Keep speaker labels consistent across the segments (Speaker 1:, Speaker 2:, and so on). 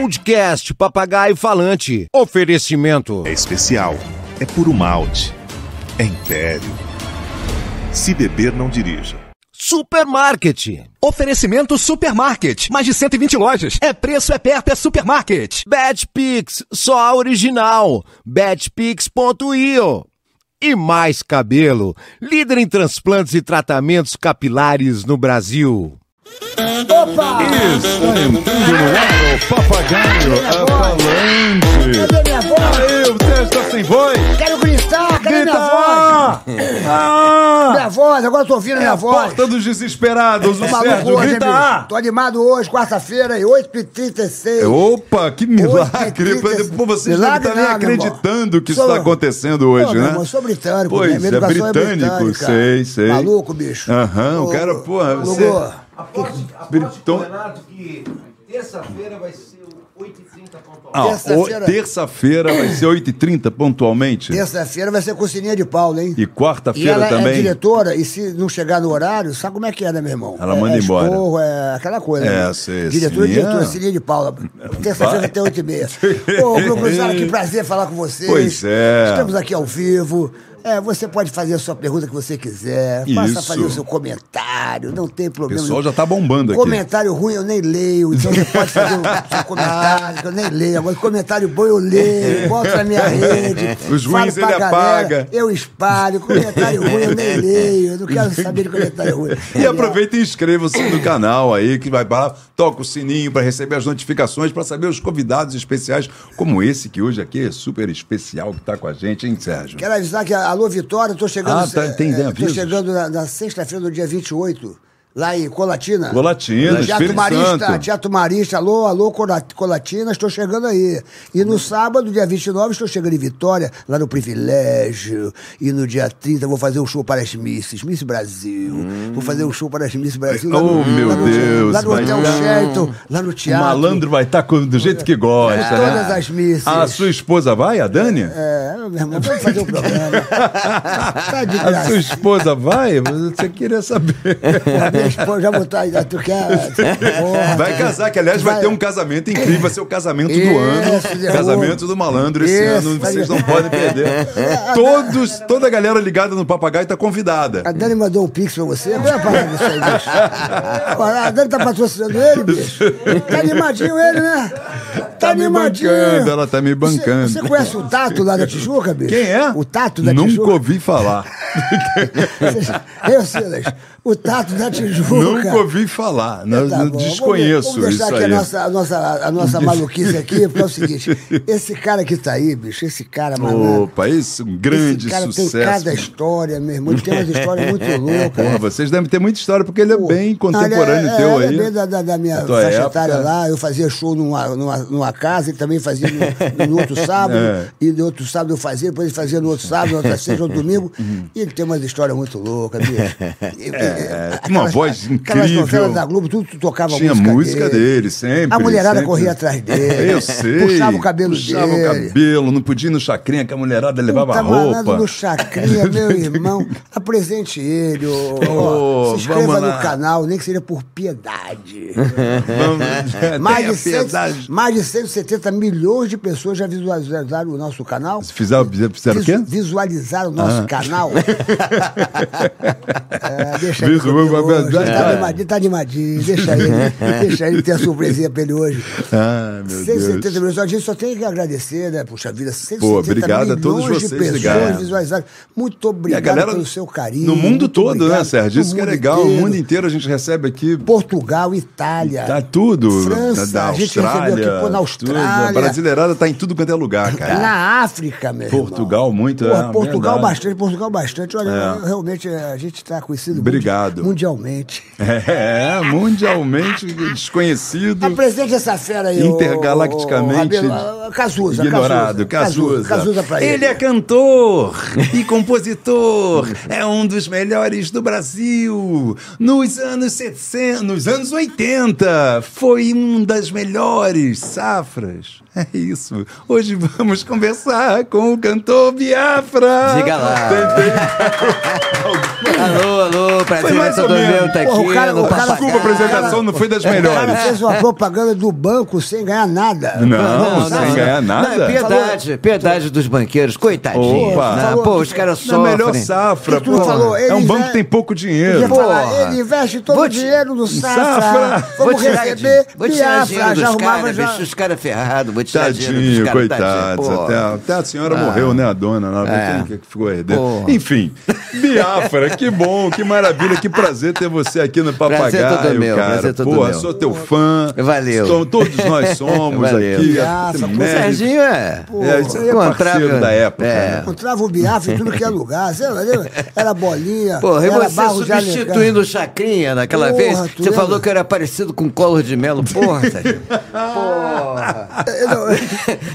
Speaker 1: Podcast Papagaio Falante. Oferecimento.
Speaker 2: É especial, é puro malte, é império. Se beber, não dirija.
Speaker 1: Supermarket.
Speaker 3: Oferecimento Supermarket. Mais de 120 lojas. É preço, é perto, é supermarket.
Speaker 1: Betpix. Só a original. Betpix.io. E mais cabelo. Líder em transplantes e tratamentos capilares no Brasil.
Speaker 4: Opa!
Speaker 2: Está entrando no ar o um papagaio a falante.
Speaker 4: Cadê minha voz?
Speaker 2: Aí, o Sérgio tá sem voz.
Speaker 4: Quero gritar, cadê minha voz?
Speaker 2: Grita! Ah!
Speaker 4: Minha voz, agora eu tô ouvindo minha voz.
Speaker 2: É Porta dos desesperados, o
Speaker 4: Tô maluco
Speaker 2: Sérgio
Speaker 4: hoje, hein, bicho?
Speaker 2: grita!
Speaker 4: Tô animado hoje, quarta-feira,
Speaker 2: É
Speaker 4: 8h36.
Speaker 2: Opa, que milagre! Pô, vocês devem estar nem acreditando que isso está acontecendo hoje, né?
Speaker 4: Eu sou britânico,
Speaker 2: Pois
Speaker 4: né? Minha
Speaker 2: é,
Speaker 4: educação
Speaker 2: britânico,
Speaker 4: britânica.
Speaker 2: sei, sei.
Speaker 4: Maluco, bicho.
Speaker 2: Aham, o cara, porra, você-
Speaker 5: Aposte, aposte
Speaker 2: Britão-
Speaker 5: com o
Speaker 4: Então,
Speaker 5: Renato que terça-feira vai ser o 8h30 pontual.
Speaker 2: Ah, o-
Speaker 4: Terça-feira.
Speaker 2: Terça-feira vai ser 8h30 pontualmente.
Speaker 4: Terça-feira vai ser com Sininha de Paulo, hein?
Speaker 2: E
Speaker 4: E
Speaker 2: quarta-feira
Speaker 4: ela é
Speaker 2: também.
Speaker 4: diretora, e se não chegar no horário, sabe como é que é, né, meu irmão?
Speaker 2: Ela
Speaker 4: É-
Speaker 2: manda
Speaker 4: é
Speaker 2: embora.
Speaker 4: Esporro, é aquela coisa.
Speaker 2: É,
Speaker 4: né?
Speaker 2: sei,
Speaker 4: Diretora,
Speaker 2: Sininha.
Speaker 4: diretora, Sininha de Paula. Terça-feira até 8 e meia. Ô, Bruno que prazer falar com vocês.
Speaker 2: Pois é.
Speaker 4: Estamos aqui ao vivo. É, você pode fazer a sua pergunta que você quiser. Faça
Speaker 2: Isso.
Speaker 4: fazer o seu comentário, não tem
Speaker 2: o
Speaker 4: problema.
Speaker 2: pessoal já tá bombando aqui.
Speaker 4: Comentário ruim eu nem leio, então você pode fazer um seu comentário que eu nem leio. Agora, comentário bom eu leio, boto na minha rede.
Speaker 2: Os
Speaker 4: falo
Speaker 2: ruins
Speaker 4: pra
Speaker 2: ele
Speaker 4: galera,
Speaker 2: apaga.
Speaker 4: Eu espalho, comentário ruim eu nem leio, eu não quero saber de comentário ruim.
Speaker 2: E aproveita e inscreva-se no canal aí, que vai para lá, toca o sininho para receber as notificações, para saber os convidados especiais, como esse que hoje aqui é super especial, que tá com a gente, hein, Sérgio?
Speaker 4: Quero avisar que a Alô Vitória, eu tô chegando.
Speaker 2: Ah, tá, tem
Speaker 4: eh,
Speaker 2: ideia,
Speaker 4: Tô
Speaker 2: avisos?
Speaker 4: chegando na, na sexta-feira do dia 28. Lá em Colatina.
Speaker 2: Colatina,
Speaker 4: Teatro
Speaker 2: Espírito
Speaker 4: Marista,
Speaker 2: Santo.
Speaker 4: Teatro Marista, alô, alô, Cora- Colatina, estou chegando aí. E no sábado, dia 29, estou chegando em Vitória, lá no Privilégio. E no dia 30, vou fazer um show para as Misses, Miss Brasil. Vou fazer um show para as Miss Brasil. lá no-
Speaker 2: Oh, meu
Speaker 4: lá no-
Speaker 2: Deus,
Speaker 4: Lá no
Speaker 2: vai
Speaker 4: Hotel
Speaker 2: dar.
Speaker 4: Sheraton, lá no
Speaker 2: O
Speaker 4: teatro.
Speaker 2: malandro vai estar do jeito que gosta.
Speaker 4: É, todas
Speaker 2: né?
Speaker 4: as missas.
Speaker 2: A sua esposa vai, a Dani?
Speaker 4: É, meu irmão, vamos fazer o programa. tá de
Speaker 2: A sua
Speaker 4: graça.
Speaker 2: esposa vai? Você queria saber.
Speaker 4: Porra, minha esposa já botou aí, tu quer? Porra, é.
Speaker 2: Vai casar, que aliás vai,
Speaker 4: Vai.
Speaker 2: ter um casamento incrível, vai ser o casamento
Speaker 4: Isso,
Speaker 2: do ano.
Speaker 4: derruba.
Speaker 2: Casamento do malandro esse
Speaker 4: Isso,
Speaker 2: ano,
Speaker 4: vai-
Speaker 2: vocês não podem perder. Todos, toda a galera ligada no papagaio tá convidada.
Speaker 4: A Dani mandou um pix pra você. Qual é a parada disso aí, bicho? Porra, A Dani tá patrocinando ele, bicho. Tá animadinho ele, né? Tá,
Speaker 2: Tá me bancando, ela tá me bancando.
Speaker 4: Você, você conhece o Tato lá da Tijuca, bicho?
Speaker 2: Quem é?
Speaker 4: O Tato da
Speaker 2: Nunca
Speaker 4: Tijuca.
Speaker 2: ouvi falar.
Speaker 4: Eu, Silas, o Tato da Tijuca.
Speaker 2: Nunca ouvi falar. Não-
Speaker 4: Tá
Speaker 2: não
Speaker 4: bom,
Speaker 2: desconheço
Speaker 4: vamos, vamos deixar
Speaker 2: isso
Speaker 4: aqui
Speaker 2: aí.
Speaker 4: A nossa, a nossa, a nossa maluquice aqui, porque é o seguinte: esse cara que tá aí, bicho, esse cara malandro.
Speaker 2: Opa, esse é um
Speaker 4: Esse
Speaker 2: grande
Speaker 4: cara
Speaker 2: sucesso.
Speaker 4: tem cada história, meu irmão. Ele tem umas histórias muito
Speaker 2: Porra,
Speaker 4: loucas. né?
Speaker 2: vocês devem ter muita história, porque ele é bem
Speaker 4: Olha,
Speaker 2: contemporâneo
Speaker 4: é,
Speaker 2: teu
Speaker 4: era
Speaker 2: aí.
Speaker 4: bem da, da- da minha
Speaker 2: da tua
Speaker 4: faixa
Speaker 2: época.
Speaker 4: etária lá. Eu fazia show numa, numa, numa casa, ele também fazia no, no outro sábado.
Speaker 2: É.
Speaker 4: E no outro sábado eu fazia, depois ele fazia no outro sábado, no outro sexta, no outro domingo.
Speaker 2: Uhum.
Speaker 4: E ele tem umas histórias muito loucas, bicho. E- e-
Speaker 2: É, tinha uma voz
Speaker 4: Aquelas
Speaker 2: incrível.
Speaker 4: novelas da Globo, tudo tocava
Speaker 2: Tinha
Speaker 4: música,
Speaker 2: música dele, sempre.
Speaker 4: A mulherada
Speaker 2: sempre.
Speaker 4: corria atrás dele.
Speaker 2: Eu sei.
Speaker 4: Puxava o cabelo
Speaker 2: puxava
Speaker 4: dele.
Speaker 2: o cabelo, não podia ir no chacrinha, que a mulherada levava
Speaker 4: Tá
Speaker 2: roupa.
Speaker 4: malado do Chacrinha, meu irmão. Apresente ele. ô, ó.
Speaker 2: Ô,
Speaker 4: se inscreva
Speaker 2: vamos
Speaker 4: no
Speaker 2: lá.
Speaker 4: canal, nem que seja por piedade.
Speaker 2: Vamos, é,
Speaker 4: Mais
Speaker 2: tenha
Speaker 4: de, cento-
Speaker 2: piedade.
Speaker 4: mais de 170 milhões de pessoas já visualizaram o nosso canal.
Speaker 2: Fizeram, fizeram o
Speaker 4: Visu-
Speaker 2: quê? Ah.
Speaker 4: Visualizaram o nosso canal. é, deixa ele
Speaker 2: Visual-
Speaker 4: comigo hoje.
Speaker 2: Ah.
Speaker 4: Tá animadinho, tá animadinho. Deixa ele, deixa ele ter a surpresinha pra ele hoje.
Speaker 2: Ah, meu Deus.
Speaker 4: 170 milhões. A gente só tem que agradecer, né? Puxa vida, 170
Speaker 2: Pô, obrigado a todos
Speaker 4: milhões de
Speaker 2: vocês
Speaker 4: pessoas
Speaker 2: ligaram.
Speaker 4: visualizaram. Muito
Speaker 2: E a
Speaker 4: obrigado
Speaker 2: galera
Speaker 4: pelo seu carinho.
Speaker 2: No mundo
Speaker 4: muito
Speaker 2: todo, né,
Speaker 4: obrigado
Speaker 2: Sérgio?
Speaker 4: no
Speaker 2: Isso que é
Speaker 4: mundo
Speaker 2: legal. O
Speaker 4: inteiro.
Speaker 2: mundo inteiro a gente recebe aqui.
Speaker 4: Portugal, Itália.
Speaker 2: Tá tudo.
Speaker 4: França,
Speaker 2: da, da
Speaker 4: a gente
Speaker 2: Austrália,
Speaker 4: recebeu aqui pô, na
Speaker 2: tudo.
Speaker 4: Austrália.
Speaker 2: A brasileirada tá em tudo quanto é lugar, cara.
Speaker 4: Na África, meu irmão.
Speaker 2: Portugal, muito,
Speaker 4: Porra,
Speaker 2: é,
Speaker 4: Portugal
Speaker 2: verdade.
Speaker 4: bastante, Portugal bastante. Olha,
Speaker 2: É.
Speaker 4: eu- realmente eh, a gente está conhecido
Speaker 2: Obrigado.
Speaker 4: mundi- mundialmente.
Speaker 2: É, mundialmente desconhecido.
Speaker 4: Apresente essa fera aí, ô-
Speaker 2: Intergalacticamente
Speaker 4: ô- ô, Rabelo, ah, Cazuza,
Speaker 2: ignorado, Cazuza. é
Speaker 4: Cazuza pra ele.
Speaker 2: cantor e compositor, é um dos melhores do Brasil. Nos anos 70, nos anos 80, foi um das melhores, Biafras. É isso. Hoje vamos conversar com o cantor Biafra.
Speaker 1: Diga lá. alô, alô, prazer,
Speaker 2: Foi mais
Speaker 1: Neto
Speaker 2: ou menos.
Speaker 1: Domeu tá aqui
Speaker 4: Porra, o cara-
Speaker 1: no
Speaker 4: o cara-
Speaker 1: Papagaio.
Speaker 2: Desculpa, a apresentação não foi das
Speaker 4: O cara
Speaker 2: melhores.
Speaker 4: fez uma propaganda do banco sem ganhar tá nada.
Speaker 2: Não, sem ganhar
Speaker 1: Não,
Speaker 2: nada.
Speaker 1: é piedade, piedade dos banqueiros, coitadinhos.
Speaker 2: Opa.
Speaker 1: né?
Speaker 4: Falou
Speaker 1: Pô,
Speaker 4: que-
Speaker 1: os caras
Speaker 2: Na
Speaker 1: sofrem.
Speaker 2: melhor safra,
Speaker 4: Que tu
Speaker 2: pô.
Speaker 4: falou,
Speaker 2: É um
Speaker 4: eles
Speaker 2: banco
Speaker 4: é-
Speaker 2: que tem pouco dinheiro.
Speaker 4: Podia falar,
Speaker 1: Porra.
Speaker 4: ele investe todo
Speaker 1: Vou
Speaker 4: o
Speaker 1: te-
Speaker 4: dinheiro no Safra.
Speaker 2: Safra.
Speaker 1: Vou
Speaker 4: Vamos
Speaker 1: tirar,
Speaker 4: receber
Speaker 1: vou tirar
Speaker 4: Biafra.
Speaker 1: dinheiro
Speaker 4: Já
Speaker 1: dos
Speaker 4: arrumava
Speaker 1: caras, né,
Speaker 4: já.
Speaker 1: bicho, os caras ferrados, vou tirar dinheiro dos
Speaker 2: Tadinho,
Speaker 1: caras, tá
Speaker 2: coitados.
Speaker 1: pô. Ah.
Speaker 2: Até, a- até a senhora morreu, né, a dona? Na
Speaker 1: É.
Speaker 2: que ficou herdando.
Speaker 1: Porra.
Speaker 2: Enfim, Biafra, que bom, que maravilha, que prazer ter você aqui no Papagaio,
Speaker 1: Prazer é todo meu,
Speaker 2: cara.
Speaker 1: prazer todo
Speaker 2: Porra,
Speaker 1: meu.
Speaker 2: sou teu fã.
Speaker 1: Valeu.
Speaker 2: Sou- todos nós somos
Speaker 1: Valeu.
Speaker 2: aqui. é
Speaker 4: Graça,
Speaker 1: O
Speaker 2: Merda.
Speaker 1: Serginho é.
Speaker 2: É, isso aí é
Speaker 1: Contrava-
Speaker 2: parceiro da época.
Speaker 1: É.
Speaker 2: né?
Speaker 4: Encontrava o Biafra em tudo que é lugar. Sei lá, lembra? Era bolinha.
Speaker 1: Porra, e
Speaker 4: era
Speaker 1: você
Speaker 4: barro de
Speaker 1: substituindo o Chacrinha naquela
Speaker 4: Porra,
Speaker 1: vez?
Speaker 4: tu
Speaker 1: Você
Speaker 4: lembra?
Speaker 1: falou que eu era parecido com o Collor de Mello. Porra, Serginho. Porra.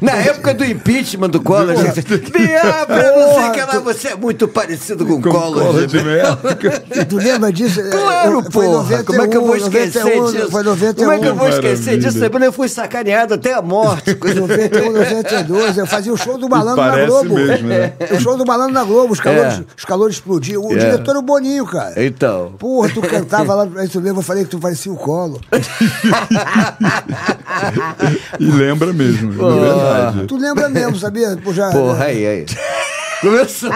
Speaker 1: Na época do impeachment do Collor, gente. Biabra, não sei o que lá, você é muito parecido com o
Speaker 2: Com
Speaker 1: Collor de Mello.
Speaker 4: Tu lembra disso?
Speaker 1: Claro,
Speaker 4: Foi
Speaker 1: porra!
Speaker 4: 91,
Speaker 1: Como é que eu vou esquecer
Speaker 4: 91,
Speaker 1: disso?
Speaker 4: Foi 91.
Speaker 1: Como é que eu vou esquecer
Speaker 2: Maravilha.
Speaker 1: disso? Sabrina, Eu fui sacaneado até a morte. coisa-
Speaker 4: 91, 92, eu fazia o show do Malandro na
Speaker 2: Parece
Speaker 4: Globo.
Speaker 2: mesmo, né?
Speaker 4: O show do Malandro na Globo, os calores,
Speaker 1: É.
Speaker 4: os calores explodiam. O
Speaker 1: É.
Speaker 4: diretor era o Boninho, cara.
Speaker 1: Então.
Speaker 4: Porra, tu cantava lá, aí tu lembra, eu falei que tu parecia o Colo.
Speaker 2: E lembra mesmo, é verdade.
Speaker 4: Tu lembra mesmo, sabia? Pô, já,
Speaker 1: Uhum.
Speaker 4: né?
Speaker 1: Porra, aí, aí. Começou.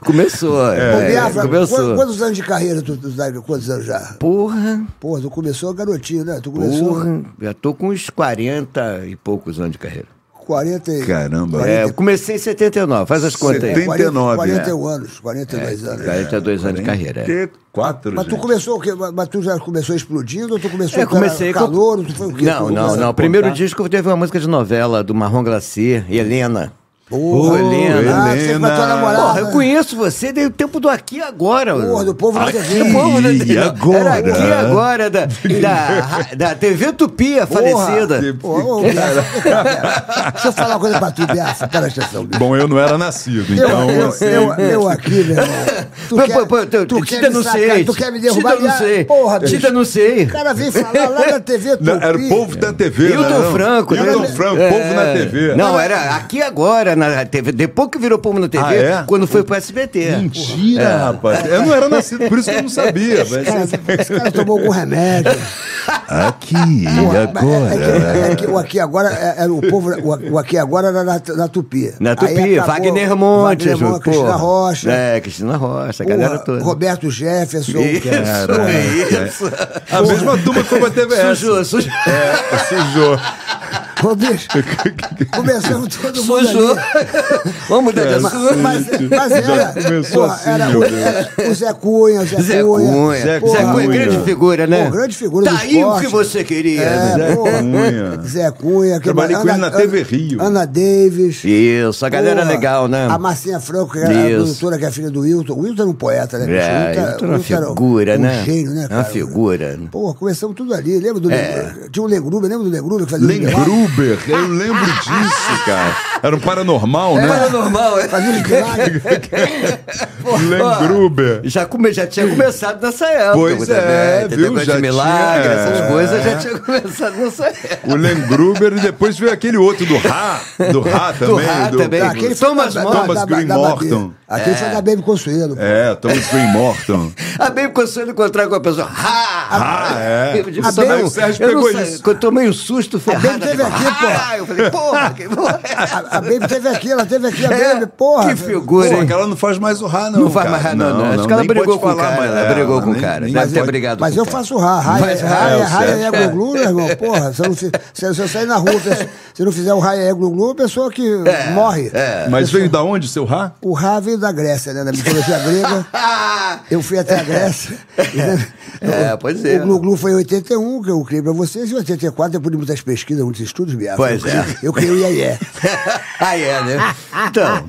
Speaker 1: Começou.
Speaker 4: Ô,
Speaker 1: é,
Speaker 4: Biafra, quan-
Speaker 1: começou.
Speaker 4: quantos anos de carreira tu, tu tá- Quantos anos já?
Speaker 1: Porra,
Speaker 4: Porra, tu começou garotinho, né? Tu começou
Speaker 1: porra. Já tô com uns 40 e poucos anos de carreira.
Speaker 4: 40 e...
Speaker 2: Caramba.
Speaker 1: É, eu comecei em 79, faz as contas aí.
Speaker 2: 70,
Speaker 4: 49,
Speaker 2: 39,
Speaker 4: 41 anos,
Speaker 1: É,
Speaker 4: 42 anos.
Speaker 1: 42 anos de carreira. é.
Speaker 2: Quatro,
Speaker 4: Mas tu
Speaker 2: gente.
Speaker 4: começou o quê? Mas mas tu já começou explodindo ou tu começou
Speaker 1: Eu
Speaker 4: com era
Speaker 1: É, comecei com-
Speaker 4: calor? Tu foi o quê?
Speaker 1: Não,
Speaker 4: Tu
Speaker 1: não,
Speaker 4: começou-
Speaker 1: não. O primeiro disco teve uma música de novela do Marrom Glacier, Helena.
Speaker 4: Porra,
Speaker 1: Helena.
Speaker 4: Ah, sempre pra tua
Speaker 2: Helena.
Speaker 4: namorada. né?
Speaker 1: Porra, eu conheço você desde o tempo do Aqui Agora.
Speaker 4: Porra, do povo na TV.
Speaker 1: O povo na
Speaker 2: E
Speaker 1: TV.
Speaker 2: agora?
Speaker 1: Era Aqui Agora, da, da, da TV Tupia falecida.
Speaker 2: que-
Speaker 4: Pô, ô, Biafra, Deixa eu falar uma coisa pra tu, Biafra. Presta atenção. Biafra.
Speaker 2: Bom, eu não era nascido,
Speaker 4: um Eu,
Speaker 2: então.
Speaker 4: eu,
Speaker 2: assim,
Speaker 4: eu, eu aqui, meu irmão. Tu
Speaker 1: Pô,
Speaker 4: quer-
Speaker 1: pô, pô, eu te
Speaker 4: me
Speaker 1: denunciei.
Speaker 4: sacar, tu quer me derrubar?
Speaker 1: Te denunciei.
Speaker 4: Ah, Porra,
Speaker 1: Te
Speaker 4: bicho.
Speaker 1: denunciei.
Speaker 4: O cara vem falar lá na TV Tupi.
Speaker 2: Não, era o povo da TV, né?
Speaker 1: Hilton
Speaker 2: não?
Speaker 1: Franco, né?
Speaker 2: Hilton Franco, povo na TV.
Speaker 1: Não,
Speaker 4: é-
Speaker 1: era aqui agora na TV. Depois que virou povo na TV,
Speaker 2: Ah, é?
Speaker 1: quando foi pro SBT.
Speaker 4: Hum.
Speaker 2: Mentira, rapaz. É. Eu não era nascido, por isso que eu não sabia. mas-
Speaker 4: Cara, esse cara tomou algum remédio.
Speaker 2: Aqui
Speaker 4: Porra,
Speaker 2: e
Speaker 4: é que- é
Speaker 2: agora.
Speaker 4: que o aqui agora é- era o povo, o, o aqui agora era na, na Tupi.
Speaker 1: Na
Speaker 4: Aí
Speaker 1: Tupi,
Speaker 4: acabou
Speaker 1: Wagner Montes.
Speaker 4: Wagner Montes,
Speaker 1: pô.
Speaker 4: Cristina Rocha,
Speaker 1: É, Cristina Rocha, a
Speaker 4: porra,
Speaker 1: galera toda. É,
Speaker 4: Roberto Jefferson. é um
Speaker 1: Isso,
Speaker 4: Porra,
Speaker 1: isso.
Speaker 2: A mesma turma que foi pra TVS.
Speaker 1: Sujou, sujou.
Speaker 2: É, sujou.
Speaker 4: Ô, bicho, começamos todo mundo
Speaker 1: Sujou.
Speaker 4: ali.
Speaker 1: Vamos mudar de
Speaker 4: Mas,
Speaker 1: assunto.
Speaker 4: mas, mas era,
Speaker 2: começou assim,
Speaker 4: era
Speaker 2: meu
Speaker 4: o,
Speaker 2: Deus.
Speaker 4: era o Zé Cunha, o Zé,
Speaker 1: Zé Cunha. Zé
Speaker 4: porra.
Speaker 1: Cunha, grande figura, né?
Speaker 4: Pô, grande figura
Speaker 1: Tá
Speaker 4: do
Speaker 1: aí o
Speaker 4: esporte.
Speaker 1: que você queria. né?
Speaker 4: É,
Speaker 2: Zé
Speaker 4: porra.
Speaker 2: Cunha.
Speaker 4: Zé Cunha. que
Speaker 2: Trabalhei
Speaker 4: mais?
Speaker 2: com ele
Speaker 4: Ana-
Speaker 2: na TV Rio.
Speaker 4: Ana Davis.
Speaker 1: Isso, a galera
Speaker 4: Porra,
Speaker 1: legal, né?
Speaker 4: A Marcinha Franco, que era a
Speaker 1: Isso.
Speaker 4: produtora, que é a filha do Wilton. O Wilton era um poeta, né? bicho?
Speaker 1: É,
Speaker 4: Wilton-
Speaker 1: Hilton era uma
Speaker 4: Wilton era
Speaker 1: figura,
Speaker 4: um
Speaker 1: né?
Speaker 4: gênio, né,
Speaker 1: Uma
Speaker 4: cara?
Speaker 1: figura.
Speaker 4: Porra, começamos tudo ali. Lembra do
Speaker 2: É.
Speaker 4: Legruber? Tinha um Legruber, lembra do Legruber que fazia os milagres?
Speaker 2: Gruber, eu lembro disso, cara. Era um paranormal, né?
Speaker 1: Paranormal, é.
Speaker 4: Fazia os milagres.
Speaker 2: Len Gruber.
Speaker 1: Já, come, já tinha começado nessa época.
Speaker 2: Pois
Speaker 1: também,
Speaker 2: é,
Speaker 1: entendeu?
Speaker 2: viu?
Speaker 1: Negócio
Speaker 2: Já
Speaker 1: de milagre,
Speaker 2: tinha,
Speaker 1: essas
Speaker 2: é.
Speaker 1: coisas já tinha começado nessa época.
Speaker 2: O Len Gruber e depois veio aquele outro do Ra. Do Ra também.
Speaker 1: Ra também.
Speaker 4: Ah, aquele foi
Speaker 1: Thomas
Speaker 4: da- da-
Speaker 1: Morton.
Speaker 4: da-
Speaker 2: Thomas Green
Speaker 4: da- da-
Speaker 2: Morton.
Speaker 4: Aquele foi da Baby Consuelo.
Speaker 2: É, Thomas Green Morton.
Speaker 1: A Ah, bem conseguindo encontrar com a pessoa. Ha!
Speaker 2: Ah, é.
Speaker 1: Eu digo,
Speaker 2: O
Speaker 1: "Não,
Speaker 2: Sérgio- o Sérgio
Speaker 1: eu não
Speaker 2: pegou
Speaker 1: sei",
Speaker 2: isso.
Speaker 1: que Eu tomei um susto
Speaker 4: Baby
Speaker 1: ferrado.
Speaker 4: teve
Speaker 1: tipo,
Speaker 4: aqui,
Speaker 1: "Ah!" Eu falei, porra, que porra.
Speaker 4: A, a Baby teve aqui, ela teve aqui, a
Speaker 1: É,
Speaker 4: Baby, porra.
Speaker 1: que figura,
Speaker 2: Pô,
Speaker 1: hein?
Speaker 2: aquela não faz mais o Ra, não.
Speaker 1: Não faz
Speaker 2: cara.
Speaker 1: mais ra, não, não. Acho que ela
Speaker 2: nem
Speaker 1: brigou
Speaker 2: pode
Speaker 1: com o
Speaker 2: falar
Speaker 1: cara.
Speaker 2: mais,
Speaker 1: ela
Speaker 2: é,
Speaker 1: brigou com o
Speaker 2: nem-
Speaker 1: cara.
Speaker 2: nem
Speaker 1: Deve ter
Speaker 2: pode-
Speaker 1: brigado
Speaker 4: Mas
Speaker 1: com
Speaker 4: eu
Speaker 1: o cara.
Speaker 4: faço raia, raia,
Speaker 1: Mas-
Speaker 2: é,
Speaker 4: raia,
Speaker 2: o
Speaker 4: raia,
Speaker 2: certo.
Speaker 4: é glu-glu, meu irmão. Porra, se eu, não, fi- se, se eu sair na rua, se, se eu não fizer o raia, é glu-glu, a pessoa que morre.
Speaker 2: É. Mas veio da onde, seu Ra?
Speaker 4: O Ra veio da Grécia, né? Da mitologia grega. Eu fui até a Grécia.
Speaker 1: É, pois é.
Speaker 4: O Glu-Glu foi em 81, que eu criei pra vocês. Em 84, depois de muitas pesquisas, muitos estudos, Biafra.
Speaker 1: Pois
Speaker 4: eu criei-
Speaker 1: é.
Speaker 4: Eu criei o Iaia.
Speaker 1: ah, é, né? Então,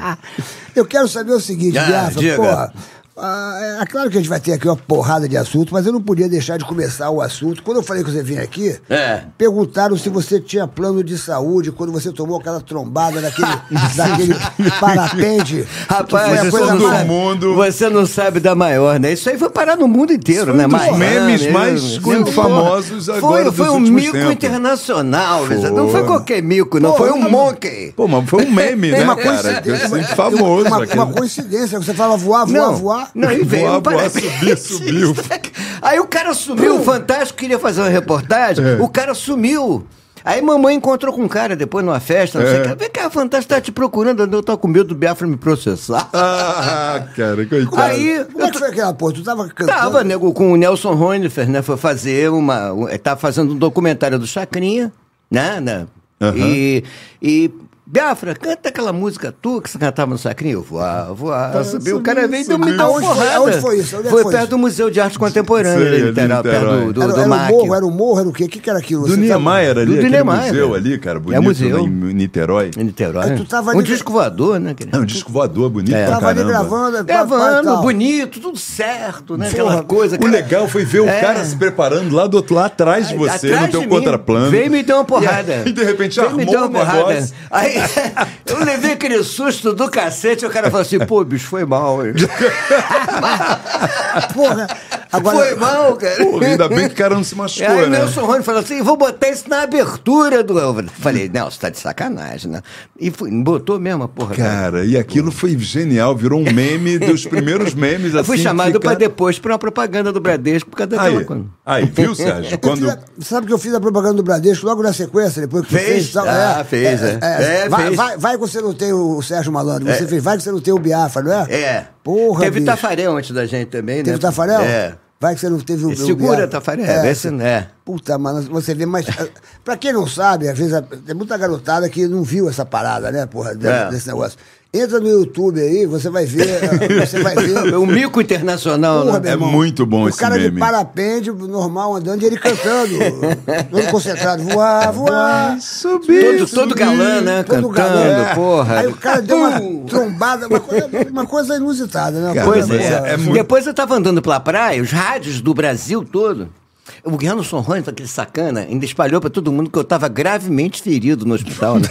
Speaker 4: Eu quero saber o seguinte,
Speaker 1: Ah,
Speaker 4: Biafra,
Speaker 1: diga.
Speaker 4: porra. Ah, é claro que a gente vai ter aqui uma porrada de assunto, mas eu não podia deixar de começar o assunto. Quando eu falei que você vinha aqui,
Speaker 6: É.
Speaker 4: perguntaram se você tinha plano de saúde quando você tomou aquela trombada daquele, daquele parapente.
Speaker 6: Rapaz,
Speaker 4: que foi a
Speaker 6: você
Speaker 4: coisa
Speaker 6: não
Speaker 2: todo
Speaker 4: mais-
Speaker 6: sabe-
Speaker 2: mundo-
Speaker 6: Você não sabe da maior, né? Isso aí foi parar no mundo inteiro, né?
Speaker 2: um dos
Speaker 6: Maia?
Speaker 2: memes
Speaker 6: Ah,
Speaker 2: mais
Speaker 6: meu Deus.
Speaker 2: famosos
Speaker 6: Foi-
Speaker 2: agora dos
Speaker 6: Foi um
Speaker 2: últimos
Speaker 6: mico
Speaker 2: tempos.
Speaker 6: internacional, Luiz. Não foi qualquer mico, não.
Speaker 4: Pô,
Speaker 6: foi um
Speaker 4: tá-
Speaker 6: monkey.
Speaker 2: Pô, mas foi um meme, né,
Speaker 4: uma
Speaker 2: cara?
Speaker 4: coincidência.
Speaker 2: Assim, famoso
Speaker 4: Uma,
Speaker 2: aquele.
Speaker 4: uma coincidência, você fala voar, voar,
Speaker 6: não,
Speaker 4: voar.
Speaker 6: não, e veio
Speaker 2: Voar, voar,
Speaker 6: um parapente.
Speaker 2: subiu, subiu.
Speaker 6: Aí o cara sumiu, o Fantástico queria fazer uma reportagem, o cara sumiu. Aí mamãe encontrou com um cara depois numa festa, não sei
Speaker 2: É.
Speaker 6: o que. Vem cá, o Fantástico tá te procurando, eu tô com medo do Biafra me processar.
Speaker 2: Ah, cara, coitado.
Speaker 6: Aí,
Speaker 4: Como é que foi aquela porra? Tu tava cantando?
Speaker 6: Tava, né, nego, com o Nelson Roenifer, né? Foi fazer uma. um- eh, Tava fazendo um documentário do Chacrinha, né? né?
Speaker 2: Aham.
Speaker 6: E. e Biafra, canta aquela música tua que você cantava no Sacrinho. Voar, voar, ah, subiu. O cara veio e deu- me deu uma
Speaker 4: Tá, Aonde foi-
Speaker 6: porrada.
Speaker 4: aonde foi isso? Onde é que
Speaker 6: foi,
Speaker 4: foi
Speaker 6: perto
Speaker 4: isso?
Speaker 6: do Museu de Arte Contemporânea,
Speaker 2: Sei, ali
Speaker 6: ali,
Speaker 2: em
Speaker 6: literal, perto
Speaker 2: Niterói.
Speaker 6: do, do,
Speaker 4: era,
Speaker 6: do
Speaker 4: era
Speaker 6: MAC.
Speaker 4: o morro, era o morro, era o quê? O que, que era aquilo?
Speaker 2: Do
Speaker 4: Você tava-
Speaker 2: Niemeyer ali,
Speaker 6: do
Speaker 2: aquele
Speaker 6: Niemeyer,
Speaker 2: museu
Speaker 6: velho.
Speaker 2: ali, cara,
Speaker 6: É
Speaker 2: bonito,
Speaker 6: museu.
Speaker 2: lá em Niterói.
Speaker 6: Em Niterói.
Speaker 4: Aí É, tu tava
Speaker 6: um
Speaker 4: ali-
Speaker 6: disco voador, né, querido?
Speaker 2: É um disco voador bonito pra
Speaker 4: Tava ali
Speaker 2: caramba.
Speaker 4: gravando, pá, pá,
Speaker 6: Gravando,
Speaker 4: tal.
Speaker 6: bonito, tudo certo, né? Aquela
Speaker 4: Porra,
Speaker 6: coisa.
Speaker 2: O
Speaker 6: cara-
Speaker 2: legal foi ver o
Speaker 6: É.
Speaker 2: cara se preparando lá do outro lado, atrás de você,
Speaker 6: Atrás
Speaker 2: no teu
Speaker 6: de mim,
Speaker 2: contraplano.
Speaker 6: Veio e me deu uma porrada.
Speaker 2: E de repente
Speaker 6: Veio e me
Speaker 2: armou
Speaker 6: deu uma
Speaker 2: um
Speaker 6: porrada.
Speaker 2: negócio.
Speaker 6: Aí eu levei aquele susto do cacete, o cara falou assim, pô, bicho, foi mal. hein?
Speaker 4: Porra, agora...
Speaker 6: foi mal, cara.
Speaker 2: Porra, ainda bem que o cara não se
Speaker 6: E aí
Speaker 2: machucou,
Speaker 6: o
Speaker 2: né?
Speaker 6: Nelson Rony falou assim, vou botar isso na abertura do... Eu falei, Nelson, tá de sacanagem, né? E fui, botou mesmo a porra.
Speaker 2: Cara, e aquilo foi genial, virou um meme dos primeiros memes assim.
Speaker 6: Eu fui chamado
Speaker 2: que,
Speaker 6: pra
Speaker 2: cara...
Speaker 6: depois pra uma propaganda do Bradesco por causa daquela
Speaker 2: Aí,
Speaker 6: coisa.
Speaker 2: aí, viu, Sérgio?
Speaker 4: Eu fiz
Speaker 2: Quando.
Speaker 4: a- sabe que eu fiz a propaganda do Bradesco logo na sequência, depois que tu
Speaker 6: Fez?
Speaker 4: fez? tal,
Speaker 6: Ah, fez, é. É,
Speaker 4: vai,
Speaker 6: fez.
Speaker 4: Vai, vai que você não tem o Sérgio Malandro, você fez, vai que você não tem o Biafra, não é?
Speaker 6: É.
Speaker 4: Porra,
Speaker 6: Teve
Speaker 4: bicho.
Speaker 6: Tafarel antes da gente também, né?
Speaker 4: Teve Tafarel?
Speaker 6: É.
Speaker 4: Vai que você não teve o o
Speaker 6: Segura,
Speaker 4: Biafra.
Speaker 6: Tafarel.
Speaker 4: É.
Speaker 6: Esse, é.
Speaker 4: Puta, mano, você vê, mas. eh, pra quem não sabe, às vezes a- tem muita garotada que não viu essa parada, né, porra, de-
Speaker 6: É.
Speaker 4: desse negócio. Entra no YouTube aí, você vai ver. eh, você vai ver.
Speaker 6: O É, um mico internacional,
Speaker 4: Porra,
Speaker 6: né?
Speaker 4: meu
Speaker 2: É
Speaker 4: irmão,
Speaker 2: muito bom
Speaker 4: o
Speaker 2: esse
Speaker 4: cara
Speaker 2: meme.
Speaker 4: de parapente, normal, andando, e ele cantando. todo concentrado. Voar, voar.
Speaker 2: Subiu.
Speaker 6: Todo, todo galã, né?
Speaker 4: Todo
Speaker 6: Cantando,
Speaker 4: galã.
Speaker 2: É.
Speaker 6: porra.
Speaker 4: Aí o cara deu
Speaker 6: Pum!
Speaker 4: uma trombada, uma coisa, uma coisa inusitada, né? Uma
Speaker 2: Cara,
Speaker 4: coisa,
Speaker 6: Pois
Speaker 2: mas
Speaker 4: porra,
Speaker 2: é-
Speaker 6: é.
Speaker 2: é muito-
Speaker 6: Depois eu tava andando pela praia, os rádios do Brasil todo. O Anderson Rony, aquele sacana, ainda espalhou pra todo mundo que eu tava gravemente ferido no hospital. Né?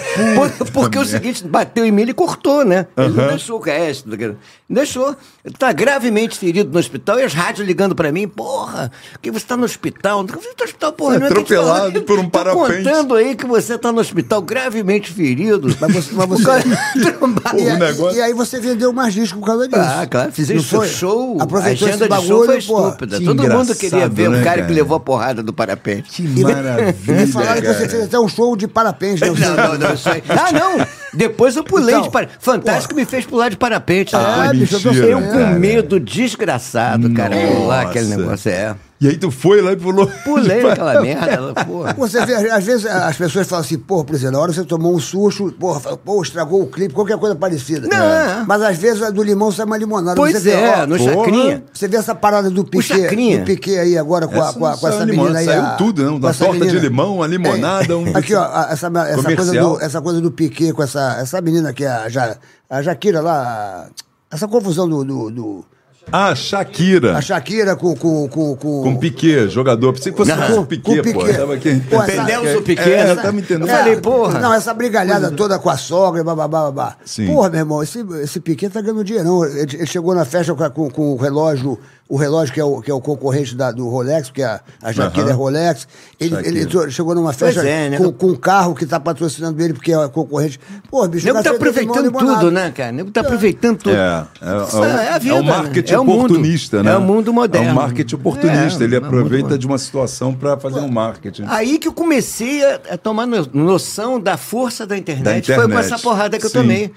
Speaker 6: Por- porque o seguinte, bateu em mim, ele cortou, né? Ele não deixou o resto. do que- Deixou. Ele tá gravemente ferido no hospital e as rádios ligando pra mim, porra, que você tá no hospital. Eu falei, "Tô no hospital, porra,
Speaker 2: É
Speaker 6: não é que eu te falo,
Speaker 2: atropelado
Speaker 6: eu
Speaker 2: por um
Speaker 6: tô
Speaker 2: parapente."
Speaker 6: contando aí que você tá no hospital gravemente ferido.
Speaker 4: Mas você- mas
Speaker 6: Por
Speaker 4: você-
Speaker 6: causa de trombada.
Speaker 4: Ah, E,
Speaker 2: O
Speaker 4: aí-
Speaker 2: negócio-
Speaker 4: e aí você vendeu mais disco por causa disso.
Speaker 6: um Ah, claro,
Speaker 4: Não
Speaker 6: fizemos
Speaker 4: foi?
Speaker 6: show. A
Speaker 4: Aproveitou
Speaker 6: agenda
Speaker 4: esse bagulho,
Speaker 6: de show foi
Speaker 4: porra.
Speaker 6: estúpida.
Speaker 2: Que
Speaker 6: Todo mundo
Speaker 2: engraçado,
Speaker 6: queria
Speaker 2: né,
Speaker 6: ver o cara,
Speaker 2: cara?
Speaker 6: que levou a porrada do parapente.
Speaker 2: Que maravilha.
Speaker 4: Me falaram que você
Speaker 2: cara.
Speaker 4: fez até um show de parapente. né?
Speaker 6: Não, não, não, isso aí. Ah, não! Depois eu pulei
Speaker 4: Então,
Speaker 6: de parapente. Fantástico me fez pular de parapente.
Speaker 4: Ah,
Speaker 6: depois.
Speaker 4: bicho, eu tô
Speaker 2: mentira,
Speaker 6: eu com
Speaker 2: cara.
Speaker 6: medo desgraçado, cara. Pular aquele
Speaker 2: Nossa.
Speaker 6: negócio. É.
Speaker 2: E aí tu foi lá e pulou.
Speaker 6: Pulei naquela merda, porra.
Speaker 4: Você vê, às vezes as pessoas falam assim, porra, por exemplo, na hora você tomou um susto, porra, fala, pô, estragou o clipe, qualquer coisa parecida.
Speaker 6: Não, é.
Speaker 4: Mas às vezes a do limão sai uma limonada. você
Speaker 6: Pois
Speaker 4: vê,
Speaker 6: é,
Speaker 4: ó,
Speaker 6: no
Speaker 2: porra.
Speaker 6: Chacrinha.
Speaker 4: Você vê essa parada do Piquet,
Speaker 6: Chacrinha.
Speaker 4: do Piquet aí agora com, a-
Speaker 2: Essa
Speaker 4: com a-
Speaker 2: não
Speaker 4: com essa
Speaker 2: saiu
Speaker 4: menina
Speaker 2: limonada,
Speaker 4: aí.
Speaker 2: saiu
Speaker 4: a-
Speaker 2: tudo, não,
Speaker 4: com
Speaker 2: da
Speaker 4: essa É.
Speaker 2: torta de limão, uma limonada, um-
Speaker 4: Aqui, ó, a- essa, essa, coisa
Speaker 2: Comercial.
Speaker 4: do, essa coisa do Piquet com essa, essa menina que é a, ja, a Jaquira lá, a- essa confusão do... do- do-
Speaker 2: Ah, Shakira.
Speaker 4: a Shakira com... Com, com, com,
Speaker 2: Com Piquet, jogador. Pensei que fosse
Speaker 6: Não.
Speaker 2: com
Speaker 4: Com
Speaker 2: Piquet, pô.
Speaker 4: Piquet.
Speaker 2: Tava aqui.
Speaker 4: Pô, essa-
Speaker 6: Nelson Piquet.
Speaker 2: É,
Speaker 6: né?
Speaker 2: eu tava entendendo.
Speaker 6: Eu
Speaker 4: É,
Speaker 6: falei, porra.
Speaker 4: Não, essa brigalhada toda com a sogra, bababá, babá.
Speaker 2: Sim.
Speaker 4: Porra, meu irmão, esse, esse Piquet tá ganhando dinheirão. Ele, ele chegou na festa com, a- com- com o relógio, o relógio que é o, que é o concorrente da- do Rolex, porque a, a Jaquira
Speaker 2: Aham.
Speaker 4: é Rolex. Ele,
Speaker 2: Shakira.
Speaker 4: ele entrou- chegou numa festa
Speaker 6: Pois é, né?
Speaker 4: com, com um carro que tá patrocinando ele, porque é concorrente. Porra, bicho,
Speaker 6: O nego
Speaker 4: cara
Speaker 6: tá
Speaker 4: fez limão,
Speaker 6: aproveitando
Speaker 4: limonada.
Speaker 6: tudo, né, cara? O nego tá aproveitando tudo.
Speaker 2: É, é, é,
Speaker 6: Isso
Speaker 2: o-
Speaker 6: a vida,
Speaker 2: é o
Speaker 6: né?
Speaker 2: marketing
Speaker 6: É o mundo.
Speaker 2: oportunista, né?
Speaker 6: É o mundo moderno.
Speaker 2: É o marketing oportunista.
Speaker 6: É,
Speaker 2: ele
Speaker 6: é o mundo
Speaker 2: aproveita
Speaker 6: moderno. Ah.
Speaker 2: de uma situação para fazer um marketing.
Speaker 6: Aí que eu comecei a, a tomar no- noção da força da internet.
Speaker 2: Da internet.
Speaker 6: Foi com essa porrada que eu
Speaker 2: Sim.
Speaker 6: tomei.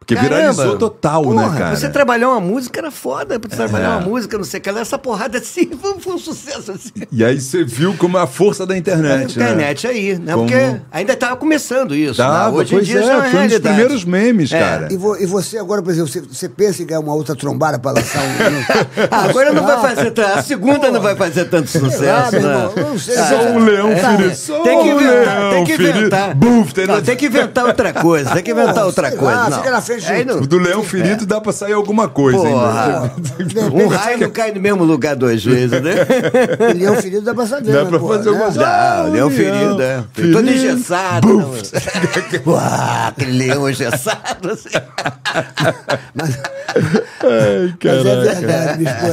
Speaker 2: Porque viralizou total, né,
Speaker 6: porra,
Speaker 2: cara?
Speaker 6: Você trabalhar uma música era foda, pra você trabalhar
Speaker 2: É.
Speaker 6: uma música, não sei o que lá. Essa porrada assim foi foi um sucesso assim.
Speaker 2: E aí você viu como é a força da internet, né?
Speaker 6: internet aí, né?
Speaker 2: Como-
Speaker 6: Porque ainda tava começando isso.
Speaker 2: Tava,
Speaker 6: né? Hoje em
Speaker 2: pois
Speaker 6: dia
Speaker 2: é,
Speaker 6: já é uma
Speaker 2: foi um dos
Speaker 6: realidade.
Speaker 2: primeiros memes,
Speaker 6: É.
Speaker 2: cara.
Speaker 4: Ah, E, vo- e você agora, por exemplo, você, você pensa em ganhar uma outra trombada pra lançar um.
Speaker 6: Ah, agora não vai fazer tanto. A segunda não vai fazer tanto
Speaker 4: lá,
Speaker 6: sucesso,
Speaker 4: meu
Speaker 6: né?
Speaker 4: irmão, eu não sei.
Speaker 2: Só um leão ferido. Só
Speaker 6: é, Tem que
Speaker 2: um
Speaker 6: inventar,
Speaker 2: leão né?
Speaker 6: tem que
Speaker 2: ferido.
Speaker 6: inventar.
Speaker 2: Buf, tem-
Speaker 6: Não, tem que inventar outra coisa, tem que inventar outra
Speaker 4: sei
Speaker 6: coisa.
Speaker 4: lá,
Speaker 2: Ah,
Speaker 6: não.
Speaker 4: fica na frente hoje.
Speaker 6: Aí não-
Speaker 2: O do leão ferido dá pra sair alguma coisa,
Speaker 6: É. Porra.
Speaker 2: ainda.
Speaker 6: Um raio
Speaker 2: é,
Speaker 6: não cai no mesmo lugar duas vezes, né?
Speaker 4: O Leão Ferido dá pra saber.
Speaker 2: Dá
Speaker 4: né,
Speaker 2: pra
Speaker 4: porra,
Speaker 2: fazer
Speaker 4: né?
Speaker 2: algumas
Speaker 6: Dá, o leão ferido, é. Todo
Speaker 2: Ferido.
Speaker 6: engessado. não. Uau, aquele leão engessado. assim.
Speaker 4: Mas é
Speaker 2: Ai, caraca.
Speaker 4: verdade, bicho. É,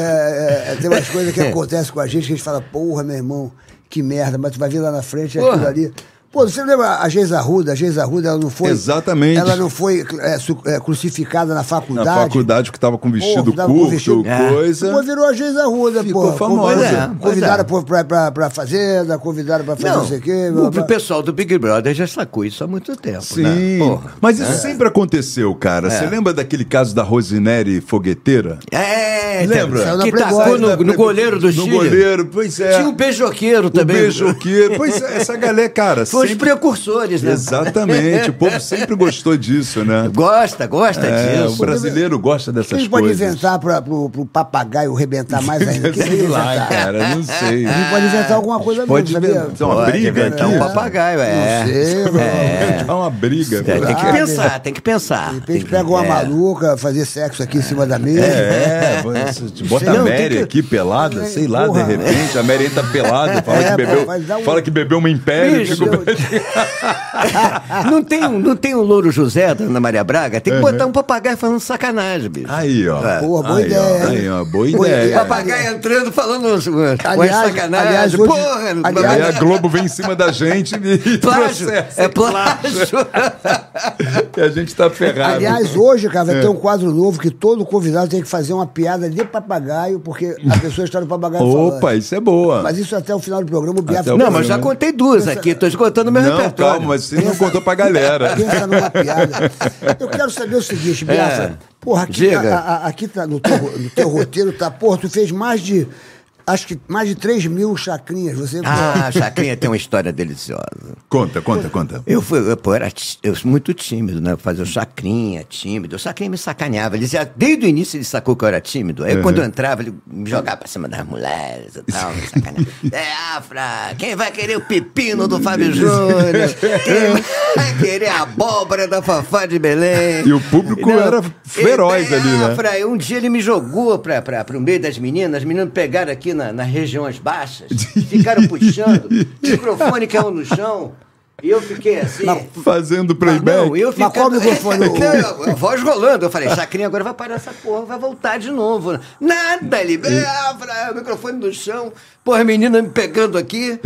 Speaker 4: é, é, tem umas coisas que acontecem com a gente que a gente fala, porra, meu irmão, que merda, mas tu vai ver lá na frente é
Speaker 6: Porra.
Speaker 4: aquilo ali. Pô, você lembra a Geisa Arruda? A Geisa Arruda, ela não foi.
Speaker 2: Exatamente.
Speaker 4: Ela não foi é, su- é, crucificada na
Speaker 2: Na
Speaker 4: faculdade.
Speaker 2: faculdade que tava com vestido
Speaker 4: Porra, tava com
Speaker 2: curto, É.
Speaker 4: vestido- assim,
Speaker 2: coisa.
Speaker 4: Pô, virou a Geisa Arruda,
Speaker 2: Ficou
Speaker 4: porra.
Speaker 2: famosa.
Speaker 4: Convidaram-
Speaker 6: Pois é,
Speaker 4: Convidaram
Speaker 6: pois
Speaker 4: pra, pra, pra, pra fazenda, convidaram pra fazer não, sei o quê. blá,
Speaker 6: o
Speaker 4: blá.
Speaker 6: pessoal do Big Brother já sacou isso há muito tempo, né?
Speaker 2: Sim.
Speaker 6: Porra. É.
Speaker 2: Mas isso sempre aconteceu, cara. Você lembra daquele caso da Rosinelli fogueteira?
Speaker 6: É,
Speaker 2: Lembra?
Speaker 6: tá-
Speaker 4: Saiu na
Speaker 6: Que
Speaker 4: Playboy,
Speaker 6: tacou no,
Speaker 4: né?
Speaker 6: no goleiro do
Speaker 2: no
Speaker 6: Chile.
Speaker 2: goleiro, pois é.
Speaker 6: Tinha um beijoqueiro
Speaker 2: o
Speaker 6: também.
Speaker 2: beijoqueiro. Pois é, essa galera, cara.
Speaker 6: Foi os
Speaker 2: sempre-
Speaker 6: precursores, né?
Speaker 2: Exatamente. O povo sempre gostou disso, né?
Speaker 6: Gosta, gosta
Speaker 2: É, o
Speaker 6: disso.
Speaker 2: brasileiro gosta dessas
Speaker 4: Quem pode
Speaker 2: coisas.
Speaker 4: inventar pra, pro, pro papagaio rebentar mais ainda? Quem pode
Speaker 2: Sei lá,
Speaker 4: inventar?
Speaker 2: cara, não sei.
Speaker 4: Ele pode inventar alguma coisa
Speaker 2: Ah, Pode
Speaker 4: mesmo, sabia?
Speaker 2: inventar uma
Speaker 6: Pode
Speaker 2: briga então,
Speaker 6: inventar
Speaker 2: aqui.
Speaker 6: um papagaio, é.
Speaker 4: Não sei, mano.
Speaker 2: É uma briga.
Speaker 6: É, tem que
Speaker 4: Ah,
Speaker 6: pensar, tem que pensar. É.
Speaker 4: De repente pega uma maluca, fazer sexo aqui em cima da mesa.
Speaker 2: É, você te bota
Speaker 6: Não,
Speaker 2: a
Speaker 6: tem
Speaker 2: Mary
Speaker 6: que-
Speaker 2: aqui pelada, sei lá,
Speaker 4: Porra. né?
Speaker 2: de repente. A Mary entra pelada, fala,
Speaker 4: É,
Speaker 2: que,
Speaker 4: pô, vai dar
Speaker 2: bebeu,
Speaker 4: um-
Speaker 2: fala que bebeu uma império. tipo,
Speaker 6: Bicho,
Speaker 2: fica-
Speaker 6: Não tem, um- não tem o Louro José da Ana Maria Braga? Tem que botar um papagaio falando sacanagem, bicho.
Speaker 2: Aí, ó.
Speaker 6: É.
Speaker 4: Porra, boa
Speaker 2: aí,
Speaker 4: ideia,
Speaker 2: Ó, aí,
Speaker 4: né?
Speaker 2: ó, boa
Speaker 4: Boa
Speaker 2: ideia.
Speaker 4: ideia.
Speaker 6: Papagaio entrando falando umas, umas
Speaker 4: Aliás,
Speaker 6: sacanagem.
Speaker 4: aliás, hoje-
Speaker 6: Porra,
Speaker 4: aliás-
Speaker 2: Aí a Globo vem em cima da gente e
Speaker 6: plágio.
Speaker 2: processa.
Speaker 6: É plágio.
Speaker 2: E a gente tá ferrado.
Speaker 4: É. Aliás, hoje, cara,
Speaker 2: É.
Speaker 4: vai ter um quadro novo que todo convidado tem que fazer uma piada de papagaio, porque a pessoa está no papagaio
Speaker 2: Opa,
Speaker 4: falando.
Speaker 2: isso é boa.
Speaker 4: Mas isso até o final do programa, o
Speaker 2: Até
Speaker 4: Biafra...
Speaker 2: o
Speaker 6: Não, mas já
Speaker 2: né?
Speaker 6: contei duas aqui, tô esgotando
Speaker 4: é
Speaker 6: meu
Speaker 2: não,
Speaker 6: repertório.
Speaker 2: calma, mas você não contou pra galera.
Speaker 4: Pensa numa piada. Eu quero saber o seguinte,
Speaker 2: É.
Speaker 4: Biafra. Porra, aqui,
Speaker 6: Diga.
Speaker 4: tá- a- a- aqui tá no teu, no teu roteiro tá... Porra, tu fez mais de... Acho que mais de 3 mil chacrinhas. Você...
Speaker 6: Ah, Chacrinha tem uma história deliciosa.
Speaker 2: Conta, conta, conta.
Speaker 6: Eu fui, eu, pô, era ti- eu sou muito tímido, né? Fazer o Chacrinha, tímido. O Chacrinha me sacaneava. Ele dizia, desde o início ele sacou que eu era tímido. Aí quando eu
Speaker 2: Uhum.
Speaker 6: entrava, ele me jogava pra cima das mulheres e tal, me sacaneava. É, Afra, quem vai querer o pepino do Fábio Júnior? Quem vai querer a abóbora da Fafá de Belém?
Speaker 2: E o público era feroz
Speaker 6: Ele,
Speaker 4: é
Speaker 2: ali, né?
Speaker 6: Afra, Aí um dia ele me jogou pra, pra, pro meio das meninas, as meninas pegaram aqui na, nas regiões baixas, ficaram puxando, microfone caiu no chão, e eu fiquei assim.
Speaker 2: Fazendo
Speaker 6: Mas
Speaker 2: playback.
Speaker 6: não, eu
Speaker 4: Mas qual
Speaker 6: ficando-
Speaker 4: microfone?
Speaker 6: Não, a voz rolando. Eu falei, Chacrinha, agora vai parar essa porra, vai voltar de novo. Nada, ele. Ah, pra- microfone no chão. Porra, a menina me pegando aqui.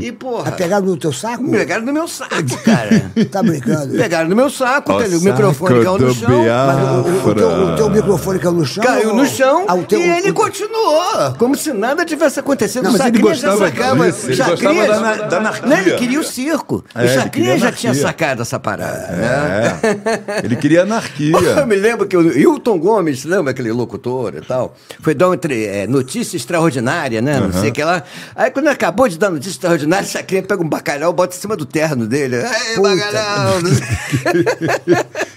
Speaker 6: E, porra.
Speaker 4: Pegaram no teu saco?
Speaker 6: Me pegaram no meu saco, cara.
Speaker 4: Tá brincando.
Speaker 6: Pegaram no meu saco,
Speaker 2: O
Speaker 6: cara, o
Speaker 2: saco
Speaker 6: microfone
Speaker 4: é
Speaker 6: caiu no
Speaker 2: do
Speaker 6: chão.
Speaker 4: Mas o, o- o teu, o teu
Speaker 2: Biafra.
Speaker 4: microfone caiu no chão?
Speaker 6: Caiu
Speaker 4: ou-
Speaker 6: no chão
Speaker 4: Ah, o teu-
Speaker 6: e ele
Speaker 4: o-
Speaker 6: continuou, como se nada tivesse acontecido.
Speaker 2: Não, mas ele
Speaker 6: Chacrinha já
Speaker 2: gostava
Speaker 6: sacava,
Speaker 2: disso, ele
Speaker 6: Chacrinha-
Speaker 2: gostava da ana- da anarquia.
Speaker 6: Não, ele queria o circo.
Speaker 2: É,
Speaker 6: o
Speaker 2: ele
Speaker 6: Chacrinha
Speaker 2: queria
Speaker 6: já tinha
Speaker 2: anarquia.
Speaker 6: sacado essa parada. né?
Speaker 2: É. Ele queria
Speaker 6: Eu
Speaker 2: anarquia.
Speaker 6: me lembro que o Hilton Gomes, lembra aquele locutor e tal? Foi dar uma entre- eh, notícia extraordinária, né? Não sei o que lá. Aí quando acabou de dar notícia extraordinária, essa criança pega um bacalhau e bota em cima do terno dele. Ei, bacalhau! não sei-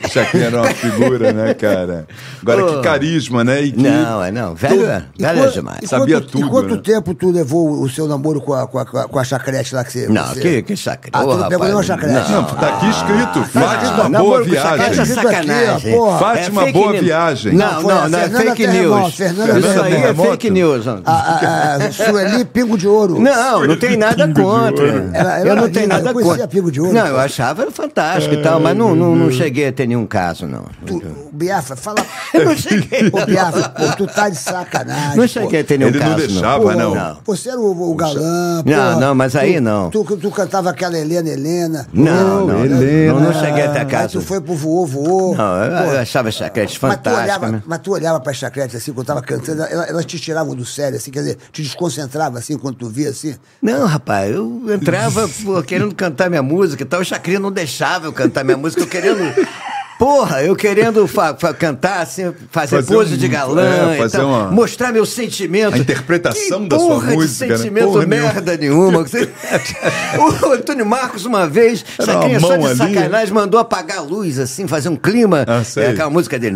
Speaker 2: Chacrinha era uma figura, né, cara? Agora, que carisma, né? E que...
Speaker 6: Não, é não. Velho, é-
Speaker 4: E
Speaker 6: velho é
Speaker 4: quanto-
Speaker 6: demais.
Speaker 4: e
Speaker 2: Sabia
Speaker 4: quanto- E
Speaker 2: tudo,
Speaker 4: quanto
Speaker 2: né?
Speaker 4: tempo tu levou o seu namoro com a, com a, com a- com a chacrete lá que
Speaker 2: é
Speaker 4: você...
Speaker 6: Não,
Speaker 4: você...
Speaker 6: que, que chacrinha.
Speaker 4: Ah,
Speaker 6: Ô,
Speaker 4: tu não pegou
Speaker 6: rapaz,
Speaker 4: nenhuma chacrete?
Speaker 2: Não, tá aqui
Speaker 6: Ah,
Speaker 2: escrito. Faz uma
Speaker 6: namoro
Speaker 2: boa
Speaker 6: com chacrete é
Speaker 2: viagem.
Speaker 4: Isso aqui,
Speaker 6: sacanagem.
Speaker 4: ó, porra.
Speaker 2: Fátima,
Speaker 6: fake
Speaker 2: boa
Speaker 6: news.
Speaker 2: viagem.
Speaker 6: Não,
Speaker 4: Foi a
Speaker 6: não, não, é
Speaker 4: Fernanda
Speaker 6: fake
Speaker 4: Terremoto, Ah,
Speaker 6: news.
Speaker 4: Fernanda
Speaker 6: Isso aí é
Speaker 2: Terremoto.
Speaker 6: fake news. ó.
Speaker 4: A, a, a Sueli Pingo de Ouro.
Speaker 6: Não, não tem nada contra.
Speaker 4: Ela- ela
Speaker 6: eu não
Speaker 4: linda,
Speaker 6: tenho nada
Speaker 4: eu conhecia
Speaker 6: contra.
Speaker 4: Pingo de Ouro,
Speaker 6: não,
Speaker 4: cara.
Speaker 6: eu achava fantástico e tal, mas não, não, não cheguei a ter nenhum caso, não.
Speaker 4: Tu, o Biafra, fala...
Speaker 6: Eu não cheguei.
Speaker 4: Ô, Biafra, pô, tu tá de sacanagem,
Speaker 6: Não
Speaker 4: pô.
Speaker 6: cheguei a ter nenhum
Speaker 2: Ele não
Speaker 6: caso.
Speaker 2: deixava,
Speaker 4: Pô,
Speaker 2: não.
Speaker 4: Você era o, o galã,
Speaker 6: Não,
Speaker 4: porra.
Speaker 6: não, mas aí
Speaker 4: Tu-
Speaker 6: não.
Speaker 4: Tu, tu, cantava aquela Helena, Helena.
Speaker 6: Não, não,
Speaker 2: Helena.
Speaker 6: não, não cheguei a
Speaker 4: Ah,
Speaker 6: ter
Speaker 4: Aí
Speaker 6: caso.
Speaker 4: tu foi pro voô, voô.
Speaker 6: Não, eu,
Speaker 4: Pô,
Speaker 6: eu achava chacrete
Speaker 4: Mas tu,
Speaker 6: fantástico.
Speaker 4: olhava,
Speaker 6: né?
Speaker 4: mas tu olhava pra chacrete assim, quando tava cantando, ela- elas te tiravam do sério, assim, quer dizer, te desconcentrava assim quando tu via assim.
Speaker 6: Não, rapaz, eu entrava pô, querendo cantar minha música e tal. O Chacrinha não deixava eu cantar minha música, eu querendo. Porra, eu querendo fa- fa- cantar, assim, fazer,
Speaker 2: Fazer
Speaker 6: pose
Speaker 2: um-
Speaker 6: de galã,
Speaker 2: é,
Speaker 6: e
Speaker 2: fazer
Speaker 6: tal,
Speaker 2: uma-
Speaker 6: mostrar meu sentimento.
Speaker 2: A interpretação
Speaker 6: Que
Speaker 2: da sua
Speaker 6: porra
Speaker 2: música,
Speaker 6: De
Speaker 2: né?
Speaker 6: sentimento
Speaker 2: Porra nenhuma.
Speaker 6: merda nenhuma. o Antônio Marcos, uma vez,
Speaker 2: Era uma
Speaker 6: Chacrinha só de
Speaker 2: mão ali.
Speaker 6: sacanagem, mandou apagar a luz, assim, fazer um clima.
Speaker 2: Ah, sei.
Speaker 6: é aquela música dele,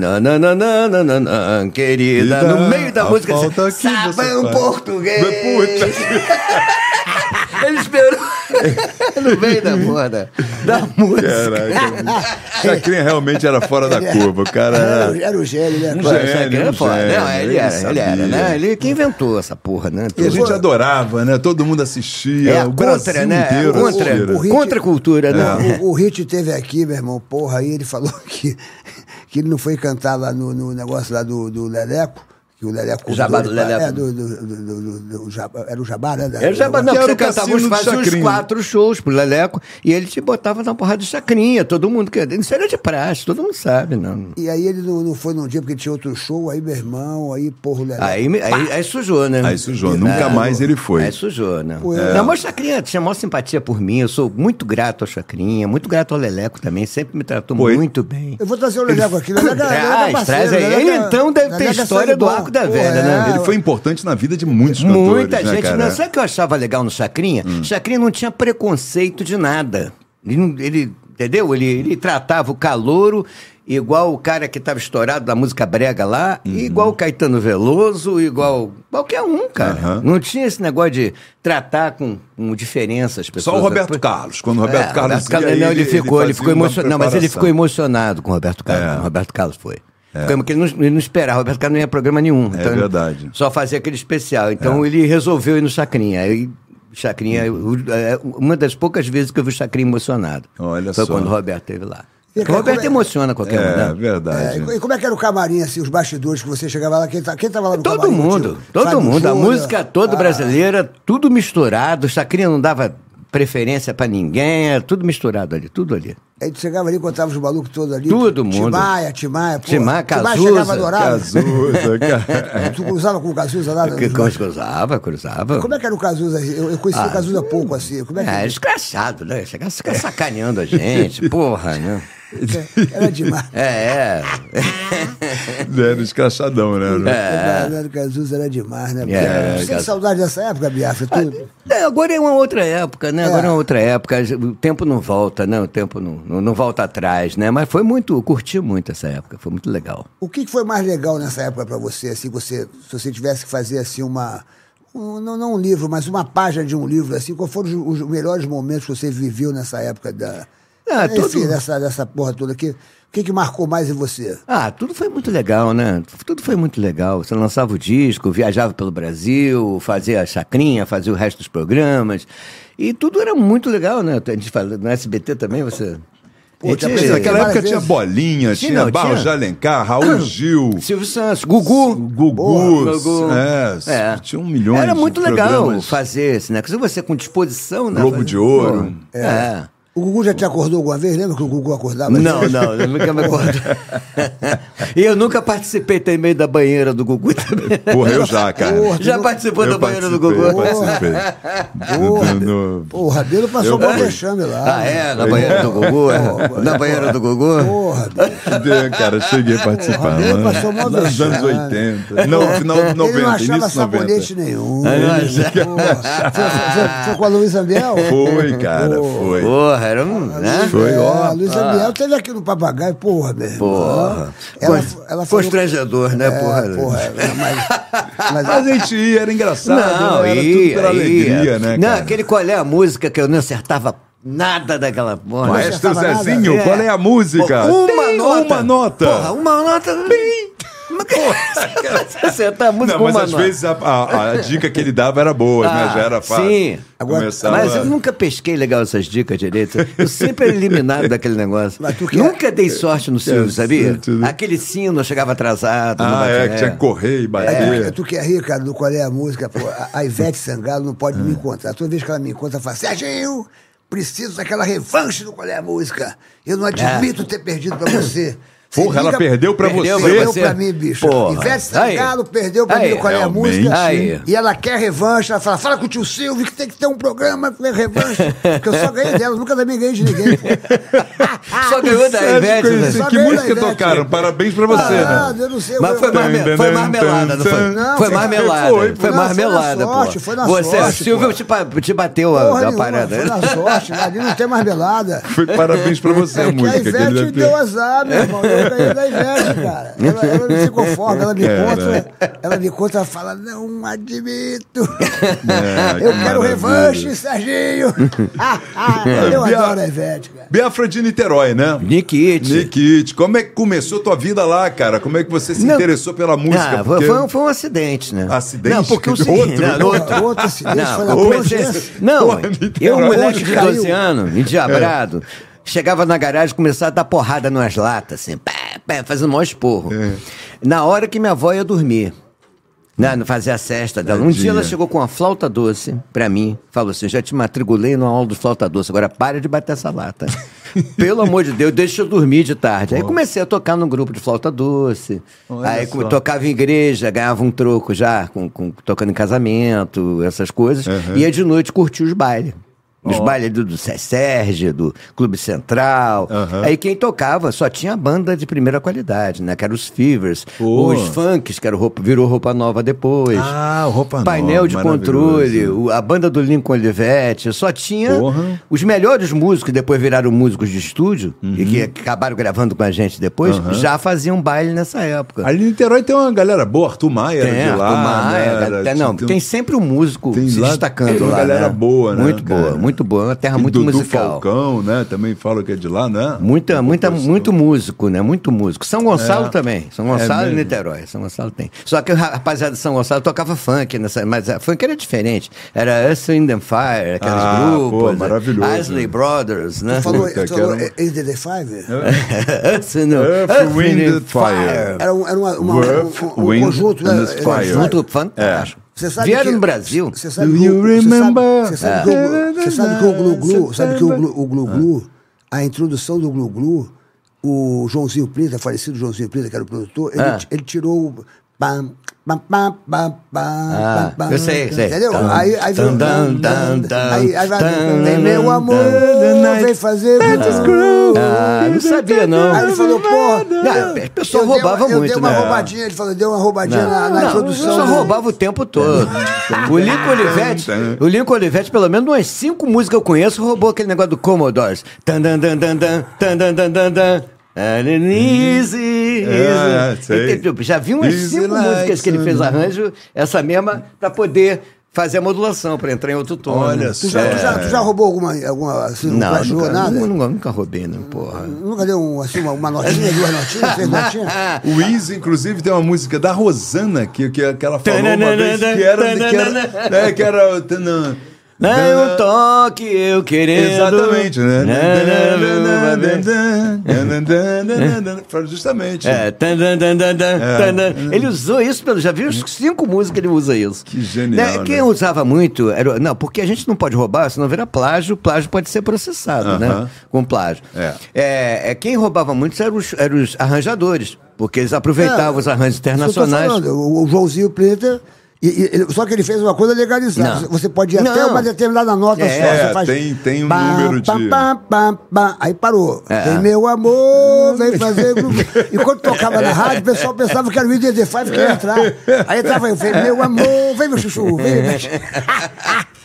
Speaker 6: nananana, querida,
Speaker 2: Querida,
Speaker 6: no meio da
Speaker 2: a
Speaker 6: música,
Speaker 2: falta
Speaker 6: assim,
Speaker 2: que você
Speaker 6: sabão
Speaker 2: faz.
Speaker 6: português.
Speaker 2: Puta que
Speaker 6: Ele esperou. no meio da moda. Da música.
Speaker 2: Caraca. Chacrinha realmente era fora da curva. O
Speaker 6: É.
Speaker 2: cara
Speaker 4: Era, o-
Speaker 2: era.
Speaker 4: era o gênio, né?
Speaker 2: Um
Speaker 4: cara?
Speaker 2: gênio.
Speaker 6: Sacana,
Speaker 2: um
Speaker 6: é, pô.
Speaker 2: gênio,
Speaker 6: Não,
Speaker 2: ele
Speaker 6: ele era, ele era,
Speaker 2: sabia.
Speaker 6: né? Ele que inventou essa porra, né?
Speaker 2: E a gente adorava, né? Todo mundo assistia.
Speaker 6: É,
Speaker 2: o
Speaker 6: contra,
Speaker 2: Brasil
Speaker 6: né?
Speaker 2: inteiro
Speaker 6: Contra,
Speaker 2: assistia.
Speaker 4: o- Hit-
Speaker 6: contra a cultura, né?
Speaker 4: O, o Hit teve aqui, meu irmão, porra, aí ele falou que, que ele não foi cantar lá no, no negócio lá do, do Leleco. Que o Leleco.
Speaker 6: Jabá
Speaker 4: convidou
Speaker 6: do
Speaker 4: ele pra-
Speaker 6: Leleco.
Speaker 4: É, do, do, do- do- do- do- do Jabá- era o Jabá, né? da-
Speaker 6: Ele já,
Speaker 4: do-
Speaker 6: não,
Speaker 2: Que
Speaker 6: porque
Speaker 2: era
Speaker 6: você
Speaker 2: o
Speaker 6: cantava
Speaker 2: cassino
Speaker 6: os,
Speaker 2: do
Speaker 6: fazia os
Speaker 2: Chacrinha.
Speaker 6: quatro shows pro Leleco e ele te botava na porrada de chacrinha, todo mundo. que- Isso era de praxe, todo mundo sabe, né? não.
Speaker 4: E aí ele não, não foi num dia porque tinha outro show, aí meu irmão, aí porra, o Leleco.
Speaker 6: Aí, me- aí, aí sujou, né?
Speaker 2: Aí sujou, nunca
Speaker 6: Ah,
Speaker 2: mais ele foi.
Speaker 6: Aí sujou, né?
Speaker 4: É.
Speaker 6: Não, mas o Chacrinha tinha maior simpatia por mim. Eu sou muito grato ao Chacrinha, muito grato ao Leleco também. Sempre me tratou
Speaker 2: Pô, ele-
Speaker 6: muito bem.
Speaker 4: Eu vou trazer o Leleco aqui. Leleco,
Speaker 6: Ah, Traz,
Speaker 4: Leleco é parceiro,
Speaker 6: traz aí.
Speaker 4: Leleco é-
Speaker 6: Então deve ter
Speaker 4: Leleco é sangue
Speaker 6: história do
Speaker 4: bom.
Speaker 6: Arco da
Speaker 4: Porra,
Speaker 6: Velha, né?
Speaker 4: é,
Speaker 2: Ele foi importante na vida de muitos cantores,
Speaker 6: Muita
Speaker 2: né,
Speaker 6: gente. é
Speaker 2: cara? Hum.
Speaker 6: não, sabe o que eu achava legal no Chacrinha? Chacrinha não tinha preconceito de nada. Ele, não- ele- entendeu? Ele, ele tratava o calouro igual o cara que estava estourado da música brega lá,
Speaker 2: Uhum.
Speaker 6: igual o Caetano Veloso, igual qualquer um, cara.
Speaker 2: Aham.
Speaker 6: Não tinha esse negócio de tratar com, com diferença as pessoas.
Speaker 2: Só o Roberto Carlos. Quando o Roberto
Speaker 6: É,
Speaker 2: Carlos
Speaker 6: Roberto Carlos-
Speaker 2: ia,
Speaker 6: não, ele, ficou, ele
Speaker 2: fazia
Speaker 6: ficou
Speaker 2: uma
Speaker 6: emocionado. Não, mas ele
Speaker 2: preparação.
Speaker 6: ficou emocionado com o Roberto Carlos.
Speaker 2: É.
Speaker 6: O Roberto Carlos foi. Ficou- Porque ele não, ele não esperava, o Roberto Carlos não ia a programa nenhum.
Speaker 2: É
Speaker 6: então ele
Speaker 2: verdade. É.
Speaker 6: Só fazia aquele especial. Então ele resolveu ir no Chacrinha. Aí, Chacrinha, o- é uma das poucas vezes que eu vi o Chacrinha emocionado.
Speaker 2: Olha
Speaker 6: Foi
Speaker 2: só.
Speaker 6: quando o Roberto esteve lá.
Speaker 4: E,
Speaker 6: Porque
Speaker 4: cara,
Speaker 6: o Roberto
Speaker 4: como é-
Speaker 6: emociona qualquer um,
Speaker 2: É,
Speaker 6: né?
Speaker 4: É,
Speaker 2: verdade.
Speaker 4: e como é que era o camarim, assim, os bastidores que você chegava lá? Quem, tá, quem tava lá no
Speaker 6: Todo
Speaker 4: camarim?
Speaker 6: mundo,
Speaker 4: Tio?
Speaker 6: todo
Speaker 4: Fábio
Speaker 6: mundo. A
Speaker 4: Júnior?
Speaker 6: música toda
Speaker 4: Ah,
Speaker 6: brasileira, tudo misturado. O Chacrinha não dava preferência pra ninguém, era tudo misturado ali, tudo ali.
Speaker 4: Aí tu chegava ali, contava os malucos todos ali.
Speaker 6: Todo mundo.
Speaker 4: Timaia, Timaia, pô.
Speaker 6: Timaya, Cazuza,
Speaker 4: chegava adorado.
Speaker 2: Cazuza, né, cara.
Speaker 4: Tu cruzava com o Cazuza lá?
Speaker 6: Que-
Speaker 4: Como,
Speaker 6: Cruzava, cruzava.
Speaker 4: é que era o Cazuza? Eu, eu conheci o Cazuza pouco, assim. Como é que
Speaker 6: Ah. É, é
Speaker 4: era?
Speaker 6: escrachado, né? Chega, fica sacaneando a gente, porra, né?
Speaker 4: Era demais.
Speaker 6: É, é.
Speaker 2: É, Era escrachadão, né?
Speaker 4: O Cazuza era demais, né? Porque,
Speaker 6: É,
Speaker 4: você tem
Speaker 6: Cazuza.
Speaker 4: saudade dessa época, Biafra? Tudo.
Speaker 6: É, agora é uma outra época, né? Agora
Speaker 4: É.
Speaker 6: é uma outra época. O tempo não volta, né? O tempo não, não, não volta atrás, né? Mas foi muito, eu curti muito essa época, foi muito legal.
Speaker 4: O que que foi mais legal nessa época pra você? Assim, você, se você tivesse que fazer assim uma um- não, não um livro, mas uma página de um livro assim, qual foram os, os melhores momentos que você viveu nessa época da
Speaker 6: Ah,
Speaker 4: enfim,
Speaker 6: tudo-
Speaker 4: dessa dessa porra toda aqui? O que que marcou mais em você?
Speaker 6: Ah, tudo foi muito legal, né? Tudo foi muito legal. Você lançava o disco, viajava pelo Brasil, fazia a chacrinha, fazia o resto dos programas. E tudo era muito legal, né? A gente fala, no SBT também você.
Speaker 4: Pô,
Speaker 6: A gente-
Speaker 4: tinha-
Speaker 2: Naquela época
Speaker 4: Várias
Speaker 2: tinha
Speaker 4: vezes.
Speaker 2: bolinha,
Speaker 6: Sim,
Speaker 2: tinha
Speaker 6: não,
Speaker 2: Barros
Speaker 6: tinha.
Speaker 2: de Alencar, Raul Gil.
Speaker 6: Silvio Santos, Gugu.
Speaker 2: Gugu,
Speaker 6: Gugu.
Speaker 2: é,
Speaker 6: É.
Speaker 2: tinha um milhão
Speaker 6: Era
Speaker 2: de
Speaker 6: muito legal
Speaker 2: programas.
Speaker 6: fazer isso, né? Porque se você com disposição, né?
Speaker 2: Globo
Speaker 6: Fazer-
Speaker 2: de Ouro.
Speaker 6: Pô, É.
Speaker 4: O Gugu já te acordou alguma vez? Lembra que o Gugu acordava?
Speaker 6: Não, não, eu nunca me acordo. e eu nunca participei também da banheira do Gugu também.
Speaker 2: Porra, eu já, cara.
Speaker 4: Porra,
Speaker 6: Já
Speaker 4: não-
Speaker 6: participou da
Speaker 2: eu
Speaker 6: banheira do
Speaker 2: participei,
Speaker 6: Gugu?
Speaker 2: eu participei.
Speaker 4: Porra,
Speaker 2: No- no-
Speaker 4: Porra, Rabelo passou por um vexame lá.
Speaker 6: Ah, é? Na banheira do Gugu?
Speaker 4: Porra,
Speaker 6: é? Na banheira do Gugu?
Speaker 4: Porra, Rabelo.
Speaker 2: Deu, cara, cheguei a participar.
Speaker 4: Ele
Speaker 2: né?
Speaker 4: passou mó
Speaker 2: Nos
Speaker 4: vexame.
Speaker 2: anos 80. Não, final de 90,
Speaker 4: Ele não
Speaker 2: início
Speaker 4: achava
Speaker 2: de 90.
Speaker 4: sabonete nenhum.
Speaker 6: não
Speaker 4: Porra. Foi- foi- Foi com a Luísa Biel?
Speaker 2: Foi, cara, foi.
Speaker 6: Porra, era um. Né?
Speaker 2: Foi,
Speaker 4: é,
Speaker 2: ó.
Speaker 4: A Luísa Biel teve aqui no papagaio, porra, meu irmão.
Speaker 6: Porra.
Speaker 4: Ela,
Speaker 6: Con-
Speaker 4: ela falou-
Speaker 6: Constrangedor, né,
Speaker 4: É,
Speaker 6: porra?
Speaker 4: porra, é, mas,
Speaker 2: A
Speaker 4: mas
Speaker 2: gente ia, era engraçado,
Speaker 6: Não,
Speaker 2: né? era tudo
Speaker 6: ia,
Speaker 2: pela alegria,
Speaker 6: ia.
Speaker 2: né,
Speaker 6: Não,
Speaker 2: cara?
Speaker 6: aquele qual é a música que eu não acertava nada daquela porra.
Speaker 2: Maestro
Speaker 4: acertava nada.
Speaker 2: Zezinho, qual é a música?
Speaker 6: Uma
Speaker 2: Tem
Speaker 6: nota.
Speaker 2: Uma nota.
Speaker 6: Porra, uma nota. Mas que- Você acertar a música
Speaker 2: Não, mas
Speaker 6: com uma
Speaker 2: às
Speaker 6: nota.
Speaker 2: vezes a, a- a dica que ele dava era boa, né?
Speaker 6: Ah,
Speaker 2: Já era fácil.
Speaker 6: sim.
Speaker 2: Agora, Começava...
Speaker 6: Mas eu nunca pesquei legal essas dicas direito. Eu sempre era eliminado daquele negócio.
Speaker 4: Mas tu que-
Speaker 6: Nunca dei sorte no Silvio, sabia?
Speaker 2: certo, né?
Speaker 6: Aquele sino eu chegava atrasado. no
Speaker 2: Ah, é,
Speaker 6: Bacané.
Speaker 2: que tinha que correr e
Speaker 4: é,
Speaker 2: bater.
Speaker 4: tu quer rir, cara, do qual é a música? Pô, a- a Ivete Sangalo não pode me encontrar. Toda vez que ela me encontra, ela fala: Serginho, preciso daquela revanche do qual é a música. Eu não admito ter perdido pra você. Você
Speaker 2: Porra, ela perdeu pra
Speaker 4: perdeu
Speaker 2: você?
Speaker 4: Perdeu pra
Speaker 6: Você-
Speaker 4: mim, bicho.
Speaker 6: Porra.
Speaker 4: Ivete Sangalo
Speaker 6: Aí.
Speaker 4: perdeu pra
Speaker 6: Aí.
Speaker 4: mim do qual é a
Speaker 2: Realmente.
Speaker 4: música.
Speaker 6: Aí.
Speaker 4: E ela quer revanche. Ela fala: fala com o tio Silvio que tem que ter um programa com revanche. Porque eu só ganhei dela, nunca também ganhei de ninguém. Pô.
Speaker 6: Só ganhou da
Speaker 2: Sério,
Speaker 6: Ivete.
Speaker 2: conheci-
Speaker 6: né?
Speaker 4: Só
Speaker 2: assim, Que
Speaker 4: ganhou da
Speaker 2: música
Speaker 4: Ivete.
Speaker 2: tocaram? Parabéns pra você,
Speaker 4: Ah,
Speaker 2: né?
Speaker 4: eu não sei.
Speaker 6: Mas
Speaker 4: eu-
Speaker 6: foi, marme...
Speaker 2: Tum,
Speaker 6: foi
Speaker 2: tum,
Speaker 6: marmelada,
Speaker 2: tum,
Speaker 6: não foi?
Speaker 4: tum.
Speaker 6: foi
Speaker 4: Não,
Speaker 6: marmelada.
Speaker 2: foi,
Speaker 6: Foi,
Speaker 2: foi
Speaker 4: na-
Speaker 6: marmelada,
Speaker 4: foi na sorte,
Speaker 6: pô.
Speaker 4: foi na
Speaker 6: Você, é,
Speaker 4: sorte,
Speaker 6: Silvio,
Speaker 4: pô.
Speaker 6: te, pa- te bateu a,
Speaker 4: Porra
Speaker 6: da
Speaker 4: nenhuma,
Speaker 6: parada. né?
Speaker 4: Foi na sorte, ali não tem mais belada.
Speaker 2: Foi parabéns pra você a
Speaker 4: É Que a
Speaker 2: música. que ele
Speaker 4: Ivete
Speaker 2: deve ter-
Speaker 4: deu azar, meu irmão. Eu ela é da inveja, cara. Ela, ela não se conforma, ela me conta, ela me conta, ela fala, não admito. eu quero
Speaker 2: É, maravilha.
Speaker 4: revanche, Serginho. eu
Speaker 2: Bia-
Speaker 4: adoro a Ivete, cara.
Speaker 2: Biafra de Niterói, né?
Speaker 6: Nick It.
Speaker 2: Nikit, como é que começou tua vida lá, cara? Como é que você se
Speaker 6: Não.
Speaker 2: interessou pela música?
Speaker 6: Ah, foi,
Speaker 2: Porque-
Speaker 6: foi um, foi um acidente, né?
Speaker 2: Acidente?
Speaker 6: Não, porque o
Speaker 2: Outro?
Speaker 6: seguinte... Não,
Speaker 4: Outro, outro acidente
Speaker 6: não,
Speaker 4: foi na
Speaker 6: eu comecei-
Speaker 4: Providência.
Speaker 6: Não,
Speaker 2: Porra,
Speaker 6: eu, um
Speaker 2: Niterói.
Speaker 6: moleque de
Speaker 4: Caiu. É.
Speaker 6: 12 anos, endiabrado, chegava na garagem e começava a dar porrada nas latas, assim, pá, pá, fazendo o maior esporro.
Speaker 4: É.
Speaker 6: Na hora que minha avó ia dormir, né, não fazia a cesta dela. Um dia ela chegou com uma flauta doce pra mim, falou assim: já te matriculei numa aula de flauta doce, agora para de bater essa lata. Pelo amor de Deus, deixa eu dormir de tarde. Aí comecei a tocar num grupo de flauta doce. aí co- tocava em igreja, ganhava um troco já, com, com- tocando em casamento, essas coisas. Ia de noite curtir os bailes. Os bailes do, do Sé Sérgio, do Clube Central. Aí quem tocava só tinha banda de primeira qualidade, né? Que era os Fevers.
Speaker 2: Pô.
Speaker 6: Os funks, que era roupa, virou roupa nova depois.
Speaker 2: Ah, roupa
Speaker 6: Painel
Speaker 2: nova,
Speaker 6: de
Speaker 2: maravilhoso.
Speaker 6: controle, o- a banda do Lincoln Olivetti, só tinha
Speaker 2: Porra.
Speaker 6: os melhores músicos que depois viraram músicos de estúdio e que
Speaker 2: Uhum.
Speaker 6: acabaram gravando com a gente depois, já faziam baile nessa época.
Speaker 2: Ali em Niterói tem uma galera boa, Arthur Maia era de lá.
Speaker 6: Arthur Maia,
Speaker 2: né? Era-
Speaker 6: até- não, tem, sempre um músico
Speaker 2: tem
Speaker 6: se
Speaker 2: lá-
Speaker 6: destacando
Speaker 2: tem uma
Speaker 6: lá,
Speaker 2: galera
Speaker 6: né?
Speaker 2: boa, né,
Speaker 6: Muito
Speaker 2: cara?
Speaker 6: boa, muito boa, uma terra
Speaker 2: e
Speaker 6: Ah, muito
Speaker 2: Dudu
Speaker 6: musical.
Speaker 2: Falcão, né? Também fala que é de lá, né?
Speaker 6: Muita, muita,
Speaker 2: compositor.
Speaker 6: muito músico, né? Muito músico. São Gonçalo também. São Gonçalo e
Speaker 2: É. mesmo.
Speaker 6: Niterói. São Gonçalo tem. Só que o ra- rapaziada de São Gonçalo tocava funk, nessa, mas a funk era diferente. Era Us in the Fire, aqueles
Speaker 2: Ah,
Speaker 6: grupos.
Speaker 2: pô,
Speaker 6: né?
Speaker 2: maravilhoso.
Speaker 6: Isley Brothers, né?
Speaker 4: Falou,
Speaker 2: Puta,
Speaker 4: tu falou
Speaker 2: que era um-
Speaker 4: Is the Day Five?
Speaker 6: Us in the,
Speaker 2: Earth,
Speaker 6: Us
Speaker 2: Wind
Speaker 6: in the
Speaker 2: and Fire.
Speaker 4: Era um, era uma, uma-
Speaker 2: Earth,
Speaker 4: um, um
Speaker 2: Wind
Speaker 4: conjunto,
Speaker 2: and
Speaker 4: né?
Speaker 2: the
Speaker 4: Era
Speaker 2: Fire.
Speaker 4: um
Speaker 6: Junto
Speaker 2: É.
Speaker 6: fantástico.
Speaker 4: Você sabe
Speaker 6: Vieram
Speaker 4: que-
Speaker 6: no Brasil.
Speaker 4: Você sabe
Speaker 2: Do
Speaker 4: que
Speaker 2: you
Speaker 4: o- você sabe-
Speaker 2: remember?
Speaker 4: Você sabe, que o glu- você sabe que o Glu Glu, sabe que o Glu o Glu, Glu, a introdução do Glu Glu, o Joãozinho Prita, falecido Joãozinho Prita, que era o produtor, ele,
Speaker 6: Ah.
Speaker 4: ele tirou o. Pam, pam, pam, pam, pam,
Speaker 6: Ah,
Speaker 4: pam,
Speaker 6: eu sei, sei.
Speaker 4: Entendeu?
Speaker 6: Tan,
Speaker 4: aí aí virou-
Speaker 6: tan, tan, tan,
Speaker 4: Aí aí vai.
Speaker 6: tan,
Speaker 4: Vem meu
Speaker 6: tan,
Speaker 4: amor,
Speaker 2: tan.
Speaker 4: vem fazer.
Speaker 6: Ah, não sabia, não.
Speaker 4: Aí ele falou, pô.
Speaker 6: Não, as pessoas
Speaker 4: eu dei uma-
Speaker 6: roubavam muito,
Speaker 4: Eu dei uma
Speaker 6: né?
Speaker 4: roubadinha, ele falou, deu uma roubadinha na, na
Speaker 6: É. Não,
Speaker 4: introdução.
Speaker 6: Só
Speaker 4: do-
Speaker 6: roubava o tempo todo.
Speaker 2: É.
Speaker 6: o Lincoln Olivetti, o Lincoln Olivetti, pelo menos umas cinco músicas que eu conheço, roubou aquele negócio do Commodores. Tan, dan, dan, dan, dan, tan, dan, dan, dan, dan. And an easy,
Speaker 2: É,
Speaker 6: easy.
Speaker 2: sei.
Speaker 6: Ele teve- Já vi umas
Speaker 2: Easy
Speaker 6: cinco
Speaker 2: like
Speaker 6: músicas que ele fez
Speaker 2: sunlight.
Speaker 6: arranjo, essa mesma, pra poder fazer a modulação, pra entrar em outro tom.
Speaker 2: Olha
Speaker 6: né?
Speaker 2: só.
Speaker 4: Tu já, tu, já, tu já roubou alguma, alguma assim, não,
Speaker 6: Não, eu
Speaker 4: plagiou
Speaker 6: nunca,
Speaker 4: nada?
Speaker 6: nunca, nunca roubei, né, porra.
Speaker 4: Nunca deu um, assim, uma, uma notinha, duas notinhas, três notinhas?
Speaker 2: O Easy, inclusive, tem uma música da Rosana que, que, que ela falou uma vez que era. Que era, né, que era tanã,
Speaker 6: É um toque eu querendo.
Speaker 2: Exatamente, né?
Speaker 6: Na, na, na, na, na.
Speaker 2: Fala Justamente.
Speaker 6: né, É, tan, tan, tan, tan, tan,
Speaker 4: É.
Speaker 6: tan, tan. Ele usou isso, pelo, já viu cinco músicas que ele usa isso.
Speaker 2: Que genial, né?
Speaker 6: Quem usava muito, era, não, porque a gente não pode roubar, senão vira plágio, plágio pode ser processado,
Speaker 2: Aham.
Speaker 6: né? Com plágio.
Speaker 2: É.
Speaker 6: É, é, quem roubava muito eram os, eram os arranjadores, porque eles aproveitavam
Speaker 4: É,
Speaker 6: os arranjos
Speaker 4: Eu
Speaker 6: internacionais.
Speaker 4: tô falando, O, o Joãozinho Preta. e- e ele- só que ele fez uma coisa legalizada.
Speaker 6: Não.
Speaker 4: Você pode ir até
Speaker 6: Não.
Speaker 4: uma determinada nota
Speaker 6: É,
Speaker 4: só.
Speaker 2: é,
Speaker 4: Você faz
Speaker 2: tem- tem um número de-
Speaker 4: aí parou.
Speaker 6: É.
Speaker 4: Tem meu amor, vem fazer. grupo. Enquanto tocava na rádio, o pessoal pensava que era o IDD Five
Speaker 6: É.
Speaker 4: que ia entrar. Aí entrava eu, vem meu amor, vem meu chuchu, vem. meu chuchu."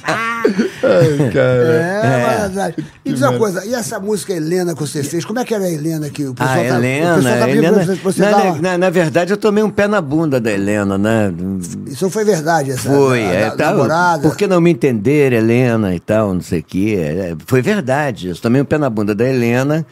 Speaker 2: Ai, cara.
Speaker 4: É, uma verdade. E diz uma coisa, e essa música Helena que você fez, como é que era a Helena que o pessoal
Speaker 6: Ah,
Speaker 4: tá, o
Speaker 6: Helena,
Speaker 4: pessoal tá pedindo
Speaker 6: Helena.
Speaker 4: pra você- pra você
Speaker 6: na,
Speaker 4: dar uma-
Speaker 6: na- na verdade, eu tomei um pé na bunda da Helena, né?
Speaker 4: Isso foi verdade, essa
Speaker 6: Foi,
Speaker 4: a- a-
Speaker 6: é,
Speaker 4: a
Speaker 6: tal,
Speaker 4: namorada.
Speaker 6: Por que não me entender, Helena e tal, não sei o quê. É, Foi verdade. Eu tomei um pé na bunda da Helena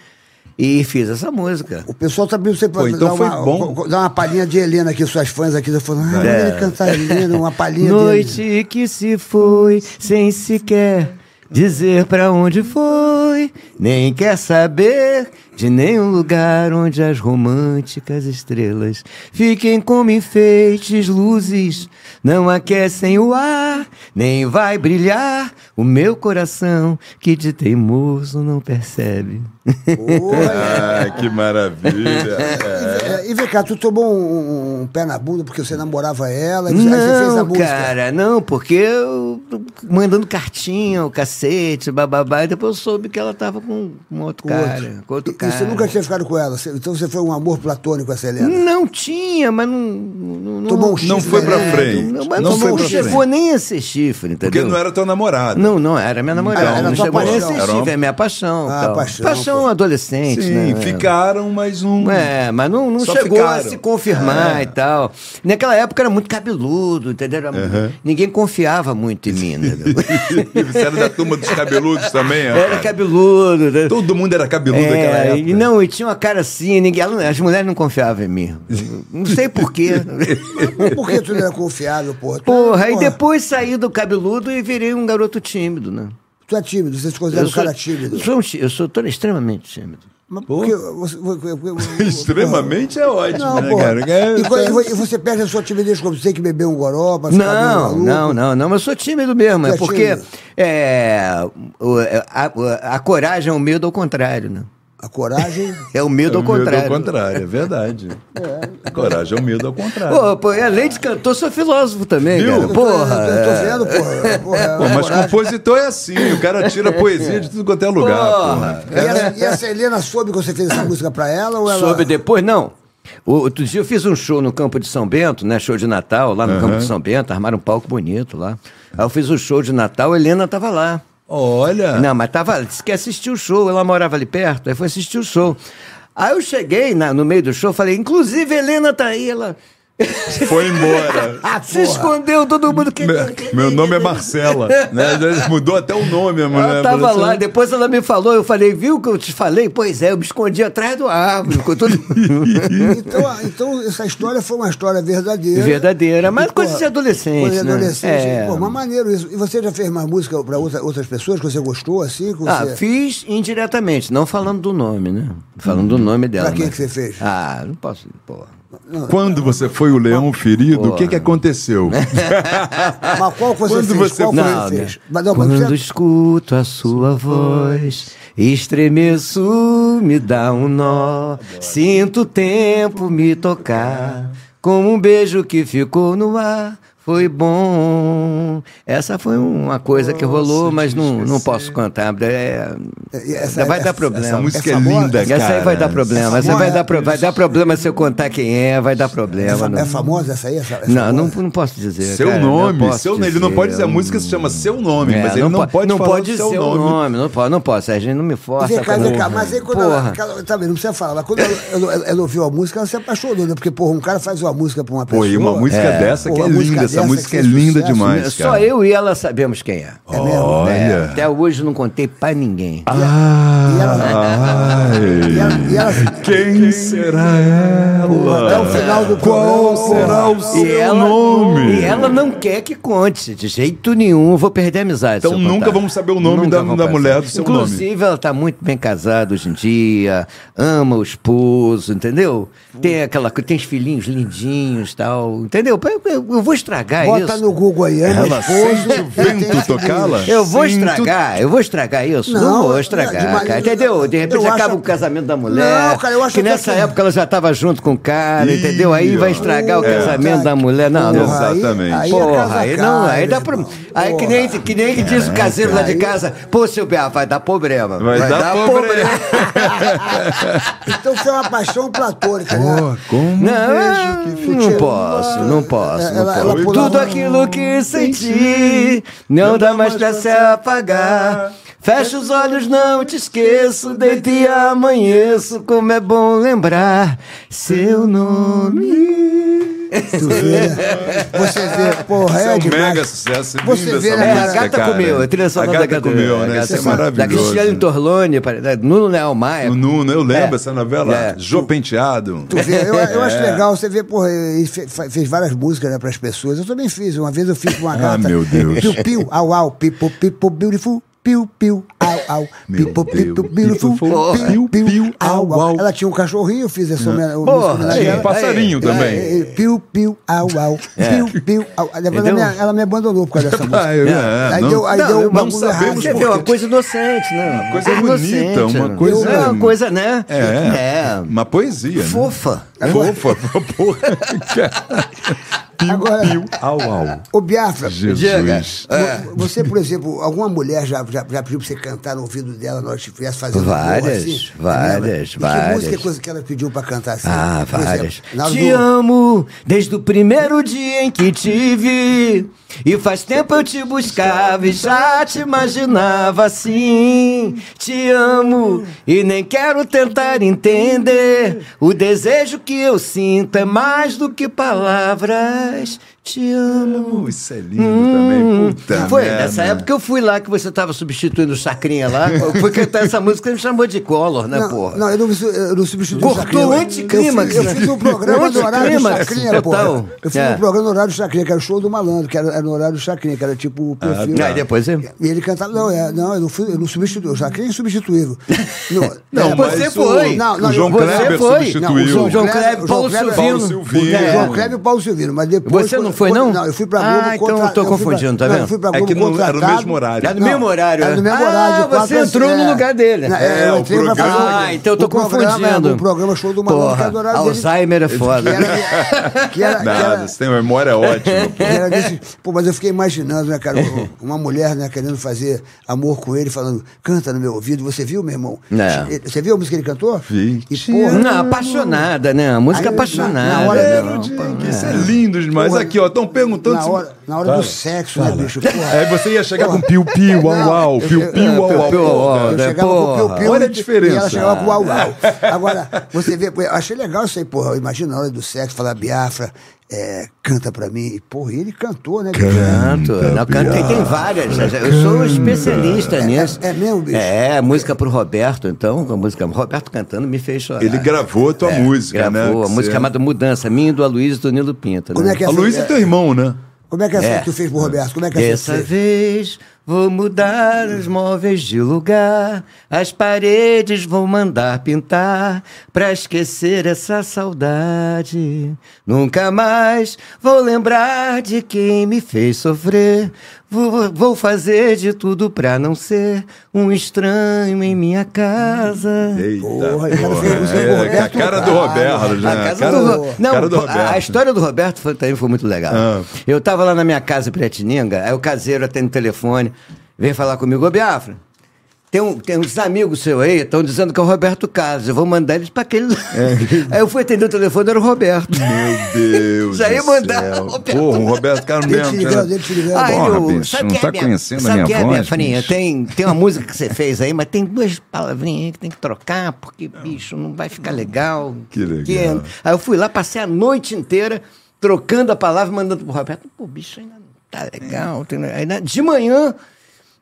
Speaker 6: e fiz essa música.
Speaker 4: O pessoal tá pedindo você pra
Speaker 2: Pô, então
Speaker 4: dar,
Speaker 2: foi
Speaker 4: uma,
Speaker 2: bom.
Speaker 4: co- dar uma palhinha de Helena aqui, suas fãs aqui. Eu falando, ah,
Speaker 6: É.
Speaker 4: é. cantar Helena, uma palhinha de
Speaker 6: Noite que se foi sem sequer dizer pra onde foi, nem quer saber de nenhum lugar onde as românticas estrelas fiquem como enfeites, luzes não aquecem o ar, nem vai brilhar o meu coração que de teimoso não percebe.
Speaker 4: Helena. Olha.
Speaker 2: Ah, que maravilha. É.
Speaker 4: É, E vem cá, tu tomou um, um pé na bunda porque você namorava ela, e você aí você fez a
Speaker 6: Não,
Speaker 4: música.
Speaker 6: cara, não, porque eu mandando cartinha, o cacete, bababá. E depois eu soube que ela tava com um outro
Speaker 4: Com
Speaker 6: cara.
Speaker 4: outro.
Speaker 6: Com outro
Speaker 4: E-
Speaker 6: cara.
Speaker 4: E você nunca tinha ficado com ela? Você- Então você foi um amor platônico essa Helena?
Speaker 6: Não tinha, mas não. não- não-
Speaker 4: Tomou um chifre,
Speaker 2: Não foi pra
Speaker 4: né?
Speaker 2: frente.
Speaker 6: Não, mas
Speaker 2: Não
Speaker 6: não,
Speaker 2: foi
Speaker 6: não
Speaker 2: pra
Speaker 6: chegou
Speaker 2: frente.
Speaker 6: nem a ser chifre, entendeu?
Speaker 2: Porque não era teu namorado.
Speaker 6: Não, não, era minha namorada.
Speaker 4: Ah, era
Speaker 6: não
Speaker 4: tua
Speaker 6: chegou a
Speaker 4: paixão.
Speaker 6: ser
Speaker 2: Era
Speaker 6: chifre,
Speaker 2: uma-
Speaker 6: é minha paixão.
Speaker 4: Ah,
Speaker 6: tal.
Speaker 4: paixão,
Speaker 6: Paixão
Speaker 4: pô.
Speaker 6: adolescente,
Speaker 2: Sim,
Speaker 6: né?
Speaker 2: ficaram, mas não.
Speaker 6: É, mas não, não
Speaker 2: Só
Speaker 6: chegou a
Speaker 2: ficaram.
Speaker 6: se confirmar e tal. Naquela época era muito cabeludo, entendeu? Era muito- Ninguém confiava muito em mim, entendeu?
Speaker 2: Você era da turma dos cabeludos também, ó,
Speaker 6: Era
Speaker 2: cara.
Speaker 6: cabeludo. entendeu?
Speaker 2: Todo mundo era cabeludo
Speaker 6: É,
Speaker 2: naquela época.
Speaker 6: e não, e tinha uma cara assim, ninguém, ela não- as mulheres não confiavam em mim. Não sei porquê.
Speaker 4: Mas Por que tu não era confiável, Tá, porra? Tu
Speaker 6: Porra,
Speaker 4: era-
Speaker 6: e
Speaker 4: porra,
Speaker 6: depois saí do cabeludo e virei um garoto tímido, né?
Speaker 4: Tu é tímido, você se considera um cara
Speaker 6: Eu
Speaker 4: tímido.
Speaker 6: sou, um tí- eu sou todo extremamente tímido.
Speaker 4: Mas por que você- você- você-
Speaker 2: Extremamente é ótimo,
Speaker 4: Não,
Speaker 2: né,
Speaker 4: pô.
Speaker 2: cara? É,
Speaker 4: E, quando- e você perde a sua timidez como você tem que beber um goró pra ficar meio
Speaker 6: Não,
Speaker 4: maluco.
Speaker 6: não, não, não, mas eu sou tímido mesmo.
Speaker 4: Tu
Speaker 6: É
Speaker 4: é
Speaker 6: porque
Speaker 4: tímido?
Speaker 6: é, o- é, a, a coragem é o medo ao contrário, né?
Speaker 4: A coragem.
Speaker 6: É o
Speaker 2: É
Speaker 6: medo
Speaker 2: o medo
Speaker 6: ao contrário.
Speaker 2: ao contrário, é verdade. Coragem é o medo ao contrário.
Speaker 6: Pô, pô, além de cantor, sou filósofo também,
Speaker 2: Viu?
Speaker 6: cara. Porra.
Speaker 4: Eu tô, eu
Speaker 6: é.
Speaker 4: tô vendo, porra. porra,
Speaker 2: Pô,
Speaker 4: a
Speaker 2: mas
Speaker 4: coragem.
Speaker 2: compositor é assim, o cara tira poesia de tudo quanto é lugar.
Speaker 6: Porra.
Speaker 2: porra.
Speaker 4: E essa, e essa Helena soube que você fez essa música pra ela ou ela.
Speaker 6: Soube depois, não. O- Outro dia eu fiz um show no Campo de São Bento, né? Show de Natal, lá no Campo de São Bento, armaram um palco bonito lá. Aí eu fiz um show de Natal, a Helena tava lá.
Speaker 4: É.
Speaker 2: Olha.
Speaker 6: Não, mas tava, disse que assistiu o show, ela morava ali perto, aí foi assistir o show. Aí eu cheguei na- no meio do show, falei, inclusive a Helena tá aí, ela "Ah,
Speaker 2: Foi embora.
Speaker 6: se escondeu, todo mundo que...
Speaker 2: Me- Meu nome é Marcela. Né? Às vezes Mudou até o nome, a mulher.
Speaker 6: Ela tava
Speaker 2: Falou
Speaker 6: lá,
Speaker 2: assim,
Speaker 6: depois ela me falou, eu falei, viu que eu te falei? Pois é, eu me escondi atrás do árvore, ficou todo
Speaker 4: Então, a- então essa história foi uma história verdadeira.
Speaker 6: verdadeira, mas
Speaker 4: E,
Speaker 6: coisa
Speaker 4: porra,
Speaker 6: de adolescente,
Speaker 4: Coisa de
Speaker 6: né?
Speaker 4: adolescente.
Speaker 6: É.
Speaker 4: Pô, mas maneiro isso. E você já fez mais música pra outra- outras pessoas que você gostou, assim? que
Speaker 6: Ah,
Speaker 4: você...
Speaker 6: fiz indiretamente, não falando do nome, né? Falando do nome dela.
Speaker 4: Pra quem
Speaker 6: mas-
Speaker 4: que você fez?
Speaker 6: Ah, não posso. Porra.
Speaker 2: Quando você foi o leão ferido, o que,
Speaker 6: Porra.
Speaker 2: que aconteceu?
Speaker 4: Mas qual que você
Speaker 2: Quando
Speaker 4: fez?
Speaker 2: você-
Speaker 4: Qual que
Speaker 6: Não,
Speaker 4: você
Speaker 6: né?
Speaker 4: fez? Mas, não, mas
Speaker 6: Quando
Speaker 4: você...
Speaker 6: escuto a sua voz, estremeço, me dá um nó. Sinto o tempo me tocar, como um beijo que ficou no ar. Foi bom. Essa foi uma coisa que rolou, mas não, não posso cantar. É,
Speaker 4: E essa-
Speaker 6: vai
Speaker 4: essa-
Speaker 6: dar problema.
Speaker 2: Essa música é
Speaker 4: famosa?
Speaker 2: linda,
Speaker 6: Essa
Speaker 2: cara.
Speaker 6: aí vai dar problema. Essa
Speaker 4: famosa-
Speaker 6: vai dar, pro- vai dar problema se eu contar quem é, vai dar
Speaker 4: É,
Speaker 6: problema.
Speaker 4: fa-
Speaker 6: não.
Speaker 4: é famosa essa aí? Essa, é
Speaker 6: não, não,
Speaker 4: famosa?
Speaker 6: não posso dizer.
Speaker 2: Seu
Speaker 6: É, cara, não
Speaker 2: nome,
Speaker 6: posso
Speaker 2: seu, ele não
Speaker 6: dizer,
Speaker 2: pode dizer, a
Speaker 6: eu-
Speaker 2: música se chama Seu Nome,
Speaker 6: É,
Speaker 2: mas ele não,
Speaker 6: po-
Speaker 2: pode
Speaker 6: não
Speaker 2: falar
Speaker 6: pode
Speaker 2: do seu
Speaker 6: dizer
Speaker 2: nome.
Speaker 6: o nome, não pode, não pode, Sérgio, não me força.
Speaker 4: Vem cá,
Speaker 6: cara.
Speaker 4: vem cá, mas aí quando ela,
Speaker 6: Porra.
Speaker 4: ela, tá vendo, não precisa falar, mas quando ela, ela- ela ouviu a música, ela se apaixonou, né? Porque, porra, um cara faz uma música pra uma pessoa.
Speaker 2: Pô, e uma música dessa que
Speaker 4: Pô,
Speaker 2: é
Speaker 4: uma música
Speaker 2: linda, essa
Speaker 4: dessa
Speaker 2: música
Speaker 4: que
Speaker 2: é
Speaker 4: fez
Speaker 2: linda
Speaker 4: sucesso, né?
Speaker 2: demais, cara.
Speaker 6: Só eu e ela sabemos quem é.
Speaker 2: Olha.
Speaker 6: Até hoje não contei pra ninguém.
Speaker 4: E ela, e ela, e ela-
Speaker 2: Quem será ela?
Speaker 4: até o final do
Speaker 2: Qual
Speaker 4: programa,
Speaker 2: será o
Speaker 4: porra.
Speaker 2: seu nome?
Speaker 6: e ela não quer que conte, de jeito nenhum, eu vou perder a amizade.
Speaker 2: Então
Speaker 6: se eu contar.
Speaker 2: nunca vamos saber o nome
Speaker 6: Nunca
Speaker 2: da-
Speaker 6: vamos
Speaker 2: da
Speaker 6: saber.
Speaker 2: mulher do seu nome.
Speaker 6: Inclusive, ela tá muito bem casada hoje em dia, ama o esposo, entendeu?
Speaker 2: Hum.
Speaker 6: Tem aquela co- tem os filhinhos lindinhos e tal, entendeu? Eu, eu- eu vou estragar
Speaker 4: Bota
Speaker 6: É isso.
Speaker 4: no Google aí, Ana
Speaker 2: Ela
Speaker 4: Esposo,
Speaker 2: sente o vento tocá-la?
Speaker 6: Eu vou
Speaker 2: Sinto-
Speaker 6: estragar, eu vou estragar isso? Não,
Speaker 4: Não,
Speaker 6: vou
Speaker 4: de
Speaker 6: estragar,
Speaker 4: maneira-
Speaker 6: cara. Entendeu? De repente
Speaker 4: eu acho-
Speaker 6: acaba o casamento da mulher.
Speaker 4: Não, cara, eu acho
Speaker 6: que
Speaker 4: até
Speaker 6: nessa
Speaker 4: que- é assim.
Speaker 6: época ela já estava junto com o cara,
Speaker 2: Ih,
Speaker 6: entendeu? Aí vai
Speaker 2: ó.
Speaker 6: estragar o
Speaker 2: É.
Speaker 6: casamento da mulher. Não, não.
Speaker 4: Porra, aí-
Speaker 2: Exatamente.
Speaker 4: Aí, é
Speaker 6: Tá. Porra,
Speaker 4: casa
Speaker 6: aí
Speaker 4: cara,
Speaker 6: não, aí dá
Speaker 4: irmão.
Speaker 6: problema. Aí é que nem, que nem que diz o caseiro lá de casa, pô, seu Bia, vai dar problema.
Speaker 2: Vai, dar, problema.
Speaker 4: Então foi uma paixão platônica, né?
Speaker 2: como
Speaker 6: Não, não
Speaker 4: ficou-
Speaker 6: posso, não posso, não
Speaker 4: Ela- ela
Speaker 6: posso.
Speaker 4: pulava-
Speaker 6: Tudo aquilo que senti não dá mais pra se apagar. Fecha os olhos, não te esqueço, deito e amanheço, como é bom lembrar seu nome.
Speaker 4: Tu vê, né? Você vê, porra,
Speaker 2: Isso
Speaker 4: é,
Speaker 2: é um
Speaker 4: demais.
Speaker 2: mega sucesso. é
Speaker 4: Você
Speaker 2: linda
Speaker 4: vê,
Speaker 2: essa
Speaker 4: né,
Speaker 6: É, a
Speaker 2: música,
Speaker 6: gata
Speaker 2: cara.
Speaker 6: comeu, a trilha sonora
Speaker 2: A gata comeu,
Speaker 6: a
Speaker 2: né?
Speaker 6: gata
Speaker 2: Isso é
Speaker 6: comeu. Da
Speaker 2: maravilhoso.
Speaker 6: Cristiane Torlone, pare- da Nuno Leal Maia.
Speaker 2: O Nuno, eu lembro
Speaker 6: É.
Speaker 2: essa novela.
Speaker 6: É.
Speaker 2: Jô Penteado.
Speaker 4: Tu vê, eu, eu acho
Speaker 2: É.
Speaker 4: legal, você vê, porra, ele fe- fa- fez várias músicas né, pras pessoas. Eu também fiz, uma vez eu fiz uma gata.
Speaker 2: Ah, meu Deus.
Speaker 4: Piu, piu, au, au, pipo, pipo, beautiful. Piu, piu, au, au.
Speaker 2: Meu
Speaker 4: Pipo, pipo,
Speaker 2: Deus.
Speaker 4: beautiful.
Speaker 2: Porra.
Speaker 4: Piu, piu, au, au.
Speaker 2: au.
Speaker 4: Ela tinha um cachorrinho, eu fiz essa homenagem.
Speaker 6: Porra,
Speaker 4: homenagem a
Speaker 6: aí,
Speaker 2: Tinha
Speaker 4: ela.
Speaker 2: um passarinho
Speaker 6: aí,
Speaker 2: também. É.
Speaker 4: É, é, piu, piu, au, au. Piu, piu, au. Ela, ela,
Speaker 6: Entendeu?
Speaker 4: me, ela me abandonou por causa dessa música.
Speaker 2: Ah, eu- é,
Speaker 4: Aí
Speaker 2: não-
Speaker 4: deu, aí
Speaker 6: Não,
Speaker 4: deu um
Speaker 6: não
Speaker 4: bagulho
Speaker 2: sabemos
Speaker 4: errado.
Speaker 6: Você
Speaker 2: por
Speaker 6: vê,
Speaker 2: quê.
Speaker 6: uma coisa inocente, né? Uma
Speaker 2: coisa bonita, uma coisa- hum.
Speaker 6: É uma coisa, né?
Speaker 2: É.
Speaker 6: É.
Speaker 2: Uma poesia. né?
Speaker 6: Fofa.
Speaker 2: Fofa, porra. Piu,
Speaker 4: Agora-
Speaker 2: piu, au, au.
Speaker 4: Ô, Biafra,
Speaker 6: Diga.
Speaker 2: Jesus.
Speaker 4: vo-
Speaker 6: É.
Speaker 4: você, por exemplo, alguma mulher já, já, já pediu pra você cantar no ouvido dela na hora que estivesse fazendo amor,
Speaker 6: Várias,
Speaker 4: assim?
Speaker 6: várias,
Speaker 4: E Que
Speaker 6: várias.
Speaker 4: música é coisa que ela pediu pra cantar assim?
Speaker 6: Ah,
Speaker 4: Por
Speaker 6: várias.
Speaker 4: exemplo, na hora
Speaker 6: Te
Speaker 4: do-
Speaker 6: amo desde o primeiro dia em que te vi. E faz tempo eu te buscava e já te imaginava assim. Te amo e nem quero tentar entender. O desejo que eu sinto é mais do que palavras. Te amo.
Speaker 2: Pô, Isso é lindo também. Puta
Speaker 6: Foi,
Speaker 2: merda.
Speaker 6: nessa época eu fui lá que você tava substituindo o Chacrinha lá. Eu fui cantar essa música e me chamou de Collor, né,
Speaker 4: Não,
Speaker 6: porra?
Speaker 4: não, eu não, su- eu não substituí
Speaker 6: Cortou
Speaker 4: Chacrinha.
Speaker 6: o
Speaker 4: Eu,
Speaker 6: anticlímax,
Speaker 4: fiz- eu
Speaker 6: né?
Speaker 4: fiz um programa no horário do
Speaker 6: Anticlímax,
Speaker 4: Chacrinha, porra.
Speaker 6: total.
Speaker 4: Eu fiz
Speaker 6: É.
Speaker 4: um programa no horário do Chacrinha, que era o show do malandro, que era, era no horário do Chacrinha, que era tipo o perfil.
Speaker 6: tá. Aí depois é-
Speaker 4: E ele cantava, não, é, não, eu não, fui, eu não substituí, o Chacrinha é substituível.
Speaker 6: Não,
Speaker 4: é,
Speaker 6: você
Speaker 2: mas o-
Speaker 6: foi.
Speaker 4: não, não,
Speaker 2: o João
Speaker 4: você
Speaker 2: Kleber
Speaker 6: foi.
Speaker 4: Não, o
Speaker 2: substituiu.
Speaker 4: João-
Speaker 6: João Kleber, Paulo
Speaker 4: Kleber-
Speaker 6: Silvino.
Speaker 2: Paulo Silvino.
Speaker 4: É.
Speaker 2: É.
Speaker 4: João Kleber e Paulo Silvino, mas depois.
Speaker 6: Você não
Speaker 4: quando-
Speaker 6: foi, não?
Speaker 4: quando- Não, eu fui pra Globo
Speaker 6: Ah, então eu tô
Speaker 4: contratado- eu fui
Speaker 6: confundindo, tá
Speaker 4: não,
Speaker 6: vendo?
Speaker 4: Eu fui pra
Speaker 2: É
Speaker 4: Globo
Speaker 2: que não- era no
Speaker 4: contratado-
Speaker 2: mesmo horário.
Speaker 6: Era no mesmo horário,
Speaker 4: Era no
Speaker 6: é?
Speaker 4: mesmo horário.
Speaker 6: Ah, você
Speaker 4: quatro-
Speaker 6: entrou no lugar dele.
Speaker 4: Não,
Speaker 2: É,
Speaker 4: eu
Speaker 2: o
Speaker 4: entrei pra fazer
Speaker 2: programa-
Speaker 4: o-
Speaker 6: Ah, então eu tô
Speaker 4: o programa-
Speaker 6: confundindo.
Speaker 4: O programa show do maluco que
Speaker 6: Porra,
Speaker 4: era do horário dele.
Speaker 6: Alzheimer é
Speaker 4: Que
Speaker 6: foda.
Speaker 4: era, que era, que era,
Speaker 2: Nada, você tem uma memória ótima.
Speaker 4: que era desse- Pô, mas eu fiquei imaginando, né, cara? o- Uma mulher, né, querendo fazer amor com ele, falando, canta no meu ouvido. Você viu, meu irmão?
Speaker 6: Não.
Speaker 4: Ele- Você viu a música que ele cantou?
Speaker 2: Vi.
Speaker 4: E, porra,
Speaker 6: Não, apaixonada, né? A música
Speaker 4: Aí,
Speaker 6: apaixonada.
Speaker 4: na- na hora-
Speaker 6: né?
Speaker 2: Era o dia em que Isso é lindo demais.
Speaker 4: Porra,
Speaker 2: Aqui, ó, estão perguntando
Speaker 4: na
Speaker 2: se-
Speaker 4: hora, na hora do sexo, né, bicho?
Speaker 2: Aí
Speaker 4: Porra.
Speaker 2: você ia chegar com
Speaker 4: Não,
Speaker 2: piu-piu, uau-uau, piu-piu,
Speaker 6: eu- eu-
Speaker 2: uau-uau.
Speaker 6: eu-
Speaker 4: Eu
Speaker 6: né,
Speaker 4: chegava
Speaker 6: porra.
Speaker 4: com o piu-piu
Speaker 2: Olha a
Speaker 4: e-
Speaker 2: diferença. É.
Speaker 4: E ela chegava com o uau-uau. Agora, você vê, eu achei legal isso aí, porra. Imagina na hora do sexo, falar Biafra, é, canta pra mim. E, porra, ele cantou, né? bicho?
Speaker 6: Canto, não, canto tem, tem várias. né? Eu sou um especialista nisso.
Speaker 4: é mesmo, bicho?
Speaker 6: É, música pro Roberto, então, a música. Roberto cantando me fez chorar.
Speaker 2: Ele gravou a tua
Speaker 6: É,
Speaker 2: música, né?
Speaker 6: gravou a
Speaker 2: Que
Speaker 6: música
Speaker 2: você-
Speaker 6: chamada Mudança, minha e do Aloysio e do Nilo Pinto.
Speaker 4: Como
Speaker 6: né?
Speaker 4: é que é
Speaker 2: A
Speaker 4: essa-
Speaker 2: Luiz é teu irmão, né?
Speaker 4: Como é que é essa que tu fez pro Roberto? Como é que é essa
Speaker 6: Dessa
Speaker 4: que tu fez?
Speaker 6: vez vou mudar os móveis de lugar, as paredes vou mandar pintar pra esquecer essa saudade. Nunca mais vou lembrar de quem me fez sofrer. Vou, vou fazer de tudo pra não ser um estranho em minha casa.
Speaker 2: Eita,
Speaker 4: Porra, ele
Speaker 2: porra.
Speaker 4: fez música com o
Speaker 2: É,
Speaker 4: Roberto
Speaker 2: a cara do
Speaker 4: Carlos.
Speaker 2: Roberto, né?
Speaker 6: A casa
Speaker 2: cara
Speaker 6: do
Speaker 2: do,
Speaker 6: Ro- Não,
Speaker 2: cara do
Speaker 6: a-
Speaker 2: Roberto.
Speaker 6: A, história do Roberto foi- também foi muito legal.
Speaker 2: Ah.
Speaker 6: Eu tava lá na minha casa em Piratininga, aí o caseiro atende o telefone, veio falar comigo, ô Biafra, tem, um- tem uns amigos seus aí, estão dizendo que é o Roberto Carlos, eu vou mandar eles pra aquele...
Speaker 2: É.
Speaker 6: aí eu fui atender o telefone, era o Roberto.
Speaker 2: Meu Deus.
Speaker 6: Já ia
Speaker 2: do
Speaker 6: mandar
Speaker 2: céu.
Speaker 6: o Roberto.
Speaker 2: Porra, o Roberto Carlos
Speaker 4: Ele
Speaker 2: mesmo.
Speaker 4: te ligando,
Speaker 2: cara.
Speaker 4: ele te ligando.
Speaker 6: Aí
Speaker 2: Porra,
Speaker 6: eu-
Speaker 2: bicho, não
Speaker 6: quem
Speaker 2: tá
Speaker 6: minha-
Speaker 2: conhecendo a
Speaker 6: sabe
Speaker 2: minha
Speaker 6: quem é
Speaker 2: voz,
Speaker 6: minha farinha?
Speaker 2: bicho?
Speaker 6: Tem, tem uma música que você fez aí, mas tem duas palavrinhas aí que tem que trocar, porque, bicho, não vai ficar legal. é-
Speaker 2: Que legal.
Speaker 6: Aí eu fui lá, passei a noite inteira trocando a palavra, e mandando pro Roberto. Pô, bicho, ainda não tá legal. tem- Aí, na- de manhã,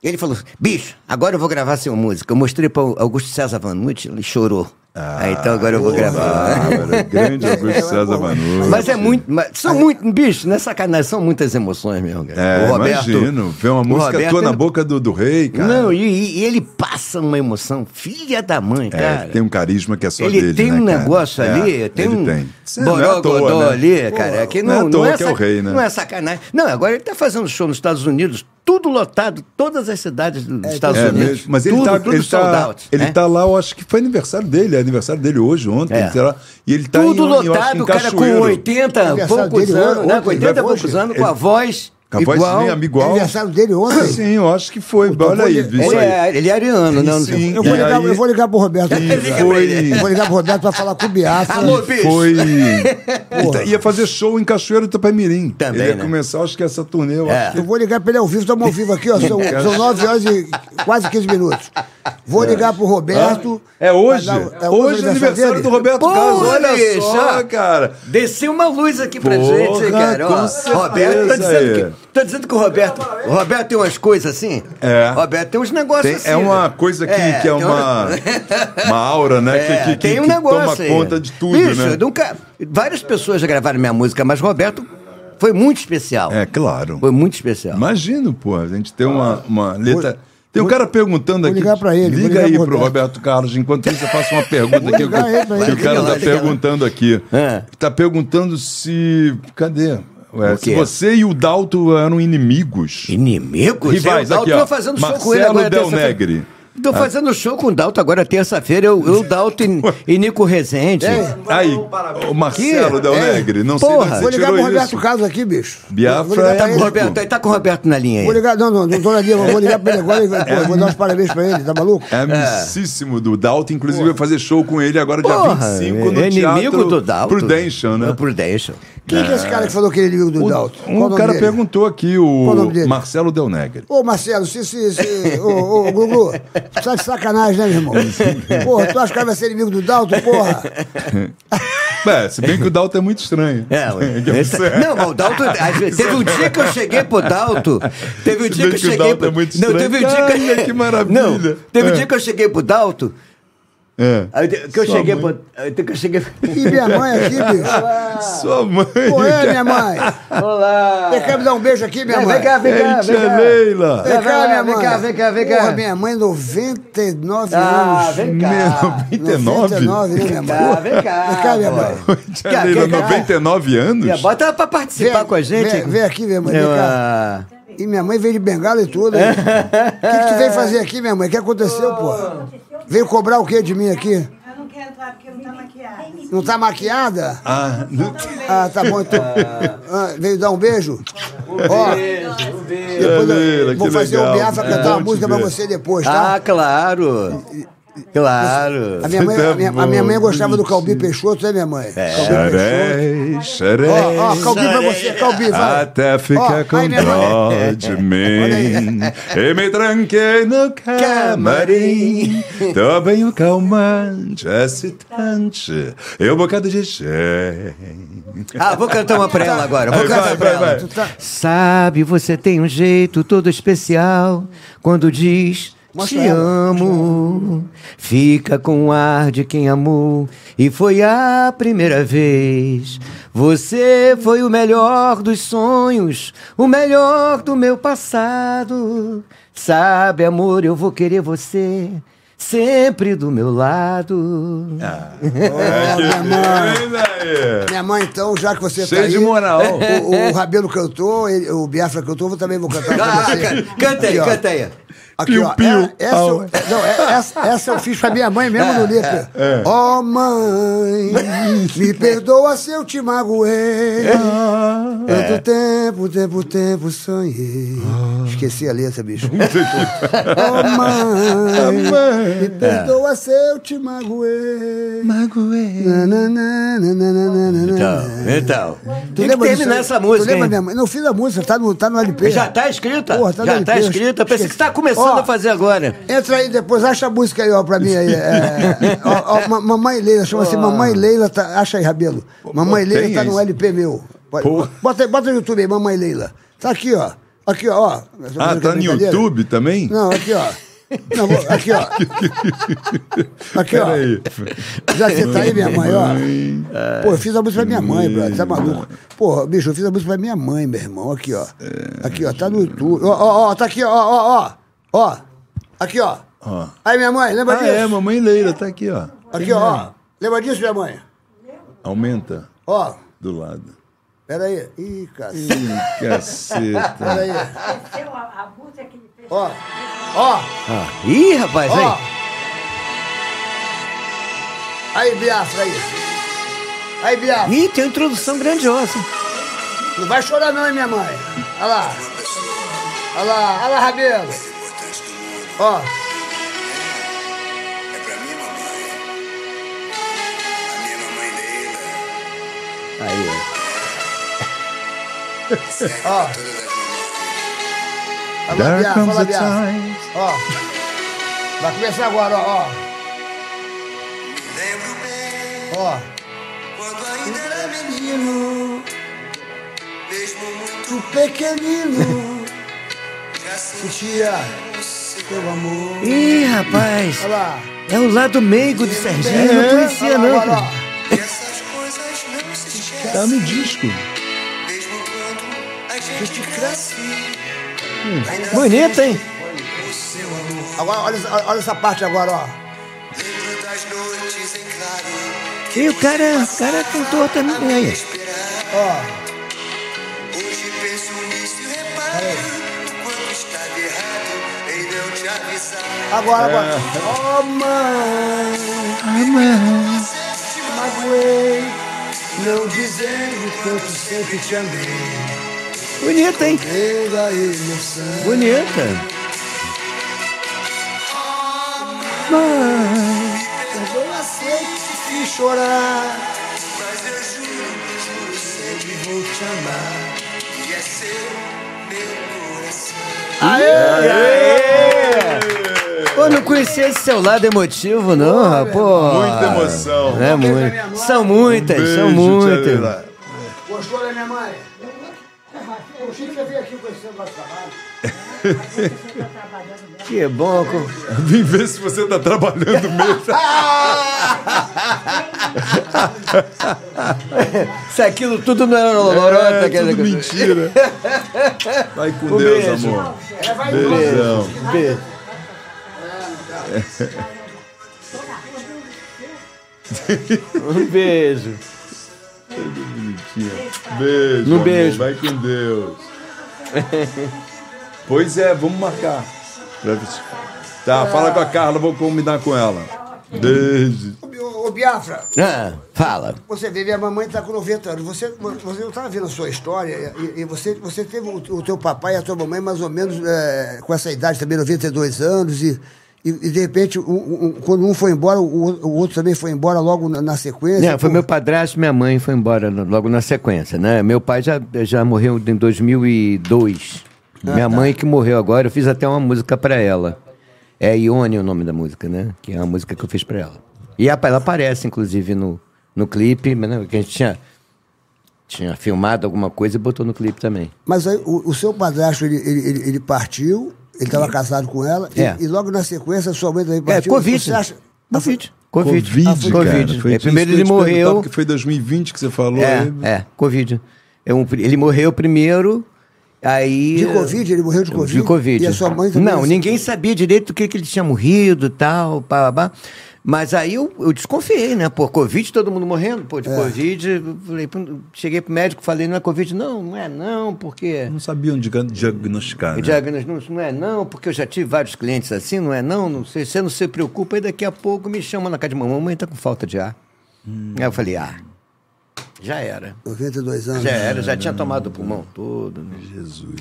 Speaker 6: ele falou, bicho, agora eu vou gravar sua música. Eu mostrei pra Augusto César Vanucci, ele chorou.
Speaker 2: Ah,
Speaker 6: aí, então agora eu vou gravar.
Speaker 2: Bárbara, grande Augusto César Manu.
Speaker 6: Mas é muito. mas são muito. Bicho, não é sacanagem, são muitas emoções mesmo. cara.
Speaker 2: É,
Speaker 6: O Roberto-
Speaker 2: imagino. Ver uma
Speaker 6: o
Speaker 2: música
Speaker 6: Roberto,
Speaker 2: tua na
Speaker 6: ele-
Speaker 2: boca do, do rei, cara.
Speaker 6: Não, e- e, e ele passa uma emoção, filha da mãe,
Speaker 2: É,
Speaker 6: cara.
Speaker 2: tem um carisma que é só
Speaker 6: ele
Speaker 2: dele,
Speaker 6: tem
Speaker 2: né,
Speaker 6: um
Speaker 2: cara?
Speaker 6: negócio
Speaker 2: É,
Speaker 6: ali, tem
Speaker 2: ele
Speaker 6: um
Speaker 2: tem. Isso não é à
Speaker 6: borogodó
Speaker 2: toa, né?
Speaker 6: ali, cara. Que
Speaker 2: não
Speaker 6: não,
Speaker 2: é à
Speaker 6: não
Speaker 2: toa
Speaker 6: é
Speaker 2: que é o
Speaker 6: sac-
Speaker 2: rei, né?
Speaker 6: Não é sacanagem. Não, agora ele tá fazendo show nos Estados Unidos, tudo lotado, todas as cidades dos Estados
Speaker 2: É,
Speaker 6: Unidos.
Speaker 2: mesmo. mas ele
Speaker 6: tudo,
Speaker 2: tá,
Speaker 6: tudo
Speaker 2: ele,
Speaker 6: sold
Speaker 2: tá,
Speaker 6: out.
Speaker 2: ele
Speaker 6: né?
Speaker 2: tá lá, eu acho que foi aniversário dele, é aniversário dele hoje, ontem,
Speaker 6: É.
Speaker 2: sei lá. E ele tá
Speaker 6: tudo
Speaker 2: em, eu acho que
Speaker 6: lotado,
Speaker 2: em
Speaker 6: o cara com
Speaker 2: Cachoeiro.
Speaker 6: 80 e
Speaker 4: Aniversário
Speaker 6: poucos
Speaker 4: dele
Speaker 6: anos, né?
Speaker 4: ontem,
Speaker 6: Com 80 e
Speaker 4: hoje.
Speaker 6: poucos anos, com a
Speaker 2: Ele-
Speaker 6: voz
Speaker 2: Com a voz
Speaker 6: igual.
Speaker 2: dele, igual.
Speaker 4: Aniversário dele ontem.
Speaker 2: Sim, eu acho que foi. Olha aí,
Speaker 4: olhar-
Speaker 2: isso
Speaker 6: Ele
Speaker 2: aí.
Speaker 6: é, ele é ariano, né? Não sei.
Speaker 2: Sim,
Speaker 4: Eu vou,
Speaker 2: e
Speaker 4: ligar,
Speaker 2: aí-
Speaker 4: eu vou ligar pro Roberto.
Speaker 2: E foi.
Speaker 4: Eu vou ligar pro Roberto pra falar com o Biafra.
Speaker 6: é Alô, bicho.
Speaker 2: Foi. Ele tá- ia fazer show em Cachoeiro do Itapemirim.
Speaker 6: Também,
Speaker 2: Ele ia
Speaker 6: né? É.
Speaker 2: começar, acho que essa turnê, eu acho.
Speaker 4: Eu vou ligar pra ele ao vivo, estamos ao vivo aqui, ó. São, são 9 horas e quase 15 minutos. Vou ligar pro Roberto.
Speaker 2: É hoje?
Speaker 4: Vai dar- é
Speaker 2: hoje é aniversário
Speaker 4: dele?
Speaker 2: do Roberto
Speaker 6: Porra,
Speaker 2: Carlos. Olha
Speaker 6: bicho,
Speaker 2: só,
Speaker 6: ó.
Speaker 2: cara.
Speaker 6: Desceu uma luz aqui pra
Speaker 2: Porra,
Speaker 6: gente, hein, cara. Ó,
Speaker 2: com certeza
Speaker 6: Roberto, tá
Speaker 2: aí.
Speaker 6: dizendo, que, tá dizendo que o Roberto. O Roberto tem umas coisas assim?
Speaker 2: É.
Speaker 6: Roberto tem uns negócios
Speaker 2: Tem-
Speaker 6: assim.
Speaker 2: é uma
Speaker 6: né?
Speaker 2: coisa que
Speaker 6: É,
Speaker 2: é, que é
Speaker 6: tem
Speaker 2: uma, uma aura, né?
Speaker 6: É,
Speaker 2: que, que-
Speaker 6: tem
Speaker 2: que-
Speaker 6: um
Speaker 2: que
Speaker 6: negócio
Speaker 2: toma
Speaker 6: aí.
Speaker 2: conta de tudo,
Speaker 6: Bicho,
Speaker 2: né?
Speaker 6: eu nunca. Várias pessoas já gravaram minha música, mas Roberto foi muito especial.
Speaker 2: É, claro.
Speaker 6: Foi muito especial.
Speaker 2: Imagino, pô, a gente tem uma, uma letra. tem um cara perguntando
Speaker 4: vou
Speaker 2: aqui.
Speaker 4: ligar pra ele, vou
Speaker 2: Liga
Speaker 4: ligar
Speaker 2: aí
Speaker 4: pro
Speaker 2: pro
Speaker 4: Roberto.
Speaker 2: Roberto Carlos, enquanto isso eu faço uma pergunta aqui.
Speaker 4: ligar ele pra
Speaker 2: Que,
Speaker 4: ele.
Speaker 2: que o cara
Speaker 6: Liga lá,
Speaker 2: tá
Speaker 6: liga lá.
Speaker 2: perguntando aqui.
Speaker 6: É.
Speaker 2: Tá perguntando se. Cadê? Ué,
Speaker 6: O
Speaker 2: se
Speaker 6: quê?
Speaker 2: você e o Dalto eram inimigos.
Speaker 6: Inimigos?
Speaker 2: Rivais,
Speaker 6: eu,
Speaker 2: aqui,
Speaker 6: eu
Speaker 2: ó.
Speaker 6: tô tá fazendo show com ele
Speaker 2: Marcelo
Speaker 6: agora. é
Speaker 2: Del
Speaker 6: terça-feira.
Speaker 2: Negri. Ah.
Speaker 6: Tô fazendo show com o Dalto agora, terça-feira. Eu, eu Dalto e, e Nico Rezende.
Speaker 2: É, Aí, o Marcelo Del Negre, não sei de onde
Speaker 6: Porra,
Speaker 2: você
Speaker 4: É, Vou ligar
Speaker 2: tirou
Speaker 4: pro Roberto
Speaker 2: isso.
Speaker 4: Carlos aqui, bicho.
Speaker 2: Biafra
Speaker 4: Vou ligar
Speaker 2: é
Speaker 4: pra
Speaker 6: Tá com, o
Speaker 4: ele.
Speaker 6: Roberto, tá com o Roberto na linha
Speaker 4: Vou
Speaker 6: aí.
Speaker 4: ligar, não, não, não tô na linha, vou ligar pra ele agora e vai- pô, vou dar uns parabéns pra ele, tá maluco?
Speaker 2: É amicíssimo do Dalton, inclusive vai fazer show com ele agora dia
Speaker 6: Porra,
Speaker 2: 25 no
Speaker 6: é inimigo
Speaker 2: teatro
Speaker 6: do Dalto.
Speaker 2: Prudential,
Speaker 6: É
Speaker 2: né?
Speaker 6: Prudential.
Speaker 4: Quem que é esse cara que falou que ele é inimigo do Dalton? Qual
Speaker 2: Um
Speaker 4: nome
Speaker 2: cara
Speaker 4: dele?
Speaker 2: perguntou aqui,
Speaker 4: Qual o
Speaker 2: o
Speaker 4: nome dele?
Speaker 2: Marcelo Del Negre.
Speaker 4: Ô, Marcelo, se, se, se, ô, ô, Gugu, tu tá de sacanagem, né, meu irmão? Porra, tu acha que o cara vai ser inimigo do Dalton, porra?
Speaker 2: É, se bem que o Dalton é muito estranho.
Speaker 6: É, ué.
Speaker 2: Que eu
Speaker 6: Esse-
Speaker 2: sei.
Speaker 6: não, mas o Dalto. às vezes- Teve um dia que eu cheguei pro Dalto. Teve um
Speaker 2: Se bem
Speaker 6: dia que eu
Speaker 2: que o
Speaker 6: cheguei
Speaker 2: Dalto
Speaker 6: pro.
Speaker 2: é muito
Speaker 6: não,
Speaker 2: estranho.
Speaker 6: teve um dia que.
Speaker 2: Olha que maravilha.
Speaker 6: Não, teve um
Speaker 2: É.
Speaker 6: dia que eu cheguei pro Dalto.
Speaker 2: É.
Speaker 6: aí te- Que eu
Speaker 2: Sua
Speaker 6: cheguei
Speaker 2: mãe.
Speaker 6: pro. aí te- Que eu cheguei.
Speaker 4: E minha mãe aqui, bicho?
Speaker 2: Sua mãe.
Speaker 4: Pô, é, minha mãe?
Speaker 6: Olá!
Speaker 4: Você quer me dar um beijo aqui, minha
Speaker 6: Vem,
Speaker 4: mãe?
Speaker 6: vem cá, vem
Speaker 2: Ei,
Speaker 6: cá, vem
Speaker 2: tia
Speaker 6: cá.
Speaker 2: é, Leila.
Speaker 4: Vem cá, minha
Speaker 6: vem
Speaker 4: mãe.
Speaker 6: cá, vem cá, vem cá.
Speaker 4: Porra, minha mãe, 99
Speaker 6: Ah,
Speaker 4: anos.
Speaker 6: vem cá.
Speaker 2: 99?
Speaker 4: 99, né, minha mãe?
Speaker 6: Cá, vem cá,
Speaker 4: Vem cá, minha
Speaker 6: pô.
Speaker 4: mãe.
Speaker 2: Tia
Speaker 6: Quer-
Speaker 2: é Leila,
Speaker 6: quer-
Speaker 2: 99 anos?
Speaker 6: É, bota ela pra participar com a gente.
Speaker 4: Vem, vem aqui, minha mãe. Vem
Speaker 6: Eu,
Speaker 4: cá.
Speaker 6: ah,
Speaker 4: E minha mãe veio de bengala e tudo. hein? O que, que tu veio fazer aqui, minha mãe? O que aconteceu, pô? Veio cobrar o quê de mim aqui?
Speaker 7: Eu não quero entrar porque não tá maquiada.
Speaker 4: Não tá maquiada?
Speaker 2: Ah, não-
Speaker 4: Ah, tá bom então. Ah, veio dar um beijo? Ó, depois
Speaker 2: É, Leila,
Speaker 4: eu
Speaker 2: que
Speaker 4: vou fazer
Speaker 2: legal.
Speaker 4: o Biafra
Speaker 2: É,
Speaker 4: cantar uma
Speaker 2: bom te
Speaker 4: música pra
Speaker 2: ver.
Speaker 4: você depois, tá?
Speaker 6: né? ah, claro. Claro.
Speaker 4: A minha, mãe, a, minha, a minha mãe gostava do Calbi Peixoto, né, minha
Speaker 6: É,
Speaker 4: mãe? Calbi Peixoto.
Speaker 2: Xarei, xarei.
Speaker 4: Ó, ó, Calbi pra você,
Speaker 6: Ah,
Speaker 4: Calbi, vai.
Speaker 2: Até ficar
Speaker 4: Ó, né,
Speaker 2: com
Speaker 4: vai, minha
Speaker 2: dó
Speaker 4: mãe.
Speaker 2: de mim E me tranquei no camarim Tomei um calmante é excitante E um bocado de gente
Speaker 6: Ah, vou cantar uma pra ela agora. Vou
Speaker 2: Aí,
Speaker 6: cantar
Speaker 2: vai,
Speaker 6: pra
Speaker 2: vai,
Speaker 6: ela.
Speaker 2: vai.
Speaker 4: Tu tá-
Speaker 6: Sabe, você tem um jeito todo especial quando diz
Speaker 4: Mostra
Speaker 6: te
Speaker 4: ela,
Speaker 6: amo. Fica com o ar de quem amou e foi a primeira vez. Você foi o melhor dos sonhos, o melhor do meu passado. Sabe, amor, eu vou querer você sempre do meu lado.
Speaker 2: É
Speaker 4: Minha mãe, então, já que você
Speaker 2: Cheio
Speaker 4: tá aí,
Speaker 2: de moral.
Speaker 4: O, o Rabelo cantou, ele- o Biafra cantou, eu também vou cantar pra
Speaker 6: Ah,
Speaker 4: você.
Speaker 6: can- canta
Speaker 4: Aqui,
Speaker 6: aí,
Speaker 4: ó.
Speaker 6: canta aí.
Speaker 4: Aqui,
Speaker 2: Piu,
Speaker 4: ó.
Speaker 2: piu.
Speaker 4: é- Essa, eu,
Speaker 2: Au.
Speaker 4: é- não, é- essa, essa eu fiz pra minha mãe mesmo
Speaker 6: É,
Speaker 4: no letra. Ó mãe, me perdoa se eu te
Speaker 6: É.
Speaker 4: magoei. Tanto tempo, tempo, tempo sonhei.
Speaker 6: Ah.
Speaker 4: Esqueci a letra, bicho.
Speaker 6: é tá.
Speaker 4: Ó mãe, me perdoa se eu te magoei. Magoei.
Speaker 6: Então, então. Tem que
Speaker 4: lembra
Speaker 6: terminar
Speaker 4: disso?
Speaker 6: essa
Speaker 4: Tu
Speaker 6: música.
Speaker 4: lembra
Speaker 6: hein?
Speaker 4: minha mãe? Não fiz a música, tá no, tá no LP.
Speaker 6: Já tá escrita?
Speaker 4: Porra, tá
Speaker 6: Já
Speaker 4: dando
Speaker 6: tá
Speaker 4: peixe.
Speaker 6: escrita. Eu pensei que você tá começando
Speaker 4: Ó.
Speaker 6: a fazer agora.
Speaker 4: Entra aí depois, acha a música aí, ó, pra mim aí. É, ó, ó, Ma- Mamãe Leila, chama-se Mamãe Leila, tá, acha aí, Rabelo. Mamãe
Speaker 2: Pô,
Speaker 4: Leila
Speaker 2: tem
Speaker 4: tá no
Speaker 2: esse?
Speaker 4: LP meu. Pode-
Speaker 2: Porra.
Speaker 4: Bota, aí- bota no YouTube aí, Mamãe Leila. Tá aqui, ó. Aqui, ó. ó. Essa
Speaker 2: Ah,
Speaker 4: música é
Speaker 2: tá no
Speaker 4: brincadeira.
Speaker 2: YouTube também?
Speaker 4: Não, aqui, ó. Não, vou- aqui, ó. Aqui, ó.
Speaker 2: Peraí. Ah,
Speaker 4: Já que você tá aí, minha mãe, ó. Pô, eu fiz a música pra minha mãe, brother. Tá maluco?
Speaker 2: Hum.
Speaker 4: Pô, bicho, eu fiz a música pra minha mãe, meu irmão. Aqui, ó.
Speaker 2: É,
Speaker 4: Aqui, ó. Tá no YouTube. Ó, ó, ó. Tá aqui, ó, ó, ó. Ó. Aqui, ó.
Speaker 2: Ó.
Speaker 4: Aí, minha mãe, lembra
Speaker 2: Ah,
Speaker 4: disso?
Speaker 2: é, mamãe Leila, tá aqui, ó.
Speaker 4: Aqui, ó, ó. Lembra disso, minha mãe?
Speaker 2: Aumenta
Speaker 4: Ó.
Speaker 2: do lado.
Speaker 4: Pera aí. Ih, cacete.
Speaker 2: Ih, Caceta.
Speaker 4: Pera aí.
Speaker 7: Desceu a, a blusa que ele fez.
Speaker 4: Ó. Ó.
Speaker 6: Ih, rapaz,
Speaker 4: Ó.
Speaker 6: aí.
Speaker 4: Aí, Biafra, aí. Aí, Biafra.
Speaker 6: Ih, tem uma introdução grandiosa. é
Speaker 4: Não vai chorar não, hein, minha mãe. Olha lá. Olha lá, olha lá, Rabelo. Ó,
Speaker 8: É pra minha mamãe. A minha mamãe Leila.
Speaker 6: Aí, ó.
Speaker 4: ó,
Speaker 8: Todas
Speaker 4: olha lá,
Speaker 2: There
Speaker 8: as mamães.
Speaker 4: Biafra, olha
Speaker 2: comes
Speaker 4: lá,
Speaker 2: a
Speaker 4: Biafra.
Speaker 2: time.
Speaker 4: Ó. Vai começar agora, ó,
Speaker 8: Lembro bem
Speaker 4: ó. ó.
Speaker 8: quando ainda era menino. Mesmo muito
Speaker 4: Tu pequenino
Speaker 8: já senti
Speaker 4: sentia teu amor.
Speaker 6: Ih, rapaz.
Speaker 4: Olha lá.
Speaker 6: É o lado meigo de Serginho. Eu tô
Speaker 4: Olha lá,
Speaker 6: ensinando.
Speaker 4: agora, ó.
Speaker 8: que essas coisas não se esquecem.
Speaker 2: Tá no disco.
Speaker 8: Mesmo quando a gente cresce. Ainda
Speaker 6: Bonito, hein?
Speaker 8: sente o seu amor.
Speaker 4: Agora, olha, essa- olha essa parte agora, ó.
Speaker 8: Lembro das noites em claro.
Speaker 6: E o cara, o cara é cantor também. Aí.
Speaker 8: Esperar.
Speaker 4: Ó,
Speaker 8: Hoje penso nisso e reparo. O quanto estava errado em não te avisar.
Speaker 4: Agora,
Speaker 6: É.
Speaker 4: agora. Oh, mãe. Magoei. Não dizendo quanto sempre te amei.
Speaker 6: Bonita, hein?
Speaker 4: Toda a emoção.
Speaker 6: Bonita.
Speaker 4: Oh, Eu aceito te fiz chorar.
Speaker 8: Mas eu juro por você
Speaker 4: e Vou te amar.
Speaker 8: que é seu, meu coração.
Speaker 6: Pô, não conhecia esse seu lado emotivo, não, pô.
Speaker 2: Muita emoção.
Speaker 6: É muito. São muitas,
Speaker 2: Um
Speaker 6: são
Speaker 2: é
Speaker 6: muitas.
Speaker 2: Beijo,
Speaker 4: Gostou da minha mãe? O Chico já veio aqui conhecer o nosso trabalho.
Speaker 6: Que bom. co-
Speaker 2: tia Leila. Vim ver se você tá trabalhando mesmo.
Speaker 6: Se aquilo tudo não era lorota,
Speaker 2: é,
Speaker 6: aquela
Speaker 2: tudo
Speaker 6: coisa.
Speaker 2: mentira. Vai com
Speaker 6: Um
Speaker 2: Deus,
Speaker 6: beijo. Um
Speaker 2: amor. Beijão.
Speaker 6: Beijo. Um beijo.
Speaker 2: Beijo.
Speaker 6: Um
Speaker 2: amor.
Speaker 6: beijo.
Speaker 2: Vai com Deus. pois é, vamos marcar. Tá, fala com a Carla, vou combinar com ela. Beijo.
Speaker 4: Ô, Bi- Ô, Biafra,
Speaker 6: Ah, fala.
Speaker 4: você vê, minha mamãe tá com 90 anos. Você, você eu tava vendo a sua história e, e você, você teve o, o teu papai e a tua mamãe mais ou menos é, com essa idade também, 92 anos e... E, e, de repente, um- um- um- quando um foi embora, o, o outro também foi embora logo na, na sequência.
Speaker 6: Não, É, foi
Speaker 4: Pô,
Speaker 6: meu padrasto, minha mãe foi embora no- logo na sequência, né? Meu pai já, já morreu em 2002.
Speaker 2: Ah,
Speaker 6: minha
Speaker 2: tá.
Speaker 6: mãe que morreu agora, eu fiz até uma música pra ela. É Ione o nome da música, né? Que é uma música que eu fiz pra ela. E a- ela aparece, inclusive, no, no clipe, né? que a gente tinha, tinha filmado alguma coisa e botou no clipe também.
Speaker 4: Mas aí, o, o seu padrasto, ele, ele, ele- ele partiu, ele estava casado com ela, e-
Speaker 6: É.
Speaker 4: e, logo na sequência, sua mãe também
Speaker 6: É,
Speaker 4: partiu.
Speaker 6: Covid.
Speaker 4: Você acha-
Speaker 6: Covid.
Speaker 2: Covid,
Speaker 6: Ah, foi-
Speaker 2: cara.
Speaker 6: Covid.
Speaker 2: Foi
Speaker 6: É,
Speaker 2: disso
Speaker 6: primeiro
Speaker 2: que eu
Speaker 6: ele
Speaker 2: te perguntar,
Speaker 6: morreu.
Speaker 2: Porque foi 2020 que você falou. aí.
Speaker 6: É, é, Covid. É um- ele morreu primeiro, aí.
Speaker 4: De Covid? Ele morreu de Covid?
Speaker 6: De Covid.
Speaker 4: E a sua mãe também?
Speaker 6: Não, ninguém sabia direito do que, que ele tinha morrido e tal, pá, pá, pá. Mas aí eu, eu desconfiei, né? Pô, Covid, todo mundo morrendo, pô,
Speaker 4: É.
Speaker 6: de Covid. eu Falei, pô, cheguei pro médico, falei, não é Covid? Não, não é não, porque...
Speaker 2: Não sabiam diga- diagnosticar,
Speaker 6: O
Speaker 2: né?
Speaker 6: diagnóstico não, não é não, porque eu já tive vários clientes assim, não é não, não sei, você não se preocupa, e daqui a pouco me chama na casa de mamãe, mamãe tá com falta de ar.
Speaker 4: Hum.
Speaker 6: Aí eu falei, ah, já era.
Speaker 4: 92 anos.
Speaker 6: Já era, já tinha tomado o pulmão todo. Né? Jesus.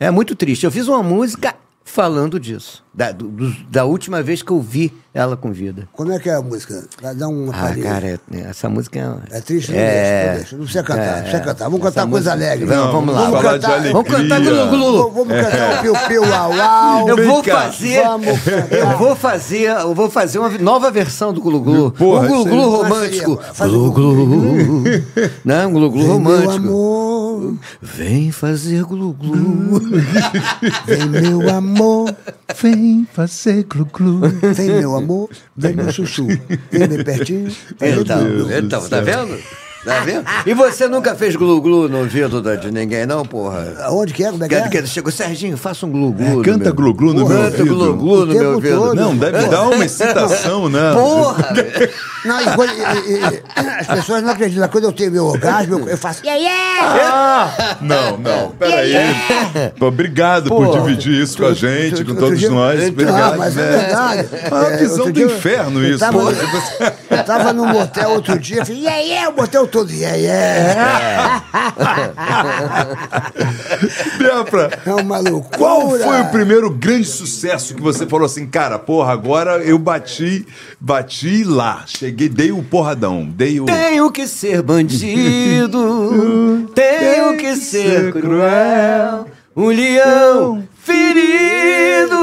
Speaker 6: É muito triste. Eu fiz uma música falando disso. Da, do- do- da última vez que eu vi ela com vida.
Speaker 4: Como é que é a música? um Dá- Dá uma
Speaker 6: Ah,
Speaker 4: palhinha.
Speaker 6: cara, é- é- essa música é.
Speaker 4: É triste, não deixa, não deixa. Não precisa cantar, não precisa cantar. Vamos
Speaker 6: Essa
Speaker 4: cantar coisa alegre.
Speaker 6: Não, vamos lá.
Speaker 4: Vamos
Speaker 2: falar
Speaker 4: cantar-
Speaker 2: de
Speaker 6: Vamos cantar
Speaker 2: alegria.
Speaker 6: Glu Glu.
Speaker 4: Vamos, vamos cantar o Piu Piu Uau Uau.
Speaker 6: Eu vou
Speaker 2: Vem cá.
Speaker 6: fazer.
Speaker 4: Vamos cantar.
Speaker 6: Eu vou fazer, eu vou fazer uma nova versão do Glu Glu.
Speaker 2: Porra,
Speaker 6: um Glu
Speaker 2: isso
Speaker 6: Glu
Speaker 2: aí.
Speaker 6: romântico.
Speaker 4: Faz aí,
Speaker 6: Glu Glu. Não, um Glu Glu
Speaker 4: Meu
Speaker 6: romântico.
Speaker 4: amor,
Speaker 6: Vem fazer Glu Glu.
Speaker 4: vem meu amor,
Speaker 2: Vem fazer glu-glu.
Speaker 4: vem meu amor, vem meu chuchu, vem bem pertinho.
Speaker 6: Então, então tá vendo? Tá vendo? E você nunca fez glu-glu no ouvido da- de ninguém, não, porra?
Speaker 4: Aonde que é? Como é que
Speaker 6: Quer,
Speaker 4: é?
Speaker 6: quer, chegou, Serginho, faça um glu-glu.
Speaker 2: É, canta
Speaker 6: no meu-
Speaker 2: glu-glu no meu
Speaker 6: Canta
Speaker 2: ouvido.
Speaker 6: glu-glu no
Speaker 4: O
Speaker 6: meu
Speaker 4: tempo
Speaker 6: ouvido.
Speaker 4: todo.
Speaker 2: Não, deve dar uma excitação, né?
Speaker 6: Porra! velho.
Speaker 4: Não, e quando- e- e- e- as pessoas não acreditam. Quando eu tenho meu orgasmo, eu- eu faço.
Speaker 2: Não, não, peraí. Pô, Obrigado por
Speaker 6: Porra.
Speaker 2: dividir isso com a gente, com
Speaker 4: Outro
Speaker 2: todos
Speaker 4: dia-
Speaker 2: nós.
Speaker 4: Ah,
Speaker 2: Obrigado,
Speaker 4: mas é
Speaker 2: né?
Speaker 4: verdade.
Speaker 2: Uma
Speaker 4: É,
Speaker 2: visão
Speaker 4: outro
Speaker 2: do
Speaker 4: dia eu-
Speaker 2: inferno
Speaker 4: eu
Speaker 2: isso,
Speaker 4: tava-
Speaker 2: pô.
Speaker 4: Eu tava num motel outro dia, falei, yeah, yeah, o motel todo, "É, yeah, yeah.
Speaker 2: Biafra,
Speaker 4: É uma loucura.
Speaker 2: qual foi o primeiro grande sucesso que você falou assim, cara, porra, agora eu bati, bati lá. Cheguei, dei o porradão, dei o...
Speaker 6: Tenho que ser bandido, tenho que ser cruel. Um leão ferido,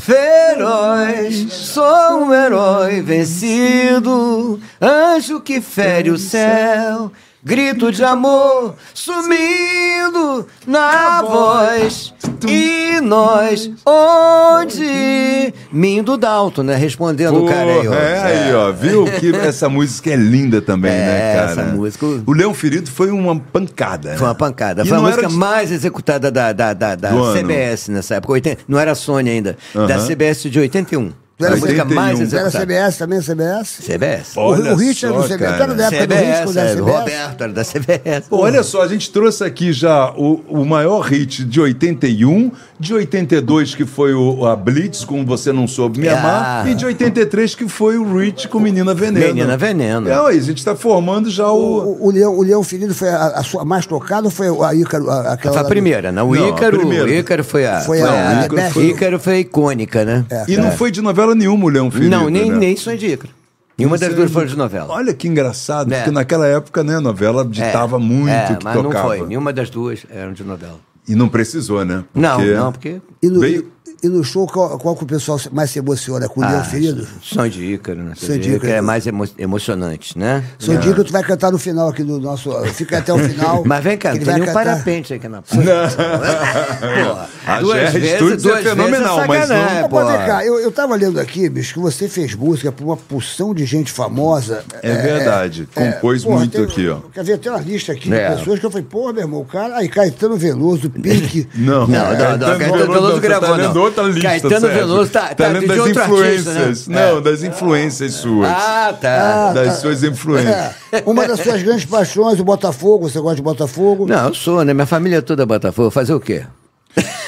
Speaker 6: feroz. Sou um herói vencido, anjo que fere o céu. Grito de amor sumindo na voz. E nós, onde? Mindo Dalton, né? Respondendo o
Speaker 2: Porra,
Speaker 6: cara aí. ó.
Speaker 2: é aí, ó. Viu que essa música é linda também,
Speaker 6: É,
Speaker 2: né, cara?
Speaker 6: essa música-
Speaker 2: O Leão Ferido foi uma pancada.
Speaker 6: Foi uma
Speaker 2: né?
Speaker 6: pancada.
Speaker 2: E
Speaker 6: Foi a
Speaker 2: não era
Speaker 6: música
Speaker 2: de-
Speaker 6: mais executada da, da, da, da
Speaker 2: Do ano.
Speaker 6: CBS nessa época. 80 Não era Sony ainda. Da
Speaker 2: Aham.
Speaker 6: CBS de 81.
Speaker 4: Tu era,
Speaker 2: Aí
Speaker 4: C-
Speaker 6: música
Speaker 4: tu
Speaker 2: 81.
Speaker 6: mais
Speaker 4: era
Speaker 6: executada.
Speaker 4: CBS também, CBS?
Speaker 6: CBS.
Speaker 4: O-
Speaker 2: Olha
Speaker 4: o Richard
Speaker 2: só,
Speaker 4: do CBS. Tu
Speaker 2: cara.
Speaker 4: era da época do Richard
Speaker 2: é,
Speaker 6: CBS,
Speaker 4: da
Speaker 6: era do
Speaker 4: CBS?
Speaker 6: Roberto, era da CBS.
Speaker 2: Pô, olha só, a gente trouxe aqui já o, o maior hit de 81, de 82, que foi o, a Blitz, com Você Não Soube Me
Speaker 6: Ah.
Speaker 2: Amar, e de 83, que foi o Rich com Menina Veneno.
Speaker 6: Menina Veneno.
Speaker 2: É, aí, a gente tá formando já o...
Speaker 4: O, o Leão, o Leão Ferido foi a, a sua mais tocada ou foi a Ícaro? A, aquela
Speaker 6: Foi a
Speaker 4: lá do-
Speaker 6: primeira, né? O
Speaker 2: Não, é a
Speaker 6: Ícaro,
Speaker 2: primeira.
Speaker 6: o Ícaro foi a.
Speaker 4: Foi a-
Speaker 2: a
Speaker 6: Ícaro,
Speaker 2: Beth.
Speaker 6: foi... Ícaro foi icônica, né?
Speaker 2: e não foi de novela nenhuma o Leão Felipe,
Speaker 6: não, nem,
Speaker 2: É. né? é
Speaker 6: nem sonho de Ícaro. Nenhuma das duas foi de novela.
Speaker 2: Olha que engraçado,
Speaker 6: É.
Speaker 2: porque naquela época, né, a novela
Speaker 6: É,
Speaker 2: ditava muito
Speaker 6: é,
Speaker 2: que
Speaker 6: mas
Speaker 2: tocava.
Speaker 6: não foi. Nenhuma das duas eram de novela.
Speaker 2: E não precisou, né?
Speaker 6: Não,
Speaker 2: Porque-
Speaker 6: não, porque.
Speaker 4: E no,
Speaker 2: Veio-
Speaker 4: e no show, qual, qual que o pessoal se- mais se emociona? Com o
Speaker 6: Ah,
Speaker 4: Leão Ferido?
Speaker 6: Sonho de Ícaro, né? Sonho
Speaker 4: Sonho
Speaker 6: de
Speaker 4: de
Speaker 6: Ícaro é
Speaker 4: Ícaro.
Speaker 6: mais emo- emocionante, né?
Speaker 4: Seu dia que tu vai cantar no final aqui do nosso. Fica até o final.
Speaker 6: Mas vem cá,
Speaker 4: que
Speaker 6: não
Speaker 4: ele
Speaker 6: tem
Speaker 4: vai
Speaker 6: nenhum
Speaker 4: cantar.
Speaker 6: parapente aqui na parte.
Speaker 2: A
Speaker 6: Porra, É, duas
Speaker 2: GR
Speaker 6: vezes,
Speaker 2: Studios é
Speaker 6: duas vezes
Speaker 2: fenomenal, mas não-
Speaker 6: sacanagem,
Speaker 4: Mas, pô,
Speaker 6: porra.
Speaker 4: vem cá, eu, eu tava lendo aqui, bicho, que você fez música pra uma porção de gente famosa.
Speaker 2: É verdade, compôs
Speaker 4: porra,
Speaker 2: muito
Speaker 4: tem- um-
Speaker 2: aqui, ó.
Speaker 4: Quer ver, tem uma lista aqui
Speaker 6: É.
Speaker 4: de pessoas que eu falei, pô, meu irmão, o cara. Aí, Caetano Veloso, Pique.
Speaker 2: Não,
Speaker 6: Não, não, não, Caetano Veloso
Speaker 2: você
Speaker 6: gravou,
Speaker 2: tá
Speaker 6: não.
Speaker 2: lendo outra lista,
Speaker 6: Caetano
Speaker 2: Sérgio.
Speaker 6: Veloso tá- tá
Speaker 2: lendo
Speaker 6: de
Speaker 2: das
Speaker 6: outro artista,
Speaker 2: influências.
Speaker 6: né?
Speaker 2: Não, das influências suas.
Speaker 6: Ah, tá.
Speaker 2: das suas influências.
Speaker 4: É, uma das suas grandes paixões, o Botafogo. Você gosta de Botafogo?
Speaker 6: Não, eu sou, né? Minha família é toda Botafogo. Fazer o quê?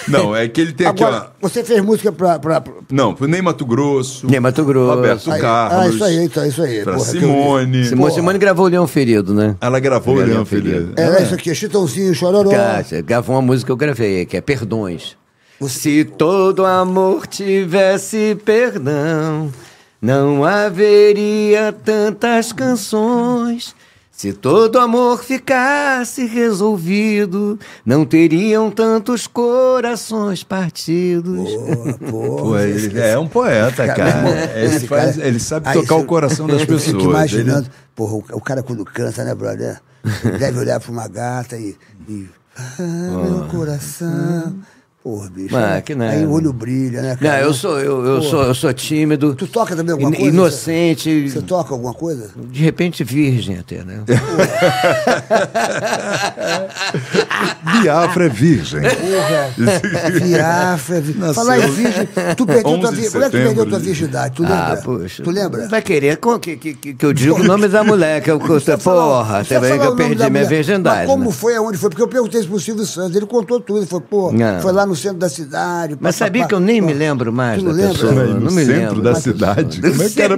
Speaker 2: Não, é que ele tem aqui,
Speaker 4: Agora,
Speaker 2: ó.
Speaker 4: você fez música pra. pra, pra-
Speaker 2: Não, pro Ney Mato Grosso.
Speaker 6: Ney Mato Grosso.
Speaker 2: Roberto
Speaker 4: Aí,
Speaker 2: Carlos.
Speaker 4: ah, isso aí, então, isso aí,
Speaker 2: Pra
Speaker 4: porra, que eu vi.
Speaker 2: Simone.
Speaker 6: Simone, Simone gravou o Leão Ferido, né? É,
Speaker 2: Ela gravou o
Speaker 6: Leão
Speaker 2: Leão
Speaker 6: Felipe.
Speaker 2: Felipe.
Speaker 4: Era é, isso aqui, Chitãozinho, Chororó.
Speaker 6: Cássia, Tá, gravou uma música que eu gravei, que é Perdões. Se todo amor tivesse perdão, não haveria tantas canções. Se todo amor ficasse resolvido, não teriam tantos corações partidos.
Speaker 2: Pô, ele é um poeta, cara. Ele,
Speaker 4: Esse
Speaker 2: faz-
Speaker 4: cara-
Speaker 2: ele sabe
Speaker 4: Aí
Speaker 2: tocar
Speaker 4: você-
Speaker 2: o coração das
Speaker 4: eu
Speaker 2: pessoas. né?
Speaker 4: Fico
Speaker 2: Ele-
Speaker 4: imaginando, porra, o, o cara quando canta, né, brother? Deve olhar pra uma gata e. e ah, meu coração. Porra, bicho.
Speaker 6: Mas
Speaker 4: né?
Speaker 6: que
Speaker 2: é,
Speaker 6: nada.
Speaker 4: Aí o olho brilha, né,
Speaker 6: Não,
Speaker 4: cara?
Speaker 6: eu sou, eu, eu sou, eu sou tímido.
Speaker 4: Tu toca também alguma
Speaker 6: in-
Speaker 4: coisa?
Speaker 6: Inocente.
Speaker 4: Você toca alguma coisa?
Speaker 6: De repente virgem até, né?
Speaker 4: É.
Speaker 2: Biafra é virgem.
Speaker 4: Porra. Viafra. Vi...
Speaker 2: Nasceu-
Speaker 4: Falar em virgem. Tu perdeu
Speaker 2: 11
Speaker 4: tua
Speaker 2: de
Speaker 4: virgindade. Como é que tu
Speaker 2: setembro
Speaker 4: perdeu tua
Speaker 2: de-
Speaker 4: virgindade? Tu lembra?
Speaker 6: Ah, poxa.
Speaker 4: Tu lembra?
Speaker 6: Vai querer co- que, que, que que eu diga o nome da mulher, que eu custa. Porma,
Speaker 4: Precisa
Speaker 6: até bem
Speaker 4: falar o
Speaker 6: que eu
Speaker 4: nome
Speaker 6: perdi
Speaker 4: da
Speaker 6: minha
Speaker 4: mulher.
Speaker 6: virgindade.
Speaker 4: Mas como
Speaker 6: né?
Speaker 4: foi, aonde foi? Porque eu perguntei isso pro Silvio Santos, ele contou tudo. Ele falou, pô,
Speaker 6: Não.
Speaker 4: foi lá no centro da cidade. pá,
Speaker 6: Mas
Speaker 4: pá,
Speaker 6: sabia
Speaker 4: pá.
Speaker 6: que eu nem
Speaker 4: Pô,
Speaker 6: me lembro mais
Speaker 4: tu
Speaker 6: da
Speaker 4: não lembra?
Speaker 6: pessoa.
Speaker 2: Peraí,
Speaker 6: não
Speaker 2: então, no
Speaker 6: me
Speaker 2: centro
Speaker 6: lembro.
Speaker 2: da
Speaker 6: Mas-
Speaker 2: cidade?
Speaker 6: No
Speaker 2: Como é que era
Speaker 6: centro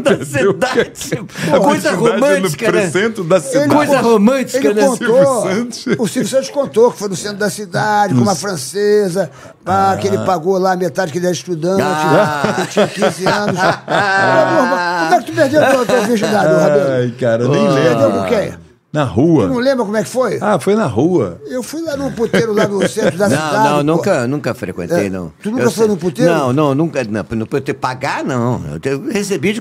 Speaker 6: da
Speaker 2: perdeu?
Speaker 6: cidade.
Speaker 2: A
Speaker 6: Coisa
Speaker 2: virgindade
Speaker 6: romântica,
Speaker 2: no
Speaker 6: né?
Speaker 2: centro da
Speaker 4: Ele
Speaker 2: cidade.
Speaker 6: Coisa
Speaker 4: contou-
Speaker 6: romântica,
Speaker 4: ele
Speaker 6: né,
Speaker 4: contou,
Speaker 2: Silvio Santos?
Speaker 4: O Silvio Santos contou que foi no centro da cidade,
Speaker 6: Hum.
Speaker 4: com uma francesa, pá, que ele pagou lá a metade que ele era estudante,
Speaker 6: Ah.
Speaker 4: que tinha 15 anos. Meu irmão, mas Como é que tu perdeu a tua, tua virgindade, ô,
Speaker 2: Ai,
Speaker 4: Rabelo?
Speaker 2: cara, nem
Speaker 4: Tu Perdeu
Speaker 2: lembro.
Speaker 4: com quem?
Speaker 2: Na
Speaker 4: Não
Speaker 2: rua.
Speaker 4: lembra como é que foi?
Speaker 2: Ah, foi na rua.
Speaker 4: Eu fui lá no puteiro, lá no centro da cidade.
Speaker 6: Não, não,
Speaker 4: pô.
Speaker 6: nunca, nunca frequentei,
Speaker 4: É,
Speaker 6: não.
Speaker 4: tu nunca
Speaker 6: Eu
Speaker 4: foi
Speaker 6: sei-
Speaker 4: no puteiro?
Speaker 6: Não, não, nunca. Não, no puteiro pagar, não. Eu te- Eu recebi de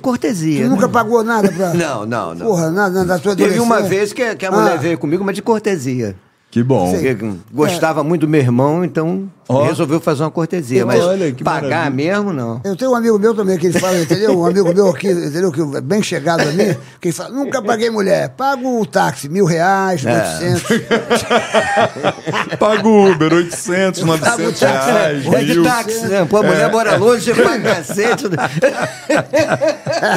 Speaker 4: Tu
Speaker 6: cortesia. né?
Speaker 4: nunca pagou nada pra.
Speaker 6: Não, não, não.
Speaker 4: Porra, nada da tua
Speaker 6: Teve uma
Speaker 4: adolescência?
Speaker 6: vez que, que a mulher
Speaker 4: Ah.
Speaker 6: veio comigo, mas de cortesia.
Speaker 2: Que bom.
Speaker 6: Porque
Speaker 4: É.
Speaker 6: gostava muito do meu irmão, então
Speaker 2: Ó.
Speaker 6: resolveu fazer uma cortesia.
Speaker 4: Então,
Speaker 2: Ó,
Speaker 6: Mas
Speaker 2: olha, que maravilha.
Speaker 6: pagar mesmo, não.
Speaker 4: Eu tenho um amigo meu também que ele fala, entendeu? Um amigo meu aqui, entendeu? Que é bem chegado a mim, que ele fala: nunca paguei mulher, pago o táxi, mil reais,
Speaker 6: É,
Speaker 4: oitocentos.
Speaker 2: Paga o Uber, 800,
Speaker 4: Tá
Speaker 2: 900 reais,
Speaker 6: É de
Speaker 2: mil.
Speaker 6: táxi, né? Pô, a mulher mora longe, paga cacete. né?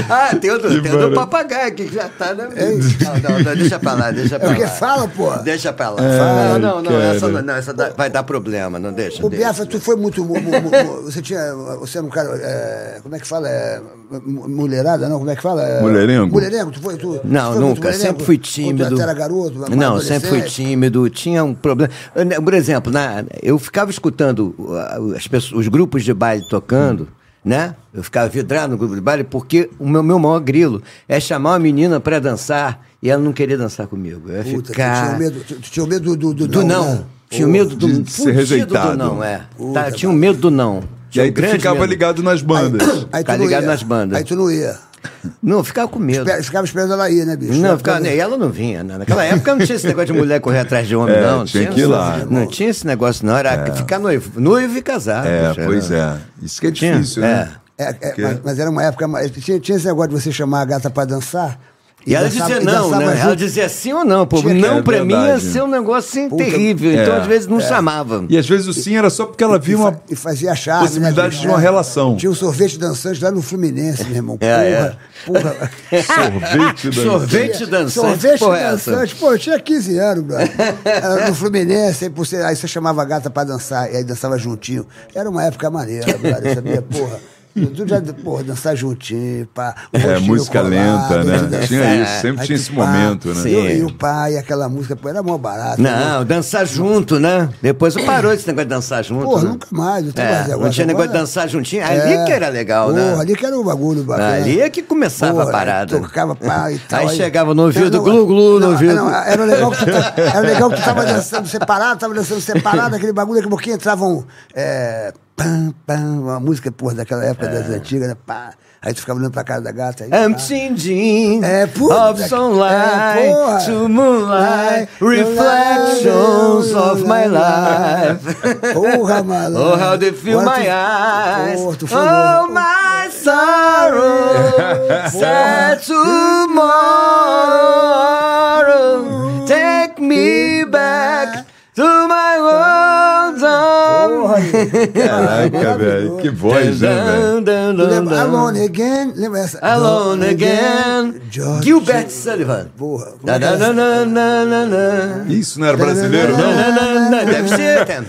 Speaker 6: ah, tem outro, tem outro
Speaker 2: maravilha.
Speaker 6: papagaio aqui que já tá na não, não, não, deixa pra lá, deixa pra
Speaker 4: É
Speaker 6: lá.
Speaker 4: porque fala, pô.
Speaker 6: Deixa pra lá. Fala. não, não,
Speaker 2: cara.
Speaker 6: essa, não, não, essa dá- vai dar problema, não deixa.
Speaker 4: O
Speaker 6: deixa.
Speaker 4: Biafra, tu foi muito. mu- mu- mu- você tinha. Você era um cara. é, como é que fala? É, mu- mulherada, não? Como é que fala? É,
Speaker 2: Mulherengo?
Speaker 4: Mulherengo, tu foi. Tu, tu
Speaker 6: Não,
Speaker 4: foi muito
Speaker 6: nunca.
Speaker 4: mulherengo?
Speaker 6: Sempre fui
Speaker 4: Quando
Speaker 6: tímido.
Speaker 4: tu era garoto? mais
Speaker 6: Não, sempre fui
Speaker 4: adolescente?
Speaker 6: tímido. Tinha um problema. Eu, né, Por exemplo, na, eu ficava escutando uh, as pessoas- os grupos de baile tocando, né? Eu ficava vidrado no grupo de baile porque o meu, meu maior grilo é chamar uma menina pra dançar e ela não querer dançar comigo. Eu ia
Speaker 4: Puta, tu
Speaker 6: ficar...
Speaker 4: tinha medo, tu, tu tinha medo do, do,
Speaker 6: Do não.
Speaker 4: né?
Speaker 6: Tinha um medo do,
Speaker 2: de
Speaker 6: fudido
Speaker 2: ser rejeitado.
Speaker 6: do não, é.
Speaker 4: Puta,
Speaker 6: Tá, tinha um medo do não.
Speaker 2: E
Speaker 6: Tinha
Speaker 2: aí
Speaker 6: um
Speaker 2: tu
Speaker 6: grande
Speaker 2: ficava
Speaker 6: medo.
Speaker 2: ligado nas bandas.
Speaker 4: Aí tu
Speaker 6: Tá
Speaker 4: não
Speaker 6: ligado
Speaker 4: ia.
Speaker 6: nas bandas.
Speaker 4: Aí tu não ia.
Speaker 6: Não, eu ficava com medo.
Speaker 4: Espera- Ficava esperando ela ir, né, bicho?
Speaker 6: Não, ficava, né, ela não vinha. Né? Naquela época não tinha esse negócio de mulher correr atrás de homem,
Speaker 2: É,
Speaker 6: não.
Speaker 2: tinha
Speaker 6: Não
Speaker 2: que ir lá.
Speaker 4: né?
Speaker 6: Não, tinha esse negócio, não.
Speaker 4: É.
Speaker 6: Era ficar noivo, noivo e né? casar.
Speaker 2: É,
Speaker 6: bicho,
Speaker 2: pois
Speaker 6: era-
Speaker 2: é. Isso que é
Speaker 6: Tinha,
Speaker 2: difícil, né?
Speaker 4: É, é, mas, mas era uma época. mais- Tinha, tinha esse negócio de você chamar a gata pra dançar.
Speaker 6: E ela
Speaker 4: dançava-
Speaker 6: dizia
Speaker 4: e
Speaker 6: não,
Speaker 4: dançava
Speaker 6: né?
Speaker 4: junto.
Speaker 6: Ela dizia sim ou não. Pô,
Speaker 4: Tinha que-
Speaker 2: É
Speaker 6: não pra mim ia
Speaker 2: verdade.
Speaker 6: ser um negócio assim,
Speaker 4: Puta-
Speaker 6: terrível. Então,
Speaker 2: É,
Speaker 6: às vezes, não chamava.
Speaker 2: E às vezes o sim era só porque ela
Speaker 4: E
Speaker 2: viu
Speaker 4: fa-
Speaker 2: uma.
Speaker 4: e fazia charme. né,
Speaker 2: possibilidade
Speaker 4: bicho,
Speaker 2: de uma relação.
Speaker 4: Tinha um sorvete dançante lá no Fluminense, meu irmão.
Speaker 6: É,
Speaker 4: porra, porra.
Speaker 2: Sorvete da.
Speaker 6: Sorvete dançante.
Speaker 4: Sorvete
Speaker 6: porra, é essa?
Speaker 4: um dançante. Pô, eu tinha 15 anos, brother. Era no Fluminense, aí, por ser- aí você chamava a gata pra dançar, e aí dançava juntinho. Era uma época maneira, brother, sabia? Porra. Tu já, porra, dançar juntinho, pá. O
Speaker 2: É,
Speaker 4: rostinho
Speaker 2: música
Speaker 4: colado,
Speaker 2: lenta, né?
Speaker 4: dançar.
Speaker 2: Tinha isso, sempre
Speaker 4: Aí
Speaker 2: tinha
Speaker 4: tu,
Speaker 2: esse
Speaker 4: pá,
Speaker 2: momento, né?
Speaker 4: E, o-
Speaker 6: Sim.
Speaker 4: e o pai, aquela música, pô, era mó barato. né?
Speaker 6: Não, dançar junto, né? Depois parou esse negócio de dançar junto.
Speaker 4: Pô,
Speaker 6: né?
Speaker 4: nunca mais, não tem mais
Speaker 6: é,
Speaker 4: negócio.
Speaker 6: Não tinha negócio de
Speaker 4: Agora- É.
Speaker 6: dançar juntinho. Ali que era legal,
Speaker 4: Porra,
Speaker 6: né?
Speaker 4: Ali que era o bagulho bacana.
Speaker 6: Ali é que começava
Speaker 4: Porra,
Speaker 6: a parada.
Speaker 4: Tocava pá e tal.
Speaker 6: Aí chegava no ouvido,
Speaker 4: Era- não,
Speaker 6: glu-glu no
Speaker 4: não,
Speaker 6: ouvido.
Speaker 4: não, era, legal que tu, ta- era legal que tu tava dançando separado, tava dançando separado, aquele bagulho, daqui a pouquinho entravam. É, pam, pam, uma música, porra, daquela época das antigas, né? Pá. Aí tu ficava olhando pra cara da gata. Aí,
Speaker 6: É. I'm
Speaker 4: pá.
Speaker 6: changing
Speaker 4: É, puta
Speaker 6: of
Speaker 4: que-
Speaker 6: sunlight
Speaker 4: é, porra.
Speaker 6: to moonlight, reflections of my life.
Speaker 4: Porra, malandro.
Speaker 6: Oh, how they fill
Speaker 4: Agora
Speaker 6: my
Speaker 4: tu-
Speaker 6: eyes.
Speaker 4: Porra, tu falou.
Speaker 6: oh, my sorrow. Sad tomorrow. Take me back to my world.
Speaker 4: Porra,
Speaker 2: Caraca, velho. Que voz, né, velho?
Speaker 4: Tu lembra? Alone Again, lembra essa?
Speaker 6: Alone again.
Speaker 4: George-
Speaker 6: Gilbert Sullivan.
Speaker 4: Porra, como
Speaker 6: Na,
Speaker 4: é que
Speaker 6: na,
Speaker 4: era
Speaker 6: na, na, na, na, na.
Speaker 2: Isso não era brasileiro,
Speaker 6: Na,
Speaker 2: não?
Speaker 6: na, na. Deve ser, cara.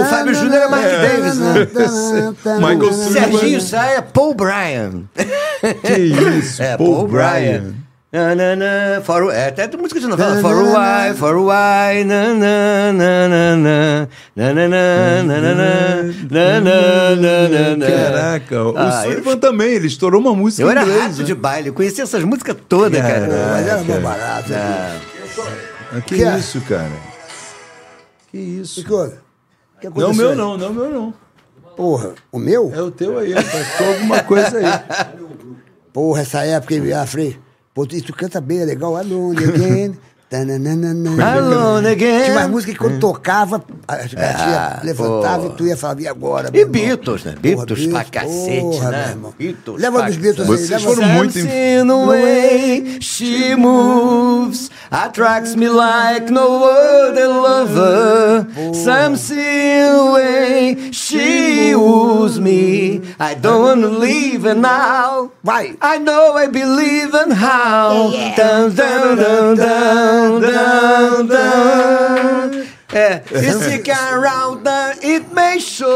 Speaker 6: O Fábio Júnior era Mark Davis, né?
Speaker 2: Michael
Speaker 6: Serginho Saia, Paul Bryan.
Speaker 2: Que isso,
Speaker 6: É,
Speaker 2: Paul,
Speaker 6: Paul Bryan. Na, na, na, for, é até tem música que você não fala. For a while, for a while. Na, na, na, na, na. Na, na, na, na, na, na. Na, na, na, na, na.
Speaker 2: Caraca, o
Speaker 6: Ah, eu-
Speaker 2: Sullivan também, ele estourou uma música
Speaker 6: Eu
Speaker 2: em
Speaker 6: era
Speaker 2: inglês. né?
Speaker 6: rato de baile, eu conhecia essas músicas todas, cara.
Speaker 4: Mas era bom barato. né?
Speaker 2: Ah, Que,
Speaker 4: Que é?
Speaker 2: isso, cara? Que
Speaker 4: O
Speaker 2: isso?
Speaker 4: que houve? O que aconteceu?
Speaker 2: Não, é meu não, não, meu não.
Speaker 4: Porra, o meu?
Speaker 2: É o teu aí, rapaz. Ficou alguma coisa aí.
Speaker 4: Porra, essa época, hein, Afrei? Pô, tu- e tu canta bem, é legal. Alone Again. Tananana.
Speaker 6: Alone again.
Speaker 4: Tinha umas músicas que quando tocava, a a tia
Speaker 6: Ah,
Speaker 4: levantava
Speaker 6: pô.
Speaker 4: e tu ia falar, e agora?
Speaker 6: E
Speaker 4: meu irmão?"
Speaker 6: Beatles, né?
Speaker 4: Porra,
Speaker 6: Beatles pra cacete,
Speaker 4: porra,
Speaker 6: né?
Speaker 4: meu irmão.
Speaker 6: Beatles
Speaker 4: Lembra
Speaker 6: pra
Speaker 4: dos Beatles aí?
Speaker 2: cacete.
Speaker 4: Leva
Speaker 2: Vocês foram muito
Speaker 6: Something in the way she moves attracts me like no other lover. Something in the way she woos me. I don't want to leave her now.
Speaker 4: Vai.
Speaker 6: I know I believe in how. Dun, dun, dun, dun, dun, dun. É, if you can round down, it may show.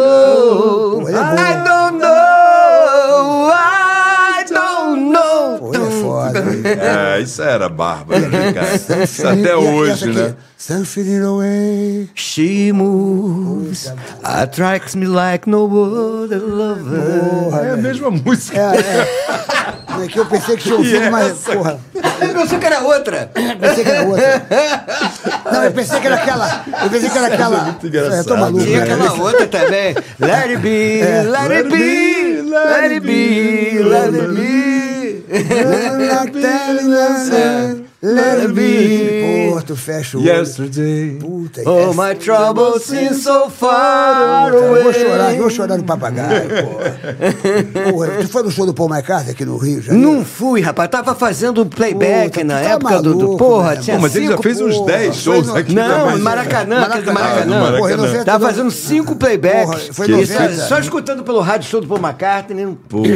Speaker 4: ele é bom.
Speaker 6: I don't know, I don't know.
Speaker 4: Pô, ele é foda. hein?
Speaker 2: É, isso era bárbaro, né, cara? Isso até
Speaker 4: E- e essa
Speaker 2: hoje,
Speaker 4: aqui,
Speaker 2: né?
Speaker 4: Something in the way.
Speaker 6: She moves, attracts me like no other lover.
Speaker 2: É a mesma música.
Speaker 4: É, é. É que eu pensei que tinha ouvido, mas, porra,
Speaker 6: Eu pensei que era outra.
Speaker 4: eu pensei que era outra. Não, eu pensei que era aquela. Eu pensei que era aquela.
Speaker 2: muito engraçado,
Speaker 4: eu tô maluco.
Speaker 6: Tinha
Speaker 4: né?
Speaker 6: aquela outra também. Let it be, É. let it be, let it be, let it be.
Speaker 4: Like that in the sun, Let it be. Porra, tu fecha o olho.
Speaker 2: Yesterday.
Speaker 4: Puta,
Speaker 6: Oh,
Speaker 4: essa-
Speaker 6: my troubles seem so far
Speaker 4: Puta, eu vou chorar, eu
Speaker 6: away.
Speaker 4: vou chorar no papagaio, porra. Porra, tu foi no show do Paul McCartney aqui no Rio? Já
Speaker 6: Não fui, rapaz. Tava fazendo um playback
Speaker 4: Puta, tu
Speaker 6: na
Speaker 4: tá
Speaker 6: época do, do.
Speaker 4: maluco,
Speaker 6: Porra,
Speaker 4: né?
Speaker 6: tinha
Speaker 2: Pô, mas ele já
Speaker 6: cinco-
Speaker 2: fez uns
Speaker 4: porra,
Speaker 2: 10 shows
Speaker 4: foi no-
Speaker 2: aqui
Speaker 6: Não,
Speaker 2: também.
Speaker 6: em Maracanã, aquele do Maracanã.
Speaker 2: Ah,
Speaker 4: Porra,
Speaker 2: do
Speaker 4: em
Speaker 2: Maracanã.
Speaker 4: 90,
Speaker 6: Tava fazendo cinco playbacks.
Speaker 4: Porra, foi
Speaker 6: E só-
Speaker 4: 90.
Speaker 6: Só escutando pelo rádio show do Paul McCartney. né? não-
Speaker 2: Puta.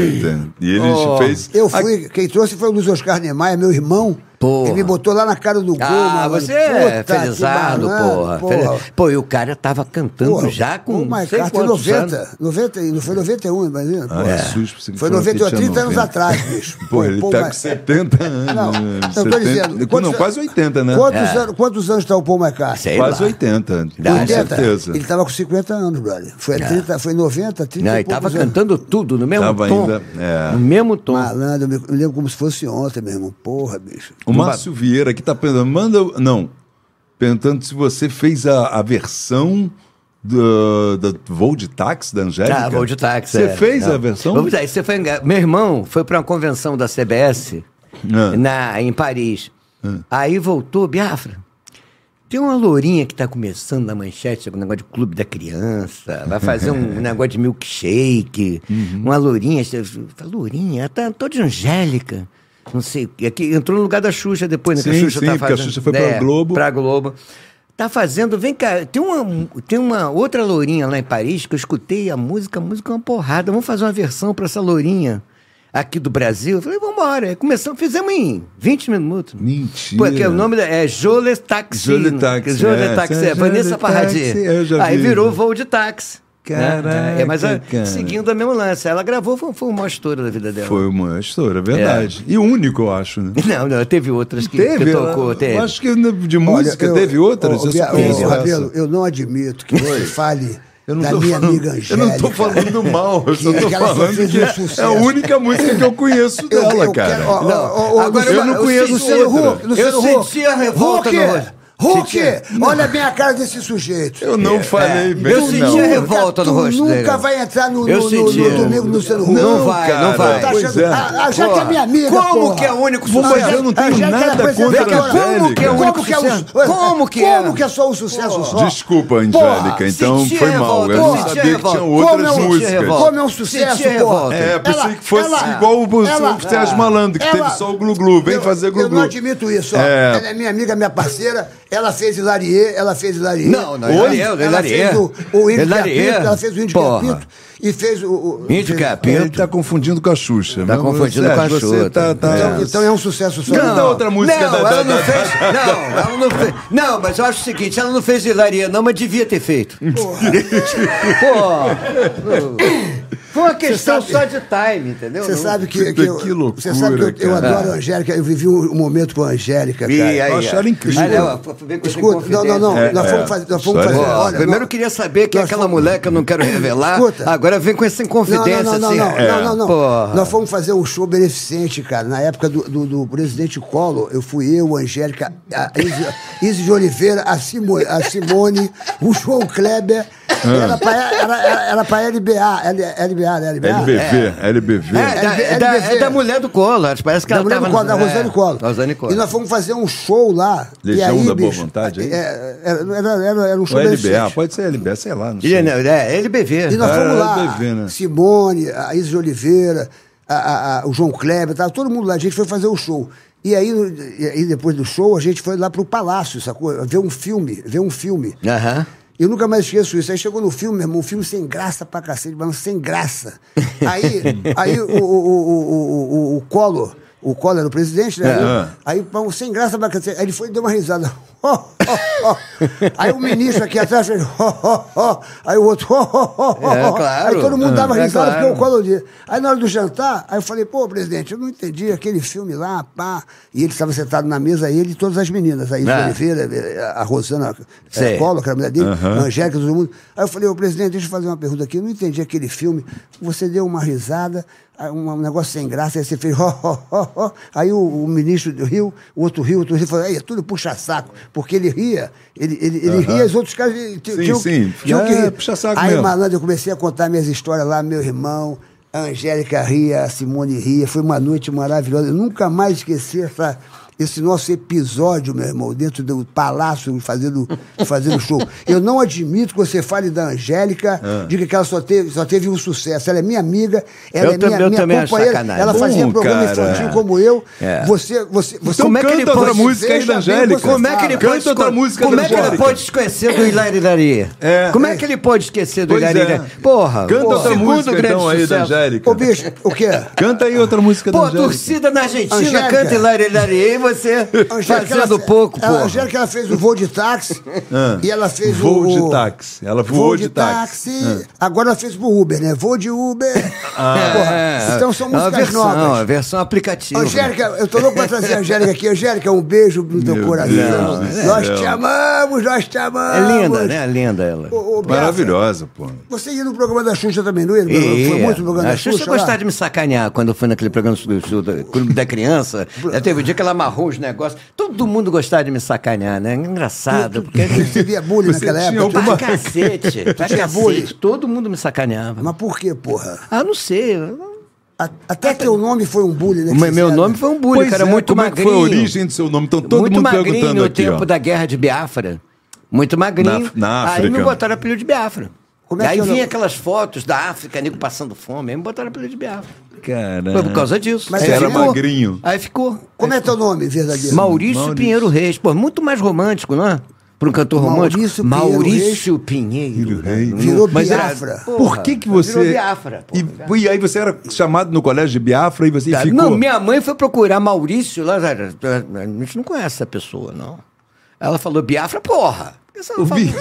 Speaker 2: E ele
Speaker 6: Oh.
Speaker 2: fez.
Speaker 4: Eu fui, quem trouxe foi o Luiz Oscar Niemeyer, meu irmão.
Speaker 6: Porra.
Speaker 4: Ele me botou lá na cara do gol,
Speaker 6: Ah,
Speaker 4: malandro.
Speaker 6: você é
Speaker 4: Puta, que
Speaker 6: felizardo,
Speaker 4: malandro,
Speaker 6: porra. Feliz- Pô, e o cara tava cantando
Speaker 4: Porra,
Speaker 6: já com.
Speaker 4: o
Speaker 6: não sei
Speaker 4: McCartney
Speaker 6: quantos
Speaker 4: 90,
Speaker 6: anos.
Speaker 4: 90, não foi 91, imagina.
Speaker 2: Ah,
Speaker 4: porra.
Speaker 2: é. susto, pensei que
Speaker 4: Foi
Speaker 2: foram
Speaker 4: 91,
Speaker 2: 80,
Speaker 4: 30 anos
Speaker 2: 90.
Speaker 4: atrás, bicho.
Speaker 2: Pô, ele
Speaker 4: Paul
Speaker 2: tá com
Speaker 4: Mac-
Speaker 2: 70 anos.
Speaker 4: é, Não,
Speaker 2: né?
Speaker 4: eu tô dizendo.
Speaker 2: Não, quase 80, né?
Speaker 4: Quantos, anos, quantos anos tá o Paul McCartney?
Speaker 6: Sei
Speaker 2: Quase
Speaker 6: lá.
Speaker 2: 80.
Speaker 6: Dá,
Speaker 2: Com
Speaker 4: 80?
Speaker 2: certeza. É.
Speaker 4: Ele tava com 50 anos, brother. Foi, 30, foi 90, 30
Speaker 6: Não,
Speaker 4: e
Speaker 6: né? e tava
Speaker 4: poucos anos.
Speaker 6: cantando tudo no mesmo
Speaker 2: Tava
Speaker 6: tom.
Speaker 2: ainda, é.
Speaker 6: No mesmo tom.
Speaker 4: Malandro, eu me eu lembro como se fosse ontem, meu irmão. Porra, bicho.
Speaker 2: O Márcio Vieira aqui tá perguntando, manda. Não. Perguntando se você fez a, a versão do, do voo de táxi da Angélica.
Speaker 6: Ah, vou de táxi.
Speaker 2: Você
Speaker 6: é.
Speaker 2: fez
Speaker 6: Não.
Speaker 2: a versão?
Speaker 6: Vamos dizer, você foi enga- Meu irmão foi pra uma convenção da CBS
Speaker 2: Ah.
Speaker 6: na, em Paris. Aí voltou, Biafra. Tem uma lourinha que tá começando na manchete, um negócio de clube da criança, vai fazer um negócio de
Speaker 2: Uhum.
Speaker 6: milkshake, uma lourinha. você- Fala, lourinha, ela tá toda angélica. Não sei, e aqui entrou no lugar da Xuxa depois, né? que
Speaker 2: Sim,
Speaker 6: a Xuxa
Speaker 2: sim,
Speaker 6: tá
Speaker 2: porque a
Speaker 6: fazendo,
Speaker 2: Xuxa foi pra Globo.
Speaker 6: Pra Globo. Tá fazendo, vem cá, tem uma, tem uma outra lourinha lá em Paris que eu escutei a música, a música é uma porrada. Vamos fazer uma versão pra essa lourinha aqui do Brasil. Eu falei, vambora. Aí Começamos, fizemos em 20 minutos.
Speaker 2: Mentira.
Speaker 6: Porque o nome da- é Jole Taxi.
Speaker 2: Jole
Speaker 6: né?
Speaker 2: Taxi,
Speaker 6: Jole
Speaker 2: é.
Speaker 6: Taxi,
Speaker 2: Jole
Speaker 6: é Vanessa
Speaker 2: Taxi,
Speaker 6: Paradis.
Speaker 2: eu já
Speaker 6: Aí
Speaker 2: vi.
Speaker 6: virou voo de táxi. né?
Speaker 2: Caraca,
Speaker 6: É, mas a-
Speaker 2: cara.
Speaker 6: seguindo a mesma lance. Ela gravou, foi, foi o maior estouro da vida dela.
Speaker 2: Foi uma história, é verdade. E único, eu acho, né?
Speaker 6: Não, não, teve outras que,
Speaker 2: Teve,
Speaker 6: que tocou.
Speaker 2: eu
Speaker 6: Teve.
Speaker 2: acho que de música
Speaker 4: Olha, eu-
Speaker 2: teve outras.
Speaker 4: Ô,
Speaker 2: eu
Speaker 4: Bia-
Speaker 2: só conheço
Speaker 4: ô,
Speaker 2: essa.
Speaker 4: Rabelo, eu não admito que você fale
Speaker 2: Eu não
Speaker 4: da
Speaker 2: tô
Speaker 4: minha
Speaker 2: falando-
Speaker 4: amiga Angélica.
Speaker 2: Eu não tô falando mal, eu só
Speaker 4: Que-
Speaker 2: tô
Speaker 4: que ela só
Speaker 2: falando
Speaker 4: fez
Speaker 2: que
Speaker 4: um
Speaker 2: é a
Speaker 4: sucesso.
Speaker 2: única música que eu conheço
Speaker 4: Eu-
Speaker 2: dela,
Speaker 4: eu
Speaker 2: cara.
Speaker 4: quero- ó, ó, ó, ó,
Speaker 6: Agora
Speaker 2: eu não conheço
Speaker 4: Luciano
Speaker 2: outra.
Speaker 4: Huck, Luciano
Speaker 6: Eu
Speaker 4: Huck.
Speaker 6: senti a revolta
Speaker 4: Huck,
Speaker 6: no rosto.
Speaker 4: Huck,
Speaker 6: Senti
Speaker 4: olha bem a cara desse sujeito.
Speaker 2: Eu não
Speaker 4: é,
Speaker 2: falei bem,
Speaker 6: É, eu senti
Speaker 2: não.
Speaker 6: a revolta
Speaker 4: tu
Speaker 6: no rosto
Speaker 4: nunca
Speaker 6: dele.
Speaker 4: vai entrar no, no,
Speaker 6: Eu
Speaker 4: no,
Speaker 6: senti.
Speaker 4: no domingo no Luciano Huck.
Speaker 6: Não vai, não
Speaker 2: cara,
Speaker 6: vai.
Speaker 4: Tá
Speaker 2: pois
Speaker 4: achando,
Speaker 2: é.
Speaker 4: a, a Jaque é minha amiga,
Speaker 6: Como
Speaker 4: porra.
Speaker 6: que é o único
Speaker 4: Vou
Speaker 6: sucesso?
Speaker 4: fazer-
Speaker 2: eu não tenho
Speaker 4: Angélica
Speaker 2: nada
Speaker 4: era
Speaker 2: contra a
Speaker 4: apresentadora.
Speaker 2: Angélica. Como que é
Speaker 6: o
Speaker 4: Como
Speaker 6: único
Speaker 4: que é o-
Speaker 6: sucesso?
Speaker 4: Ué,
Speaker 6: Como que é?
Speaker 4: Como que é só um sucesso só?
Speaker 2: Desculpa, Angélica,
Speaker 4: Porra,
Speaker 2: então
Speaker 6: senti a
Speaker 2: foi mal.
Speaker 6: revolta,
Speaker 2: Eu não
Speaker 6: senti a
Speaker 2: sabia que
Speaker 6: revolta.
Speaker 2: tinha
Speaker 4: Como é
Speaker 2: outras
Speaker 4: um-
Speaker 2: músicas.
Speaker 4: Como é um sucesso,
Speaker 6: Senti a
Speaker 4: porra.
Speaker 6: revolta.
Speaker 2: É, pensei
Speaker 4: Ela-
Speaker 2: que fosse
Speaker 4: ela-
Speaker 2: igual o, o
Speaker 4: ela-
Speaker 2: Sérgio Malandro, que
Speaker 4: Ela-
Speaker 2: teve só o Glu-Glu. Vem
Speaker 4: eu,
Speaker 2: fazer
Speaker 4: Eu não
Speaker 2: Glu-Glu.
Speaker 4: admito isso, ó.
Speaker 2: É.
Speaker 4: Ela é minha amiga, minha parceira. Ela fez Hilarie, ela fez Hilarie.
Speaker 6: Não, não,
Speaker 4: Ela-
Speaker 6: Hilarie,
Speaker 4: Ela
Speaker 6: Hilarie.
Speaker 4: fez o, o Índio
Speaker 6: Hilarie.
Speaker 4: Capito, ela fez o Índio
Speaker 6: Porra.
Speaker 4: Capito e fez o... o
Speaker 6: Índio
Speaker 4: fez-
Speaker 6: Capito.
Speaker 2: Ele tá confundindo com a Xuxa.
Speaker 6: Tá
Speaker 2: mas,
Speaker 6: confundindo
Speaker 2: Sérgio,
Speaker 6: com a
Speaker 2: Você
Speaker 6: Xuxa.
Speaker 2: tá, tá-
Speaker 4: Então, então é um sucesso só.
Speaker 2: Canta outra música
Speaker 6: não,
Speaker 2: da- da-
Speaker 6: ela não
Speaker 2: da-
Speaker 6: fez. Não, ela não fez. Não, mas eu acho o seguinte: ela não fez hilaria, não, mas devia ter feito. Pô. Foi uma questão
Speaker 4: sabe-
Speaker 6: só de time, entendeu?
Speaker 4: Você
Speaker 6: Não-
Speaker 4: sabe que,
Speaker 2: Puta,
Speaker 4: que, eu,
Speaker 2: que loucura,
Speaker 4: você sabe que eu- eu,
Speaker 2: cara.
Speaker 4: adoro a Angélica. Eu vivi um, um momento com a Angélica,
Speaker 6: Ih,
Speaker 4: cara.
Speaker 6: aí,
Speaker 2: eu acharam
Speaker 6: ó.
Speaker 2: incrível.
Speaker 6: Aí, ó, foi- foi bem com
Speaker 4: Escuta, não, não, não.
Speaker 2: É,
Speaker 4: nós
Speaker 2: é.
Speaker 4: fomos fazer. Nós fomos
Speaker 2: História
Speaker 4: fazer
Speaker 2: dessa.
Speaker 6: Ó,
Speaker 4: olha,
Speaker 6: primeiro
Speaker 4: não-
Speaker 6: eu queria saber quem é
Speaker 4: nós
Speaker 6: aquela
Speaker 4: fomos-
Speaker 6: mulher que eu não quero revelar.
Speaker 4: Escuta.
Speaker 6: Agora vem com essa
Speaker 4: Não,
Speaker 6: inconfidência,
Speaker 4: não, não, não,
Speaker 6: assim.
Speaker 4: não,
Speaker 6: ó.
Speaker 2: É.
Speaker 4: não, não, não.
Speaker 6: Porra.
Speaker 4: Nós fomos fazer um show beneficente, cara. Na época do, do, do presidente Collor, eu fui eu, Angélica, a Izzy, Izzy de Oliveira, a Simone, a Simone o João Kleber.
Speaker 2: Ah.
Speaker 4: Era pra, era, era, era pra LBA, L, LBA, né?
Speaker 2: É
Speaker 4: LBA.
Speaker 2: LBV, LBV.
Speaker 6: É, da, é da- é da mulher do Collor. Parece que
Speaker 4: Da
Speaker 6: ela
Speaker 4: mulher
Speaker 6: tava
Speaker 4: do Collor, da
Speaker 6: no- é,
Speaker 4: Rosane Collor.
Speaker 6: Rosane Collor.
Speaker 4: E nós fomos fazer um show lá.
Speaker 2: Legião
Speaker 4: e aí,
Speaker 2: da Boa
Speaker 4: bicho,
Speaker 2: Vontade, aí?
Speaker 4: é, Era, era, era, era um
Speaker 2: Ou é
Speaker 4: show
Speaker 2: LBA,
Speaker 4: beneficente.
Speaker 2: pode ser LBA, sei lá. Não
Speaker 6: E,
Speaker 2: sei.
Speaker 6: não, é, LBV.
Speaker 4: E nós
Speaker 2: Era
Speaker 4: fomos lá,
Speaker 2: LBV, né?
Speaker 4: Simone, a Isa de Oliveira, a- a- a- o João Kleber, tava todo mundo lá, a gente foi fazer o show. E aí, e aí, depois do show, a gente foi lá pro Palácio, sacou? Ver um filme, ver um filme.
Speaker 6: Aham.
Speaker 4: Eu nunca mais esqueço isso. Aí chegou no filme, meu irmão, um filme sem graça pra cacete, mas um sem graça. Aí, aí o, o, o, o, o, o Collor, o Collor era o presidente, né?
Speaker 2: É.
Speaker 4: Aí, pá, um sem graça pra cacete. Aí ele foi e deu uma risada. Ó, ó, ó. Aí o ministro aqui atrás fez. ó, ó, ó. Aí o outro. ó, ó, ó, ó,
Speaker 6: É,
Speaker 4: ó.
Speaker 6: claro.
Speaker 4: Aí todo mundo dava
Speaker 6: É,
Speaker 4: risada
Speaker 6: claro.
Speaker 4: porque o Collor dizia. Aí na hora do jantar, aí eu falei, pô, presidente, eu não entendi aquele filme lá, pá. E ele estava sentado na mesa, ele e todas as meninas. Aí
Speaker 6: É.
Speaker 4: é. Oliveira, a Rosana
Speaker 6: Sei.
Speaker 4: é, Collor, que era a mulher dele, a Angélica, todo mundo. Aí eu falei, ô presidente, deixa eu fazer uma pergunta aqui. Eu não entendi aquele filme. Você deu uma risada, aí um um negócio sem graça, aí você fez. Ó, ó, ó, ó. Aí o, o ministro do Rio, o outro Rio, outro Rio, falou, aí é tudo puxa-saco, porque ele ria. Ele, ele, ele ria, os outros caras t- tinham,
Speaker 2: sim.
Speaker 4: tinham que
Speaker 2: É,
Speaker 4: rir.
Speaker 2: puxa-saco
Speaker 4: Aí,
Speaker 2: mesmo.
Speaker 4: malandro, eu comecei a contar minhas histórias lá, meu irmão. A Angélica ria, a Simone ria, foi uma noite maravilhosa. Eu nunca mais esqueci essa, esse nosso episódio, meu irmão, dentro do palácio, fazendo, fazendo show. Eu não admito que você fale da Angélica,
Speaker 6: Ah.
Speaker 4: diga que ela só teve, só teve um sucesso. Ela é minha amiga, ela
Speaker 6: Eu
Speaker 4: é
Speaker 6: também-
Speaker 4: minha,
Speaker 6: eu
Speaker 4: minha
Speaker 6: também acho
Speaker 4: companheira.
Speaker 6: sacanagem.
Speaker 4: Ela fazia
Speaker 2: Bom,
Speaker 4: programa
Speaker 2: cara.
Speaker 4: infantil como eu.
Speaker 6: É.
Speaker 4: Você, você, você
Speaker 2: Então
Speaker 6: Como é que ele
Speaker 2: canta outra
Speaker 6: pode-
Speaker 2: música aí
Speaker 4: Veja
Speaker 2: da
Speaker 4: bem
Speaker 2: Angélica.
Speaker 4: você
Speaker 6: Como é que ele
Speaker 4: Canta
Speaker 6: pode
Speaker 2: outra
Speaker 6: esco-
Speaker 2: música
Speaker 6: Como
Speaker 2: da
Speaker 6: é que ele
Speaker 2: Angélica.
Speaker 6: pode esquecer do Hilari Hilari?
Speaker 2: É.
Speaker 6: Como é que ele pode esquecer do
Speaker 2: Pois
Speaker 6: Hilari
Speaker 2: é.
Speaker 6: Hilari? Porra,
Speaker 2: Canta
Speaker 6: o
Speaker 2: outra
Speaker 6: Ah, segundo
Speaker 2: música
Speaker 6: grande
Speaker 2: então aí da
Speaker 6: sucesso.
Speaker 2: Angélica.
Speaker 4: Ô, bicho, o quê?
Speaker 2: Canta aí outra música da
Speaker 6: Pô, a
Speaker 2: Angélica.
Speaker 6: torcida na Argentina
Speaker 4: Angélica.
Speaker 6: canta Hilari Hilari e você fazendo
Speaker 4: ela,
Speaker 6: Tá pouco,
Speaker 4: ela,
Speaker 6: porra. Ah.
Speaker 4: Angélica, ela fez o voo de táxi e ela fez o...
Speaker 2: Voo
Speaker 4: o-
Speaker 2: de táxi. Ela voou
Speaker 4: Voo
Speaker 2: de, táxi.
Speaker 6: Ah.
Speaker 4: Agora ela fez pro Uber, né? Voo de Uber. Porra, então são
Speaker 6: é uma
Speaker 4: músicas
Speaker 6: versão, é uma
Speaker 4: novas.
Speaker 6: versão aplicativa.
Speaker 4: Angélica, eu tô louco pra trazer a Angélica aqui. Angélica, um beijo no teu
Speaker 2: Meu
Speaker 4: coração.
Speaker 2: Deus do
Speaker 4: nós
Speaker 2: céu.
Speaker 4: te amamos, nós te
Speaker 6: É
Speaker 4: amamos.
Speaker 6: linda, né? É linda ela.
Speaker 4: Ô, ô, Beata,
Speaker 2: Maravilhosa, pô.
Speaker 4: Você ia no programa da Xuxa também, não ia? No programa-
Speaker 6: E,
Speaker 4: Foi muito no programa da
Speaker 6: a Xuxa
Speaker 4: Xuxa lá?
Speaker 6: gostava de me sacanear quando eu fui naquele programa do, do, do Clube da Criança. Já teve um dia que ela amarrou os negócios. Todo mundo gostava de me sacanear, né? Engraçado. Porque...
Speaker 4: Você via bullying
Speaker 2: Você
Speaker 4: naquela
Speaker 2: tinha
Speaker 4: época?
Speaker 2: alguma-
Speaker 6: Pra cacete, pra
Speaker 4: tinha bullying?
Speaker 6: cacete. Todo mundo me sacaneava.
Speaker 4: Mas por que, porra?
Speaker 6: Ah, não sei.
Speaker 4: A- até teu nome foi um bullying, né? que
Speaker 6: Mas meu
Speaker 4: fizeram?
Speaker 6: nome foi um bullying,
Speaker 2: Pois
Speaker 6: cara,
Speaker 2: é,
Speaker 6: muito
Speaker 2: como é que
Speaker 6: magrinho.
Speaker 2: foi a origem do seu nome? Então todo
Speaker 6: muito
Speaker 2: mundo
Speaker 6: magrinho
Speaker 2: perguntando
Speaker 6: no
Speaker 2: aqui,
Speaker 6: tempo
Speaker 2: ó.
Speaker 6: da guerra de Biafra. Muito magrinho.
Speaker 2: Na- na
Speaker 6: Aí me
Speaker 2: África.
Speaker 6: botaram apelido de Biafra.
Speaker 4: Como
Speaker 6: E
Speaker 4: é
Speaker 6: aí
Speaker 4: que eu
Speaker 6: vinha
Speaker 4: não-
Speaker 6: aquelas fotos da África, nego passando fome, aí me botaram apelido de Biafra. Foi por
Speaker 2: Caramba.
Speaker 6: causa disso.
Speaker 4: Mas
Speaker 6: Aí
Speaker 4: era
Speaker 6: ficou.
Speaker 2: magrinho.
Speaker 6: Aí ficou.
Speaker 4: Como é teu nome verdadeiro?
Speaker 6: Maurício, Pinheiro Reis. Pô, muito mais romântico, não é? Para um cantor romântico.
Speaker 4: Maurício Pinheiro
Speaker 6: Maurício Pinheiro.
Speaker 2: Rei.
Speaker 4: Virou
Speaker 2: Mas era-
Speaker 4: Biafra.
Speaker 2: Por que que
Speaker 6: Porra,
Speaker 2: você...
Speaker 6: virou Biafra, porra,
Speaker 2: e, e aí você era chamado no colégio de Biafra e você
Speaker 6: Tá,
Speaker 2: ficou...
Speaker 6: Não, minha mãe foi procurar Maurício lá. lá, lá, lá, A gente não conhece essa pessoa, não. Ela falou, Biafra, porra. Por que você não
Speaker 2: Eu
Speaker 6: fala-
Speaker 2: vi-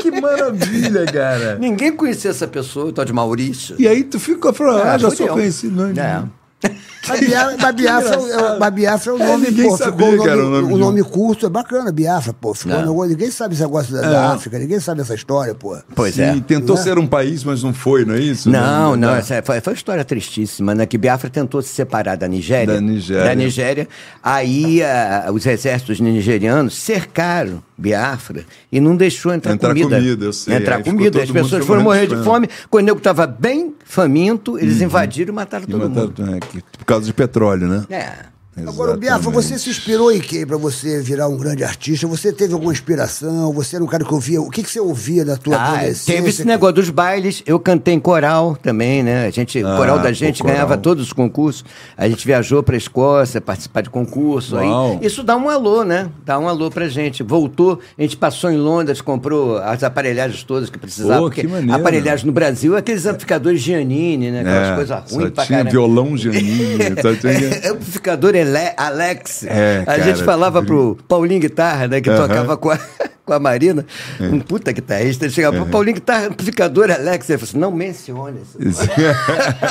Speaker 2: que maravilha, cara.
Speaker 6: Ninguém conhecia essa pessoa, o tal de Maurício.
Speaker 2: E aí tu ficou falando, ah,
Speaker 6: É,
Speaker 2: já
Speaker 6: fudeu.
Speaker 2: sou conhecido. né? Não,
Speaker 6: É.
Speaker 4: Mas Bia- mas Biafra, é um- mas Biafra é um
Speaker 2: É,
Speaker 4: nome,
Speaker 2: ninguém
Speaker 4: pô, ficou
Speaker 2: sabia
Speaker 4: um nome,
Speaker 2: que era o nome
Speaker 4: um
Speaker 2: de um.
Speaker 4: nome curto, é bacana, Biafra, pô. Ficou
Speaker 6: É.
Speaker 4: um negócio- ninguém sabe esse negócio da, da África, ninguém sabe essa história, pô.
Speaker 6: Pois
Speaker 2: Sim,
Speaker 6: é.
Speaker 2: tentou ser um país, mas não foi, não é isso?
Speaker 6: Não, não,
Speaker 2: dá.
Speaker 6: essa é foi, foi uma história tristíssima, né? Que Biafra tentou se separar da Nigéria.
Speaker 2: Da Nigéria.
Speaker 6: Da Nigéria. Aí ah, os exércitos nigerianos cercaram Biafra e não deixou entrar,
Speaker 2: Entrar
Speaker 6: comida.
Speaker 2: comida, eu sei.
Speaker 6: Entrar
Speaker 2: Aí ficou
Speaker 6: comida.
Speaker 2: todo
Speaker 6: As
Speaker 2: mundo
Speaker 6: pessoas
Speaker 2: se
Speaker 6: foram morrer
Speaker 2: morrendo de
Speaker 6: de fome. Quando o nego estava bem faminto, eles invadiram e mataram
Speaker 2: Uhum. E
Speaker 6: todo
Speaker 2: mataram-
Speaker 6: mundo.
Speaker 2: é, que- por causa de petróleo, né?
Speaker 6: É.
Speaker 4: Agora, Biafra,
Speaker 2: Exatamente.
Speaker 4: você se inspirou em quem pra você virar um grande artista? Você teve alguma inspiração? Você era um cara que ouvia. O que, que você ouvia da tua
Speaker 6: Ah,
Speaker 4: adolescência?
Speaker 6: teve esse negócio dos bailes. Eu cantei em coral também, né? A gente, o coral da
Speaker 2: Ah, pô,
Speaker 6: gente
Speaker 2: coral.
Speaker 6: ganhava todos os concursos. A gente viajou para Escócia participar de concurso. Aí,
Speaker 2: Uau.
Speaker 6: isso dá um alô, né? Dá um alô pra gente. Voltou, a gente passou em Londres, comprou as aparelhagens todas que precisava.
Speaker 2: Pô,
Speaker 6: porque
Speaker 2: que maneiro.
Speaker 6: aparelhagem no Brasil, é aqueles amplificadores Giannini, né? Aquelas
Speaker 2: É,
Speaker 6: coisas
Speaker 2: só
Speaker 6: ruins pra
Speaker 2: tinha
Speaker 6: caramba.
Speaker 2: violão Janine, só tinha...
Speaker 6: É, amplificador ele- Alex.
Speaker 2: Né? Tá É,
Speaker 6: a
Speaker 2: cara,
Speaker 6: gente falava
Speaker 2: tu-
Speaker 6: pro Paulinho Guitarra, né? Que tocava com a, com a Marina.
Speaker 2: É.
Speaker 6: Um puta guitarrista. Ele chegava pro Paulinho Guitarra, amplificador Alex. Ele falou assim, não mencione isso.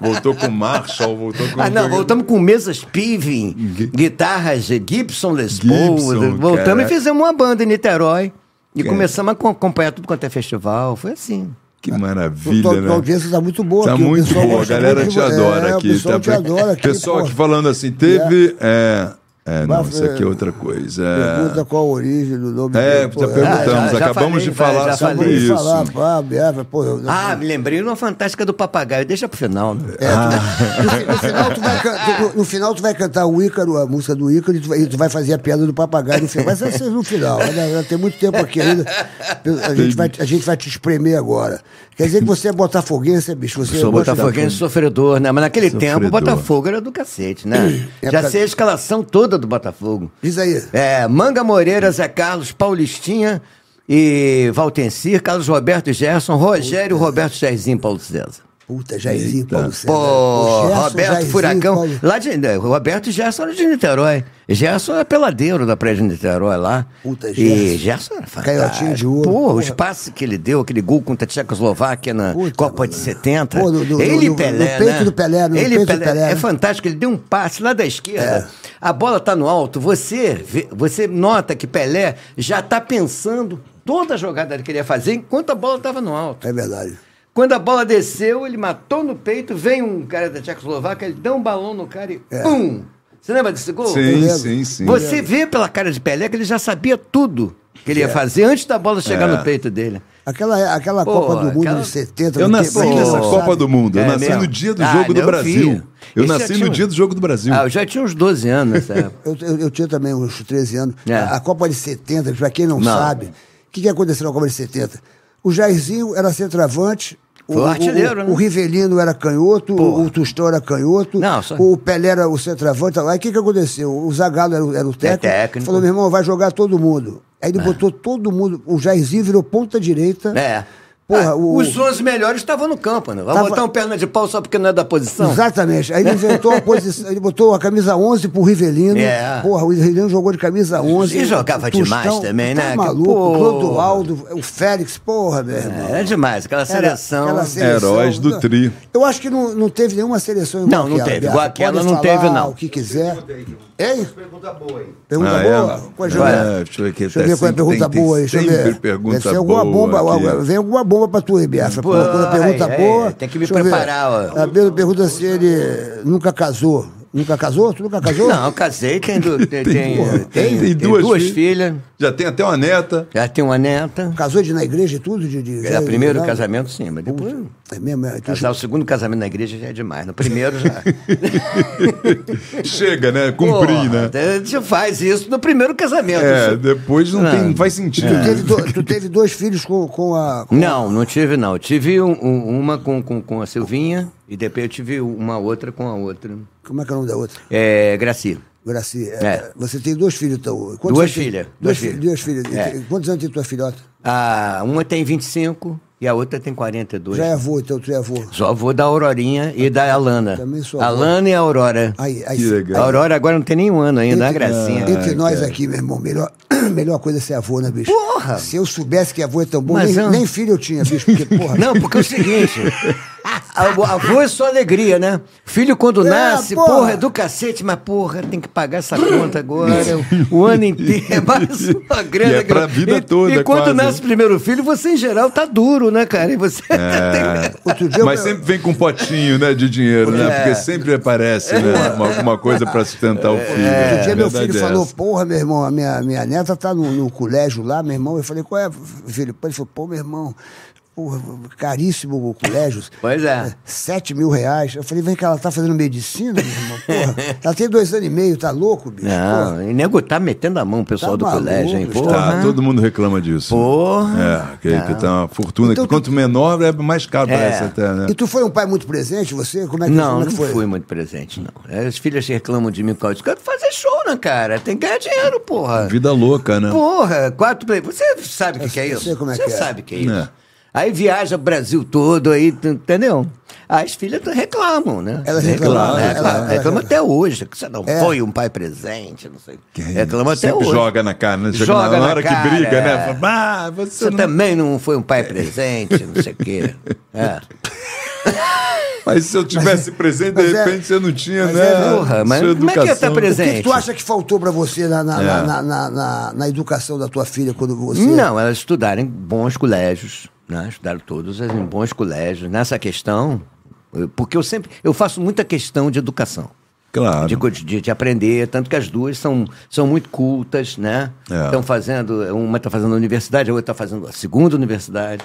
Speaker 2: voltou com Marshall, voltou com...
Speaker 6: Ah, não, voltamos com mesas Pivin, guitarras de Gibson Les Paul.
Speaker 2: Gibson,
Speaker 6: voltamos
Speaker 2: cara.
Speaker 6: e fizemos uma banda em Niterói. E
Speaker 2: Cara.
Speaker 6: começamos a co- acompanhar tudo quanto é festival. Foi assim.
Speaker 2: Que
Speaker 4: Tua,
Speaker 2: maravilha,
Speaker 4: tua
Speaker 2: né?
Speaker 4: audiência tá muito boa
Speaker 2: Tá
Speaker 4: aqui. o
Speaker 2: muito
Speaker 4: pessoal
Speaker 2: boa, a
Speaker 4: gosta
Speaker 2: galera
Speaker 4: muito de
Speaker 2: te
Speaker 4: vo-
Speaker 2: adora
Speaker 4: é,
Speaker 2: aqui.
Speaker 4: O pessoal
Speaker 2: tá
Speaker 4: te
Speaker 2: bem?
Speaker 4: adora aqui.
Speaker 2: Pessoal
Speaker 4: pô.
Speaker 2: aqui falando assim, teve... É, é, não,
Speaker 4: Mas,
Speaker 2: isso aqui é
Speaker 4: é,
Speaker 2: outra coisa.
Speaker 4: Pergunta
Speaker 2: é.
Speaker 4: qual a origem do nome
Speaker 2: É,
Speaker 4: dele,
Speaker 2: já
Speaker 4: pô.
Speaker 2: perguntamos,
Speaker 6: já
Speaker 2: acabamos
Speaker 6: falei,
Speaker 2: de falar
Speaker 6: já
Speaker 2: sobre
Speaker 6: falei.
Speaker 2: Tá isso.
Speaker 4: falar, pá, Biafra, pô. eu-
Speaker 6: Ah, me lembrei de uma fantástica do papagaio. Deixa pro final, né?
Speaker 4: É, tu- no, fi- no final tu vai can- tu- no- no final tu vai cantar o Ícaro, a música do Ícaro, e tu vai, e tu vai fazer a piada do papagaio no final. Mas vai ser no final, ainda, ainda tem muito tempo aqui ainda. A gente, vai, a gente vai te espremer agora. Quer dizer que você é botafoguense, bicho? Você
Speaker 6: Sou
Speaker 4: gosta-
Speaker 6: botafoguense sofredor, né? Mas naquele
Speaker 2: Sofredor.
Speaker 6: tempo o Botafogo era do cacete, né?
Speaker 4: É
Speaker 6: Já
Speaker 4: pra-
Speaker 6: sei a escalação toda do Botafogo.
Speaker 4: Diz aí.
Speaker 6: É, Manga Moreira, Zé Carlos, Paulistinha e Valtencir, Carlos Roberto e Gerson, Rogério, Roberto Jairzinho, e Paulo César.
Speaker 4: Puta, Jairzinho, Paulo César.
Speaker 6: Pô,
Speaker 4: né? O Gerson,
Speaker 6: Roberto
Speaker 4: Jairzinho,
Speaker 6: Furacão.
Speaker 4: Paulo-
Speaker 6: Lá de, né, Roberto e Gerson era de Niterói. Gerson era peladeiro da Praia de Niterói lá.
Speaker 4: Puta,
Speaker 6: E
Speaker 4: Gerson.
Speaker 6: Gerson era fantástico.
Speaker 4: Canhotinho de ouro.
Speaker 6: Pô,
Speaker 4: Porra.
Speaker 6: os passes que ele deu, aquele gol contra a Tchecoslováquia na
Speaker 4: Puta,
Speaker 6: Copa
Speaker 4: mano.
Speaker 6: de 70.
Speaker 4: Pô, no- no-
Speaker 6: ele
Speaker 4: no-
Speaker 6: e
Speaker 4: no
Speaker 6: Pelé,
Speaker 4: peito
Speaker 6: né?
Speaker 4: do Pelé, no
Speaker 6: ele e
Speaker 4: peito do
Speaker 6: Pelé.
Speaker 4: Pelé, É.
Speaker 6: É
Speaker 4: né?
Speaker 6: fantástico, ele deu um passe lá da esquerda. A bola tá no alto, você, vê- você nota que Pelé já tá pensando toda a jogada que ele ia fazer enquanto a bola tava no alto.
Speaker 4: É verdade.
Speaker 6: Quando a bola desceu, ele matou no peito, vem um cara da Tchecoslováquia, ele dá um balão no cara e pum! Você lembra desse gol? Uhum.
Speaker 2: Sim, sim, sim.
Speaker 6: Você vê pela cara de Pelé que ele já sabia tudo que ele ia fazer antes da bola chegar no peito dele.
Speaker 4: Aquela, aquela
Speaker 6: Pô,
Speaker 4: Copa do Mundo
Speaker 6: aquela-
Speaker 4: de 70.
Speaker 2: Eu
Speaker 4: não
Speaker 2: nasci
Speaker 4: tem-
Speaker 2: nessa
Speaker 4: Pô,
Speaker 2: Copa
Speaker 4: sabe?
Speaker 2: do Mundo. Eu
Speaker 6: É
Speaker 2: nasci
Speaker 6: mesmo?
Speaker 2: no dia do
Speaker 6: Ah,
Speaker 2: Jogo do
Speaker 6: não,
Speaker 2: Brasil.
Speaker 6: filho.
Speaker 2: Eu
Speaker 6: Esse já
Speaker 2: nasci
Speaker 6: tinha
Speaker 2: no
Speaker 6: um-
Speaker 2: dia do Jogo do Brasil.
Speaker 6: Ah, eu já tinha uns 12 anos nessa época.
Speaker 4: Eu, eu, eu tinha também uns 13 anos.
Speaker 6: É.
Speaker 4: A, a Copa de 70, pra quem não,
Speaker 6: Não.
Speaker 4: sabe, o que, que aconteceu na Copa de 70? O Jairzinho era centroavante.
Speaker 6: Foi o artilheiro,
Speaker 4: o,
Speaker 6: né?
Speaker 4: o Rivelino era canhoto,
Speaker 6: Porra.
Speaker 4: o Tostão era canhoto,
Speaker 6: Não, só-
Speaker 4: o Pelé era o centroavante. Aí o que, que aconteceu? O Zagallo era, o- era o técnico,
Speaker 6: É técnico.
Speaker 4: Falou, meu irmão, vai jogar todo mundo. Aí ele botou todo mundo. O Jairzinho virou ponta direita.
Speaker 6: É.
Speaker 4: Porra,
Speaker 6: Ah,
Speaker 4: o-
Speaker 6: Os 11 melhores estavam no campo, né? Vai
Speaker 4: Tava-
Speaker 6: botar um perna de pau só porque não é da posição?
Speaker 4: Exatamente. Aí ele inventou a posição, ele botou a camisa 11 pro Rivelino.
Speaker 6: É.
Speaker 4: Porra, o Rivelino jogou de camisa 11.
Speaker 6: E jogava
Speaker 4: O Tostão,
Speaker 6: demais também, né?
Speaker 4: Tá maluco,
Speaker 6: Pô.
Speaker 4: o Clodoaldo, o Félix, porra, meu irmão.
Speaker 6: Era demais, aquela
Speaker 4: Era
Speaker 6: É, seleção.
Speaker 4: aquela né?
Speaker 2: Heróis do Tri.
Speaker 4: Eu acho que não, não teve nenhuma seleção igual
Speaker 6: Não, não
Speaker 4: aquela,
Speaker 6: teve.
Speaker 4: Beto.
Speaker 6: Igual aquela
Speaker 4: Podem
Speaker 6: não
Speaker 4: falar
Speaker 6: teve, não.
Speaker 4: o que quiser. Hein?
Speaker 5: Pergunta boa aí.
Speaker 4: Pergunta
Speaker 2: Ah, é?
Speaker 4: boa? Qual é,
Speaker 2: É,
Speaker 4: Joel?
Speaker 2: deixa eu ver aqui,
Speaker 4: Deixa eu
Speaker 2: tá
Speaker 4: ver qual é a
Speaker 2: sempre-
Speaker 4: pergunta
Speaker 2: tem-
Speaker 4: boa aí. Deixa eu
Speaker 2: sempre
Speaker 4: ver.
Speaker 2: pergunta
Speaker 4: Deve ser alguma
Speaker 2: boa
Speaker 4: bomba.
Speaker 2: aqui.
Speaker 4: alguma- Vem alguma bomba pra tu aí, Biafra.
Speaker 6: Pô,
Speaker 4: Pô, quando a pergunta
Speaker 6: é,
Speaker 4: boa.
Speaker 6: tem que me
Speaker 4: deixa eu ver.
Speaker 6: preparar, ó.
Speaker 4: A Belo pergunta se ele nunca casou. Nunca casou? Tu nunca casou?
Speaker 6: Não, casei, tem, du- tem, tem,
Speaker 4: duas-
Speaker 6: tem-
Speaker 2: tem
Speaker 6: tem
Speaker 2: duas
Speaker 6: duas,
Speaker 2: filhas.
Speaker 6: filhas,
Speaker 2: Já tem até uma neta.
Speaker 6: já tem uma neta.
Speaker 4: Casou de ir na igreja e tudo? De, de,
Speaker 6: Era
Speaker 4: já-
Speaker 6: É, primeiro
Speaker 4: já-
Speaker 6: casamento, sim, mas depois.
Speaker 4: É mesmo? É, tu-
Speaker 6: Casar o segundo casamento na igreja já é demais. No primeiro já.
Speaker 2: Chega, né? Cumprir, né?
Speaker 6: então, A gente faz isso no primeiro casamento.
Speaker 2: É,
Speaker 6: Isso-
Speaker 2: depois não, tem, não faz sentido.
Speaker 4: tu, teve do- tu teve dois filhos com, com a. com-
Speaker 6: Não, não tive, não. Eu Tive um- um- uma com, com, com a Silvinha e depois eu tive uma outra com a outra.
Speaker 4: Como é que é o nome da outra?
Speaker 6: É, Graci.
Speaker 4: Graci. é,
Speaker 6: É.
Speaker 4: Você tem dois filhos, então. Quantos
Speaker 6: Duas
Speaker 4: anos tem-
Speaker 6: filhas,
Speaker 4: Duas
Speaker 6: duas
Speaker 4: filhas.
Speaker 6: filhas.
Speaker 4: Duas filhas. E
Speaker 6: É.
Speaker 4: tem- Quantos anos tem tua filhota?
Speaker 6: A, uma tem 25 e a outra tem 42.
Speaker 4: Já é avô, então tu é avô.
Speaker 6: Sou avô da Aurorinha e da Alana.
Speaker 4: Também sou avô. Ah,
Speaker 6: Alana e a Aurora.
Speaker 4: Aí, aí,
Speaker 2: Que legal.
Speaker 6: A Aurora agora não tem nem um ano ainda, é uma
Speaker 4: Entre-
Speaker 6: gracinha.
Speaker 4: Entre nós aqui, meu irmão, melhor, melhor coisa é ser avô, né, bicho?
Speaker 6: Porra!
Speaker 4: Se eu soubesse que avô é tão bom,
Speaker 6: Mas
Speaker 4: nem,
Speaker 6: eu-
Speaker 4: nem filho eu tinha, bicho, porque, porra.
Speaker 6: Não, porque é o seguinte. a- Avô é só alegria, né? Filho quando
Speaker 4: É,
Speaker 6: nasce,
Speaker 4: porra.
Speaker 6: porra. é do cacete, mas porra, tem que pagar essa conta agora, o, o ano inteiro, é mais uma grana.
Speaker 2: E é pra
Speaker 6: que-
Speaker 2: vida
Speaker 6: e,
Speaker 2: toda,
Speaker 6: E quando
Speaker 2: quase.
Speaker 6: nasce o primeiro filho, você em geral tá duro, né, cara? E você
Speaker 2: É.
Speaker 6: tem-
Speaker 4: Outro dia eu-
Speaker 2: Mas sempre vem com um potinho, né, de dinheiro, né? Porque sempre aparece, né, uma- alguma coisa pra sustentar o filho.
Speaker 4: Outro dia meu
Speaker 2: Verdade
Speaker 4: filho
Speaker 2: é
Speaker 4: falou,
Speaker 2: essa.
Speaker 4: porra, meu irmão, a minha, minha neta tá no, no colégio lá, meu irmão. Eu falei, qual é, filho? Ele falou, pô, meu irmão, porra, caríssimo o colégio.
Speaker 6: Pois é.
Speaker 4: 7 mil reais. Eu falei, vem cá, ela tá fazendo medicina, meu irmão, porra. Ela tem dois anos e meio, tá louco, bicho?
Speaker 6: Não, e nego tá metendo a mão, o
Speaker 4: Tá
Speaker 6: pessoal do
Speaker 4: maluco,
Speaker 6: colégio, hein?
Speaker 4: tá
Speaker 6: Porra.
Speaker 2: Tá, todo mundo reclama disso. É,
Speaker 6: Porra.
Speaker 2: que, que tá uma fortuna.
Speaker 4: Então
Speaker 2: que quanto menor, é mais caro
Speaker 6: É.
Speaker 2: parece até, né?
Speaker 4: Porra. E tu foi um pai muito presente, você? Como é que,
Speaker 6: Não,
Speaker 4: como é
Speaker 6: não
Speaker 4: que foi?
Speaker 6: fui muito presente, não. As filhas reclamam de mim por causa disso. Quero fazer show, né, cara? Tem que ganhar dinheiro, porra.
Speaker 2: Vida louca, né?
Speaker 6: Porra, quatro play. Você sabe o que, que é
Speaker 4: eu
Speaker 6: isso?
Speaker 4: sei como é
Speaker 6: Você
Speaker 4: que é.
Speaker 6: sabe o que é isso.
Speaker 2: É.
Speaker 6: Aí viaja o Brasil todo, aí, tu- entendeu? As filhas tu- reclamam, né?
Speaker 4: Elas reclamam,
Speaker 6: reclamam,
Speaker 4: elas-
Speaker 6: reclamam,
Speaker 4: elas-
Speaker 6: reclamam
Speaker 4: elas-
Speaker 6: até hoje. Que você não
Speaker 4: É.
Speaker 6: foi um pai presente, não sei. Reclama até
Speaker 2: Sempre
Speaker 6: hoje.
Speaker 2: joga na cara, né? Chega
Speaker 6: Joga
Speaker 2: na
Speaker 6: na
Speaker 2: hora que
Speaker 6: cara,
Speaker 2: briga, né?
Speaker 6: é.
Speaker 2: Fala, Ah, você
Speaker 6: Você
Speaker 2: não...
Speaker 6: também não foi um pai presente, não sei o quê. É.
Speaker 2: Mas se eu tivesse presente, de
Speaker 4: mas é-
Speaker 2: repente você não tinha,
Speaker 4: mas
Speaker 2: né?
Speaker 4: é,
Speaker 6: porra, mas
Speaker 2: sua
Speaker 6: como é que ia
Speaker 2: educação.
Speaker 6: tá presente?
Speaker 4: O que que tu acha que faltou pra você na, na, na-
Speaker 2: É.
Speaker 4: na- na- na- na educação da tua filha quando você.
Speaker 6: Não, elas estudaram em bons colégios, né? Estudaram todas em bons colégios. Nessa questão, eu- porque eu sempre eu faço muita questão de educação,
Speaker 2: Claro.
Speaker 6: de, co- de, de aprender, tanto que as duas são, são muito cultas, né?
Speaker 2: É.
Speaker 6: Estão fazendo, uma está fazendo a universidade, a outra está fazendo a segunda universidade.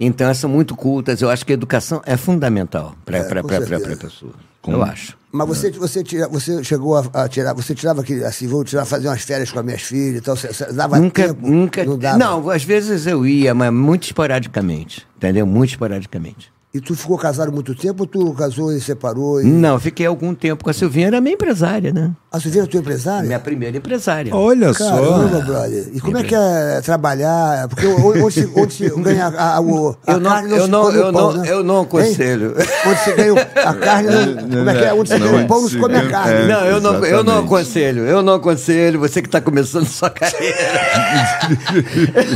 Speaker 6: Então elas são muito cultas. Eu acho que a educação é fundamental para
Speaker 4: É,
Speaker 6: para
Speaker 4: com
Speaker 6: para
Speaker 4: certeza.
Speaker 6: pessoa. Eu acho.
Speaker 4: Mas você, você, tira, você chegou a, a tirar. Você tirava aquele. Assim, vou tirar, fazer umas férias com as minhas filhas e tal. Você, você dava
Speaker 6: nunca,
Speaker 4: tempo.
Speaker 6: nunca.
Speaker 4: Não, dava.
Speaker 6: não, às vezes eu ia, mas muito esporadicamente, entendeu? Muito esporadicamente.
Speaker 4: E tu ficou casado muito tempo ou tu casou e separou? E...
Speaker 6: Não, eu fiquei algum tempo com a Silvinha, era minha empresária, né?
Speaker 4: A Silveira é tua empresária?
Speaker 6: Minha primeira empresária.
Speaker 2: Olha
Speaker 4: Caramba,
Speaker 2: só.
Speaker 4: brother. E como é que é trabalhar? Porque onde, onde, se- onde se ganha a, a, o- a
Speaker 6: Eu não-
Speaker 4: carne
Speaker 6: eu
Speaker 4: se
Speaker 6: não-
Speaker 4: come o
Speaker 6: eu
Speaker 4: pão,
Speaker 6: não-
Speaker 4: né?
Speaker 6: eu não
Speaker 4: Hein?
Speaker 6: aconselho.
Speaker 4: Onde se ganha o- a carne, não, como é que é? Onde se
Speaker 2: Não,
Speaker 4: ganha o pão, não se come a
Speaker 2: se-
Speaker 4: carne. né?
Speaker 6: Não, eu não, eu não
Speaker 2: Exatamente.
Speaker 6: aconselho, eu não aconselho você que está começando sua carreira.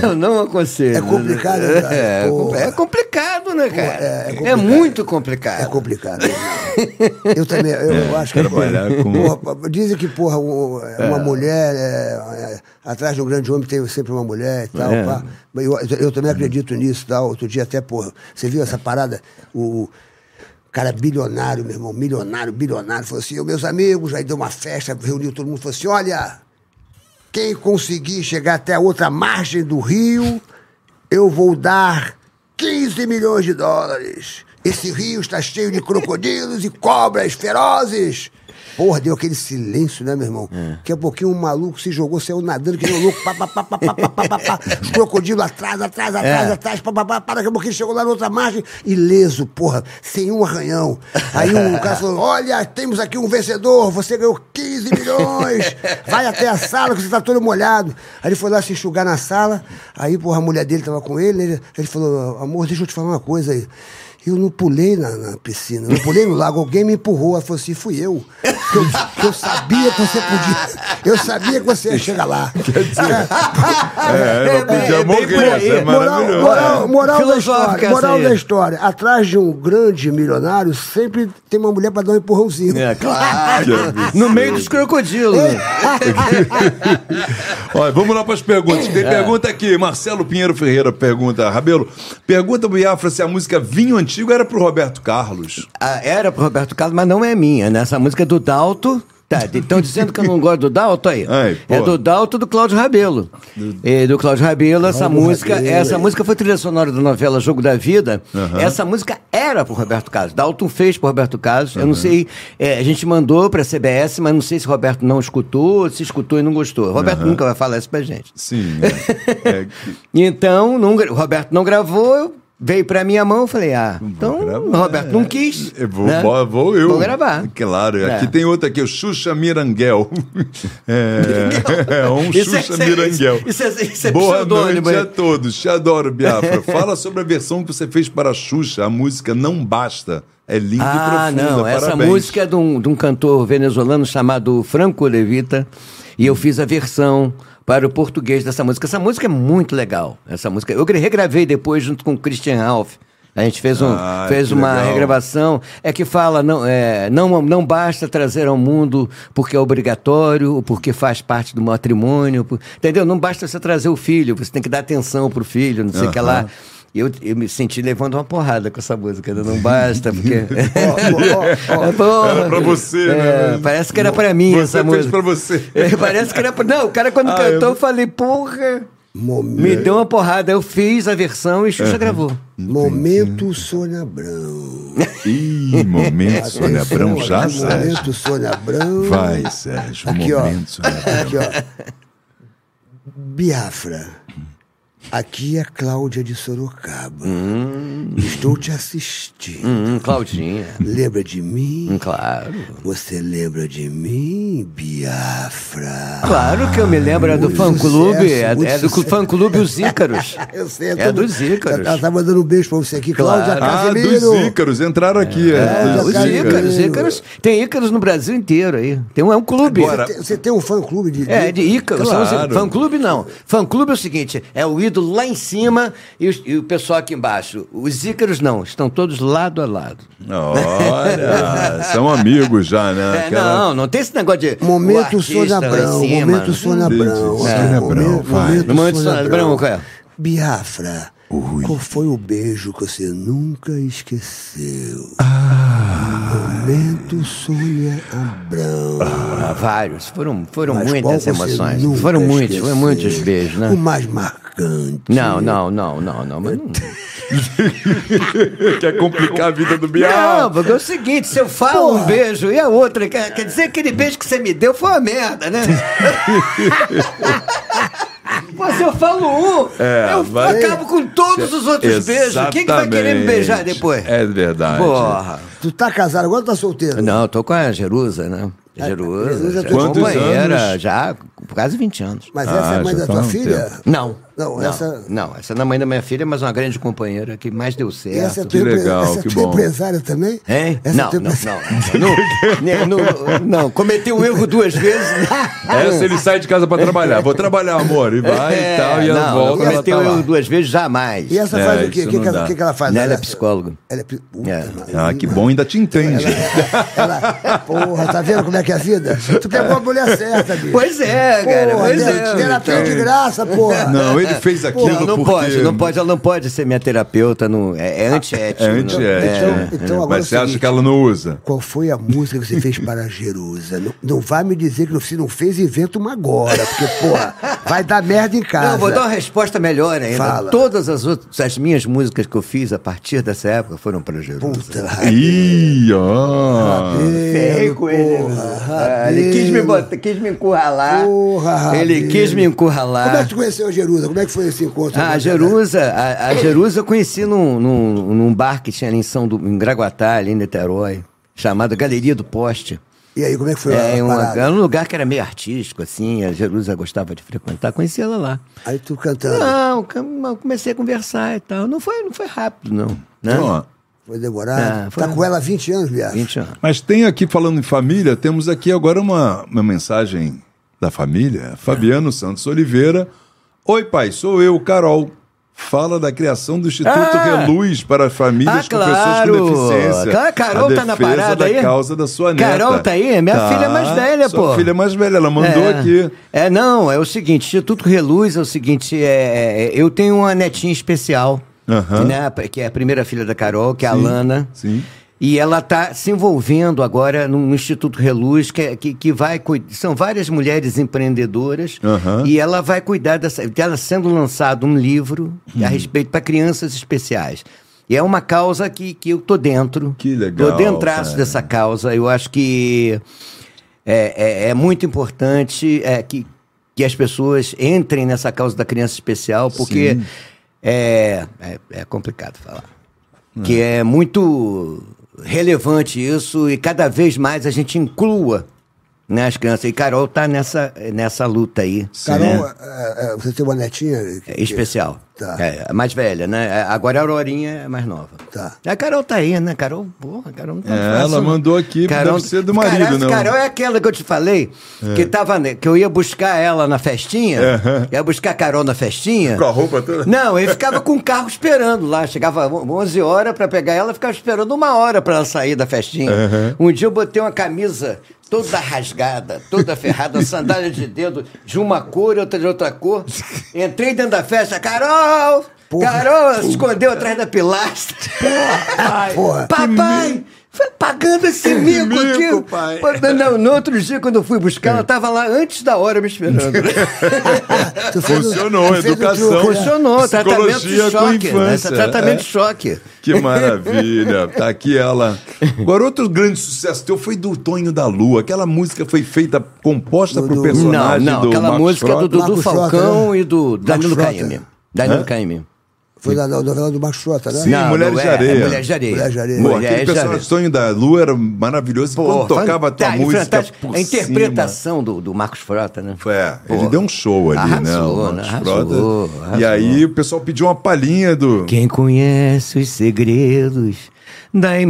Speaker 6: eu não aconselho.
Speaker 4: É complicado, né, cara?
Speaker 6: É,
Speaker 4: Porra.
Speaker 6: é complicado, né, cara?
Speaker 4: é
Speaker 6: é,
Speaker 4: complicado.
Speaker 6: muito complicado.
Speaker 4: É complicado. né? eu também, eu acho que.
Speaker 2: É, trabalhar com-
Speaker 4: Porra, dizem que, porra, o- uma mulher. é, é, atrás de um grande homem tem sempre uma mulher e tal.
Speaker 6: É.
Speaker 4: pá. Mas Eu, eu também acredito nisso e tal. Outro dia até, porra, você viu essa parada? O. Cara bilionário, meu irmão, milionário, bilionário, falou assim: "Ô, meus amigos, aí deu uma festa, reuniu todo mundo, falou assim: olha, quem conseguir chegar até a outra margem do rio, eu vou dar 15 milhões de dólares. Esse rio está cheio de crocodilos e cobras ferozes. Porra, deu aquele silêncio, né, meu irmão? Daqui a pouquinho um maluco se jogou, saiu nadando, que nem um louco, pá, pá, pá, pá, pá, pá, pá, pá, pá. Os crocodilos atrás, atrás, atrás, atrás, pá, pá, pá, pá, daqui a pouquinho chegou lá na outra margem, ileso, porra, sem um arranhão. Aí um cara falou, olha, temos aqui um vencedor, você ganhou 15 milhões, vai até a sala que você tá todo molhado. Aí ele foi lá se enxugar na sala, aí, porra, a mulher dele tava com ele, ele, ele falou, amor, deixa eu te falar uma coisa aí. Eu não pulei na, na piscina, não pulei no lago, alguém me empurrou. Ela falou assim, fui eu. Que eu, que eu sabia que você podia. Eu sabia que você ia chegar lá.
Speaker 2: É, não podia
Speaker 6: bem
Speaker 2: morrer,
Speaker 6: por aí.
Speaker 2: isso é
Speaker 4: Moral,
Speaker 2: maravilhoso.
Speaker 4: moral, moral da
Speaker 6: Filosófica
Speaker 4: história,
Speaker 6: essa
Speaker 4: moral
Speaker 6: aí.
Speaker 4: da história. Atrás de um grande milionário sempre tem uma mulher pra dar um empurrãozinho.
Speaker 6: É, claro. No meio dos crocodilos.
Speaker 2: Olha, vamos lá para as perguntas.
Speaker 6: É.
Speaker 2: Tem pergunta aqui. Marcelo Pinheiro Ferreira pergunta, Rabelo, pergunta pro Biafra se a música Vinho Antigo era pro Roberto Carlos.
Speaker 6: Ah, era pro Roberto Carlos, mas não é minha, né? Essa música é do Dalto. Tá, estão dizendo que eu não gosto do Dalto aí.
Speaker 2: Ai, pô.
Speaker 6: é do Dalto do Cláudio Rabelo. É, Do Cláudio Rabelo, é. essa música, essa música foi trilha sonora da novela Jogo da Vida. Essa música era pro Roberto Carlos. Dalton fez pro Roberto Carlos. Eu não sei, é, a gente mandou pra CBS, mas não sei se o Roberto não escutou, se escutou e não gostou. O Roberto nunca vai falar isso pra gente.
Speaker 2: Sim. é. É, que-
Speaker 6: Então, não gra- o Roberto não gravou, eu- veio pra minha mão, eu falei, ah, então
Speaker 2: gravar, é.
Speaker 6: o Roberto não quis.
Speaker 2: Eu vou,
Speaker 6: né?
Speaker 2: vou, vou eu.
Speaker 6: Vou gravar.
Speaker 2: Claro.
Speaker 6: É.
Speaker 2: Aqui tem outra aqui, o Xuxa Miranguel. É, é um
Speaker 6: Isso é-
Speaker 2: Xuxa
Speaker 6: isso é-
Speaker 2: Miranguel.
Speaker 6: isso é- isso é
Speaker 2: Boa
Speaker 6: pseudônimo,
Speaker 2: noite a
Speaker 6: hein?
Speaker 2: todos. Te adoro, Biafra. Fala sobre a versão que você fez para a Xuxa. A música Não Basta. É linda
Speaker 6: Ah,
Speaker 2: e profunda.
Speaker 6: não. Essa
Speaker 2: Parabéns.
Speaker 6: música é de um, de um cantor venezuelano chamado Franco Levita. E eu fiz a versão para o português dessa música. Essa música é muito legal. Essa música. Eu gre- regravei depois junto com o Christian Ralph. A gente fez, um,
Speaker 2: Ah,
Speaker 6: fez
Speaker 2: que
Speaker 6: uma
Speaker 2: legal.
Speaker 6: regravação. É que fala, não, é, não, não basta trazer ao mundo porque é obrigatório, ou porque faz parte do matrimônio. por- entendeu? Não basta você trazer o filho, você tem que dar atenção pro filho, não sei o que lá. E eu, eu me senti levando uma porrada com essa música. né? Não basta, porque.
Speaker 4: Ó, ó, ó, ó.
Speaker 6: Porra.
Speaker 2: Era pra você,
Speaker 6: É,
Speaker 2: né?
Speaker 6: Parece que era pra mim
Speaker 2: Você
Speaker 6: é essa
Speaker 2: fez
Speaker 6: música.
Speaker 2: pra você.
Speaker 6: É, parece que era pra... Não, o cara quando
Speaker 2: Ah,
Speaker 6: cantou,
Speaker 2: eu-
Speaker 6: eu... falei, porra...
Speaker 4: Momento,
Speaker 6: Me deu uma porrada. Eu fiz a versão e Xuxa gravou.
Speaker 4: momento Sônia Abrão.
Speaker 2: Ih, momento, É, Sônia Abrão,
Speaker 4: Atenção,
Speaker 2: já,
Speaker 4: aqui,
Speaker 2: Sérgio.
Speaker 4: Momento Sônia Abrão.
Speaker 2: Vai, Sérgio.
Speaker 4: Aqui, ó.
Speaker 2: momento, Sônia Abrão.
Speaker 4: Aqui, ó. Biafra. Aqui é Cláudia de Sorocaba.
Speaker 2: Hum.
Speaker 4: Estou te assistindo.
Speaker 6: Hum, Claudinha.
Speaker 4: Lembra de mim?
Speaker 6: Hum, claro.
Speaker 4: Você lembra de mim, Biafra?
Speaker 6: Claro que eu me lembro. É do
Speaker 4: Muito
Speaker 6: fã-clube.
Speaker 4: sucesso,
Speaker 6: É,
Speaker 4: muito
Speaker 6: é do
Speaker 4: sucesso.
Speaker 6: fã-clube Os Ícaros.
Speaker 4: Eu sei,
Speaker 6: É
Speaker 4: todo-
Speaker 6: dos Ícaros.
Speaker 4: Ela tá mandando um beijo pra você aqui,
Speaker 6: Claro.
Speaker 4: Cláudia
Speaker 2: Ah,
Speaker 4: Casemiro.
Speaker 2: dos Ícaros, entraram aqui. É,
Speaker 4: É,
Speaker 2: dos
Speaker 6: Os
Speaker 4: Ícaros.
Speaker 6: Ícaros. Ícaros. Tem Ícaros no Brasil inteiro aí. Tem um, é um clube.
Speaker 2: Agora,
Speaker 4: Tem- Você tem um fã-clube de...
Speaker 6: É, de Ícaro.
Speaker 2: Claro.
Speaker 6: são os- Fã-clube não. Fã-clube é o seguinte, é o ídolo lá em cima e, os- e o pessoal aqui embaixo. Os Ícaros não, estão todos lado a lado.
Speaker 2: Olha, são amigos já, né?
Speaker 6: É,
Speaker 2: Aquela-
Speaker 6: não, não tem esse negócio de o
Speaker 4: Momento
Speaker 6: artista
Speaker 4: Sônia
Speaker 6: lá em
Speaker 4: Abrão,
Speaker 6: cima.
Speaker 4: momento Sônia
Speaker 2: Entendi.
Speaker 4: Abrão.
Speaker 2: Sônia
Speaker 4: Olha,
Speaker 2: Abrão,
Speaker 4: momento-
Speaker 2: vai.
Speaker 6: Momento Sônia Abrão, qual é?
Speaker 4: Biafra, qual foi o beijo que você nunca esqueceu?
Speaker 2: Ah.
Speaker 4: Momento Sônia Abrão.
Speaker 6: Ah, vários, foram, foram
Speaker 4: Mas qual
Speaker 6: muitas
Speaker 4: você
Speaker 6: emoções.
Speaker 4: nunca
Speaker 6: Foram muitos,
Speaker 4: esqueceu?
Speaker 6: foram muitos beijos,
Speaker 4: O
Speaker 6: né?
Speaker 4: mais marcante.
Speaker 6: Não, não, não, não, não, mas não.
Speaker 2: Quer complicar a vida do
Speaker 6: Não,
Speaker 2: Bial.
Speaker 6: porque é o seguinte, se eu falo um beijo e a outra, quer, quer dizer que aquele beijo que você me deu foi uma merda, né? Pô, se eu falo um,
Speaker 2: É,
Speaker 6: eu
Speaker 2: mas-
Speaker 6: acabo com todos os outros beijos. Quem que vai querer me beijar depois?
Speaker 2: É verdade.
Speaker 6: Porra.
Speaker 4: Tu tá casado agora ou tá solteiro?
Speaker 6: Não, eu tô com a Jerusa, né? Jerusa,
Speaker 4: Jerusa,
Speaker 6: já é
Speaker 4: quantos
Speaker 6: companheira,
Speaker 2: anos?
Speaker 6: já quase 20 anos.
Speaker 4: Mas essa é
Speaker 2: Ah,
Speaker 4: a mãe
Speaker 2: já
Speaker 4: da
Speaker 2: tá
Speaker 4: tua
Speaker 2: um
Speaker 4: filha?
Speaker 2: tempo.
Speaker 6: Não.
Speaker 4: Não, essa-
Speaker 6: Não, essa é da mãe da minha filha, mas uma grande companheira que mais deu
Speaker 4: E
Speaker 6: certo.
Speaker 4: essa é
Speaker 2: Que
Speaker 4: tua, empre-
Speaker 2: legal,
Speaker 4: essa é
Speaker 2: que
Speaker 4: tua
Speaker 2: bom.
Speaker 4: empresária também?
Speaker 6: Hein?
Speaker 4: Essa
Speaker 6: Não,
Speaker 4: tua
Speaker 6: não, não,
Speaker 4: empresária-
Speaker 6: não, não, não, não. Cometeu um erro duas vezes. né?
Speaker 2: Essa ele sai de casa pra trabalhar. Vou trabalhar, amor. E vai e tal, e ela
Speaker 6: É, não,
Speaker 2: volta.
Speaker 6: Não
Speaker 2: Ela tá
Speaker 6: cometeu
Speaker 2: lá.
Speaker 6: erro duas vezes, jamais.
Speaker 4: E essa
Speaker 2: É,
Speaker 4: faz o quê?
Speaker 2: isso
Speaker 4: O que,
Speaker 2: não
Speaker 4: que, ela-
Speaker 2: dá.
Speaker 4: o que que ela faz?
Speaker 6: Não, ela é psicóloga.
Speaker 4: Ela é... pri- Puta,
Speaker 6: É.
Speaker 4: mano.
Speaker 2: Ah, que bom, ainda te entende.
Speaker 4: Ela... Porra, tá vendo como é que é a vida? Tu pegou a mulher certa, bicho.
Speaker 6: Pois é, cara,
Speaker 4: Porra,
Speaker 6: pois
Speaker 4: né?
Speaker 6: é.
Speaker 4: Terapia de graça, porra.
Speaker 2: Não, ele fez aquilo
Speaker 6: Não, não
Speaker 2: porque...
Speaker 6: pode, não pode, ela não pode ser minha terapeuta, não, é, é antiético.
Speaker 2: É
Speaker 6: não-
Speaker 2: antiético.
Speaker 4: Então-
Speaker 2: né?
Speaker 4: então agora é o
Speaker 2: Mas você acha
Speaker 4: seguinte.
Speaker 2: que ela não usa?
Speaker 4: Qual foi a música que você fez para Jerusa? Não, não vai me dizer que você não fez, inventa uma agora. Porque, porra, vai dar merda em casa.
Speaker 6: Não, vou dar uma resposta melhor ainda.
Speaker 4: Fala.
Speaker 6: Todas as outras, as minhas músicas que eu fiz a partir dessa época foram para Jerusalém.
Speaker 4: Puta,
Speaker 2: Ih, ó.
Speaker 6: Ferrei com ele. Ah, ele quis me, botar, quis me encurralar.
Speaker 4: Porra,
Speaker 6: ele
Speaker 4: Rabelo.
Speaker 6: quis me encurralar.
Speaker 4: Como é que tu conheceu a Jerusa? Como é que foi esse encontro?
Speaker 6: Ah, a Jerusa, a, a Jerusa eu conheci num, num, num bar que tinha ali em, São do, em Graguatá, ali em Niterói, chamado Galeria do Poste.
Speaker 4: E aí, como é que foi
Speaker 6: É,
Speaker 4: a
Speaker 6: um,
Speaker 4: parada?
Speaker 6: era um lugar que era meio artístico, assim, a Jerusa gostava de frequentar, conheci ela lá.
Speaker 4: Aí tu cantando.
Speaker 6: Não, com- eu comecei a conversar e tal. Não foi, não foi rápido, não. né?
Speaker 2: Ó.
Speaker 4: Foi demorado.
Speaker 6: Ah, foi-
Speaker 4: Tá com ela há 20 anos, viado.
Speaker 6: 20 anos.
Speaker 2: Mas tem aqui, falando em família, temos aqui agora uma, uma mensagem da
Speaker 6: É.
Speaker 2: família, Fabiano Santos Oliveira. Oi, pai, sou eu, Carol. Fala da criação do Instituto
Speaker 6: Ah!
Speaker 2: Reluz para famílias
Speaker 6: Ah,
Speaker 2: com
Speaker 6: claro.
Speaker 2: pessoas com deficiência.
Speaker 6: Claro, a Carol
Speaker 2: a
Speaker 6: tá na
Speaker 2: defesa
Speaker 6: parada
Speaker 2: da
Speaker 6: aí?
Speaker 2: causa da sua neta.
Speaker 6: Carol tá aí? Minha filha é mais velha,
Speaker 2: sua
Speaker 6: pô.
Speaker 2: filha é mais velha, ela mandou
Speaker 6: é.
Speaker 2: aqui.
Speaker 6: É, não, é o seguinte, Instituto Reluz é o seguinte, é, é, eu tenho uma netinha especial,
Speaker 2: Aham.
Speaker 6: né, que é a primeira filha da Carol, que é a
Speaker 2: Sim,
Speaker 6: Lana.
Speaker 2: sim.
Speaker 6: E ela está se envolvendo agora no Instituto Reluz, que, é- que, que vai cuid- são várias mulheres empreendedoras,
Speaker 2: Aham.
Speaker 6: e ela vai cuidar dessa, dela sendo lançado um livro
Speaker 2: Uhum.
Speaker 6: a respeito para crianças especiais. E é uma causa que, que eu tô dentro.
Speaker 2: Que legal,
Speaker 6: Tô dentraço
Speaker 2: cara.
Speaker 6: dessa causa. Eu acho que é, é- é muito importante é, que, que as pessoas entrem nessa causa da criança especial, porque
Speaker 2: Sim.
Speaker 6: é, é, é complicado falar. Que é muito relevante isso e cada vez mais a gente inclua né, as crianças. E Carol tá nessa, nessa luta aí.
Speaker 4: Carol,
Speaker 6: né?
Speaker 4: é, é, você tem uma netinha?
Speaker 6: É especial.
Speaker 4: Tá.
Speaker 6: É, a mais velha, né? É, Agora a Aurorinha é mais nova.
Speaker 4: Tá.
Speaker 6: A Carol tá aí, né? Carol, porra, a Carol não tá
Speaker 2: É,
Speaker 6: fácil,
Speaker 2: ela
Speaker 6: não.
Speaker 2: mandou aqui, deve ser do marido,
Speaker 6: Caralho,
Speaker 2: não. É.
Speaker 6: Carol é aquela que eu te falei, que, tava, ne- que eu ia buscar ela na festinha,
Speaker 2: Aham.
Speaker 6: ia buscar a Carol na festinha.
Speaker 2: Com a roupa toda?
Speaker 6: Não, ele ficava com o carro esperando lá. Chegava 11 horas pra pegar ela, ficava esperando uma hora pra ela sair da festinha. Um dia eu botei uma camisa toda rasgada, toda ferrada, sandália de dedo de uma cor, outra de outra cor. Entrei dentro da festa, Carol! Carol ela se escondeu atrás da pilastra.
Speaker 4: Porra.
Speaker 6: Papai! Foi pagando esse mico,
Speaker 2: mico,
Speaker 6: aqui.
Speaker 2: pai.
Speaker 6: Pô, Não, no outro dia, quando eu fui buscar, ela tava lá antes da hora me esperando.
Speaker 4: Tu fez o-
Speaker 2: Funcionou,
Speaker 4: tu fez o
Speaker 2: educação.
Speaker 4: truque, né?
Speaker 6: Funcionou, tratamento
Speaker 2: Então, é, Psicologia
Speaker 6: de
Speaker 2: com
Speaker 6: choque. né?
Speaker 2: infância,
Speaker 6: Tratamento
Speaker 2: é.
Speaker 6: de choque.
Speaker 2: Que maravilha. Tá aqui ela. Agora, outro grande sucesso teu foi do Tonho da Lua. Aquela música foi feita, composta
Speaker 4: Do-
Speaker 2: pro
Speaker 4: do-
Speaker 6: Não,
Speaker 2: personagem
Speaker 6: não,
Speaker 2: do
Speaker 6: aquela
Speaker 2: Marcos
Speaker 6: música
Speaker 2: Frota.
Speaker 6: do Dudu
Speaker 4: Marcos
Speaker 6: Falcão
Speaker 4: Frota, né?
Speaker 6: e do Danilo
Speaker 4: Frota.
Speaker 6: Caymmi. Danilo Caymmi.
Speaker 4: Foi da, da novela do Marcos Frota, né?
Speaker 2: Sim,
Speaker 6: Não,
Speaker 2: Mulheres
Speaker 6: não é,
Speaker 2: de Areia.
Speaker 6: Mulheres de Areia.
Speaker 4: Mulheres de Areia.
Speaker 2: Pô,
Speaker 6: Mulheres
Speaker 2: aquele
Speaker 6: de
Speaker 2: personagem
Speaker 6: Areia.
Speaker 2: Tonho da Lua era maravilhoso.
Speaker 6: Pô,
Speaker 2: Quando tocava a tua
Speaker 6: fantástico,
Speaker 2: música
Speaker 6: fantástico.
Speaker 2: por
Speaker 6: A
Speaker 2: cima.
Speaker 6: interpretação do, do Marcos Frota, né?
Speaker 2: É, ele
Speaker 6: Pô.
Speaker 2: deu um show ali,
Speaker 6: Arrasou,
Speaker 2: né? o Marcos
Speaker 6: né?
Speaker 2: Frota.
Speaker 6: Arrasou,
Speaker 2: E
Speaker 6: arrasou.
Speaker 2: aí o pessoal pediu uma palhinha do...
Speaker 6: Quem conhece os segredos da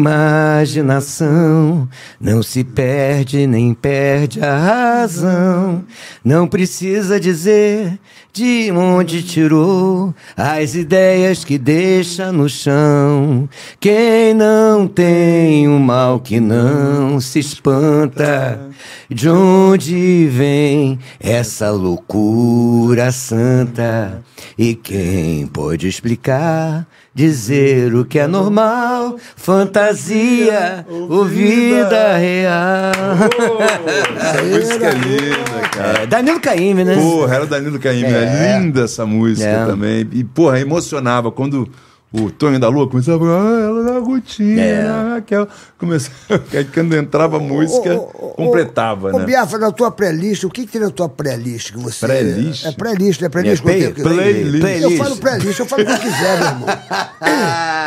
Speaker 6: imaginação não se perde nem perde a razão. Não precisa dizer de onde tirou as ideias que deixa no chão. Quem não tem o mal que não se espanta, de onde vem essa loucura santa? E quem pode explicar, dizer o que é normal, fantasia ou vida real?
Speaker 2: Essa música é linda, cara.
Speaker 6: É, Danilo Caymmi, né?
Speaker 2: Porra, era o Danilo Caymmi. É.
Speaker 6: É.
Speaker 2: Linda essa música
Speaker 6: É.
Speaker 2: também. E, porra, emocionava quando o Tonho da Lua começava a falar, "Ah, ela na rotina,
Speaker 6: É.
Speaker 2: Raquel. Começava, aí quando entrava a música, completava,
Speaker 4: ô,
Speaker 2: né?
Speaker 4: Biafra, na tua playlist, o que, que tem na tua playlist que você.
Speaker 2: Playlist?
Speaker 4: É playlist, né? Playlist.
Speaker 6: É,
Speaker 4: quando tem-
Speaker 2: playlist.
Speaker 4: Eu falo playlist, eu falo o que eu quiser, meu irmão.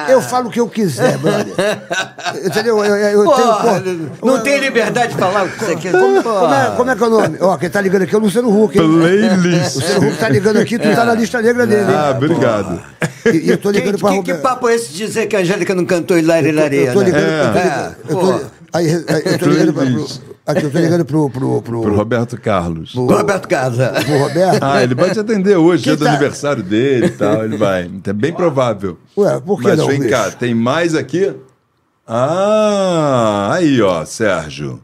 Speaker 4: Eu falo o que eu quiser, brother. Entendeu? Eu, eu- eu tenho.
Speaker 6: Porra,
Speaker 4: um pô,
Speaker 6: não
Speaker 4: eu-
Speaker 6: tem liberdade de falar o que você quer.
Speaker 4: Como é, como é que é o nome? Ó, quem tá ligando aqui é o Luciano Huck. hein? O
Speaker 2: Playlist.
Speaker 4: Luciano Huck tá ligando aqui, tu tá na lista negra dele. hein?
Speaker 2: É. Ah, obrigado.
Speaker 4: E, e eu tô
Speaker 6: Quem-
Speaker 4: ligando pra
Speaker 6: que, que
Speaker 4: Roberto.
Speaker 6: papo é esse de dizer que a Angélica não cantou Hilari Lareia?
Speaker 4: Eu tô ligando,
Speaker 2: É.
Speaker 4: eu tô ligando, eu tô,
Speaker 6: É, pô.
Speaker 4: aí, aí, eu tô ligando pra, pro,
Speaker 2: Playlist.
Speaker 4: aqui, eu tô ligando pro, pro, pro,
Speaker 2: Pro Roberto Carlos.
Speaker 6: O Roberto Casa.
Speaker 4: pro Roberto.
Speaker 2: Ah, ele vai te atender hoje,
Speaker 4: Que
Speaker 2: dia do
Speaker 4: tá-
Speaker 2: aniversário dele e tal, ele vai. É bem provável.
Speaker 4: Ué, por que
Speaker 2: Mas
Speaker 4: não,
Speaker 2: vem
Speaker 4: bicho?
Speaker 2: cá, tem mais aqui? Ah, aí ó, Sérgio.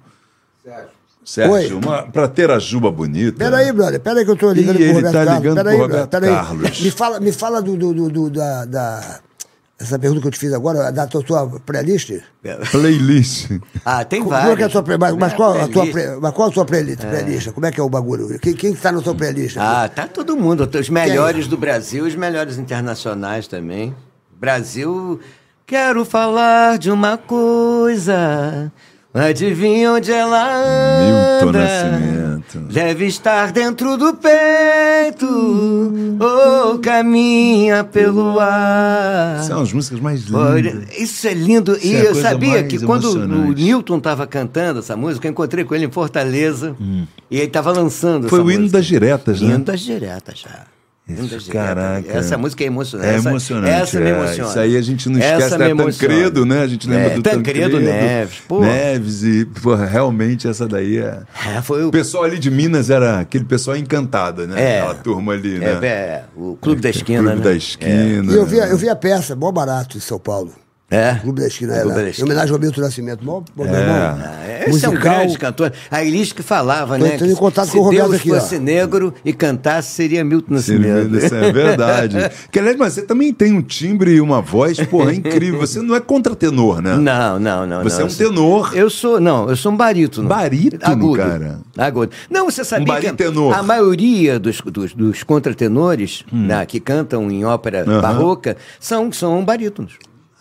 Speaker 2: Sérgio. Sérgio,
Speaker 4: Oi.
Speaker 2: uma, pra ter a juba bonita.
Speaker 4: Peraí, brother, peraí que eu tô ligando pro
Speaker 2: Ih, ele
Speaker 4: Roberto
Speaker 2: tá
Speaker 4: Carlos.
Speaker 2: ligando
Speaker 4: peraí,
Speaker 2: pro
Speaker 4: brother,
Speaker 2: Roberto Carlos.
Speaker 4: Me fala, me fala do, do, do, do- da, da- Essa pergunta que eu te fiz agora, da tua, tua playlist.
Speaker 2: Playlist.
Speaker 6: Ah, tem
Speaker 4: Como é que é a
Speaker 6: vários.
Speaker 4: tua, pre- mas, mas qual a tua,
Speaker 6: Playlist.
Speaker 4: pre- mas qual a tua playlist, playlist? Como é que é o bagulho? Quem, quem tá na tua playlist?
Speaker 6: Ah, tá todo mundo. Os melhores do Brasil, os melhores internacionais também. Brasil, quero falar de uma coisa. Adivinha onde ela
Speaker 2: Milton
Speaker 6: anda?
Speaker 2: Nascimento.
Speaker 6: Deve estar dentro do peito ou caminha pelo ar.
Speaker 2: São as músicas mais
Speaker 6: Ah. Olha,
Speaker 2: lindas.
Speaker 6: Isso é lindo.
Speaker 2: Isso
Speaker 6: e
Speaker 2: é a
Speaker 6: eu
Speaker 2: coisa
Speaker 6: sabia
Speaker 2: mais
Speaker 6: que quando o
Speaker 2: emocionante.
Speaker 6: Newton estava cantando essa música, eu encontrei com ele em Fortaleza e ele estava lançando
Speaker 2: Hum. Foi
Speaker 6: essa
Speaker 2: o hino
Speaker 6: música.
Speaker 2: das diretas, né?
Speaker 6: Hino das diretas já. Lindas de
Speaker 2: Caraca.
Speaker 6: Guerra. Essa música é emocionante.
Speaker 2: É
Speaker 6: essa,
Speaker 2: emocionante.
Speaker 6: Essa me
Speaker 2: é.
Speaker 6: emociona.
Speaker 2: Isso aí a gente não
Speaker 6: Essa
Speaker 2: esquece
Speaker 6: me
Speaker 2: da
Speaker 6: emociona.
Speaker 2: Tancredo, né? A gente lembra
Speaker 6: É,
Speaker 2: do
Speaker 6: Tancredo
Speaker 2: Tancredo.
Speaker 6: Neves, pô.
Speaker 2: Neves e, pô, realmente essa daí é...
Speaker 6: É, foi
Speaker 2: O
Speaker 6: o,
Speaker 2: pessoal ali de Minas era aquele pessoal encantado, né?
Speaker 6: É.
Speaker 2: Aquela turma ali, né?
Speaker 6: é, é, o Clube da Esquina,
Speaker 2: Clube
Speaker 6: né?
Speaker 2: da Esquina.
Speaker 4: É. E eu vi, a- eu vi a peça, mó barato, em São Paulo.
Speaker 6: É.
Speaker 4: Clube da Esquina,
Speaker 6: Clube
Speaker 4: era.
Speaker 6: da Esquina.
Speaker 4: Em homenagem ao Milton Nascimento. Mó, mó, meu irmão,
Speaker 6: Esse é um grande cantor. A Elis que falava,
Speaker 4: Tô
Speaker 6: né?
Speaker 4: entrando em
Speaker 6: que
Speaker 4: contato
Speaker 6: se
Speaker 4: com o Roberto
Speaker 6: Deus
Speaker 4: aqui,
Speaker 6: fosse
Speaker 4: ó.
Speaker 6: negro e cantasse, seria Milton
Speaker 2: Seria-
Speaker 6: Nascimento.
Speaker 2: Isso é verdade. que, aliás, mas você também tem um timbre e uma voz, porra, incrível. Você não é contratenor, né?
Speaker 6: Não, não, não.
Speaker 2: Você
Speaker 6: não.
Speaker 2: é um tenor.
Speaker 6: Eu sou, não, eu sou um barítono.
Speaker 2: Barítono,
Speaker 6: Agudo.
Speaker 2: cara.
Speaker 6: Agudo. Não, você sabia
Speaker 2: Um
Speaker 6: que
Speaker 2: baritenor. Hum.
Speaker 6: a maioria dos, dos, dos contratenores né, que cantam em ópera
Speaker 2: Aham.
Speaker 6: barroca são, são barítonos.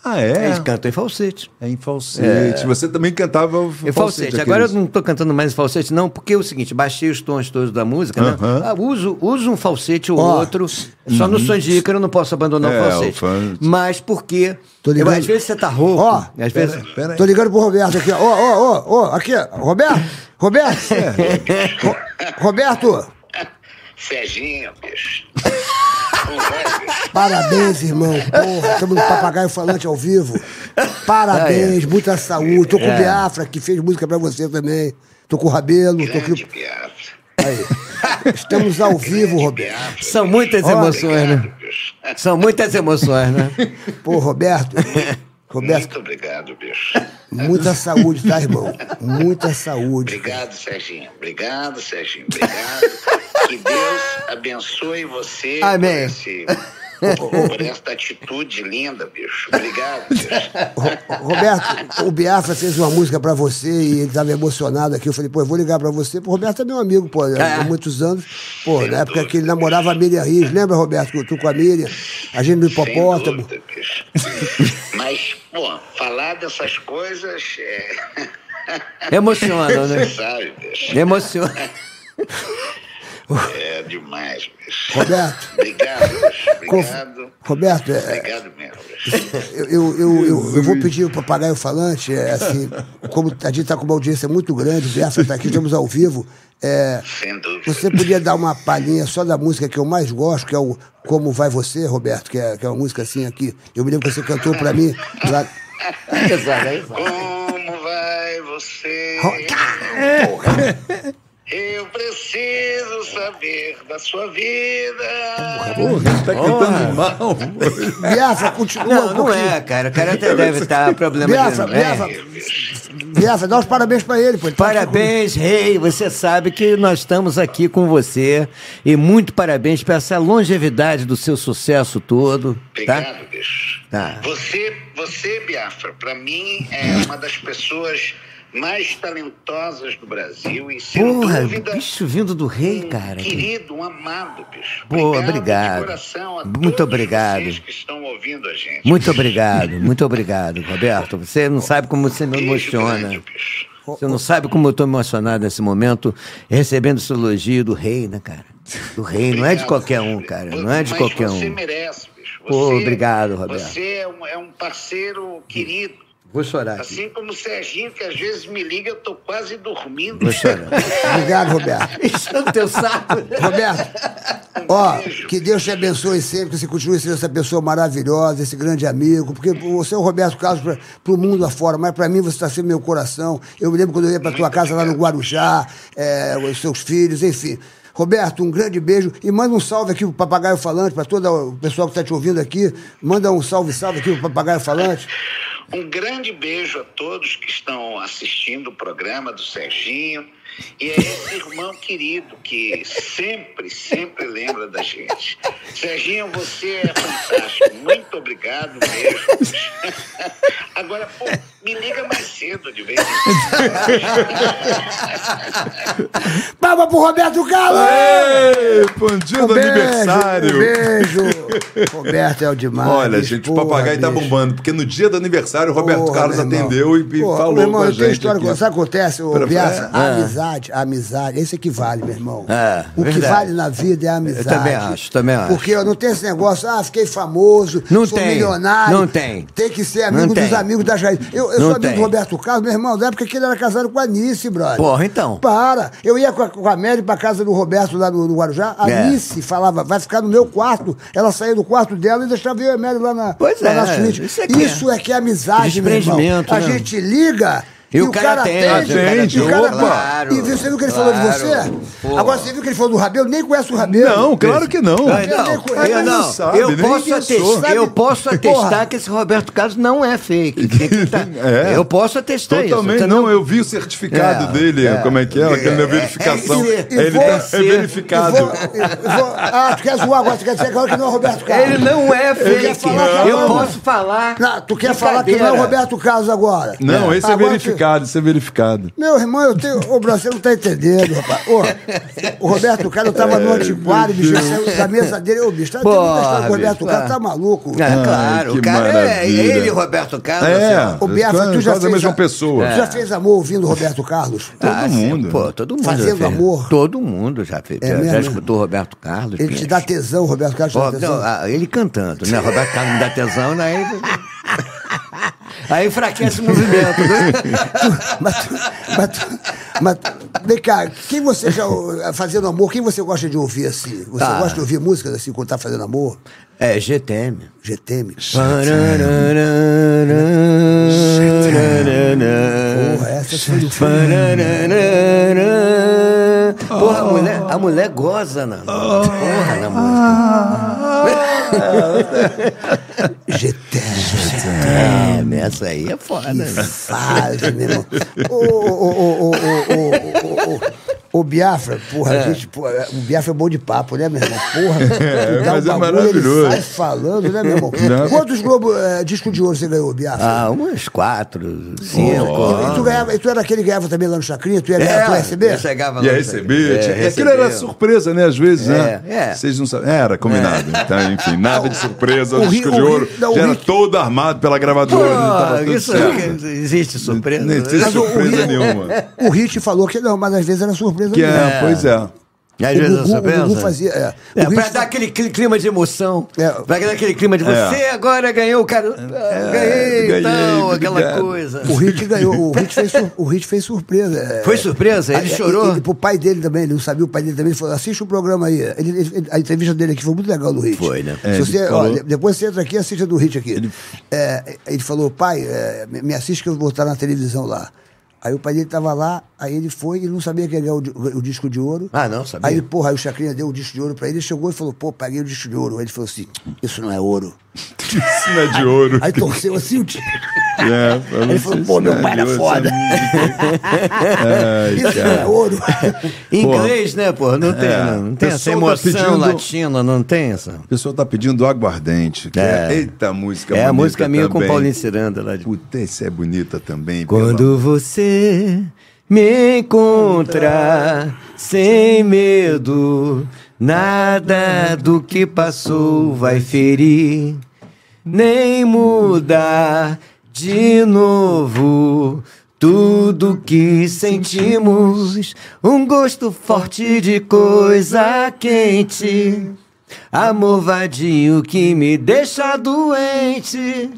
Speaker 2: Ah, é?
Speaker 6: Eles cantam em falsete.
Speaker 2: É em falsete. Você também cantava o
Speaker 6: Em
Speaker 2: Um falsete. é
Speaker 6: falsete.
Speaker 2: aqueles-
Speaker 6: Agora eu não estou cantando mais em falsete, não, porque é o seguinte, baixei os tons todos da música, né?
Speaker 2: Aham. Uhum.
Speaker 6: Ah, uso, uso um falsete ou
Speaker 4: Ó.
Speaker 6: outro. Só no sonho de Ícaro eu não posso abandonar
Speaker 2: É,
Speaker 6: o
Speaker 2: o
Speaker 6: falsete.
Speaker 2: falsete.
Speaker 6: Mas porque.
Speaker 4: Tô ligado.
Speaker 6: eu- às vezes você tá rouco.
Speaker 4: Ó,
Speaker 6: às vezes.
Speaker 2: Pera aí.
Speaker 4: Tô ligando pro Roberto aqui, ó. Ó, ó, ó, ó, aqui, ó. Roberto, Roberto.
Speaker 6: É.
Speaker 4: Ro- Roberto,
Speaker 8: Serginho, bicho. Não vai, bicho.
Speaker 4: parabéns, irmão. Porra, estamos no Papagaio Falante ao vivo. Parabéns, muita saúde. Tô com
Speaker 6: É.
Speaker 4: o Biafra, que fez música pra você também. Tô com o Rabelo, tô
Speaker 8: Grande
Speaker 4: aqui.
Speaker 8: piada.
Speaker 4: Aí. Estamos ao vivo, Roberto.
Speaker 6: São muitas
Speaker 4: Ó,
Speaker 6: emoções, né?
Speaker 8: Obrigado, bicho.
Speaker 6: São muitas emoções, né?
Speaker 4: Pô, Roberto. Roberto,
Speaker 8: Muito obrigado, bicho.
Speaker 4: muita saúde, tá, irmão? Muita saúde.
Speaker 8: Obrigado, Serginho. Obrigado, Serginho. Obrigado. Que Deus abençoe você
Speaker 6: Amém.
Speaker 8: Por, esse, por essa atitude linda, bicho. Obrigado, bicho.
Speaker 4: Ro- Roberto, o Biafra fez uma música pra você e ele tava emocionado aqui. Eu falei, pô, eu vou ligar pra você. Pô, o Roberto é meu amigo, pô, há
Speaker 6: É.
Speaker 4: muitos anos. Pô, na época que ele namorava a Miriam Rios. Lembra, Roberto, que tu com a Miriam? A gente no
Speaker 8: Sem
Speaker 4: hipopótamo.
Speaker 8: dúvida, bicho. Mas, pô, falar dessas coisas é.
Speaker 6: Emociona,
Speaker 8: Você
Speaker 6: né?
Speaker 8: sabe, bicho.
Speaker 6: Emociona.
Speaker 8: É demais, bicho.
Speaker 4: Roberto.
Speaker 8: Obrigado, bicho.
Speaker 4: Conf-
Speaker 8: Obrigado.
Speaker 4: Roberto, é,
Speaker 8: Obrigado mesmo, bicho.
Speaker 4: eu, eu, eu, eu- eu vou pedir o papagaio falante, é, assim, como a gente tá com uma audiência muito grande, o Biafra tá aqui, estamos ao vivo. É,
Speaker 8: Sem dúvida.
Speaker 4: Você podia dar uma palhinha só da música que eu mais gosto, que é o Como Vai Você, Roberto, que é, que é uma música assim aqui. Eu me lembro que você cantou pra mim lá.
Speaker 6: Exato, é isso.
Speaker 8: Como vai você? Eu preciso saber da sua vida.
Speaker 2: Porra, tá cantando mal.
Speaker 4: Biafra, continua
Speaker 6: Não,
Speaker 4: um
Speaker 6: não
Speaker 4: pouquinho.
Speaker 6: é, cara. O cara até deve estar tá, problema de
Speaker 4: Biafra, Biafra, Biafra, dá os parabéns pra ele, pô. Ele tá aqui
Speaker 6: Parabéns, rei. Você sabe que nós estamos aqui com você. E muito parabéns por essa longevidade do seu sucesso todo. Tá?
Speaker 8: Obrigado, bicho.
Speaker 6: Tá.
Speaker 8: Você, você, Biafra, pra mim é uma das pessoas mais talentosas do Brasil e sem
Speaker 6: Porra,
Speaker 8: dúvida Hum,
Speaker 6: bicho vindo do rei, cara.
Speaker 8: querido, um amado, bicho.
Speaker 6: Pô, obrigado.
Speaker 8: De coração a
Speaker 6: Muito
Speaker 8: todos
Speaker 6: obrigado.
Speaker 8: vocês que estão ouvindo a gente.
Speaker 6: Muito obrigado, muito obrigado, Roberto. Você não sabe como você me
Speaker 8: Beijo grande,
Speaker 6: emociona.
Speaker 8: bicho.
Speaker 6: Você não sabe como eu estou emocionado nesse momento, recebendo esse elogio do rei, né, cara? Do rei, não é de
Speaker 8: Obrigado,
Speaker 6: qualquer um,
Speaker 8: bicho.
Speaker 6: cara.
Speaker 8: Vo-
Speaker 6: Não é de
Speaker 8: mas
Speaker 6: qualquer
Speaker 8: Você
Speaker 6: um.
Speaker 8: merece, bicho.
Speaker 6: Pô,
Speaker 8: Você-
Speaker 6: obrigado, Roberto.
Speaker 8: Você é um, é um parceiro querido.
Speaker 6: Vou chorar aqui.
Speaker 8: Assim como o Serginho, que às vezes me liga, eu tô quase dormindo.
Speaker 6: Vou chorar.
Speaker 4: comigo. Obrigado, Roberto.
Speaker 6: Enchendo teu saco.
Speaker 4: Roberto,
Speaker 8: Um
Speaker 4: ó, que Deus te abençoe sempre, que você continue sendo essa pessoa maravilhosa, esse grande amigo, porque você é o Roberto Carlos pra, pro mundo afora, mas pra mim você tá sempre no meu coração. Eu me lembro quando eu ia pra tua casa lá no Guarujá, é, os seus filhos, enfim. Roberto, um grande beijo e manda um salve aqui pro Papagaio Falante, pra todo o pessoal que tá te ouvindo aqui. Manda um salve, salve aqui pro Papagaio Falante.
Speaker 8: Um grande beijo a todos que estão assistindo o programa do Serginho. E é esse irmão querido que sempre, sempre lembra da gente. Serginho, você é fantástico. Muito obrigado mesmo. Agora, pô, me liga mais cedo de vez em quando.
Speaker 4: Palma pro Roberto Carlos!
Speaker 2: Ei, Pandinho do
Speaker 4: Um beijo,
Speaker 2: aniversário.
Speaker 4: Um beijo! Roberto é o demais.
Speaker 2: Olha,
Speaker 4: bicho,
Speaker 2: gente, o
Speaker 4: porra,
Speaker 2: papagaio tá
Speaker 4: bicho.
Speaker 2: bombando, porque no dia do aniversário o Roberto
Speaker 4: Porra,
Speaker 2: Carlos
Speaker 4: meu irmão.
Speaker 2: atendeu e, e
Speaker 4: Porra,
Speaker 2: falou
Speaker 4: meu irmão,
Speaker 2: com a
Speaker 4: eu tenho
Speaker 2: gente.
Speaker 4: história
Speaker 2: aqui.
Speaker 4: com Sabe o que acontece, ô
Speaker 2: Pra-
Speaker 4: Biaça?
Speaker 2: é.
Speaker 4: A amizade, a amizade, esse é que vale, meu irmão.
Speaker 6: É,
Speaker 4: o que
Speaker 6: verdade.
Speaker 4: vale na vida é a amizade.
Speaker 6: também acho, também acho.
Speaker 4: Porque eu não tem esse negócio, ah, fiquei famoso,
Speaker 6: Não
Speaker 4: sou
Speaker 6: tem,
Speaker 4: milionário.
Speaker 6: não tem.
Speaker 4: Tem que ser amigo
Speaker 6: Não
Speaker 4: dos
Speaker 6: tem.
Speaker 4: amigos das raízes. Eu, eu, eu
Speaker 6: Não
Speaker 4: sou amigo
Speaker 6: tem.
Speaker 4: do Roberto Carlos, meu irmão, da época que ele era casado com a Nice, brother.
Speaker 6: Porra, então.
Speaker 4: Para. Eu ia com a, com a Mary pra casa do Roberto lá no, no Guarujá, a
Speaker 6: É.
Speaker 4: Nice falava, vai ficar no meu quarto. Ela saía do quarto dela e deixava eu e a Mary lá na,
Speaker 6: Pois
Speaker 4: lá
Speaker 6: é,
Speaker 4: na suíte. Isso
Speaker 6: isso é
Speaker 4: é
Speaker 6: que
Speaker 4: que,
Speaker 6: é.
Speaker 4: é amizade, meu irmão.
Speaker 6: Desprendimento,
Speaker 4: A
Speaker 6: né?
Speaker 4: gente liga...
Speaker 6: E o cara atende, o cara
Speaker 4: e o cara
Speaker 2: atende,
Speaker 4: pá.
Speaker 6: claro,
Speaker 4: E viu- você viu o que ele falou de
Speaker 6: claro.
Speaker 4: você?
Speaker 6: Pô.
Speaker 4: Agora você viu o que ele falou do Rabelo? Nem conhece o Rabelo.
Speaker 2: Não, claro que não.
Speaker 6: Ai,
Speaker 4: Não,
Speaker 6: não,
Speaker 4: mas
Speaker 6: eu
Speaker 4: não
Speaker 6: não.
Speaker 2: sabe,
Speaker 6: eu,
Speaker 2: nem
Speaker 6: posso
Speaker 2: quem
Speaker 6: atestar,
Speaker 2: sou.
Speaker 6: eu posso atestar
Speaker 4: Porra.
Speaker 6: que esse Roberto Carlos não é fake. Tem que tá-
Speaker 2: É.
Speaker 6: Eu posso atestar
Speaker 2: Totalmente,
Speaker 6: isso.
Speaker 2: não, eu vi o certificado
Speaker 6: É,
Speaker 2: dele,
Speaker 6: é.
Speaker 2: como é que é, aquele na verificação.
Speaker 6: é, é,
Speaker 2: ele
Speaker 4: vou-
Speaker 2: tá- é
Speaker 6: ser.
Speaker 2: verificado.
Speaker 4: Eu vou- eu vou- ah, tu quer zoar agora, tu quer dizer agora que não é o Roberto Carlos.
Speaker 6: Ele não é
Speaker 4: quer
Speaker 6: fake.
Speaker 4: falar que
Speaker 6: eu
Speaker 4: não.
Speaker 6: posso falar.
Speaker 4: Não, tu quer falar que não é o
Speaker 6: brincadeira.
Speaker 4: Roberto Carlos agora.
Speaker 2: Não, esse é
Speaker 4: Agora
Speaker 2: verificado, esse é verificado.
Speaker 4: tu- Meu irmão, eu tenho. Ô, Bruno, você não tá entendendo, rapaz. Ô, o Roberto Carlos tava no antiquário, bicho, saiu da mesa dele. Ô, bicho, tá tem muita
Speaker 6: Porra,
Speaker 4: história com o Roberto
Speaker 6: bicho,
Speaker 4: Carlos,
Speaker 6: tá.
Speaker 4: tá maluco.
Speaker 6: É,
Speaker 2: Ai,
Speaker 6: claro,
Speaker 2: que
Speaker 6: o cara é
Speaker 2: maravilha.
Speaker 6: ele, Roberto Carlos.
Speaker 4: É.
Speaker 6: assim, ó.
Speaker 4: Ô, Beafa, tu já
Speaker 2: quase a
Speaker 4: fez
Speaker 2: mesma
Speaker 4: a-
Speaker 2: pessoa.
Speaker 4: Tu já fez amor ouvindo o Roberto Carlos?
Speaker 2: Todo
Speaker 6: É. Ah, sim,
Speaker 2: mundo.
Speaker 6: pô, todo mundo.
Speaker 4: Fazendo
Speaker 6: já fez.
Speaker 4: amor.
Speaker 6: Todo mundo já fez.
Speaker 4: É
Speaker 6: já, já
Speaker 4: mesmo?
Speaker 6: escutou Roberto Carlos.
Speaker 4: Ele te
Speaker 6: Pinho.
Speaker 4: dá tesão, o Roberto Carlos te
Speaker 6: Ó,
Speaker 4: dá
Speaker 6: não,
Speaker 4: tesão.
Speaker 6: ah, ele cantando, né? Roberto Carlos me dá tesão, né? Aí- Aí enfraquece o movimento, né?
Speaker 4: Mas, tu- mas, tu- mas tu- vem cá, quem você já. Fazendo amor, quem você gosta de ouvir assim? Você
Speaker 6: Ah.
Speaker 4: gosta de ouvir músicas assim quando tá fazendo amor?
Speaker 6: É, GTM.
Speaker 4: GTM.
Speaker 6: Porra,
Speaker 4: essa foi do filme.
Speaker 6: Porra, a mulher, a mulher goza na Porra, na música.
Speaker 4: GTM.
Speaker 6: É, essa aí é foda. né?
Speaker 4: Faz, meu irmão. Ô, ô, ô, ô, ô, ô, ô, ô, ô, ô, Biafra, porra, a gente, porra, o Biafra é bom de papo, né, meu irmão? Porra, tu dá
Speaker 2: mas é
Speaker 4: um bagulho,
Speaker 2: maravilhoso.
Speaker 4: ele sai falando, né, meu irmão?
Speaker 2: Não.
Speaker 4: Quantos Globo eh, Disco de Ouro você ganhou, Biafra?
Speaker 6: Ah, umas quatro, cinco.
Speaker 4: E, e tu, ganhava, e tu era aquele que ganhava também lá no Chacrinha?
Speaker 6: É,
Speaker 4: Tu ia ganhar, tu ia É, receber?
Speaker 6: eu chegava lá.
Speaker 2: E a
Speaker 6: no-
Speaker 2: receber,
Speaker 6: é,
Speaker 2: tinha- aquilo
Speaker 6: recebia.
Speaker 2: era surpresa, né? Às vezes, né?
Speaker 6: É, é.
Speaker 2: Vocês não sabem. Era combinado. Então, enfim, nada de surpresa,
Speaker 4: O
Speaker 2: o
Speaker 4: Ri-
Speaker 2: disco
Speaker 4: É. o
Speaker 2: de
Speaker 4: Ri-
Speaker 2: ouro.
Speaker 4: não, o
Speaker 2: já era
Speaker 4: Rick- Ah,
Speaker 2: todo armado pela gravadora. não tava
Speaker 6: Pô,
Speaker 2: tudo
Speaker 6: isso é
Speaker 2: certo.
Speaker 6: que existe surpresa.
Speaker 2: Não
Speaker 6: né?
Speaker 2: existe surpresa
Speaker 4: Ri-
Speaker 2: nenhuma.
Speaker 4: O Hit falou que não, mas às vezes era surpresa
Speaker 2: Que é,
Speaker 4: mesmo.
Speaker 2: pois é.
Speaker 6: Às
Speaker 4: O
Speaker 6: vezes
Speaker 4: Gugu-
Speaker 6: essa
Speaker 4: o Gugu
Speaker 6: pensa.
Speaker 4: fazia, é.
Speaker 6: É,
Speaker 4: O
Speaker 6: pra
Speaker 4: Richard-
Speaker 6: dar aquele cli- clima de emoção.
Speaker 4: É.
Speaker 6: Pra dar aquele clima de
Speaker 2: É.
Speaker 6: você agora ganhou o cara. Ah, ganhei,
Speaker 2: ganhei,
Speaker 6: então,
Speaker 2: obrigado.
Speaker 6: aquela coisa.
Speaker 4: O Hit ganhou, o Hit fez, sur- o Hit fez surpresa. é.
Speaker 6: Foi surpresa? Ele
Speaker 4: Ah, é,
Speaker 6: chorou?
Speaker 4: Ele, pro pai dele também, ele não sabia, o pai dele também ele falou: assiste o programa aí. Ele- ele- ele- a entrevista dele aqui foi muito legal do Hit.
Speaker 6: Foi, né?
Speaker 4: Se
Speaker 2: É, ele
Speaker 4: você- ó,
Speaker 2: falou-
Speaker 4: de- depois você entra aqui e assiste a do Hit aqui. É, Ele, falou: pai, é, me me assiste que eu vou estar na televisão lá. Aí o pai dele tava lá, aí ele foi e não sabia que ia ganhar o, di- o disco de ouro.
Speaker 6: Ah, não, sabia.
Speaker 4: Aí, ele, porra, aí o Chacrinha deu o disco de ouro pra ele, ele chegou e falou, pô, paguei o disco de ouro. Aí ele falou assim, isso não é ouro.
Speaker 2: Isso não é de ouro.
Speaker 4: Aí torceu assim o tiro.
Speaker 2: É, eu não
Speaker 4: Ele
Speaker 2: sei
Speaker 4: falou,
Speaker 2: se
Speaker 4: pô, meu
Speaker 2: não é
Speaker 4: pai
Speaker 2: de
Speaker 4: era
Speaker 2: ouro,
Speaker 4: foda.
Speaker 2: Ai,
Speaker 4: Isso não é
Speaker 2: cara.
Speaker 4: ouro.
Speaker 6: Em Inglês, né, pô? Não tem,
Speaker 2: É.
Speaker 6: não, não tem
Speaker 2: O
Speaker 6: essa
Speaker 2: pessoal tá
Speaker 6: emoção
Speaker 2: pedindo-
Speaker 6: latina, não tem essa.
Speaker 2: O pessoal tá pedindo aguardente. que é-
Speaker 6: É.
Speaker 2: Eita, música
Speaker 6: é a
Speaker 2: bonita
Speaker 6: música minha com
Speaker 2: também.
Speaker 6: Paulinho Ciranda lá de.
Speaker 2: Puta, essa é bonita também.
Speaker 6: Quando você me encontra sem medo, nada do que passou vai ferir, nem mudar de novo. Tudo que sentimos, um gosto forte de coisa quente, amor vadio que me deixa doente.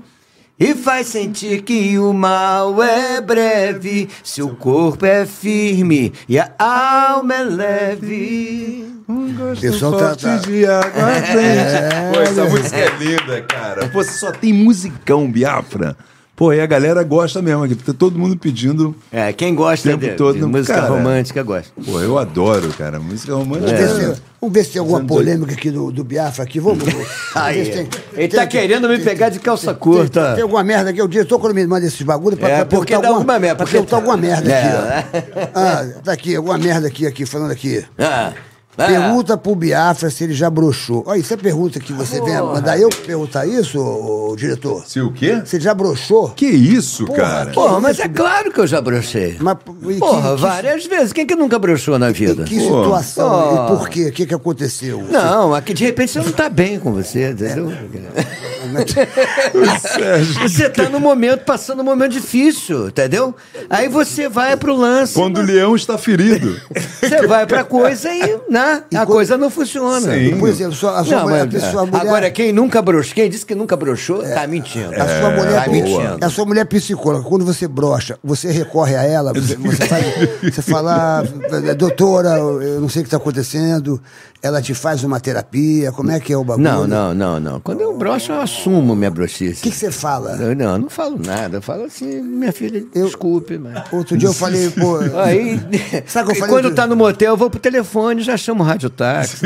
Speaker 6: E faz sentir que o mal é breve, se o corpo é firme e a alma é leve.
Speaker 2: O
Speaker 4: pessoal tá- tá-
Speaker 2: é um de aguardente. Pô, essa música é linda, cara. Pô, só tem musicão, Biafra. Pô, e a galera gosta mesmo. aqui. Tá todo mundo pedindo.
Speaker 6: É, quem gosta
Speaker 2: Tempo
Speaker 6: de,
Speaker 2: todo,
Speaker 6: de
Speaker 2: não-
Speaker 6: música
Speaker 2: cara.
Speaker 6: romântica gosta.
Speaker 2: Pô, eu adoro, cara. Música
Speaker 6: É.
Speaker 2: romântica.
Speaker 4: Vamos ver se- Vamos ver se tem alguma polêmica aqui do, do Biafra aqui. Vamos. vamos
Speaker 6: Aí,
Speaker 4: ver se tem-
Speaker 6: ele
Speaker 4: tem-
Speaker 6: tá
Speaker 4: tem-
Speaker 6: querendo me
Speaker 4: tem-
Speaker 6: pegar de
Speaker 4: tem-
Speaker 6: calça curta.
Speaker 4: Tem, alguma merda aqui? Eu digo, tô quando me manda esses bagulho pra,
Speaker 6: É,
Speaker 4: pra
Speaker 6: porque
Speaker 4: perguntar
Speaker 6: dá alguma merda,
Speaker 4: pra
Speaker 6: porque- tá-
Speaker 4: perguntar alguma merda
Speaker 6: É.
Speaker 4: aqui. ó. Ah, tá aqui, alguma merda aqui, aqui falando aqui.
Speaker 6: Ah, ah.
Speaker 4: Pergunta pro Biafra se ele já broxou. Olha, isso é pergunta que você vem mandar eu perguntar isso, ô, ô, diretor?
Speaker 2: Se o quê?
Speaker 4: Você já broxou?
Speaker 2: Que isso,
Speaker 4: Porra,
Speaker 2: cara?
Speaker 4: que-
Speaker 6: Porra, mas é claro que eu já brochei.
Speaker 4: Mas, e que-
Speaker 6: Porra,
Speaker 4: que-
Speaker 6: várias vezes. Quem é que nunca brochou na vida?
Speaker 4: Que situação?
Speaker 6: Porra.
Speaker 4: E por quê? O que, que aconteceu?
Speaker 6: Não, aqui de repente você não tá bem com você, entendeu? Você tá no momento, passando um momento difícil, entendeu? Aí você vai pro lance.
Speaker 2: Quando o leão está ferido.
Speaker 6: Você vai pra coisa e, né? a coisa não funciona.
Speaker 2: Sim.
Speaker 4: Por exemplo, sua- é, a sua
Speaker 6: Não,
Speaker 4: mulher,
Speaker 6: mas,
Speaker 4: a sua
Speaker 6: é.
Speaker 4: mulher-
Speaker 6: Agora, quem nunca broxou, quem disse que nunca broxou, tá mentindo.
Speaker 4: A sua, mulher, é
Speaker 6: tá mentindo.
Speaker 4: a sua mulher psicóloga, quando você brocha, você recorre a ela, você, você, faz, você fala, "Ah, doutora, eu não sei o que está acontecendo, ela te faz uma terapia, como é que é o bagulho?
Speaker 6: Não,
Speaker 4: O
Speaker 6: não, não, não. Quando eu broxo, eu assumo minha broxice.
Speaker 4: que, que você fala?
Speaker 6: Eu não, eu não falo nada. Eu falo assim, minha filha,
Speaker 4: Eu-
Speaker 6: desculpe, mas.
Speaker 4: Outro dia eu falei, pô.
Speaker 6: Aí,
Speaker 4: Sabe o que eu
Speaker 6: e
Speaker 4: falei
Speaker 6: quando
Speaker 4: do-
Speaker 6: tá no motel, eu vou pro telefone e já chamo o radiotáxi.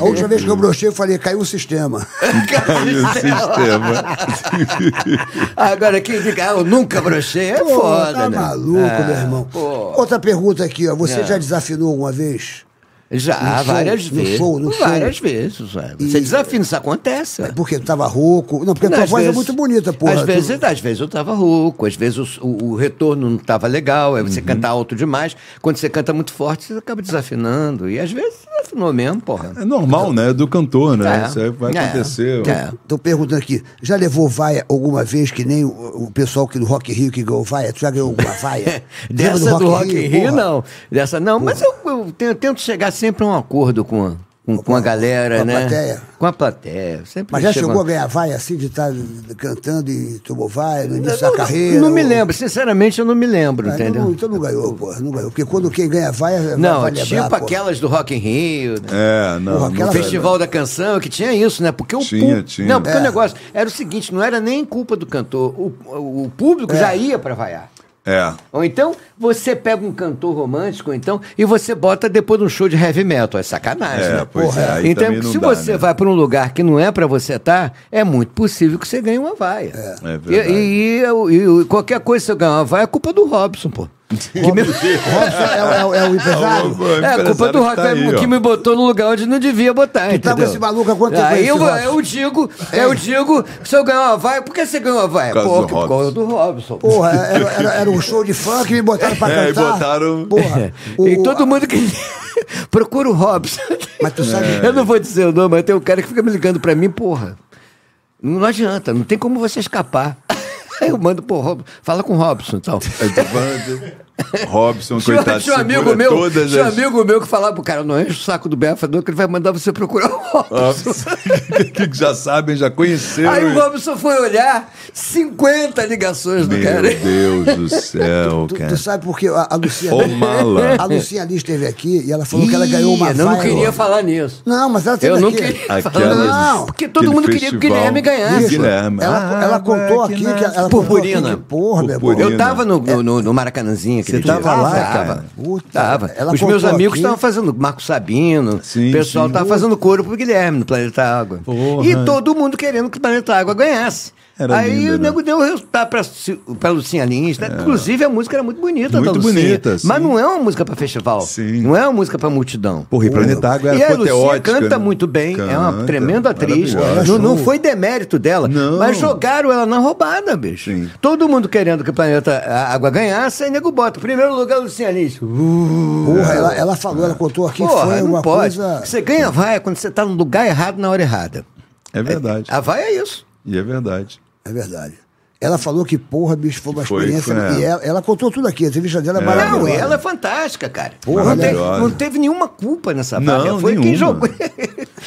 Speaker 4: A última vez que eu brochei, eu falei, caiu o sistema.
Speaker 2: Caiu o sistema.
Speaker 6: Agora, quem diga, ah, eu nunca brochei, é
Speaker 4: Pô,
Speaker 6: foda,
Speaker 4: tá
Speaker 6: né? É.
Speaker 4: maluco, meu irmão. Outra pergunta aqui, ó. Você já desafinou alguma vez?
Speaker 6: Já,
Speaker 4: No show,
Speaker 6: várias
Speaker 4: no
Speaker 6: vezes.
Speaker 4: show, no
Speaker 6: várias vezes. Sabe? Você desafina, isso acontece. ué.
Speaker 4: Porque tava rouco. Não, porque a tua
Speaker 6: Às
Speaker 4: voz é
Speaker 6: vezes-
Speaker 4: muito bonita, porra.
Speaker 6: Às
Speaker 4: Tu-
Speaker 6: vezes, às vezes eu tava rouco, às vezes o, o- o retorno não tava legal, aí você canta alto demais. Quando você canta muito forte, você acaba desafinando. E às vezes desafinou mesmo, porra.
Speaker 2: É normal, né? É do cantor, né? Isso aí vai
Speaker 6: É.
Speaker 2: acontecer.
Speaker 6: É.
Speaker 4: Tô perguntando aqui, já levou vaia alguma vez que nem o, o pessoal que do Rock in Rio que ganhou vaia? Tu já ganhou alguma vaia? Lembra
Speaker 6: Dessa do Rock in Rio,
Speaker 4: porra?
Speaker 6: não. Dessa não, mas eu, eu te- eu tento chegar sempre a um acordo com a, com, com a galera,
Speaker 4: com a
Speaker 6: né?
Speaker 4: plateia.
Speaker 6: Com a plateia. Sempre
Speaker 4: Mas já
Speaker 6: chego
Speaker 4: chegou
Speaker 6: a-
Speaker 4: a ganhar vaia assim, de estar cantando e tomou vaia no início
Speaker 6: Não-
Speaker 4: da carreira?
Speaker 6: Não me
Speaker 4: ou-
Speaker 6: lembro, sinceramente eu não me lembro,
Speaker 4: Ah, então
Speaker 6: entendeu?
Speaker 4: não- então não ganhou, porra, não ganhou. Porque quando quem ganha vaia,
Speaker 6: Não,
Speaker 4: vai
Speaker 6: tipo
Speaker 4: lembrar, porra.
Speaker 6: aquelas do Rock in Rio, né?
Speaker 2: É, não.
Speaker 4: Porra,
Speaker 2: não
Speaker 4: aquela-
Speaker 6: O
Speaker 2: vai-
Speaker 6: Festival da Canção, que tinha isso, né? Porque o
Speaker 2: Tinha,
Speaker 6: pú-
Speaker 2: tinha.
Speaker 6: Não, porque
Speaker 4: É.
Speaker 6: o negócio era o seguinte, não era nem culpa do cantor. O, o público já ia pra vaiar.
Speaker 2: É.
Speaker 6: Ou então, você pega um cantor romântico, então, e você bota depois de um show de heavy metal. É sacanagem.
Speaker 2: É,
Speaker 6: né?
Speaker 2: pois é, aí
Speaker 6: então,
Speaker 2: também não
Speaker 6: se
Speaker 2: dá,
Speaker 6: você
Speaker 2: né?
Speaker 6: vai para um lugar que não é para você estar, é muito possível que você ganhe uma vaia.
Speaker 2: É. É
Speaker 6: E-
Speaker 2: verdade.
Speaker 6: e, e- e- e qualquer coisa que você ganhar uma vaia é culpa do Robson, pô. Que me-
Speaker 4: Robson é, o- é o- é o empresário?
Speaker 2: Pô, o
Speaker 6: É,
Speaker 2: empresário
Speaker 6: culpa do
Speaker 2: que
Speaker 6: Robson
Speaker 2: tá aí, ó.
Speaker 6: que me botou no lugar onde não devia botar,
Speaker 4: tá com
Speaker 6: entendeu?
Speaker 4: esse maluco há quanto tempo
Speaker 6: Aí
Speaker 4: aí, É.
Speaker 6: eu,
Speaker 4: esse Robson?
Speaker 6: eu digo, eu digo, se eu ganhar uma vaia, por que você ganhou uma vaia?
Speaker 2: Por causa
Speaker 6: Pô,
Speaker 2: do
Speaker 6: que- Por causa do Robson.
Speaker 4: Porra, era, era- era um show de funk e me botaram pra
Speaker 2: É, e
Speaker 4: cantar.
Speaker 2: botaram-
Speaker 4: Porra,
Speaker 6: e
Speaker 4: o-
Speaker 6: todo mundo que. Procura o Robson.
Speaker 4: Mas tu sabe-
Speaker 6: Eu não vou dizer o nome, mas tem um cara que fica me ligando pra mim, porra. Não adianta, não tem como você escapar. Aí eu mando pro Robson, fala com o Robson então. e tal.
Speaker 2: Eu tô falando- É Robson,
Speaker 6: Tinha,
Speaker 2: coitado,
Speaker 6: tinha um amigo
Speaker 2: segura
Speaker 6: meu,
Speaker 2: todas
Speaker 6: tinha um
Speaker 2: as-
Speaker 6: amigo meu que falava pro cara, não enche o saco do Befador que ele vai mandar você procurar o Robson.
Speaker 2: Robson, que já sabem, já conheceram.
Speaker 6: Aí o
Speaker 2: isso.
Speaker 6: Robson foi olhar 50 ligações do
Speaker 2: Meu
Speaker 6: cara.
Speaker 2: Deus do céu,
Speaker 4: Tu,
Speaker 2: cara.
Speaker 4: tu sabe por quê? A, a Lucinha,
Speaker 2: Ô, mala.
Speaker 4: a Lucinha Liz esteve aqui e ela falou que ela
Speaker 6: Ih,
Speaker 4: ganhou uma
Speaker 6: eu não
Speaker 4: vaia.
Speaker 6: queria falar nisso.
Speaker 4: Não, mas ela teve
Speaker 6: Eu não
Speaker 4: aqui.
Speaker 6: queria falar
Speaker 2: Aquelas-
Speaker 6: nisso. Porque todo
Speaker 2: aquele
Speaker 6: mundo queria que o
Speaker 2: festival.
Speaker 6: Guilherme
Speaker 2: Isso.
Speaker 6: ganhasse.
Speaker 2: Guilherme. Ah, né?
Speaker 4: Ela, ela contou aqui que ela
Speaker 6: Purpurina.
Speaker 4: contou aqui que, porra, meu irmão.
Speaker 2: Purpurina.
Speaker 6: Eu tava no, no, no, no Maracanãzinha. aquele
Speaker 2: tava
Speaker 6: dia.
Speaker 2: lá,
Speaker 6: tava,
Speaker 2: cara?
Speaker 4: Puta,
Speaker 6: tava.
Speaker 4: ela
Speaker 6: Os meus
Speaker 4: contou
Speaker 6: amigos
Speaker 4: aqui.
Speaker 6: estavam fazendo, Marco Sabino,
Speaker 2: Sim,
Speaker 6: o pessoal
Speaker 2: sim.
Speaker 6: tava fazendo coro pro Guilherme no Planeta Água.
Speaker 2: Porra.
Speaker 6: E todo mundo querendo que o Planeta Água ganhasse.
Speaker 2: Era
Speaker 6: Aí
Speaker 2: lindo,
Speaker 6: o
Speaker 2: né?
Speaker 6: nego deu o resultado pra, Ci- pra Lucinha Lins. né? Inclusive, a música era muito bonita
Speaker 2: Muito
Speaker 6: da Lucinha.
Speaker 2: bonita, sim.
Speaker 6: Mas não é uma música pra festival.
Speaker 2: Sim.
Speaker 6: Não é uma música pra multidão.
Speaker 2: Porra, e Planeta Água
Speaker 6: e
Speaker 2: era
Speaker 6: a Lucinha
Speaker 2: é apoteótica,
Speaker 6: canta
Speaker 2: né?
Speaker 6: muito bem, é uma
Speaker 2: Canta,
Speaker 6: tremenda atriz. né?
Speaker 2: maravilhosa.
Speaker 6: Não, não foi demérito dela,
Speaker 2: Não.
Speaker 6: mas jogaram ela na roubada, bicho.
Speaker 2: Sim.
Speaker 6: Todo mundo querendo que o planeta a- Água ganhasse, aí nego bota. Primeiro lugar, Luciana Lins. Uh,
Speaker 4: Porra, ela, ela falou, ela contou aqui que
Speaker 6: porra,
Speaker 4: foi
Speaker 6: não
Speaker 4: uma
Speaker 6: pode.
Speaker 4: coisa.
Speaker 6: Você ganha vaia quando você tá no lugar errado na hora errada.
Speaker 2: É verdade.
Speaker 6: A vaia é isso.
Speaker 2: E é verdade.
Speaker 4: É verdade. Ela falou que, porra, bicho, foi uma
Speaker 2: Foi,
Speaker 4: experiência.
Speaker 2: foi, é.
Speaker 4: E ela, ela contou tudo aqui, a entrevista dela é, maravilhosa.
Speaker 6: Não, e ela é fantástica, cara.
Speaker 4: Porra,
Speaker 6: não, teve,
Speaker 2: maravilhosa.
Speaker 6: não teve nenhuma culpa nessa
Speaker 2: Não,
Speaker 6: vaga. Foi quem
Speaker 2: nenhuma.
Speaker 6: jogou.
Speaker 2: Não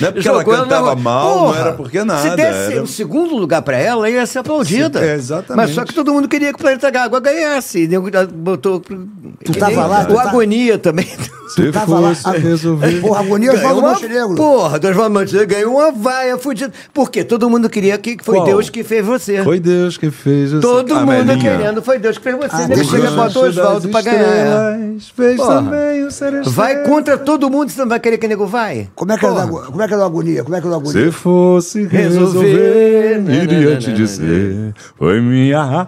Speaker 2: é porque ela
Speaker 6: Jogou
Speaker 2: cantava
Speaker 6: na-
Speaker 2: mal, não era porque nada,
Speaker 6: Se desse
Speaker 2: era-
Speaker 6: um segundo lugar pra ela, ia ser aplaudida.
Speaker 2: Sim, é, exatamente.
Speaker 6: Mas só que todo mundo queria que o Planeta Água ganhasse. E nego botou. Tu
Speaker 4: tava lá, tu
Speaker 6: O
Speaker 4: tá-
Speaker 6: Agonia também.
Speaker 2: Se
Speaker 4: tava lá,
Speaker 2: fosse
Speaker 4: a-
Speaker 2: resolver.
Speaker 4: Porra, agonia,
Speaker 6: Ganhou
Speaker 4: Oswaldo
Speaker 6: uma-
Speaker 4: Montenegro.
Speaker 6: Porra, do Oswaldo Montenegro ganhou uma vaia fudida. Por quê? Todo mundo queria que foi
Speaker 2: Qual?
Speaker 6: Deus que fez você.
Speaker 2: Foi Deus que fez essa
Speaker 6: Todo mundo
Speaker 2: camelinha.
Speaker 6: querendo, foi Deus que fez você.
Speaker 4: Ah,
Speaker 6: Nego
Speaker 4: deixa
Speaker 6: chega
Speaker 4: eu-
Speaker 6: e bota o Oswaldo pra ganhar.
Speaker 2: é Estrelas, Fez
Speaker 6: Porra.
Speaker 2: também o seresteiro.
Speaker 6: Vai contra todo mundo, você não vai querer que nego vai?
Speaker 4: Como é que ela
Speaker 6: Porra.
Speaker 4: dá- como é que ela dá agonia? Como é que ela dá agonia?
Speaker 2: Se fosse
Speaker 6: Resolver,
Speaker 2: resolver,
Speaker 6: né, né,
Speaker 2: iria
Speaker 6: né,
Speaker 2: te
Speaker 6: né,
Speaker 2: dizer, foi minha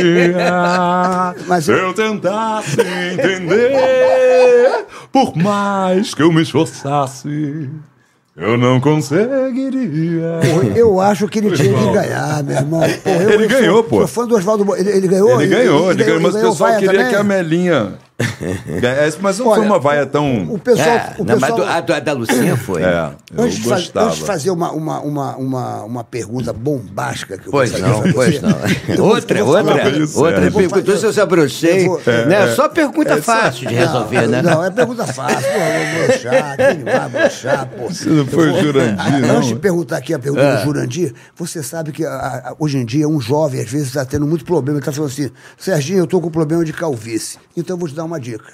Speaker 2: agonia.
Speaker 4: Mas
Speaker 2: Se
Speaker 4: eu-
Speaker 2: eu tentasse entender, por mais que eu me esforçasse, eu não conseguiria.
Speaker 4: Porra, Eu acho que ele tinha que ganhar, meu irmão. Porra, eu-
Speaker 2: Ele
Speaker 4: eu sou-
Speaker 2: ganhou, pô.
Speaker 4: Sou fã do Oswaldo Mo- ele, ele ganhou?
Speaker 2: Ele ganhou, ele ganhou, mas o pessoal
Speaker 4: vaia
Speaker 2: queria
Speaker 4: também?
Speaker 2: que a Melinha É, mas não
Speaker 4: Olha,
Speaker 2: foi uma vaia tão.
Speaker 4: O pessoal.
Speaker 6: É,
Speaker 4: o
Speaker 6: não, mas
Speaker 4: pessoal-
Speaker 6: do- a, do- a da Lucinha foi.
Speaker 2: É, eu
Speaker 4: antes, de fa-
Speaker 2: gostava.
Speaker 4: antes de fazer uma, uma, uma, uma, uma pergunta bombástica que eu
Speaker 6: Pois
Speaker 4: gostaria
Speaker 6: não,
Speaker 4: de fazer,
Speaker 6: pois não.
Speaker 4: eu vou-
Speaker 6: Outra,
Speaker 4: eu vou falar-
Speaker 6: outra,
Speaker 2: é isso, é.
Speaker 6: outra.
Speaker 2: Eu vou
Speaker 6: Perguntou
Speaker 4: fazer-
Speaker 6: se eu se abrochei.
Speaker 4: Eu vou-
Speaker 6: né? Só pergunta fácil de resolver,
Speaker 4: não,
Speaker 6: né?
Speaker 4: Não, é pergunta fácil. Porra, vou broxar, quem vai broxar, pô. Ah,
Speaker 2: Você não foi o Jurandir, não,
Speaker 4: Antes de
Speaker 2: né?
Speaker 4: perguntar aqui a pergunta
Speaker 6: É.
Speaker 4: do Jurandir, você sabe que a- a- hoje em dia um jovem, às vezes, está tendo muito problema. Ele está falando assim, Serginho, eu estou com problema de calvície. Então eu vou te dar uma dica.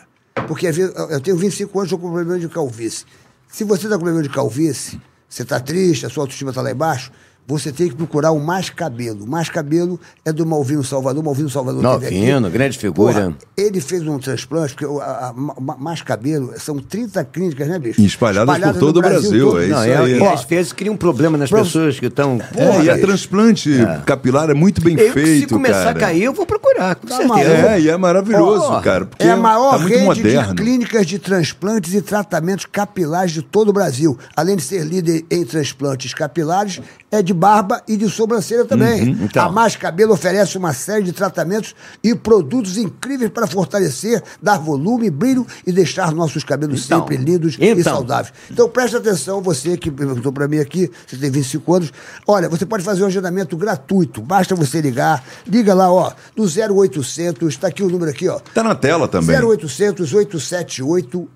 Speaker 4: Porque às vezes, eu eu tenho 25 anos, estou com problema de calvície. Se você está com problema de calvície, você está triste, a sua autoestima está lá embaixo, você tem que procurar o Mais Cabelo. O Mais Cabelo é do Malvino Salvador. Malvino Salvador teve aqui.
Speaker 6: Malvino, grande figura.
Speaker 4: Porra, ele fez um transplante, porque o- a, a- ma- ma- mais cabelo, são 30 clínicas, né, bicho?
Speaker 2: E espalhadas por
Speaker 4: no
Speaker 2: todo o Brasil,
Speaker 4: todo.
Speaker 2: é isso
Speaker 6: Não,
Speaker 2: aí.
Speaker 6: é,
Speaker 2: Ó,
Speaker 6: às vezes cria um problema nas
Speaker 4: Prof-
Speaker 6: pessoas que estão.
Speaker 2: É, e a
Speaker 4: Porra,
Speaker 2: transplante capilar é muito bem
Speaker 6: Eu,
Speaker 2: feito,
Speaker 6: se começar
Speaker 2: cara.
Speaker 6: a cair, eu vou procurar, com
Speaker 4: Tá
Speaker 6: certeza.
Speaker 4: maluco.
Speaker 2: É, e é maravilhoso,
Speaker 6: Ó,
Speaker 2: cara. Porque
Speaker 4: É a maior
Speaker 2: tá muito
Speaker 4: rede
Speaker 2: moderno.
Speaker 4: de clínicas de transplantes e tratamentos capilares de todo o Brasil. Além de ser líder em transplantes capilares, é de barba e de sobrancelha também.
Speaker 2: Uhum, então.
Speaker 4: A Mais Cabelo oferece uma série de tratamentos e produtos incríveis para fortalecer, dar volume, brilho e deixar nossos cabelos
Speaker 6: Então,
Speaker 4: sempre lindos e
Speaker 6: então.
Speaker 4: saudáveis. Então preste atenção, você que perguntou para mim aqui, você tem 25 anos. Olha, você pode fazer um agendamento gratuito, basta você ligar. Liga lá, ó, no 0800, está aqui o número aqui, ó.
Speaker 2: Tá na tela também.
Speaker 4: 0800 878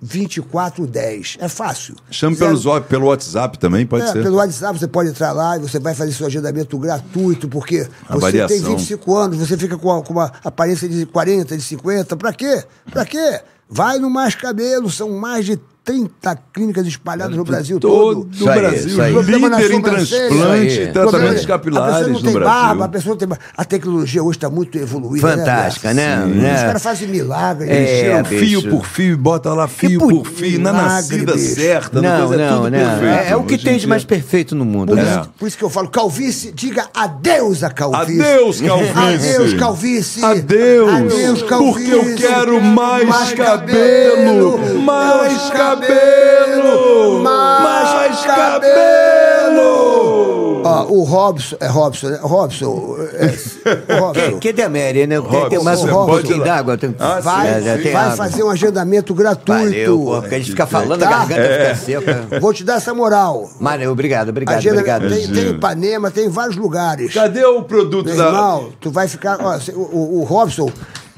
Speaker 4: 2410. É fácil.
Speaker 2: Chame
Speaker 4: Zero-
Speaker 2: pelo, zo- pelo WhatsApp também, pode
Speaker 4: É,
Speaker 2: ser.
Speaker 4: pelo WhatsApp você pode entrar lá e você vai fazer seu agendamento gratuito, porque
Speaker 2: A
Speaker 4: você tem
Speaker 2: variação.
Speaker 4: 25 anos, você fica com a- com uma, aparência de 40, de 50. Pra quê? Pra quê? Vai no Mais Cabelo, são mais de 30 clínicas espalhadas no Brasil
Speaker 2: Todo
Speaker 4: todo.
Speaker 2: o
Speaker 6: Isso aí,
Speaker 2: Brasil,
Speaker 6: isso aí.
Speaker 4: Problema na
Speaker 2: líder em
Speaker 4: sobrancelha.
Speaker 2: transplante
Speaker 6: Isso
Speaker 2: e tratamentos
Speaker 6: aí.
Speaker 4: Problema- a pessoa
Speaker 2: capilares
Speaker 4: não
Speaker 2: no
Speaker 4: tem barba, a
Speaker 2: Brasil.
Speaker 4: pessoa não tem barba. A tecnologia hoje está muito evoluída.
Speaker 6: Fantástica,
Speaker 4: né?
Speaker 6: né?
Speaker 4: Graça?
Speaker 6: Né?
Speaker 4: Os caras fazem milagre.
Speaker 6: É,
Speaker 4: eles tiram
Speaker 2: Tiram fio
Speaker 6: bicho.
Speaker 2: por fio, bota lá fio
Speaker 6: bonito,
Speaker 2: por fio, na
Speaker 4: milagre,
Speaker 2: nascida
Speaker 4: bicho.
Speaker 2: certa, na
Speaker 6: Não,
Speaker 2: coisa, é
Speaker 6: não,
Speaker 2: tudo
Speaker 6: não.
Speaker 2: perfeito.
Speaker 6: É, é o que
Speaker 2: Hoje
Speaker 6: tem
Speaker 2: em
Speaker 6: de
Speaker 2: dia-
Speaker 6: mais perfeito no mundo.
Speaker 4: Por,
Speaker 6: né?
Speaker 2: É.
Speaker 4: isso, por isso que eu falo, calvície, diga adeus à calvície.
Speaker 2: Adeus, Calvície.
Speaker 4: Adeus, calvície.
Speaker 2: Adeus.
Speaker 4: Adeus, calvície.
Speaker 2: Porque eu quero mais cabelo. Mais cabelo. Mais cabelo.
Speaker 4: Ó, o Robson, é Robson, né? Robson, é, o Robson.
Speaker 6: Que, que demere, né? Tem, tem
Speaker 2: Robson,
Speaker 6: mais um
Speaker 4: você
Speaker 2: pode ir
Speaker 6: pouquinho
Speaker 2: lá.
Speaker 6: d'água. Tem...
Speaker 2: Ah,
Speaker 4: Vai,
Speaker 2: sim, sim.
Speaker 6: tem
Speaker 4: vai
Speaker 6: água.
Speaker 4: fazer um agendamento gratuito.
Speaker 6: Valeu, pô, porque a gente fica falando, a
Speaker 4: Tá?
Speaker 6: garganta fica seca.
Speaker 4: Vou te dar essa moral.
Speaker 6: Mário, obrigado, obrigado,
Speaker 4: Agenda,
Speaker 6: obrigado.
Speaker 4: Tem, tem
Speaker 2: Imagina.
Speaker 4: Ipanema, tem em vários lugares.
Speaker 2: Cadê o produto
Speaker 4: Meu
Speaker 2: da...
Speaker 4: irmão, tu vai ficar. ó, cê- o, o- o Robson,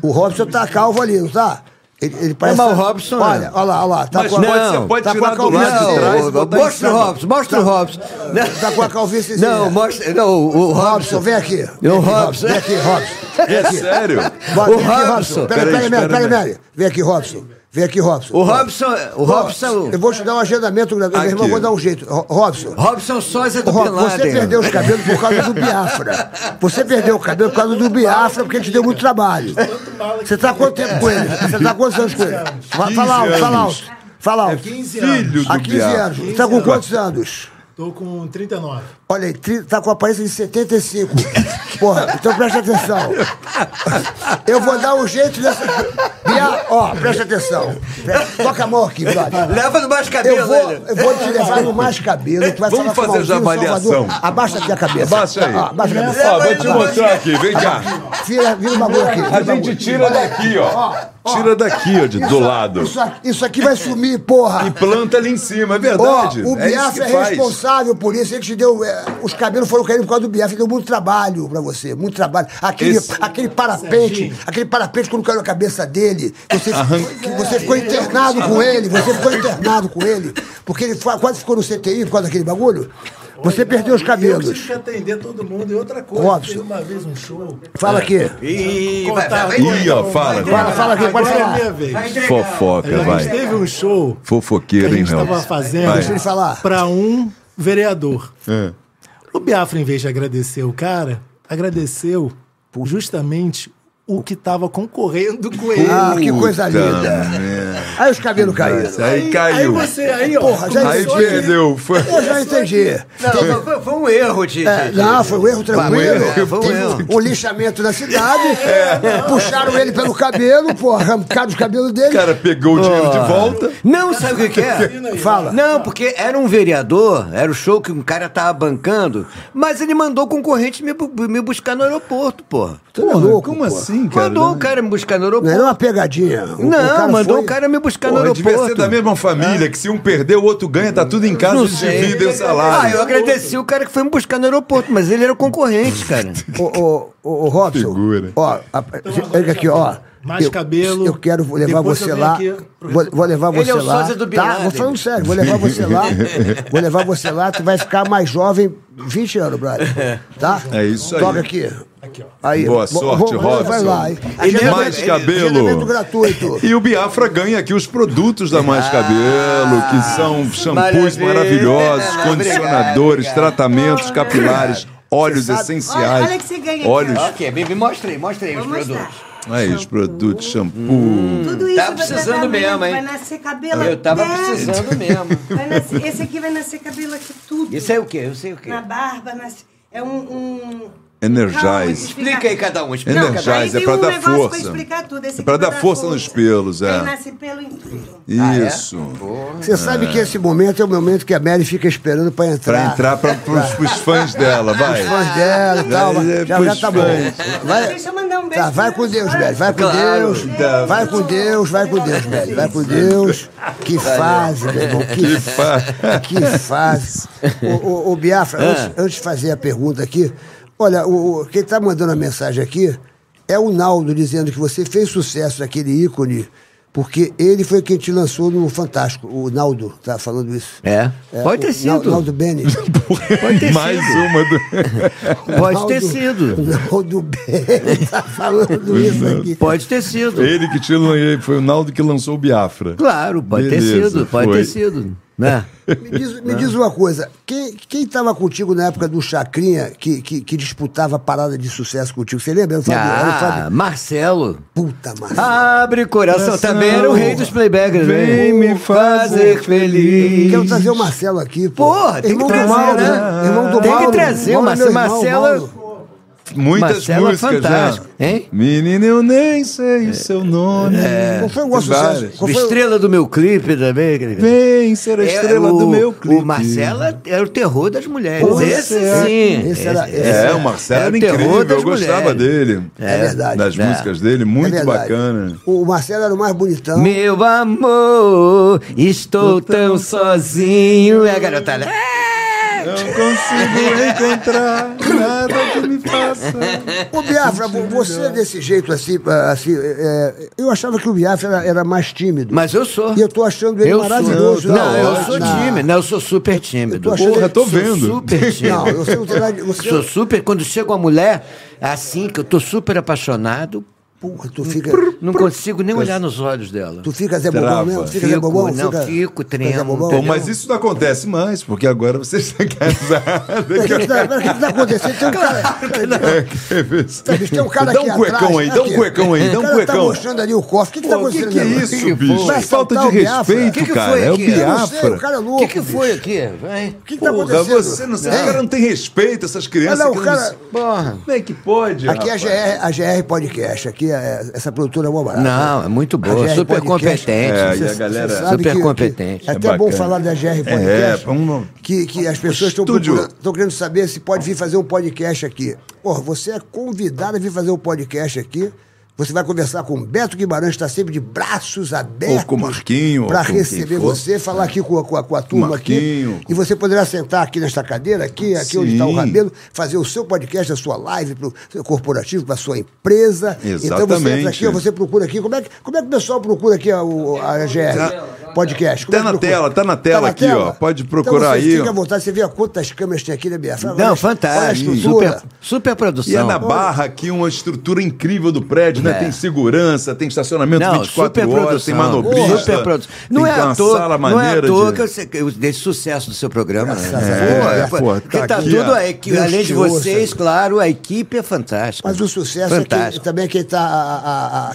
Speaker 4: o Robson tá calvo ali, não tá? Ele, ele parece. tá-
Speaker 6: mas o Robson-
Speaker 4: Olha, olha lá, olha lá. Tá
Speaker 2: Mas
Speaker 4: com a,
Speaker 2: pode- você pode
Speaker 4: tá
Speaker 2: tirar
Speaker 4: com a
Speaker 2: do lado
Speaker 4: calvície
Speaker 2: de trás e
Speaker 6: Não,
Speaker 2: botar em
Speaker 6: mostra o
Speaker 2: cima.
Speaker 6: Robson, mostra o Robson. Não,
Speaker 4: Tá com a calvície.
Speaker 6: Não, mostra. Não, o
Speaker 4: Robson,
Speaker 6: assim. Robson.
Speaker 4: vem aqui. Vem
Speaker 6: O
Speaker 4: aqui,
Speaker 6: Robson.
Speaker 4: Vem aqui, Robson. Vem
Speaker 2: É
Speaker 4: aqui.
Speaker 2: sério?
Speaker 4: Bota-
Speaker 6: O
Speaker 4: vem aqui, Robson.
Speaker 6: Robson.
Speaker 4: Pera, pera,
Speaker 2: Peraí,
Speaker 4: pera, pera,
Speaker 2: pera,
Speaker 4: pera. Vem aqui, Robson. Vem aqui, Robson.
Speaker 6: O Robson. O Robson.
Speaker 4: Eu vou te dar um agendamento gratuito. Meu
Speaker 2: Aqui.
Speaker 4: irmão, eu vou dar um jeito. Ro- Robson.
Speaker 6: Robson Sosa é do Bin
Speaker 4: Rob, você
Speaker 6: Laden.
Speaker 4: perdeu os cabelos por causa do Biafra. Você perdeu o cabelo por causa do Biafra, porque te deu muito trabalho. Você tá há quanto tempo com ele? Você tá há quantos anos com ele? Fa- Fala
Speaker 2: 15
Speaker 4: alto, fala
Speaker 2: anos.
Speaker 4: alto. Fala alto.
Speaker 2: Filho do
Speaker 4: Há 15
Speaker 2: Biafra.
Speaker 4: anos. Você tá com quantos anos?
Speaker 9: Tô com 39.
Speaker 4: Olha aí, tri- tá com a aparência de 75. Porra, então presta atenção. Eu vou dar um jeito nessa. Bia... Ó, presta atenção. Pre- Toca a mão aqui, brother.
Speaker 6: Leva no mais
Speaker 4: Eu
Speaker 6: cabelo,
Speaker 4: vou,
Speaker 6: velho.
Speaker 4: eu vou te levar no mais cabelo. Tu vai
Speaker 2: Vamos
Speaker 4: falar com o
Speaker 2: fazer já
Speaker 4: Malvino
Speaker 2: avaliação.
Speaker 4: Salvador. Abaixa aqui a cabeça.
Speaker 2: Abaixa aí.
Speaker 4: Ó, Ah, abaixa a cabeça.
Speaker 2: Ó, vou te mostrar aqui, vem cá.
Speaker 4: Vira, vira o bagulho aqui.
Speaker 2: A gente tira daqui, ó. Tira daqui, ó, de- do lado.
Speaker 4: Isso aqui, isso aqui vai sumir, porra.
Speaker 2: E planta ali em cima, é
Speaker 4: Ó,
Speaker 2: verdade.
Speaker 4: o
Speaker 2: é isso
Speaker 4: Biafra
Speaker 2: que
Speaker 4: é,
Speaker 2: faz.
Speaker 4: responsável por isso. Ele te deu. é, os cabelos foram caindo por causa do Biafra. Ele deu muito trabalho pra você. Muito trabalho. Aquele,
Speaker 2: Esse-
Speaker 4: aquele parapente, aquele parapente quando caiu na cabeça dele. Você, que você ficou
Speaker 9: é,
Speaker 4: internado com ele. Você ficou internado com ele. Porque ele fa- quase ficou no CTI por causa daquele bagulho. Você perdeu os
Speaker 9: é, Eu
Speaker 4: cabelos.
Speaker 9: tive que atender todo mundo. E outra coisa,
Speaker 4: Robson.
Speaker 9: teve uma vez um show.
Speaker 4: Fala aqui.
Speaker 6: Ih, vai, vai, vai.
Speaker 2: Ih, ó, fala.
Speaker 4: Fala, fala aqui, pode
Speaker 9: Agora é
Speaker 4: falar.
Speaker 9: a minha vez.
Speaker 2: Fofoca,
Speaker 9: A
Speaker 2: vai.
Speaker 9: gente teve um show que a
Speaker 2: Fofoqueiro, hein,
Speaker 9: gente estava
Speaker 2: Raul?
Speaker 9: fazendo.
Speaker 2: Vai.
Speaker 4: Deixa ele falar.
Speaker 9: Pra um vereador. O Biafra, em vez de agradecer o cara, agradeceu justamente o que estava concorrendo com ele.
Speaker 4: Ah, que coisa linda.
Speaker 2: Puta merda.
Speaker 4: Aí os cabelos caíram.
Speaker 2: Esse aí caiu.
Speaker 9: Aí você, aí, ó.
Speaker 4: Porra, já
Speaker 2: Aí
Speaker 4: pensou
Speaker 2: perdeu. Foi...
Speaker 4: Eu já entendi.
Speaker 6: Não, mas foi, foi um erro de.
Speaker 4: É,
Speaker 6: de-
Speaker 4: não, foi um erro tranquilo.
Speaker 6: é, foi um
Speaker 4: Teve
Speaker 6: erro.
Speaker 4: um lixamento da cidade, puxaram ele pelo cabelo, pô, arrancaram os cabelos
Speaker 2: O
Speaker 4: dele.
Speaker 2: cara pegou o dinheiro de volta.
Speaker 6: Não, sabe o que, que é?
Speaker 4: Fala.
Speaker 6: Não, porque era um vereador, era o show que um cara tava bancando, mas ele mandou o concorrente me, bu- me buscar no aeroporto, porra.
Speaker 4: Tu não é louco,
Speaker 2: como
Speaker 4: pô.
Speaker 2: assim, cara?
Speaker 6: Mandou o cara me buscar no
Speaker 4: Não era
Speaker 6: aeroporto.
Speaker 4: uma pegadinha. O- o
Speaker 6: Não,
Speaker 4: cara
Speaker 6: mandou
Speaker 4: foi-
Speaker 6: o cara me buscar no
Speaker 2: Porra, devia ser
Speaker 6: aeroporto.
Speaker 2: da mesma família, que se um perder, o outro ganha, tá tudo em casa,
Speaker 6: Não
Speaker 2: eles
Speaker 6: sei.
Speaker 2: dividem o
Speaker 6: Ah, eu
Speaker 2: salário.
Speaker 6: agradeci o cara que foi me buscar no aeroporto, mas ele era o concorrente, cara.
Speaker 4: Ô, ô, ô, ô, Robson.
Speaker 2: Figura.
Speaker 4: Ó, a- a- olha aqui, ó.
Speaker 9: Mais cabelo.
Speaker 4: Eu quero levar
Speaker 9: Depois
Speaker 4: você
Speaker 9: eu
Speaker 4: lá.
Speaker 9: venho aqui pro
Speaker 4: Vou, vou levar
Speaker 6: Ele
Speaker 4: você
Speaker 6: é o
Speaker 4: lá.
Speaker 6: sósia do Bin
Speaker 4: tá?
Speaker 6: Laden.
Speaker 4: Vou falando sério, vou levar você lá. vou levar você lá, tu vai ficar mais jovem 20 anos, brother. Tá?
Speaker 2: É isso aí.
Speaker 4: Toca aqui. Aqui, ó. Aí,
Speaker 2: Boa
Speaker 4: vou-
Speaker 2: sorte,
Speaker 4: vou-
Speaker 2: Robson.
Speaker 4: Vai lá. hein?
Speaker 2: E
Speaker 4: Agendamento-
Speaker 2: mais cabelo.
Speaker 4: agendamento gratuito.
Speaker 2: E o Biafra ganha aqui os produtos da Mais Cabelo, que são shampoos
Speaker 6: maravilha.
Speaker 2: maravilhosos,
Speaker 6: Obrigado,
Speaker 2: condicionadores,
Speaker 6: obrigado.
Speaker 2: tratamentos capilares, óleos essenciais.
Speaker 7: Olha- olha que você ganha aqui,
Speaker 2: óleos.
Speaker 6: ok, baby, mostra aí, mostra aí
Speaker 7: Vou
Speaker 6: os
Speaker 7: mostrar.
Speaker 6: produtos.
Speaker 2: Aí, os produtos, shampoo.
Speaker 7: Tudo isso
Speaker 6: Tá
Speaker 7: vai
Speaker 6: precisando
Speaker 7: tratar
Speaker 6: mesmo,
Speaker 7: amanhã,
Speaker 6: hein?
Speaker 7: Vai nascer cabelo
Speaker 6: Eu tava
Speaker 7: até-
Speaker 6: precisando mesmo.
Speaker 7: Vai nascer- esse aqui vai nascer cabelo aqui tudo.
Speaker 6: Isso é o quê? Eu sei o quê.
Speaker 7: Na barba, nas- é um... um...
Speaker 2: Energize.
Speaker 7: calma que fica-
Speaker 6: Explica aí cada um. Explica
Speaker 2: Energize,
Speaker 6: cada um.
Speaker 7: aí tem
Speaker 2: é pra
Speaker 7: um
Speaker 2: dar
Speaker 7: negócio pra
Speaker 2: força.
Speaker 7: explicar tudo. Esse
Speaker 2: É
Speaker 7: aqui
Speaker 2: pra
Speaker 7: vai
Speaker 2: dar força nos pelos, é.
Speaker 7: Aí nasce pelo em tudo.
Speaker 6: é?
Speaker 2: Isso.
Speaker 4: Você sabe que esse momento é o momento que a Mary fica esperando pra entrar.
Speaker 2: Pra entrar pra, pros, pros fãs dela, vai.
Speaker 4: Os fãs dela e tal.
Speaker 2: Mas é
Speaker 4: Já, já
Speaker 2: pros
Speaker 4: tá bom.
Speaker 2: fãs.
Speaker 4: Vai,
Speaker 7: Deixa eu mandar um beijo.
Speaker 4: Tá, vai
Speaker 7: pra É,
Speaker 4: com
Speaker 7: eles.
Speaker 4: Deus,
Speaker 7: Olha,
Speaker 4: velho. Vai com
Speaker 6: Claro. Então.
Speaker 4: Deus. Vai com Deus, vai
Speaker 7: é,
Speaker 4: com Deus, velho. Vai com Deus. Que fase, meu irmão. Que fase. Que fase. Ô, ô, ô, Biafra,
Speaker 6: Ah.
Speaker 4: antes, antes de fazer a pergunta aqui, olha, o, o- quem tá mandando a mensagem aqui é o Naldo dizendo que você fez sucesso naquele ícone. Porque ele foi quem te lançou no Fantástico. O Naldo tá falando isso.
Speaker 6: É. Pode ter
Speaker 4: o Nal-
Speaker 6: sido.
Speaker 4: Naldo Bene.
Speaker 2: Mais uma do.
Speaker 6: Pode ter
Speaker 4: Naldo-
Speaker 6: sido. é.
Speaker 4: Naldo Bene tá falando isso aqui.
Speaker 6: Pode ter sido.
Speaker 2: Ele que te lan- foi o Naldo que lançou o Biafra.
Speaker 6: Claro, pode ter
Speaker 2: Beleza,
Speaker 6: sido. Pode
Speaker 2: foi.
Speaker 6: ter sido. Né?
Speaker 4: Me diz, me diz uma coisa, quem, quem tava contigo na época do Chacrinha que, que, que disputava a parada de sucesso contigo? Você lembra? Era o Fábio, era o
Speaker 6: Ah,
Speaker 4: Fábio.
Speaker 6: Marcelo.
Speaker 4: Puta, mano.
Speaker 6: Abre coração. Também era o rei dos playbackers, né?
Speaker 2: Vem me fazer feliz.
Speaker 4: Quero trazer o Marcelo aqui, pô.
Speaker 6: Porra, tem que trazer,
Speaker 4: Mauro,
Speaker 6: né?
Speaker 4: Irmão do
Speaker 6: Tem que
Speaker 4: Mauro.
Speaker 6: trazer o
Speaker 4: Mauro é meu
Speaker 6: Marcelo.
Speaker 4: irmão,
Speaker 6: Marcelo-
Speaker 4: Mauro.
Speaker 2: Muitas
Speaker 6: Marcelo é
Speaker 2: músicas,
Speaker 6: fantástico,
Speaker 2: né?
Speaker 6: hein?
Speaker 2: Menino, eu nem sei o seu nome.
Speaker 6: é-
Speaker 4: Qual foi o maior
Speaker 2: Várias.
Speaker 4: sucesso? Qual foi o-
Speaker 6: Estrela do meu clipe também. aquele-
Speaker 2: Vem ser a
Speaker 6: É,
Speaker 2: estrela
Speaker 6: o-
Speaker 2: do meu clipe.
Speaker 6: O Marcelo
Speaker 4: é
Speaker 6: era o terror das mulheres.
Speaker 4: Porra,
Speaker 6: esse
Speaker 4: esse
Speaker 6: sim.
Speaker 4: Esse era- esse
Speaker 2: É, o Marcelo
Speaker 4: um
Speaker 2: era
Speaker 6: o terror
Speaker 2: incrível,
Speaker 6: das
Speaker 2: eu gostava
Speaker 6: mulheres.
Speaker 2: dele.
Speaker 4: É verdade.
Speaker 2: Das
Speaker 6: É.
Speaker 2: músicas dele,
Speaker 4: É
Speaker 2: muito
Speaker 4: verdade.
Speaker 2: bacana.
Speaker 4: O Marcelo era o mais bonitão.
Speaker 6: Meu amor, estou tão sozinho. É a garotada.
Speaker 2: Não consigo encontrar nada que me faça.
Speaker 4: Ô, Biafra, vo- você desse jeito assim, ah, assim é, eu achava que o Biafra era, era mais tímido.
Speaker 6: Mas eu sou.
Speaker 4: E eu tô achando ele
Speaker 6: Eu sou.
Speaker 4: maravilhoso.
Speaker 6: Não,
Speaker 4: na
Speaker 6: eu
Speaker 4: hora,
Speaker 6: sou
Speaker 4: na-
Speaker 6: tímido. Não, eu sou super tímido.
Speaker 4: Eu tô achando- Porra,
Speaker 2: tô
Speaker 6: Sou
Speaker 2: vendo.
Speaker 6: super tímido.
Speaker 4: Não, você não tem nada de- você-
Speaker 6: Sou super. Quando chega uma mulher assim, que eu tô super apaixonado,
Speaker 4: Porra, tu fica.
Speaker 6: não consigo nem olhar nos olhos dela.
Speaker 4: Tu fica Zé
Speaker 2: Trava.
Speaker 4: Bobão mesmo? Fica Zé
Speaker 6: Fico,
Speaker 4: Bobão?
Speaker 6: não,
Speaker 4: fica,
Speaker 6: fico,
Speaker 4: fica
Speaker 6: tremo.
Speaker 4: Zé Bobão?
Speaker 2: Bom, mas isso não acontece mais, porque agora você está É casado.
Speaker 4: Peraí, O que que tá- peraí, o que que tá acontecendo? Tem um cara.
Speaker 2: é
Speaker 4: Tá, bicho, Tem um cara
Speaker 2: Dá um
Speaker 4: aqui
Speaker 2: cuecão aí,
Speaker 4: atrás,
Speaker 2: dá um
Speaker 4: aqui.
Speaker 2: cuecão aí, dá um
Speaker 4: O cara tá
Speaker 2: cuecão.
Speaker 4: mostrando ali o cofre. O que que tá
Speaker 2: Pô, o que,
Speaker 4: acontecendo?
Speaker 2: que é
Speaker 4: ali?
Speaker 2: isso,
Speaker 6: Que
Speaker 2: bicho?
Speaker 6: foi?
Speaker 2: Falta
Speaker 4: Assaltar
Speaker 2: de
Speaker 4: o Biafra?
Speaker 2: respeito,
Speaker 6: Que que
Speaker 2: cara.
Speaker 6: foi
Speaker 2: é o
Speaker 4: Eu
Speaker 6: aqui?
Speaker 4: não sei,
Speaker 2: Biafra.
Speaker 4: o cara é
Speaker 6: O
Speaker 4: louco.
Speaker 6: que, que foi
Speaker 4: bicho.
Speaker 6: aqui? Hein?
Speaker 4: O que que tá
Speaker 2: Porra,
Speaker 4: acontecendo? É.
Speaker 2: você não sabe. O cara não tem respeito, essas crianças.
Speaker 4: Olha lá, o
Speaker 2: que
Speaker 4: cara-
Speaker 2: não...
Speaker 6: Porra.
Speaker 2: Como é que pode?
Speaker 4: Aqui é a
Speaker 2: rapaz?
Speaker 4: GR, a GR Podcast. Aqui é- essa produtora é uma barata.
Speaker 6: Não, é muito boa,
Speaker 4: A GR
Speaker 6: super
Speaker 4: Podcast,
Speaker 6: competente.
Speaker 2: É,
Speaker 4: você-
Speaker 2: e a galera-
Speaker 4: você sabe
Speaker 6: Super
Speaker 4: que-
Speaker 6: competente.
Speaker 4: que- É
Speaker 2: É
Speaker 4: até bom
Speaker 2: bacana.
Speaker 4: falar da GR
Speaker 2: É,
Speaker 4: Podcast.
Speaker 2: pra um-
Speaker 4: que, que as pessoas estão
Speaker 2: Estúdio.
Speaker 4: procurando- estão querendo saber se pode vir fazer um podcast aqui. Porra, você é convidado a vir fazer um podcast aqui. Você vai conversar com o Beto Guimarães, está sempre de braços abertos.
Speaker 2: Ou com o Marquinho, ou
Speaker 4: Para
Speaker 2: com quem
Speaker 4: receber
Speaker 2: for.
Speaker 4: você, falar aqui com, a- com a, com a turma
Speaker 2: Marquinho.
Speaker 4: aqui. E você poderá sentar aqui nesta cadeira, aqui, aqui onde está o
Speaker 2: Sim.
Speaker 4: Rabelo, fazer o seu podcast, a sua live para o corporativo, para a sua empresa. Então você entra
Speaker 2: Exatamente.
Speaker 4: aqui, ó, você procura aqui. Como é que, como é que o pessoal procura aqui a, o- a GR? podcast? Como
Speaker 2: Tá
Speaker 4: é que
Speaker 2: na
Speaker 4: procura?
Speaker 2: tela, tá na tela aqui, ó. Pode procurar
Speaker 4: então,
Speaker 2: aí,
Speaker 4: Fica
Speaker 2: ó.
Speaker 4: à vontade, você vê quantas câmeras tem aqui na Biafra.
Speaker 6: Não, fantástico. Super, super produção.
Speaker 2: E é na Barra aqui uma estrutura incrível do prédio, né?
Speaker 6: É.
Speaker 2: Tem segurança, tem estacionamento
Speaker 6: Não,
Speaker 2: 24
Speaker 6: super
Speaker 2: horas,
Speaker 6: produção.
Speaker 2: tem manobrista.
Speaker 6: Super produção.
Speaker 2: tem
Speaker 6: Não, é à
Speaker 2: uma
Speaker 6: toa,
Speaker 2: sala
Speaker 6: não é à
Speaker 2: maneira
Speaker 6: toa
Speaker 2: de-
Speaker 6: que eu, sei- que eu dei sucesso do seu programa. Né?
Speaker 4: Graças a
Speaker 2: Deus.
Speaker 6: é,
Speaker 2: É,
Speaker 6: pô,
Speaker 2: pô,
Speaker 6: porque
Speaker 2: tá
Speaker 6: tá
Speaker 2: aqui,
Speaker 6: tudo.
Speaker 2: ó.
Speaker 6: a equi-
Speaker 4: Deus
Speaker 6: além
Speaker 4: te
Speaker 6: de vocês,
Speaker 4: ouça.
Speaker 6: claro, a equipe é fantástica.
Speaker 4: Mas o sucesso é que,
Speaker 6: Fantástico.
Speaker 4: também quem está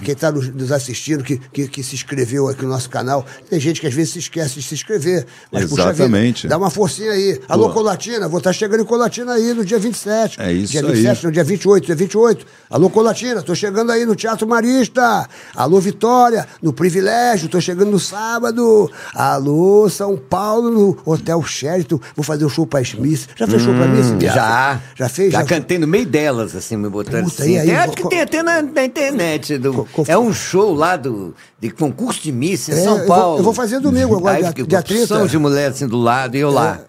Speaker 4: quem tá nos, nos assistindo, que, que, que se inscreveu aqui no nosso canal. Tem gente que às vezes se esquece de se inscrever. Mas, puxa vida,
Speaker 2: Exatamente.
Speaker 4: dá uma forcinha aí. Alô, Colatina, vou estar chegando em Colatina aí no dia 27.
Speaker 2: É isso
Speaker 4: dia
Speaker 2: aí.
Speaker 4: 27, não, dia 28, dia 28. Alô, Colatina, tô chegando aí no Teatro Marista. Alô, Vitória, no Privilégio, tô chegando no sábado. Alô, São Paulo, no Hotel Sheraton, vou fazer um show pra Smith. Já fez show pra Smith? Biafra?
Speaker 6: Hum, Já.
Speaker 4: Já fez?
Speaker 6: Já cantei no meio delas, assim, me botando
Speaker 4: Puta,
Speaker 6: assim.
Speaker 4: e aí,
Speaker 6: Tem- acho
Speaker 4: qual-
Speaker 6: que tem até na, na internet. do-
Speaker 4: Qual- qual
Speaker 6: é
Speaker 4: foi?
Speaker 6: um show lá do, de concurso de Miss em
Speaker 4: É, eu
Speaker 6: São
Speaker 4: vou-
Speaker 6: Paulo.
Speaker 4: eu vou fazer domingo agora,
Speaker 6: Aí
Speaker 4: dia-
Speaker 6: fica
Speaker 4: dia
Speaker 6: com opção
Speaker 4: 30.
Speaker 6: de mulher assim do lado e eu lá.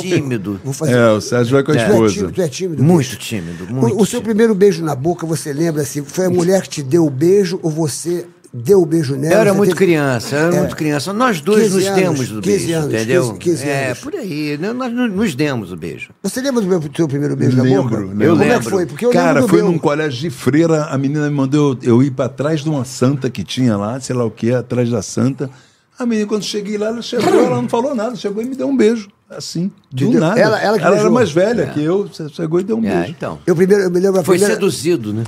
Speaker 6: Tímido.
Speaker 4: Vou fazer.
Speaker 2: É, o Sérgio vai com a
Speaker 4: Tu é tímido,
Speaker 2: esposa.
Speaker 4: tu é tímido.
Speaker 6: um- Muito
Speaker 4: bicho.
Speaker 6: tímido,
Speaker 4: O-
Speaker 6: muito
Speaker 4: O, seu primeiro beijo na boca, você lembra assim? Foi a mulher que te deu o beijo ou você deu o beijo nela?
Speaker 6: Eu era
Speaker 4: Você
Speaker 6: muito
Speaker 4: teve-
Speaker 6: criança, eu era muito criança. Nós dois
Speaker 4: 15
Speaker 6: nos
Speaker 4: É. anos,
Speaker 6: demos o
Speaker 4: 15
Speaker 6: beijo,
Speaker 4: anos,
Speaker 6: entendeu?
Speaker 4: 15 15
Speaker 6: é,
Speaker 4: anos.
Speaker 6: por aí, né? nós nos nos demos o beijo.
Speaker 4: Você lembra do meu- do seu primeiro beijo na boca?
Speaker 2: Lembro, lembro.
Speaker 6: Eu
Speaker 4: Como é que
Speaker 6: lembro.
Speaker 4: foi? Porque eu
Speaker 2: Cara,
Speaker 4: lembro do
Speaker 2: foi
Speaker 4: meu.
Speaker 2: num colégio de freira, a menina me mandou eu, eu ir pra trás de uma santa que tinha lá, sei lá o que, atrás da santa. A menina, quando cheguei lá, ela chegou, ela não falou nada, chegou e me deu um beijo, assim, do
Speaker 4: Entendeu?
Speaker 2: nada.
Speaker 4: Ela- ela que
Speaker 2: era
Speaker 4: beijou.
Speaker 2: mais velha que eu, chegou e deu um
Speaker 6: É,
Speaker 2: beijo.
Speaker 6: então.
Speaker 4: Eu primeiro, É. eu me lembro a
Speaker 6: Foi
Speaker 4: primeira.
Speaker 6: seduzido, né?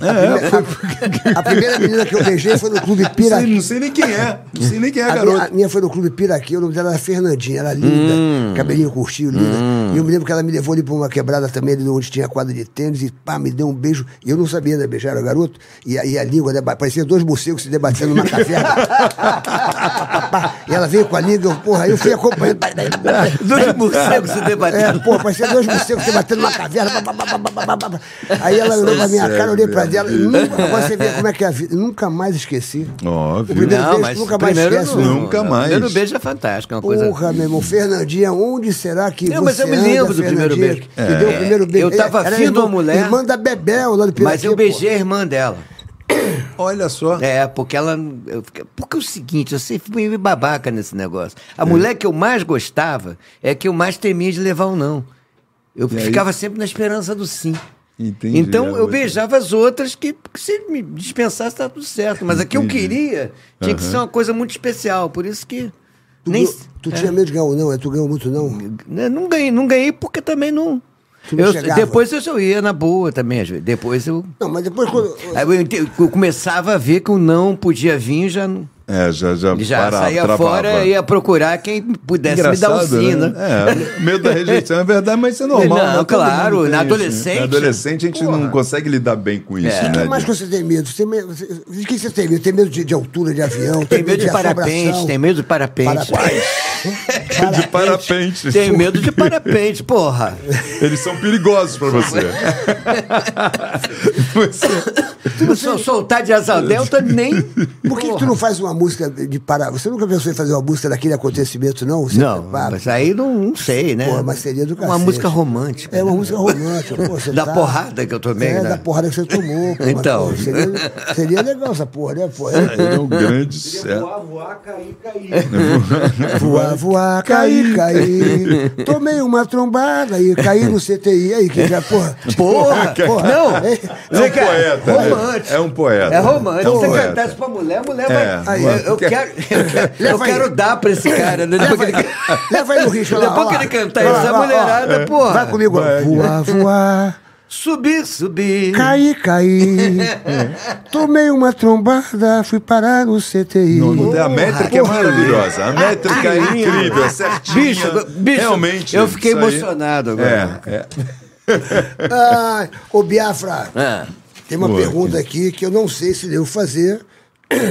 Speaker 4: A primeira menina que eu beijei foi no Clube
Speaker 2: Não
Speaker 4: Piraquê.
Speaker 2: sei, não sei nem quem é, não sei nem quem é a
Speaker 4: A minha,
Speaker 2: garota.
Speaker 4: a minha foi no Clube Piraquê, o nome dela era Fernandinha, era linda, cabelinho curtinho, linda. E eu me lembro que ela me levou ali pra uma quebrada também, ali onde tinha quadra de tênis, e pá, me deu um beijo. E eu não sabia, né, beijar era garoto. E, a- e a língua, né, parecia dois morcegos se debatendo numa caverna. Pá, e ela veio com a língua, eu, porra, aí eu fui acompanhando. Pá, pá, pá.
Speaker 6: Dois morcegos se
Speaker 4: É,
Speaker 6: debatendo.
Speaker 4: pô, parecia dois morcegos se batendo numa caverna. pá, pá, pá, pá, pá, pá, pá, pá. Aí ela olhou pra minha cara, eu olhei pra dela. E nunca, agora você vê como é que é a vida. Nunca mais esqueci.
Speaker 2: Óbvio.
Speaker 4: O primeiro
Speaker 6: não,
Speaker 4: beijo
Speaker 6: mas
Speaker 4: nunca mais
Speaker 6: primeiro
Speaker 4: esquece,
Speaker 6: não,
Speaker 4: né?
Speaker 2: Nunca
Speaker 6: não.
Speaker 2: mais.
Speaker 6: Primeiro beijo é fantástico, é uma coisa.
Speaker 4: Porra, meu irmão, Fernandinha, onde será que
Speaker 6: Não,
Speaker 4: você
Speaker 6: mas eu me
Speaker 4: anda,
Speaker 6: lembro do primeiro
Speaker 4: Fernandinha,
Speaker 6: beijo. É,
Speaker 4: Que deu o primeiro beijo. É,
Speaker 6: Eu tava
Speaker 4: Era
Speaker 6: afim de uma
Speaker 4: irmã-
Speaker 6: mulher.
Speaker 4: Irmã da Bebel, lá do Piraquê.
Speaker 6: Mas eu beijei a irmã dela.
Speaker 2: Olha só.
Speaker 6: É, porque ela. eu fiquei- porque é o seguinte, eu sempre fui meio babaca nesse negócio.
Speaker 2: É.
Speaker 6: A mulher que eu mais gostava é que eu mais temia de levar o não. Eu
Speaker 2: E aí?
Speaker 6: ficava sempre na esperança do sim.
Speaker 2: Entendi,
Speaker 6: então
Speaker 2: a
Speaker 6: eu
Speaker 2: outra.
Speaker 6: beijava as outras que, que se me dispensasse tá tudo certo. Mas a que eu
Speaker 2: Entendi.
Speaker 6: queria tinha que
Speaker 2: Aham.
Speaker 6: ser uma coisa muito especial. Por isso que.
Speaker 4: Tu,
Speaker 6: nem,
Speaker 4: ganhou- tu tinha medo de ganhar ou não? é? Tu ganhou muito não?
Speaker 6: né, não ganhei, não ganhei porque também não.
Speaker 4: Tu não
Speaker 6: eu-
Speaker 4: chegava.
Speaker 6: depois eu só ia na boa também, às vezes. Depois eu.
Speaker 4: Não, mas depois quando...
Speaker 6: Aí eu, ente- eu começava a ver que o não podia vir já. não-
Speaker 2: É, já, já,
Speaker 6: Ele já
Speaker 2: para-
Speaker 6: saía
Speaker 2: travava.
Speaker 6: fora e ia procurar quem pudesse me dar um
Speaker 2: Engraçado,
Speaker 6: sino.
Speaker 2: né? É, medo da rejeição é verdade, mas isso é normal.
Speaker 6: Não,
Speaker 2: né? Todo
Speaker 6: claro,
Speaker 2: mundo tem isso,
Speaker 6: na
Speaker 2: né?
Speaker 6: adolescente- É,
Speaker 2: Na adolescente a gente não consegue lidar bem com isso,
Speaker 4: O
Speaker 2: né?
Speaker 4: que mais que você tem medo? Você tem medo- você- De que você tem medo? Tem medo de, de altura, de avião?
Speaker 6: Tem medo de parapente,
Speaker 4: assombração?
Speaker 6: tem medo de parapente.
Speaker 2: De, de parapente. tipo,
Speaker 6: Tem medo de parapente, porra.
Speaker 2: Eles são perigosos pra você.
Speaker 6: é.
Speaker 2: Você-
Speaker 6: Se eu soltar de asa delta, nem.
Speaker 4: Por que, que tu não faz uma música de para? Você nunca pensou em fazer uma música daquele acontecimento, não? Você-
Speaker 6: Não,
Speaker 4: Ah,
Speaker 6: mas aí não, não sei, né?
Speaker 4: Porra, mas seria do
Speaker 6: Uma
Speaker 4: cacete.
Speaker 6: música romântica.
Speaker 4: É uma
Speaker 6: né?
Speaker 4: música romântica. pô, você
Speaker 6: Da
Speaker 4: tá-
Speaker 6: porrada que eu tomei,
Speaker 4: É,
Speaker 6: né?
Speaker 4: da porrada que você tomou. pô, mas,
Speaker 6: Então.
Speaker 4: pô, seria, seria legal essa porra, né? Pô, É,
Speaker 2: Ele é um grande
Speaker 5: Queria
Speaker 2: céu.
Speaker 5: voar, voar, cair, cair.
Speaker 4: É, voar, voar, cair, cair. Tomei uma trombada e caí no CTI. Aí, que já, porra.
Speaker 6: Porra!
Speaker 4: Porra.
Speaker 6: Não!
Speaker 4: É,
Speaker 2: É um poeta. né?
Speaker 6: romântico.
Speaker 2: É um poeta.
Speaker 6: É romântico.
Speaker 2: um
Speaker 6: Se você
Speaker 2: poeta.
Speaker 6: cantar isso pra mulher, a mulher
Speaker 2: É,
Speaker 6: vai.
Speaker 2: aí,
Speaker 6: eu,
Speaker 2: é.
Speaker 6: eu quero, eu quero, eu
Speaker 4: Leva aí.
Speaker 6: quero dar pra esse cara, né? Depois, que ele,
Speaker 4: Leva aí no risco.
Speaker 6: depois que ele cantar essa mulherada, porra.
Speaker 4: é. Vai comigo. ó. Voar, voar,
Speaker 6: Subir, subir.
Speaker 4: cair, cair.
Speaker 6: É.
Speaker 4: Tomei uma trombada, fui parar no CTI.
Speaker 2: Não, não tem- a métrica é maravilhosa. A métrica é incrível, é certinha.
Speaker 6: Bicho, bicho,
Speaker 2: Realmente.
Speaker 6: eu fiquei
Speaker 2: isso aí-
Speaker 6: emocionado agora.
Speaker 2: É, é.
Speaker 4: Ah, ô, Biafra,
Speaker 6: Ah.
Speaker 4: tem uma
Speaker 2: Pô,
Speaker 4: pergunta aqui que eu não sei se devo fazer.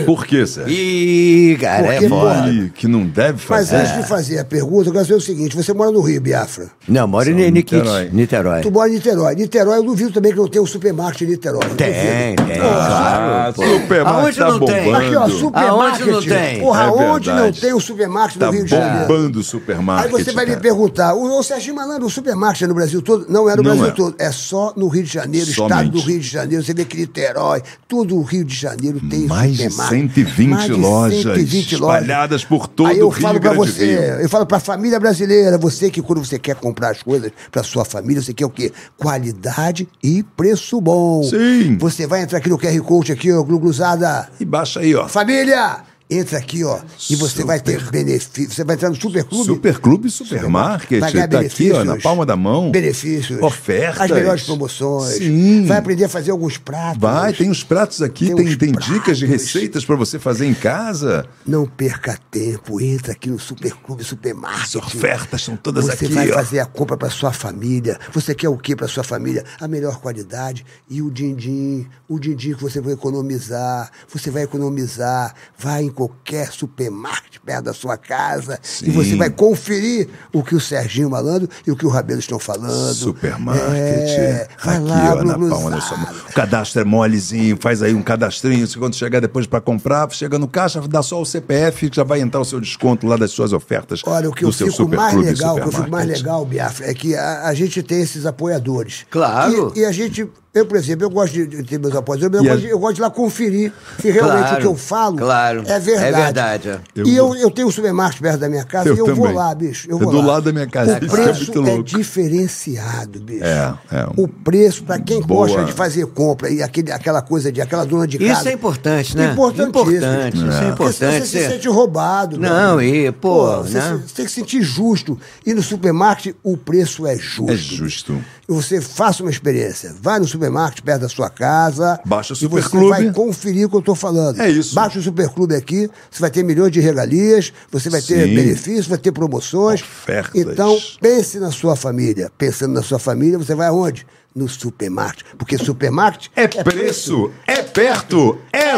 Speaker 2: Por que, Sérgio?
Speaker 6: Ih, cara,
Speaker 4: Porque,
Speaker 6: é foda. É.
Speaker 2: Ih, Que não deve
Speaker 4: Mas
Speaker 2: fazer.
Speaker 4: antes de fazer a pergunta, eu quero saber o seguinte: você mora no Rio, Biafra.
Speaker 6: Não, mora em Nikit,
Speaker 2: Niterói.
Speaker 6: Niterói.
Speaker 4: Tu mora em Niterói. Niterói, eu duvido também que não tem um supermarket em Niterói. Eu
Speaker 6: Tem,
Speaker 4: duvido.
Speaker 6: tem.
Speaker 2: Ah,
Speaker 6: Claro. pô.
Speaker 2: supermarket
Speaker 6: Aonde
Speaker 2: tá
Speaker 6: não tem?
Speaker 2: bombando.
Speaker 4: Aqui, ó, supermarket.
Speaker 6: Aonde não tem?
Speaker 4: Porra,
Speaker 2: É
Speaker 4: onde não
Speaker 2: verdade.
Speaker 4: tem o supermarket
Speaker 2: Tá
Speaker 4: do Rio de Janeiro?
Speaker 2: bombando o
Speaker 4: Aí
Speaker 2: supermarket.
Speaker 4: você vai me
Speaker 2: cara.
Speaker 4: perguntar, o, o Serginho Malandro, o supermarket no Brasil todo? Não é no
Speaker 2: Não
Speaker 4: Brasil
Speaker 2: é.
Speaker 4: todo, é só no Rio de Janeiro, estado
Speaker 2: Somente.
Speaker 4: do Rio de Janeiro, você vê que Niterói, todo o Rio de Janeiro tem
Speaker 2: Mais de de
Speaker 4: marcas.
Speaker 2: 120
Speaker 4: Mais de
Speaker 2: lojas
Speaker 4: 120 lojas.
Speaker 2: espalhadas por todo
Speaker 4: Aí eu
Speaker 2: o Rio
Speaker 4: falo pra
Speaker 2: Grande do
Speaker 4: você,
Speaker 2: Rio.
Speaker 4: eu falo pra família brasileira, você que quando você quer comprar as coisas pra sua família, você quer o quê? Qualidade e preço bom.
Speaker 2: Sim.
Speaker 4: Você vai entrar aqui no QR Code aqui, ó, gluglusada.
Speaker 2: E baixa aí, ó.
Speaker 4: Família, entra aqui, ó, e você vai ter benefício. Você vai entrar no Superclube.
Speaker 2: Superclube Supermarket,
Speaker 4: Vai ganhar
Speaker 2: tá aqui, ó, na
Speaker 4: benefícios.
Speaker 2: palma da mão.
Speaker 4: Benefícios.
Speaker 2: Ofertas.
Speaker 4: As melhores promoções.
Speaker 2: Sim.
Speaker 4: Vai aprender a fazer alguns pratos.
Speaker 2: Vai, tem os pratos aqui,
Speaker 4: Tem
Speaker 2: tem,
Speaker 4: os
Speaker 2: tem dicas de
Speaker 4: pratos.
Speaker 2: receitas pra você fazer em casa.
Speaker 4: Não perca tempo, entra aqui no Superclube Supermarket.
Speaker 2: As ofertas são todas
Speaker 4: Você
Speaker 2: aqui,
Speaker 4: vai
Speaker 2: ó.
Speaker 4: fazer a compra para sua família. Você quer o que para sua família? A melhor qualidade e o din-din. O din-din que você vai economizar. Você vai economizar. Vai em qualquer supermarket perto da sua casa e você vai conferir o que o Serginho Malandro e o que o Rabelo estão falando.
Speaker 2: Supermarket.
Speaker 4: É, vai
Speaker 2: aqui,
Speaker 4: lá,
Speaker 2: ó, na palma da sua mão.
Speaker 4: gluglusada.
Speaker 2: O cadastro é molezinho, faz aí um cadastrinho. se Quando chegar depois pra comprar, chega no caixa, dá só o CPF, que já vai entrar o seu desconto lá das suas ofertas.
Speaker 4: Olha, o que
Speaker 2: do
Speaker 4: eu
Speaker 2: seu
Speaker 4: fico mais
Speaker 2: Superclube
Speaker 4: legal, o que eu fico mais
Speaker 2: Supermarket.
Speaker 4: legal, Biafra, é que a, a gente tem esses apoiadores.
Speaker 6: Claro.
Speaker 4: E, e a gente, eu, por exemplo, eu gosto de, de ter meus apoiadores, mas
Speaker 2: E
Speaker 4: eu,
Speaker 2: a-
Speaker 4: gosto de, eu gosto de ir lá conferir se realmente
Speaker 6: Claro,
Speaker 4: o que eu falo
Speaker 6: claro.
Speaker 4: é verdade.
Speaker 6: É verdade, é.
Speaker 4: E eu, eu tenho o supermarket perto da minha casa
Speaker 2: Eu
Speaker 4: e eu vou
Speaker 2: também.
Speaker 4: lá, bicho. Eu
Speaker 2: É
Speaker 4: vou
Speaker 2: do
Speaker 4: lá.
Speaker 2: lado da minha casa,
Speaker 4: O
Speaker 2: isso é
Speaker 4: preço
Speaker 2: muito
Speaker 4: é,
Speaker 2: louco.
Speaker 4: diferenciado, bicho.
Speaker 2: É, é.
Speaker 4: O preço, pra quem
Speaker 2: Boa.
Speaker 4: gosta de fazer compra e aquele, aquela coisa de aquela dona de
Speaker 6: Isso
Speaker 4: casa.
Speaker 6: é importante, né?
Speaker 4: Importantíssimo.
Speaker 6: Importante, isso é
Speaker 4: Porque
Speaker 6: importante,
Speaker 4: Você se
Speaker 6: é.
Speaker 4: sente roubado. meu
Speaker 6: Não,
Speaker 4: amigo.
Speaker 6: e, pô,
Speaker 4: você
Speaker 6: né?
Speaker 4: se- você tem que sentir justo. E no supermarket o preço é justo.
Speaker 2: É justo.
Speaker 4: E você faça uma experiência. Vai no supermarket perto da sua casa.
Speaker 2: Baixa o
Speaker 4: e você
Speaker 2: Superclube.
Speaker 4: vai conferir o que eu tô falando.
Speaker 2: É isso.
Speaker 4: Baixa o Superclube aqui, você vai ter milhões de regalias, você vai ter
Speaker 2: Sim.
Speaker 4: benefícios, vai ter promoções.
Speaker 2: Ofertas.
Speaker 4: Então, pense na sua família. Pensando na sua família, você vai aonde? No supermarket. Porque supermarket
Speaker 2: É preço, é perto, é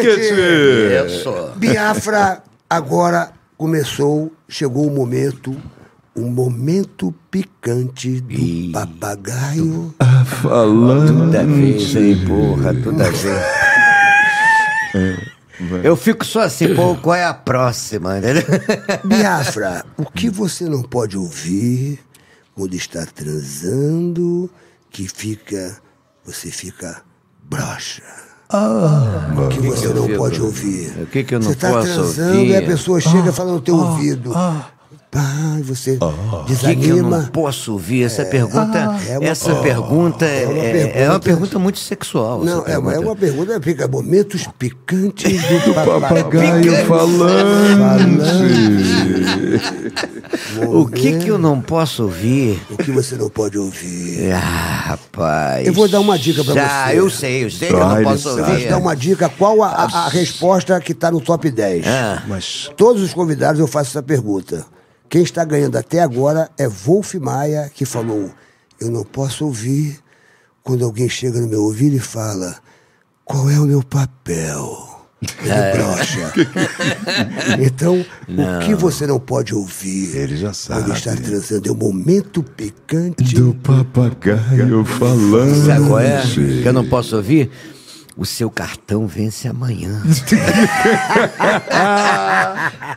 Speaker 2: supermarket!
Speaker 6: Isso.
Speaker 4: Biafra agora começou, chegou o momento, o momento picante do papagaio.
Speaker 6: Toda vez, hein, porra, toda vez.
Speaker 2: É.
Speaker 6: Eu fico só assim, pô, qual é a próxima? entendeu?
Speaker 4: Biafra, o que você não pode ouvir quando está transando, que fica, você fica broxa.
Speaker 6: Ah.
Speaker 4: o que, você não pode ouvir?
Speaker 6: O que que eu não
Speaker 4: Você tá
Speaker 6: posso
Speaker 4: transando
Speaker 6: ouvir? Ah,
Speaker 4: e a pessoa chega falando no teu ouvido. Pá, e você
Speaker 6: O Ah, que, que eu não
Speaker 4: desanima.
Speaker 6: posso ouvir? Essa pergunta,
Speaker 4: é uma-
Speaker 6: essa pergunta, é,
Speaker 4: uma
Speaker 6: é-
Speaker 4: pergunta-
Speaker 6: é uma pergunta muito sexual.
Speaker 4: Não,
Speaker 6: essa
Speaker 4: é, uma- é
Speaker 6: pergunta.
Speaker 4: uma pergunta, fica momentos picantes do
Speaker 2: Papagaio
Speaker 4: papagaio
Speaker 2: falante.
Speaker 6: O que,
Speaker 4: É.
Speaker 6: que eu não posso ouvir?
Speaker 4: O que você não pode ouvir.
Speaker 6: Ah, rapaz.
Speaker 4: Eu vou dar uma dica pra
Speaker 6: Já,
Speaker 4: você.
Speaker 6: eu sei, eu sei que eu
Speaker 2: Vai,
Speaker 6: não
Speaker 2: ele
Speaker 6: posso
Speaker 2: sabe.
Speaker 4: Vou te
Speaker 6: ouvir.
Speaker 4: dar uma dica, qual a, a- a resposta que está no top 10?
Speaker 6: Ah.
Speaker 2: Mas
Speaker 4: Todos os convidados eu faço essa pergunta. Quem está ganhando até agora é Wolf Maia, que falou: Eu não posso ouvir quando alguém chega no meu ouvido e fala: Qual é o meu papel? Ele brocha. então, o que você não pode ouvir
Speaker 2: Ele já
Speaker 4: quando
Speaker 2: sabe.
Speaker 4: está transando é o momento picante
Speaker 2: do papagaio falante.
Speaker 6: Sabe qual é? Que eu não posso ouvir? O seu cartão vence amanhã.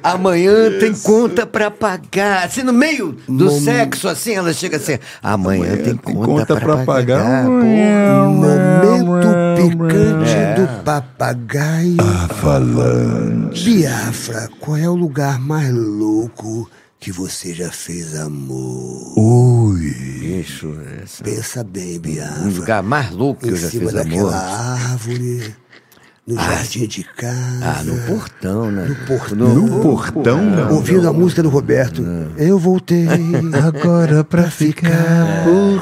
Speaker 6: amanhã tem conta pra pagar. Assim, no meio do sexo, assim, ela chega assim. Amanhã, tem, conta, pra, pagar. pô.
Speaker 4: Momento picante do papagaio.
Speaker 2: Falante.
Speaker 4: Biafra, qual é o lugar mais louco que você já fez amor?
Speaker 6: Bicho, esse
Speaker 4: Pensa bem,
Speaker 6: é o
Speaker 4: Biafra.
Speaker 6: lugar mais louco que
Speaker 4: em
Speaker 6: eu já
Speaker 4: cima
Speaker 6: fiz
Speaker 4: daquela
Speaker 6: amor.
Speaker 4: árvore, no jardim de casa.
Speaker 6: Ah, no portão, né?
Speaker 4: No portão.
Speaker 2: No portão?
Speaker 4: Ouvindo a música do Roberto. Eu voltei agora pra ficar.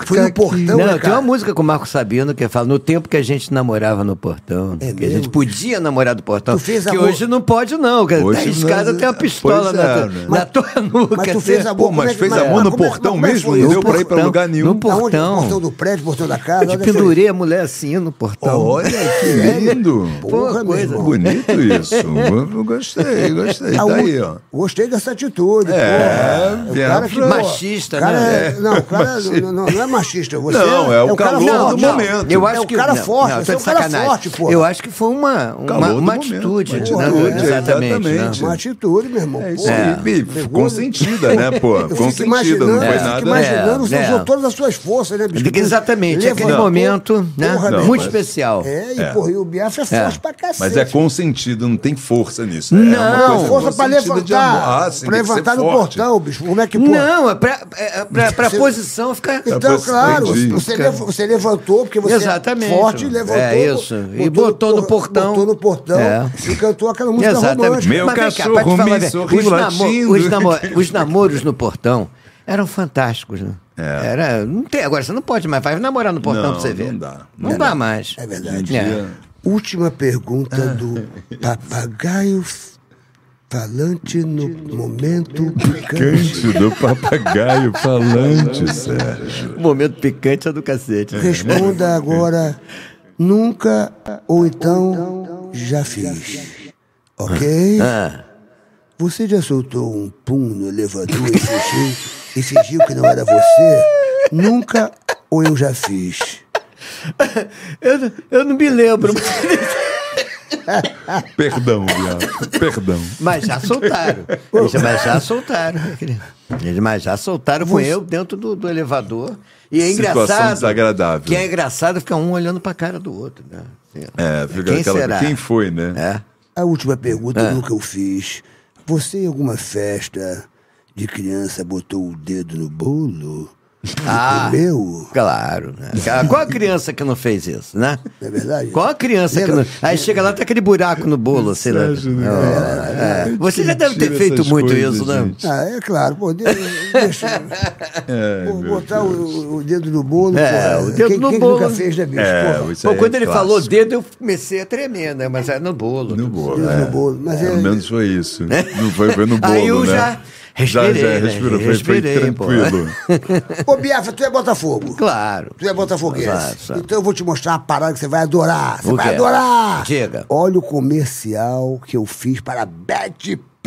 Speaker 4: Foi no portão,
Speaker 6: É. Não,
Speaker 4: né,
Speaker 6: tem
Speaker 4: cara?
Speaker 6: uma música com o Marco Sabino que fala no tempo que a gente namorava no portão, que a gente podia namorar do portão,
Speaker 4: É Tu fez
Speaker 6: que
Speaker 4: amor- né?
Speaker 6: hoje não pode não, cara.
Speaker 2: Hoje
Speaker 6: Hoje
Speaker 2: não-
Speaker 6: escada tem uma pistola
Speaker 2: Pois
Speaker 6: na,
Speaker 2: é,
Speaker 6: tua-
Speaker 2: né?
Speaker 6: na tua nuca.
Speaker 4: mas tu
Speaker 6: assim.
Speaker 4: fez amor
Speaker 2: Pô, mas
Speaker 4: como é que-
Speaker 2: fez
Speaker 4: mas-
Speaker 2: amor
Speaker 4: mas
Speaker 2: no
Speaker 4: como é-
Speaker 2: portão
Speaker 4: como é que
Speaker 2: mesmo?
Speaker 4: foi
Speaker 2: Não
Speaker 4: isso?
Speaker 2: deu pra ir pra
Speaker 6: portão,
Speaker 2: lugar nenhum.
Speaker 6: no
Speaker 4: Aonde? No
Speaker 6: portão.
Speaker 4: portão do prédio, portão da casa.
Speaker 6: Eu
Speaker 4: onde
Speaker 6: te
Speaker 4: é que foi?
Speaker 6: pendurei a mulher assim no
Speaker 4: Ah,
Speaker 6: portão.
Speaker 4: Oh,
Speaker 2: Olha que lindo.
Speaker 4: É. Porra, meu
Speaker 6: coisa.
Speaker 4: irmão.
Speaker 2: Bonito isso. Eu Gostei, gostei.
Speaker 4: Ah,
Speaker 2: Tá aí,
Speaker 4: o-
Speaker 2: ó.
Speaker 4: Gostei dessa atitude.
Speaker 2: É,
Speaker 4: pô.
Speaker 2: Biafra.
Speaker 4: pô,
Speaker 6: Machista,
Speaker 4: o cara
Speaker 6: né?
Speaker 4: é- não, o cara não, não- não é machista. Você
Speaker 2: Não, é o
Speaker 4: cara
Speaker 2: calor do
Speaker 4: forte.
Speaker 2: momento.
Speaker 6: Eu acho
Speaker 4: é um
Speaker 6: que
Speaker 4: cara
Speaker 6: não,
Speaker 4: forte,
Speaker 6: não,
Speaker 4: você
Speaker 6: tô
Speaker 4: é um
Speaker 6: de
Speaker 4: cara
Speaker 6: sacanagem.
Speaker 4: forte, pô.
Speaker 6: Eu acho que foi uma
Speaker 2: Calor
Speaker 6: uma,
Speaker 2: do
Speaker 6: uma
Speaker 2: momento,
Speaker 6: atitude,
Speaker 2: uma
Speaker 6: né?
Speaker 4: atitude,
Speaker 6: exatamente. né?
Speaker 2: exatamente.
Speaker 4: Uma atitude, meu irmão.
Speaker 2: É
Speaker 4: pô.
Speaker 2: isso aí.
Speaker 4: Pegou-
Speaker 2: Consentida, né, pô?
Speaker 4: Eu fico
Speaker 2: Consentida, não
Speaker 4: imaginando,
Speaker 2: foi
Speaker 4: eu
Speaker 2: nada.
Speaker 4: fico imaginando, você
Speaker 6: É,
Speaker 4: usou
Speaker 6: é.
Speaker 4: todas as suas forças, né, bicho?
Speaker 6: Exatamente, aquele
Speaker 4: Levantou,
Speaker 6: momento, né?
Speaker 4: porra, meu
Speaker 6: Muito
Speaker 4: irmão.
Speaker 6: especial.
Speaker 4: É, e, porra, e o Biafra é
Speaker 6: É.
Speaker 4: forte forte pra cacete.
Speaker 2: Mas é consentido, não tem força nisso. né? É uma
Speaker 6: Não.
Speaker 2: coisa-
Speaker 4: Força
Speaker 2: no
Speaker 4: pra
Speaker 2: sentido de amor.
Speaker 4: levantar.
Speaker 2: Ah, sim,
Speaker 4: pra
Speaker 2: tem que ser
Speaker 4: levantar no
Speaker 2: forte.
Speaker 4: portão, bicho. Como é que pô?
Speaker 6: Não, é pra, é, é pra, pra
Speaker 4: Você-
Speaker 6: posição ficar.
Speaker 4: Então,
Speaker 2: pois,
Speaker 4: claro,
Speaker 2: entendi.
Speaker 4: você, lev- você levantou, porque você
Speaker 6: Exatamente.
Speaker 4: é forte, levantou.
Speaker 6: É isso. E botou no portão.
Speaker 4: Botou no portão
Speaker 6: É.
Speaker 4: e cantou aquela música romântica.
Speaker 2: Meu
Speaker 6: Mas vem
Speaker 2: cachorro
Speaker 6: pra te falar,
Speaker 2: me
Speaker 6: velho,
Speaker 2: sorriu
Speaker 6: os, namo-
Speaker 2: latindo.
Speaker 6: os namo- os namoros no portão eram fantásticos, né?
Speaker 2: É.
Speaker 6: Era, não tem, agora você não pode mais, vai namorar no portão
Speaker 2: Não,
Speaker 6: pra você ver.
Speaker 2: não dá.
Speaker 6: Não,
Speaker 2: Não
Speaker 6: dá
Speaker 2: dá.
Speaker 6: mais.
Speaker 4: É
Speaker 2: Hoje em
Speaker 4: verdade.
Speaker 2: dia,
Speaker 4: Última pergunta
Speaker 6: Ah.
Speaker 4: do papagaio f- falante no momento picante.
Speaker 2: Cante do papagaio falante, Sérgio.
Speaker 6: Momento picante é do cacete.
Speaker 4: Responda agora, nunca ou então já fiz. Ok?
Speaker 6: Ah,
Speaker 4: Você já soltou um pum no elevador e fingiu, e fingiu que não era você? Nunca ou eu já fiz?
Speaker 6: eu, não- eu não me lembro,
Speaker 2: Perdão, viado. Perdão.
Speaker 6: mas já soltaram. Eles, mas já soltaram. né, querido? Eles, mas já soltaram com eu dentro do, do elevador. E é
Speaker 2: Situação
Speaker 6: engraçado.
Speaker 2: desagradável.
Speaker 6: Que é engraçado ficar um olhando pra cara do outro. Né?
Speaker 2: É, fica
Speaker 6: Quem
Speaker 2: aquela.
Speaker 6: será?
Speaker 2: Quem foi, né?
Speaker 6: É.
Speaker 4: A última pergunta
Speaker 6: Ah.
Speaker 4: nunca eu fiz. Você em alguma festa de criança botou o dedo no bolo?
Speaker 6: Ah.
Speaker 4: E comeu?
Speaker 6: Claro, né? Qual a criança que não fez isso, né?
Speaker 4: É verdade?
Speaker 6: Qual a criança que
Speaker 4: Lembra-
Speaker 6: não... Aí chega lá, tá aquele buraco no bolo, sei lá.
Speaker 2: né?
Speaker 6: É, é. Você já deve ter
Speaker 2: Mentira
Speaker 6: feito
Speaker 2: essas
Speaker 6: muito
Speaker 2: coisas,
Speaker 6: isso, né?
Speaker 2: gente.
Speaker 4: Ah, é claro, pô, de- deixa,
Speaker 2: É,
Speaker 4: pô,
Speaker 2: meu
Speaker 4: botar o, o dedo no bolo,
Speaker 6: É,
Speaker 4: pô,
Speaker 6: o dedo
Speaker 4: quem,
Speaker 6: no
Speaker 4: quem
Speaker 6: bolo.
Speaker 4: nunca fez, né, bicho?
Speaker 2: É,
Speaker 4: Pô,
Speaker 2: isso
Speaker 6: Pô,
Speaker 2: aí
Speaker 6: quando
Speaker 2: é
Speaker 6: ele
Speaker 2: clássico.
Speaker 6: falou dedo, eu comecei a tremer, né? Mas é no bolo.
Speaker 2: No
Speaker 6: né?
Speaker 2: bolo,
Speaker 4: Dedo
Speaker 2: é.
Speaker 4: no bolo, mas é-
Speaker 2: Pelo menos foi isso. Não foi, foi no bolo,
Speaker 6: Aí eu
Speaker 2: né?
Speaker 6: já
Speaker 2: já,
Speaker 6: respirei,
Speaker 2: já
Speaker 6: né?
Speaker 2: respirou, foi, foi
Speaker 6: Respirei, pô.
Speaker 2: tranquilo.
Speaker 4: Ô, Biafra, tu é Botafogo.
Speaker 6: Claro.
Speaker 4: Tu é botafoguense.
Speaker 6: Exato, exato.
Speaker 4: Então eu vou te mostrar uma parada que você vai adorar. Você
Speaker 6: O
Speaker 4: vai
Speaker 6: quê?
Speaker 4: adorar.
Speaker 6: Diga.
Speaker 4: Olha o comercial que eu fiz para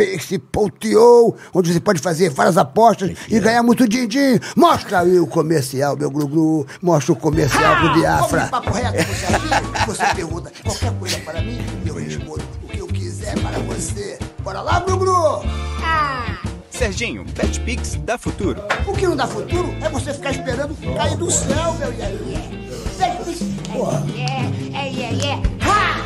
Speaker 4: betpix.io, onde você pode fazer várias apostas e ganhar muito din-din. Mostra aí o comercial, meu glu-glu. Mostra o comercial pro Biafra. papo reto, você pergunta qualquer coisa para mim, eu respondo o que eu quiser para você. Bora lá, glu-glu.
Speaker 3: Serginho, BetPix dá futuro.
Speaker 4: O que não dá futuro é você ficar esperando cair do céu, meu Porra.
Speaker 7: é.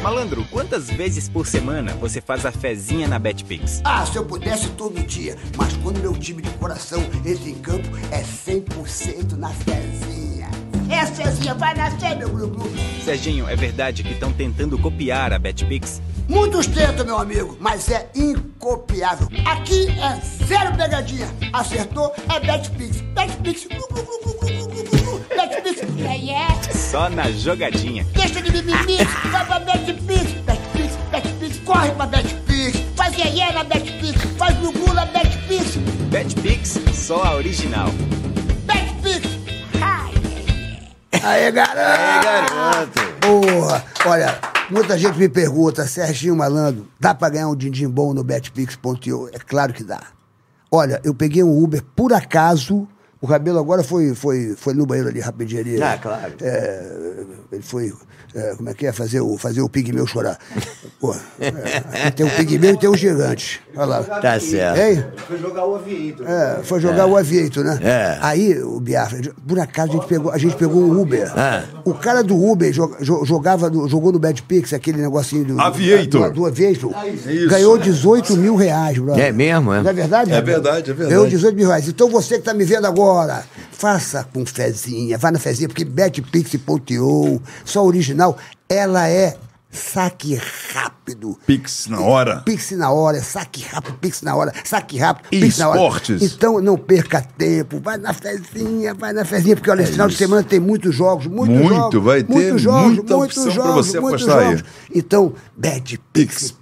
Speaker 3: Malandro, quantas vezes por semana você faz a fezinha na BetPix?
Speaker 4: Ah, se eu pudesse todo dia, mas quando meu time de coração entra em campo, é 100% na fezinha. É fezinha, vai nascer, meu grupo.
Speaker 3: Serginho, é verdade que estão tentando copiar a BetPix?
Speaker 4: Muitos tentam, meu amigo, mas é incopiável. Aqui é zero pegadinha. Acertou, é Betpix. Betpix. glu, glu, glu, glu, glu, glu, glu, glu. Betpix. Yeah, yeah.
Speaker 3: Só na jogadinha.
Speaker 4: Deixa de mimimi, vai pra Betpix. Betpix, Betpix. Corre pra Betpix. Faz iê na Betpix. Faz gugu na Betpix.
Speaker 3: BetPix, só a original.
Speaker 4: Netflix. Aê, garoto!
Speaker 6: Garoto.
Speaker 4: Porra! Olha, muita gente me pergunta, Serginho Malandro, dá pra ganhar um din-din bom no betpix.io? É claro que dá. Olha, eu peguei um Uber por acaso, o cabelo agora foi, foi, foi no banheiro ali rapidinho ali.
Speaker 6: Ah, claro.
Speaker 4: É, ele foi, é, como é que é, fazer o, fazer o pigmeu chorar. Pô, é, tem o pigmeu e tem o gigante. Olha lá.
Speaker 6: Tá certo.
Speaker 4: Hein?
Speaker 5: Foi jogar o aviator.
Speaker 4: É, foi jogar o aviator, né?
Speaker 6: É.
Speaker 4: Aí, o Biafra, por acaso a gente pegou, a gente pegou um Uber.
Speaker 6: É.
Speaker 4: O cara do Uber jo- jo- jogava, no- jogou no Bad Pix aquele negocinho do.
Speaker 2: Aviator. É
Speaker 4: Do, do Aviator.
Speaker 2: isso.
Speaker 4: Ganhou 18 mil reais, brother.
Speaker 6: É mesmo, é?
Speaker 4: Não é verdade?
Speaker 2: É
Speaker 4: Gabriel?
Speaker 2: verdade, é verdade.
Speaker 4: Ganhou 18 mil reais. Então você que tá me vendo agora, faça com fezinha, vá na fezinha, porque betpix.io, só original, ela é saque rápido.
Speaker 2: Pix na hora.
Speaker 4: Pix na hora, saque rápido, Pix na hora, saque rápido, Pix na hora.
Speaker 2: Esportes.
Speaker 4: Então não perca tempo, vai na fezinha, vai na fezinha, porque olha, esse final de semana tem muitos jogos, muitos
Speaker 2: É Muito,
Speaker 4: jogos.
Speaker 2: vai ter
Speaker 4: muitos jogos,
Speaker 2: muita
Speaker 4: muitos
Speaker 2: opção pra
Speaker 4: jogos,
Speaker 2: você
Speaker 4: muitos
Speaker 2: apostar aí.
Speaker 4: jogos. Então,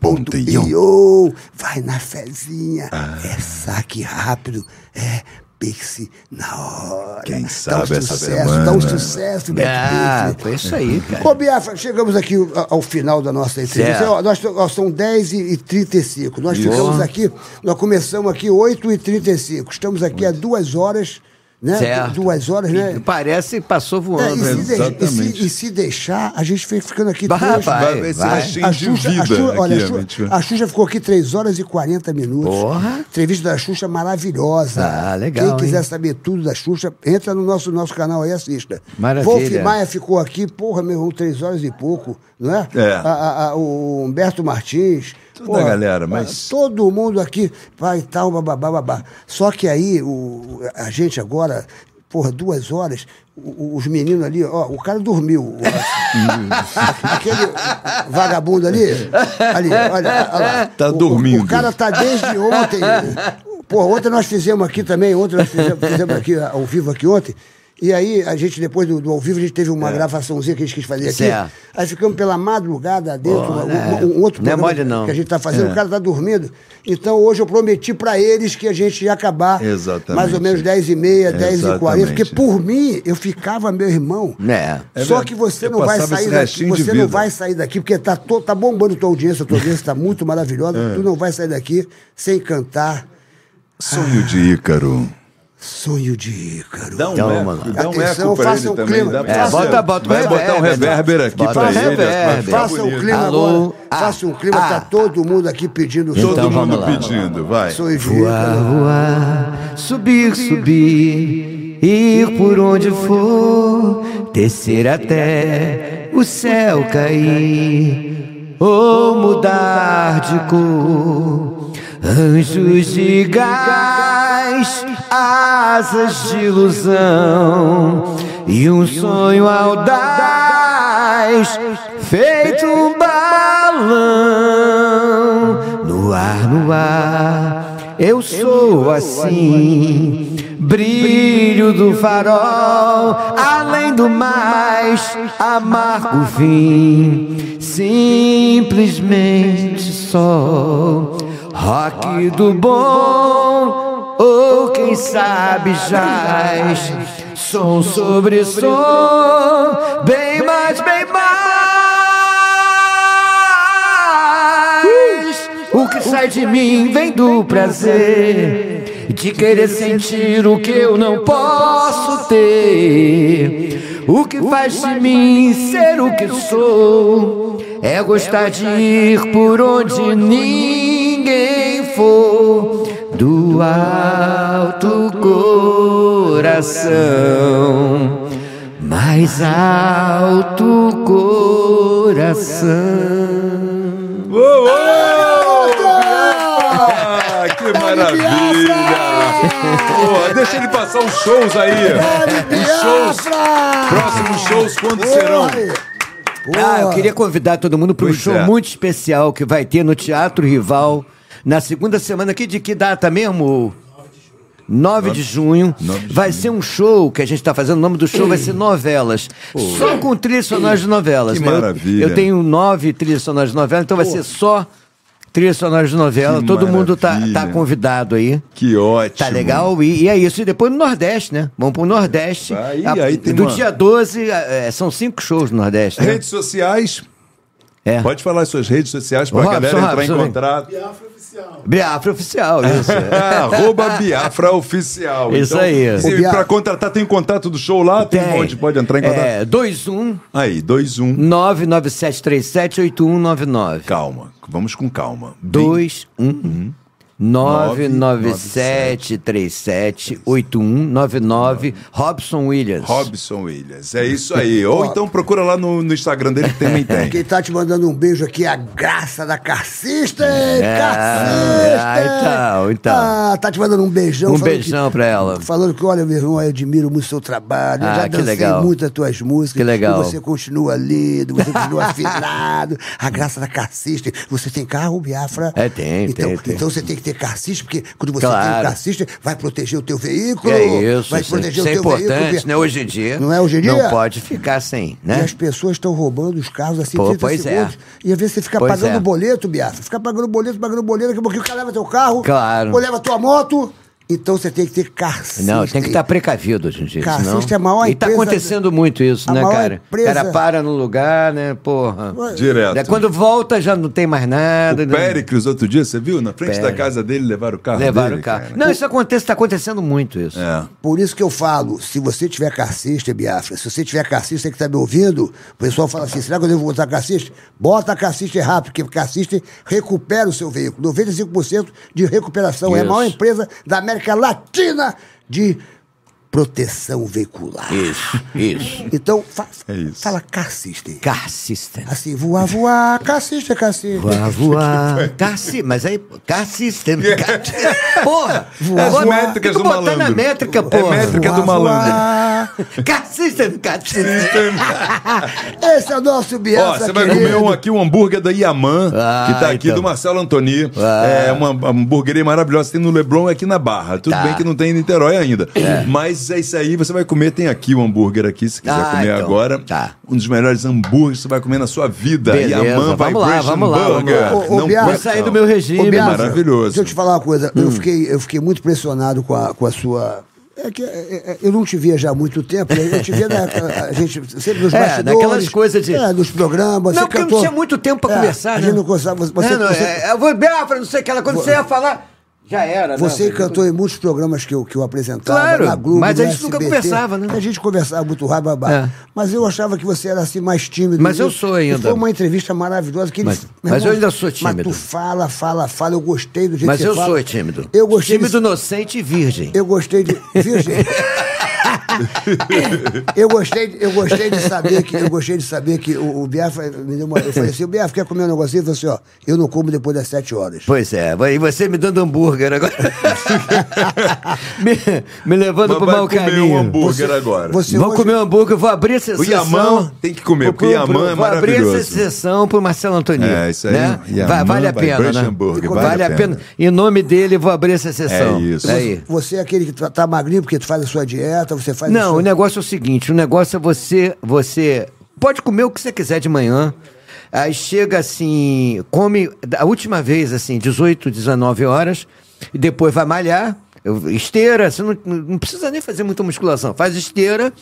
Speaker 4: badpix.io, vai na fezinha,
Speaker 2: Ah.
Speaker 4: é saque rápido, é Pix na hora.
Speaker 2: Quem
Speaker 4: Dá um
Speaker 2: sabe essa
Speaker 4: sucesso,
Speaker 2: semana.
Speaker 4: Dá um sucesso,
Speaker 6: Ah,
Speaker 4: Betpix.
Speaker 6: foi isso aí, cara.
Speaker 4: Ô, Biafra, chegamos aqui uh, ao- ao final da nossa entrevista.
Speaker 6: Certo.
Speaker 4: Ó, Nós, ó, são 10 e e 35. Nós ficamos aqui, nós começamos aqui 8 e 35. Estamos aqui há duas horas né?
Speaker 6: Certo.
Speaker 4: Duas horas,
Speaker 2: É.
Speaker 4: né?
Speaker 6: Parece que passou
Speaker 4: É,
Speaker 6: voando.
Speaker 4: e, se de- e, se,
Speaker 2: Exatamente.
Speaker 4: e se deixar, a gente fica ficando aqui
Speaker 6: Bah,
Speaker 4: três
Speaker 6: vai,
Speaker 2: Vai, vai ser
Speaker 6: vai.
Speaker 2: uma
Speaker 4: a
Speaker 2: gente
Speaker 4: Xuxa, a
Speaker 2: vida
Speaker 4: Xuxa- olha, a
Speaker 2: aqui,
Speaker 4: Xuxa-
Speaker 2: gente.
Speaker 4: a Xuxa ficou aqui 3 horas e 40 minutos.
Speaker 6: Porra.
Speaker 4: Entrevista da Xuxa maravilhosa.
Speaker 6: Ah, legal,
Speaker 4: Quem quiser
Speaker 6: hein?
Speaker 4: saber tudo da Xuxa, entra no nosso, nosso canal aí e assista.
Speaker 6: Maravilha.
Speaker 4: Wolf Maia ficou aqui, porra, meu irmão, 3 horas e pouco, não é?
Speaker 2: É.
Speaker 4: A- a- a- o Humberto Martins.
Speaker 2: Toda a galera, mas-
Speaker 4: Todo mundo aqui, vai tal, bababá, babá. Só que aí, o, a gente agora. Porra, duas horas, o- o- os meninos ali, ó, o cara dormiu. O- Aquele vagabundo ali, ali, olha, olha lá.
Speaker 2: Tá
Speaker 4: O- o-
Speaker 2: dormindo.
Speaker 4: O, cara tá desde ontem. Pô, ontem nós fizemos aqui também, ontem nós fizemos, fizemos aqui ao vivo aqui ontem. E aí, a gente, depois do, do ao vivo, a gente teve uma gravaçãozinha que a gente quis fazer aqui.
Speaker 6: É. Certo.
Speaker 4: Aí ficamos pela madrugada dentro,
Speaker 6: Pô,
Speaker 4: um-
Speaker 6: né?
Speaker 4: um, um outro
Speaker 6: Não é
Speaker 4: programa
Speaker 6: mole, não.
Speaker 4: que a gente tá fazendo,
Speaker 2: É.
Speaker 4: o cara tá dormindo. Então, hoje eu prometi pra eles que a gente ia acabar
Speaker 2: Exatamente.
Speaker 4: mais ou menos 10h30, 10h40. Porque,
Speaker 2: Exatamente.
Speaker 4: por mim, eu ficava, meu irmão,
Speaker 6: Né?
Speaker 2: É
Speaker 4: só
Speaker 2: verdade.
Speaker 4: que você
Speaker 2: Eu
Speaker 4: não vai
Speaker 2: passava esse
Speaker 4: sair daqui.
Speaker 2: restinho de
Speaker 4: Você
Speaker 2: vida.
Speaker 4: não vai sair daqui, porque tá, to- tá bombando tua audiência, tua audiência tá muito maravilhosa.
Speaker 2: É.
Speaker 4: Tu não vai sair daqui sem cantar
Speaker 2: Sonho de Ícaro.
Speaker 4: Sonho de Ícaro.
Speaker 2: Dá um
Speaker 6: Então,
Speaker 2: eco,
Speaker 6: mano.
Speaker 2: dá um
Speaker 4: Atenção,
Speaker 2: eco pra
Speaker 4: faça
Speaker 2: ele
Speaker 4: um
Speaker 2: também.
Speaker 4: clima.
Speaker 2: Dá pra
Speaker 4: É,
Speaker 2: fazer.
Speaker 6: bota- bota o
Speaker 2: Vai botar um
Speaker 6: reverber.
Speaker 2: reverber aqui
Speaker 6: Bota um
Speaker 2: pra
Speaker 6: o
Speaker 2: ele. né?
Speaker 6: reverber.
Speaker 2: pra ficar
Speaker 4: Faça um
Speaker 2: bonito.
Speaker 4: clima
Speaker 6: Alô?
Speaker 4: agora.
Speaker 6: Ah,
Speaker 4: Faça um clima, tá
Speaker 6: ah.
Speaker 4: todo mundo aqui pedindo
Speaker 2: Todo
Speaker 6: Então, vamos
Speaker 2: mundo
Speaker 6: lá.
Speaker 2: pedindo, vai.
Speaker 4: Sonho de Ícaro.
Speaker 6: voar, subir, subir, ir por onde for, descer até o céu cair, ou mudar de cor. Anjos de gás, asas de ilusão, e um sonho audaz, feito um balão. No ar, no ar, eu sou assim. Brilho do farol, além do mais, amargo fim. Simplesmente sol, rock do bom, ou quem sabe jaz. Som sobre som, bem mais, bem mais. O que sai de mim vem do prazer de querer sentir o que eu não posso ter. O que faz de mim ser o que sou é gostar de ir por onde ninguém for. Do alto coração, mais alto coração.
Speaker 2: Uou, uou! Ah,
Speaker 6: Tá
Speaker 2: Que maravilha! Pô, deixa ele passar os shows aí.
Speaker 6: Tá
Speaker 2: Os shows, próximos shows quando serão?
Speaker 6: Ah, eu queria convidar todo mundo para um
Speaker 2: Pois
Speaker 6: show
Speaker 2: é.
Speaker 6: muito especial que vai ter no Teatro Rival na segunda semana. Que, de que data mesmo? 9 de junho. vai ser um show que a gente está fazendo. O nome do show vai ser Novelas. Só com trilhas sonoras de novelas.
Speaker 2: Que
Speaker 6: né? Eu-
Speaker 2: maravilha.
Speaker 6: Eu tenho nove trilhas sonoras de novela, então vai ser só trilhas sonoras de novela.
Speaker 2: Que
Speaker 6: todo mundo tá,
Speaker 2: maravilha.
Speaker 6: tá convidado aí.
Speaker 2: Que ótimo.
Speaker 6: Tá legal? E, e é isso. E depois no Nordeste, né? Vamos pro Nordeste.
Speaker 2: Aí-
Speaker 6: A-
Speaker 2: aí tem
Speaker 6: do
Speaker 2: uma-
Speaker 6: dia 12, eh, são cinco shows no Nordeste. Né?
Speaker 2: Redes sociais.
Speaker 6: É.
Speaker 2: Pode falar as suas redes sociais pra
Speaker 6: Robson,
Speaker 2: galera entrar
Speaker 6: Robson,
Speaker 2: em contato. Ah,
Speaker 6: Biafra é oficial, né? isso.
Speaker 4: É.
Speaker 2: Arroba Biafra Oficial. Então,
Speaker 6: Isso aí.
Speaker 2: se-
Speaker 4: O Bia-
Speaker 2: Pra contratar, tem contato do show lá? Tem,
Speaker 4: um
Speaker 2: onde pode entrar em contato?
Speaker 6: É, 21
Speaker 2: Aí, 2, 1. Um.
Speaker 6: 997378199.
Speaker 2: Calma. Vamos com calma.
Speaker 4: Uhum.
Speaker 6: 21 997378199 Robson Williams.
Speaker 2: Robson Williams. É isso aí. Ou então procura lá no, no Instagram dele que também tem.
Speaker 4: Quem tá te mandando um beijo aqui é a graça da Carcista, hein?
Speaker 6: É,
Speaker 4: Carcista!
Speaker 6: ah, então, então.
Speaker 4: Ah, tá te mandando um beijão.
Speaker 6: Um
Speaker 4: falando
Speaker 6: beijão pra ela.
Speaker 4: Falando que, olha, meu irmão, eu admiro muito o seu trabalho. eu
Speaker 6: Ah,
Speaker 4: já
Speaker 6: que
Speaker 4: dancei
Speaker 6: legal.
Speaker 4: muito as tuas músicas.
Speaker 6: Que legal.
Speaker 4: E você continua lindo, você continua afinado. A graça da Carcista. Você tem carro, Biafra?
Speaker 6: É, tem,
Speaker 4: então,
Speaker 6: tem, tem.
Speaker 4: Então você tem que ter Carcista, porque quando você tem um
Speaker 6: Claro.
Speaker 4: Carcista, vai proteger o teu veículo.
Speaker 6: É isso,
Speaker 4: vai
Speaker 6: isso, é-
Speaker 4: proteger
Speaker 6: isso
Speaker 4: o
Speaker 6: é
Speaker 4: teu
Speaker 6: importante,
Speaker 4: veículo.
Speaker 6: né? Hoje em dia.
Speaker 4: Não é hoje em dia?
Speaker 6: Não pode ficar sem,
Speaker 4: E
Speaker 6: né?
Speaker 4: as pessoas estão roubando os carros assim,
Speaker 6: Pô,
Speaker 4: 30
Speaker 6: pois é.
Speaker 4: segundos. E às vezes você fica
Speaker 6: Pois
Speaker 4: pagando
Speaker 6: é.
Speaker 4: boleto, Biafra. Fica pagando boleto, pagando boleto, daqui a pouquinho o cara leva teu carro.
Speaker 6: Claro.
Speaker 4: Ou leva tua moto. Então você tem que ter carcista.
Speaker 6: Não, tem que tá estar precavido hoje em dia.
Speaker 4: Cara,
Speaker 6: senão...
Speaker 4: assiste a maior
Speaker 6: E tá
Speaker 4: empresa-
Speaker 6: acontecendo muito isso,
Speaker 4: a
Speaker 6: né,
Speaker 4: maior
Speaker 6: cara? O
Speaker 4: empresa-
Speaker 6: cara para no lugar, né? Porra.
Speaker 2: Direto.
Speaker 6: Daí É, Quando volta já não tem mais nada.
Speaker 2: O
Speaker 6: né?
Speaker 2: Péricles, outro dia, você viu? Na frente da
Speaker 6: Péricles.
Speaker 2: casa dele, levaram o carro
Speaker 6: Levaram
Speaker 2: dele,
Speaker 6: o carro.
Speaker 2: cara.
Speaker 6: Não, isso acontece, tá acontecendo muito isso.
Speaker 2: É.
Speaker 4: Por isso que eu falo, se você tiver carcista, Biafra, se você tiver carcista que tá me ouvindo, o pessoal fala assim, será que eu devo botar carcista? Bota carcista rápido, porque carcista recupera o seu veículo. 95% de recuperação. É a
Speaker 6: Isso.
Speaker 4: maior empresa da América Latina de proteção veicular.
Speaker 6: Isso, isso.
Speaker 4: Então, fa-
Speaker 2: É isso.
Speaker 4: fala carcista.
Speaker 6: Carcista.
Speaker 4: Assim, voar, voar, carcista, carcista.
Speaker 6: Voar, voar. Carci, mas aí, carcista. Car... Porra!
Speaker 2: É As
Speaker 6: Agora,
Speaker 2: métricas
Speaker 6: tem que
Speaker 2: do
Speaker 6: botar na
Speaker 2: malandro.
Speaker 6: métrica,
Speaker 2: É
Speaker 6: porra.
Speaker 2: métrica do malandro.
Speaker 6: Carcista, carcista.
Speaker 4: Esse é o nosso
Speaker 2: Ó,
Speaker 4: Biafra,
Speaker 2: você vai
Speaker 4: querido.
Speaker 2: comer um aqui, um hambúrguer da Yaman,
Speaker 6: Ah,
Speaker 2: que tá aqui
Speaker 6: então. Ah.
Speaker 2: do Marcelo Antoni. É uma uma hambúrgueria maravilhosa, tem no Leblon e aqui na Barra. Tudo
Speaker 6: Tá.
Speaker 2: bem que não tem em Niterói ainda. Mas é isso aí, você vai comer, tem aqui o hambúrguer aqui, se quiser
Speaker 6: Ah,
Speaker 2: comer
Speaker 6: então.
Speaker 2: agora.
Speaker 6: Tá.
Speaker 2: Um dos melhores hambúrgueres que você vai comer na sua vida.
Speaker 6: Beleza,
Speaker 2: Yaman
Speaker 6: vamos lá,
Speaker 2: Vibration
Speaker 6: vamos lá, vamos
Speaker 2: Burger.
Speaker 6: lá.
Speaker 4: Ô, ô,
Speaker 2: Não
Speaker 4: Biafra,
Speaker 6: Vou
Speaker 2: custa,
Speaker 6: sair
Speaker 2: não.
Speaker 6: do meu
Speaker 4: Ô, Hum.
Speaker 6: regime.
Speaker 4: Biafra,
Speaker 2: maravilhoso.
Speaker 4: Deixa eu te falar uma coisa. Eu, fiquei, eu fiquei muito impressionado com a, com a sua. É que é, é, eu não te via já há muito tempo. né? Eu te via na, a- a gente sempre nos
Speaker 6: É,
Speaker 4: bastidores.
Speaker 6: naquelas coisas de-
Speaker 4: É, nos programas.
Speaker 6: Não,
Speaker 4: você
Speaker 6: porque
Speaker 4: cantou-
Speaker 6: não tinha muito tempo pra
Speaker 4: É,
Speaker 6: conversar,
Speaker 4: A
Speaker 6: né?
Speaker 4: gente não conversava. Você,
Speaker 6: Não, não,
Speaker 4: você,
Speaker 6: é, eu vou Biafra, não sei o que ela. Quando você ia falar, já era,
Speaker 4: você
Speaker 6: né?
Speaker 4: cantou em muitos programas que eu, que eu apresentava
Speaker 6: Claro,
Speaker 4: na Globo,
Speaker 6: mas
Speaker 4: no
Speaker 6: a gente nunca
Speaker 4: SBT.
Speaker 6: conversava, né?
Speaker 4: A gente conversava muito rápido, babá.
Speaker 6: É.
Speaker 4: Mas eu achava que você era assim mais tímido.
Speaker 6: Mas eu
Speaker 4: E-
Speaker 6: sou
Speaker 4: e
Speaker 6: ainda.
Speaker 4: Foi uma entrevista maravilhosa. Que
Speaker 6: Mas-
Speaker 4: ele,
Speaker 6: mas eu ainda sou
Speaker 4: Mas
Speaker 6: tímido.
Speaker 4: tu fala, fala, fala. Eu gostei do jeito
Speaker 6: Mas
Speaker 4: que
Speaker 6: eu
Speaker 4: você fala.
Speaker 6: sou tímido.
Speaker 4: Eu gostei
Speaker 6: Tímido,
Speaker 4: desse-
Speaker 6: inocente e virgem.
Speaker 4: Eu gostei de. Viu, gente? eu, gostei, eu gostei de saber que, eu gostei de saber que o, o Biafra me deu uma. Eu falei assim, o Biafra quer comer um negocinho? Ele falou assim, ó, eu não como depois das sete horas.
Speaker 6: Pois é, e você me dando hambúrguer agora. me, me levando
Speaker 2: Mas
Speaker 6: pro
Speaker 2: vai
Speaker 6: mau
Speaker 2: comer
Speaker 6: caminho.
Speaker 2: um hambúrguer agora.
Speaker 4: Você
Speaker 6: Vamos
Speaker 4: hoje-
Speaker 6: comer um hambúrguer, eu vou abrir a sessão.
Speaker 2: O Yaman tem que comer,
Speaker 6: Vou um
Speaker 2: porque
Speaker 6: pro-
Speaker 2: Yaman é
Speaker 6: Vou abrir essa
Speaker 2: maravilhoso.
Speaker 6: sessão pro Marcelo Antônio.
Speaker 2: É, isso aí,
Speaker 6: Né?
Speaker 2: Yaman,
Speaker 6: Va- vale a pena,
Speaker 2: Vibration
Speaker 6: né?
Speaker 2: Hambúrguer,
Speaker 6: vale, a pena. Em nome dele, vou abrir essa sessão.
Speaker 2: É isso.
Speaker 6: Aí.
Speaker 4: Você é aquele que tá, tá magrinho porque tu faz a sua dieta, você faz.
Speaker 6: Não, o
Speaker 4: isso.
Speaker 6: negócio é o seguinte: o negócio é você. Você pode comer o que você quiser de manhã. Aí chega assim, come a última vez, assim, 18, 19 horas, e depois vai malhar. eu- Esteira, você não, não precisa nem fazer muita musculação. Faz esteira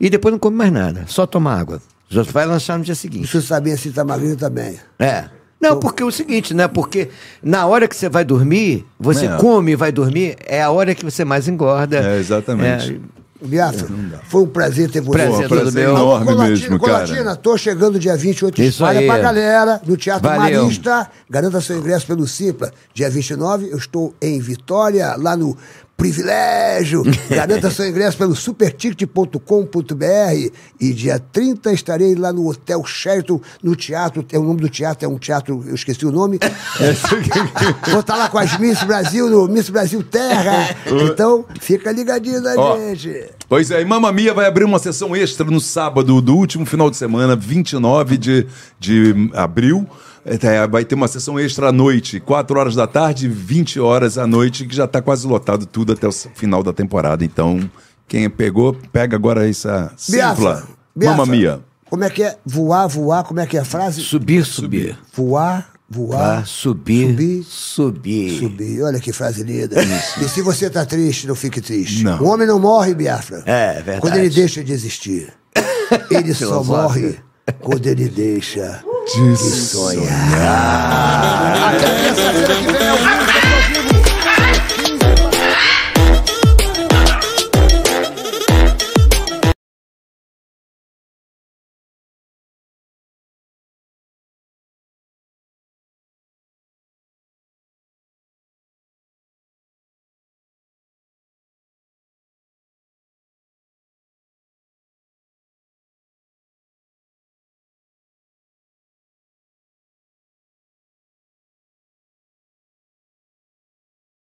Speaker 6: e depois não come mais nada. Só toma água. Já vai lanchar no dia seguinte.
Speaker 4: Preciso saber se tá magrinho também.
Speaker 6: É.
Speaker 2: Então
Speaker 6: Não, porque é o seguinte, né? Porque na hora que você vai dormir, você
Speaker 2: É.
Speaker 6: come e vai dormir, é a hora que você mais engorda.
Speaker 2: É, exatamente.
Speaker 6: É,
Speaker 4: Biafra, foi um prazer ter você.
Speaker 2: Pô,
Speaker 6: Prazer, Prazer todo
Speaker 2: prazer
Speaker 6: É, meu.
Speaker 2: enorme
Speaker 4: Colatina,
Speaker 2: mesmo,
Speaker 4: Colatina,
Speaker 2: cara.
Speaker 4: tô chegando dia 28
Speaker 6: Isso
Speaker 4: espalha
Speaker 6: aí.
Speaker 4: pra galera no Teatro
Speaker 6: Valeu.
Speaker 4: Marista. Garanta seu ingresso pelo Simpla. Dia 29, eu estou em Vitória, lá no Privilégio. Garanta seu ingresso pelo superticket.com.br. E dia 30 estarei lá no Hotel Sheraton, no teatro. É o nome do teatro, é um teatro, eu esqueci o nome. É. Vou estar lá com as Miss Brasil, no Miss Brasil Terra. Então, fica ligadinho na
Speaker 2: Ó.
Speaker 4: gente.
Speaker 2: Pois é, e Mamma Mia vai abrir uma sessão extra no sábado do último final de semana, 29 de, de abril. É, Vai ter uma sessão extra à noite, 4 horas da tarde, 20 horas à noite, que já está quase lotado tudo até o final da temporada. Então, quem pegou, pega agora essa simpla.
Speaker 4: Biafra,
Speaker 2: Mamma Mia.
Speaker 4: Como é que é? Voar, voar, como é que é a frase?
Speaker 6: Subir, subir.
Speaker 4: Voar, voar,
Speaker 6: Ah, subir,
Speaker 4: Subir.
Speaker 6: subir, subir.
Speaker 4: subir. Olha que frase linda. E se você tá triste, não fique triste.
Speaker 2: Não.
Speaker 4: O homem não morre, Biafra.
Speaker 6: É, verdade.
Speaker 4: Quando ele deixa de existir. Ele só
Speaker 6: Filosófico.
Speaker 4: morre quando ele deixa de sonhar. Até terça-feira que vem. ao vivo.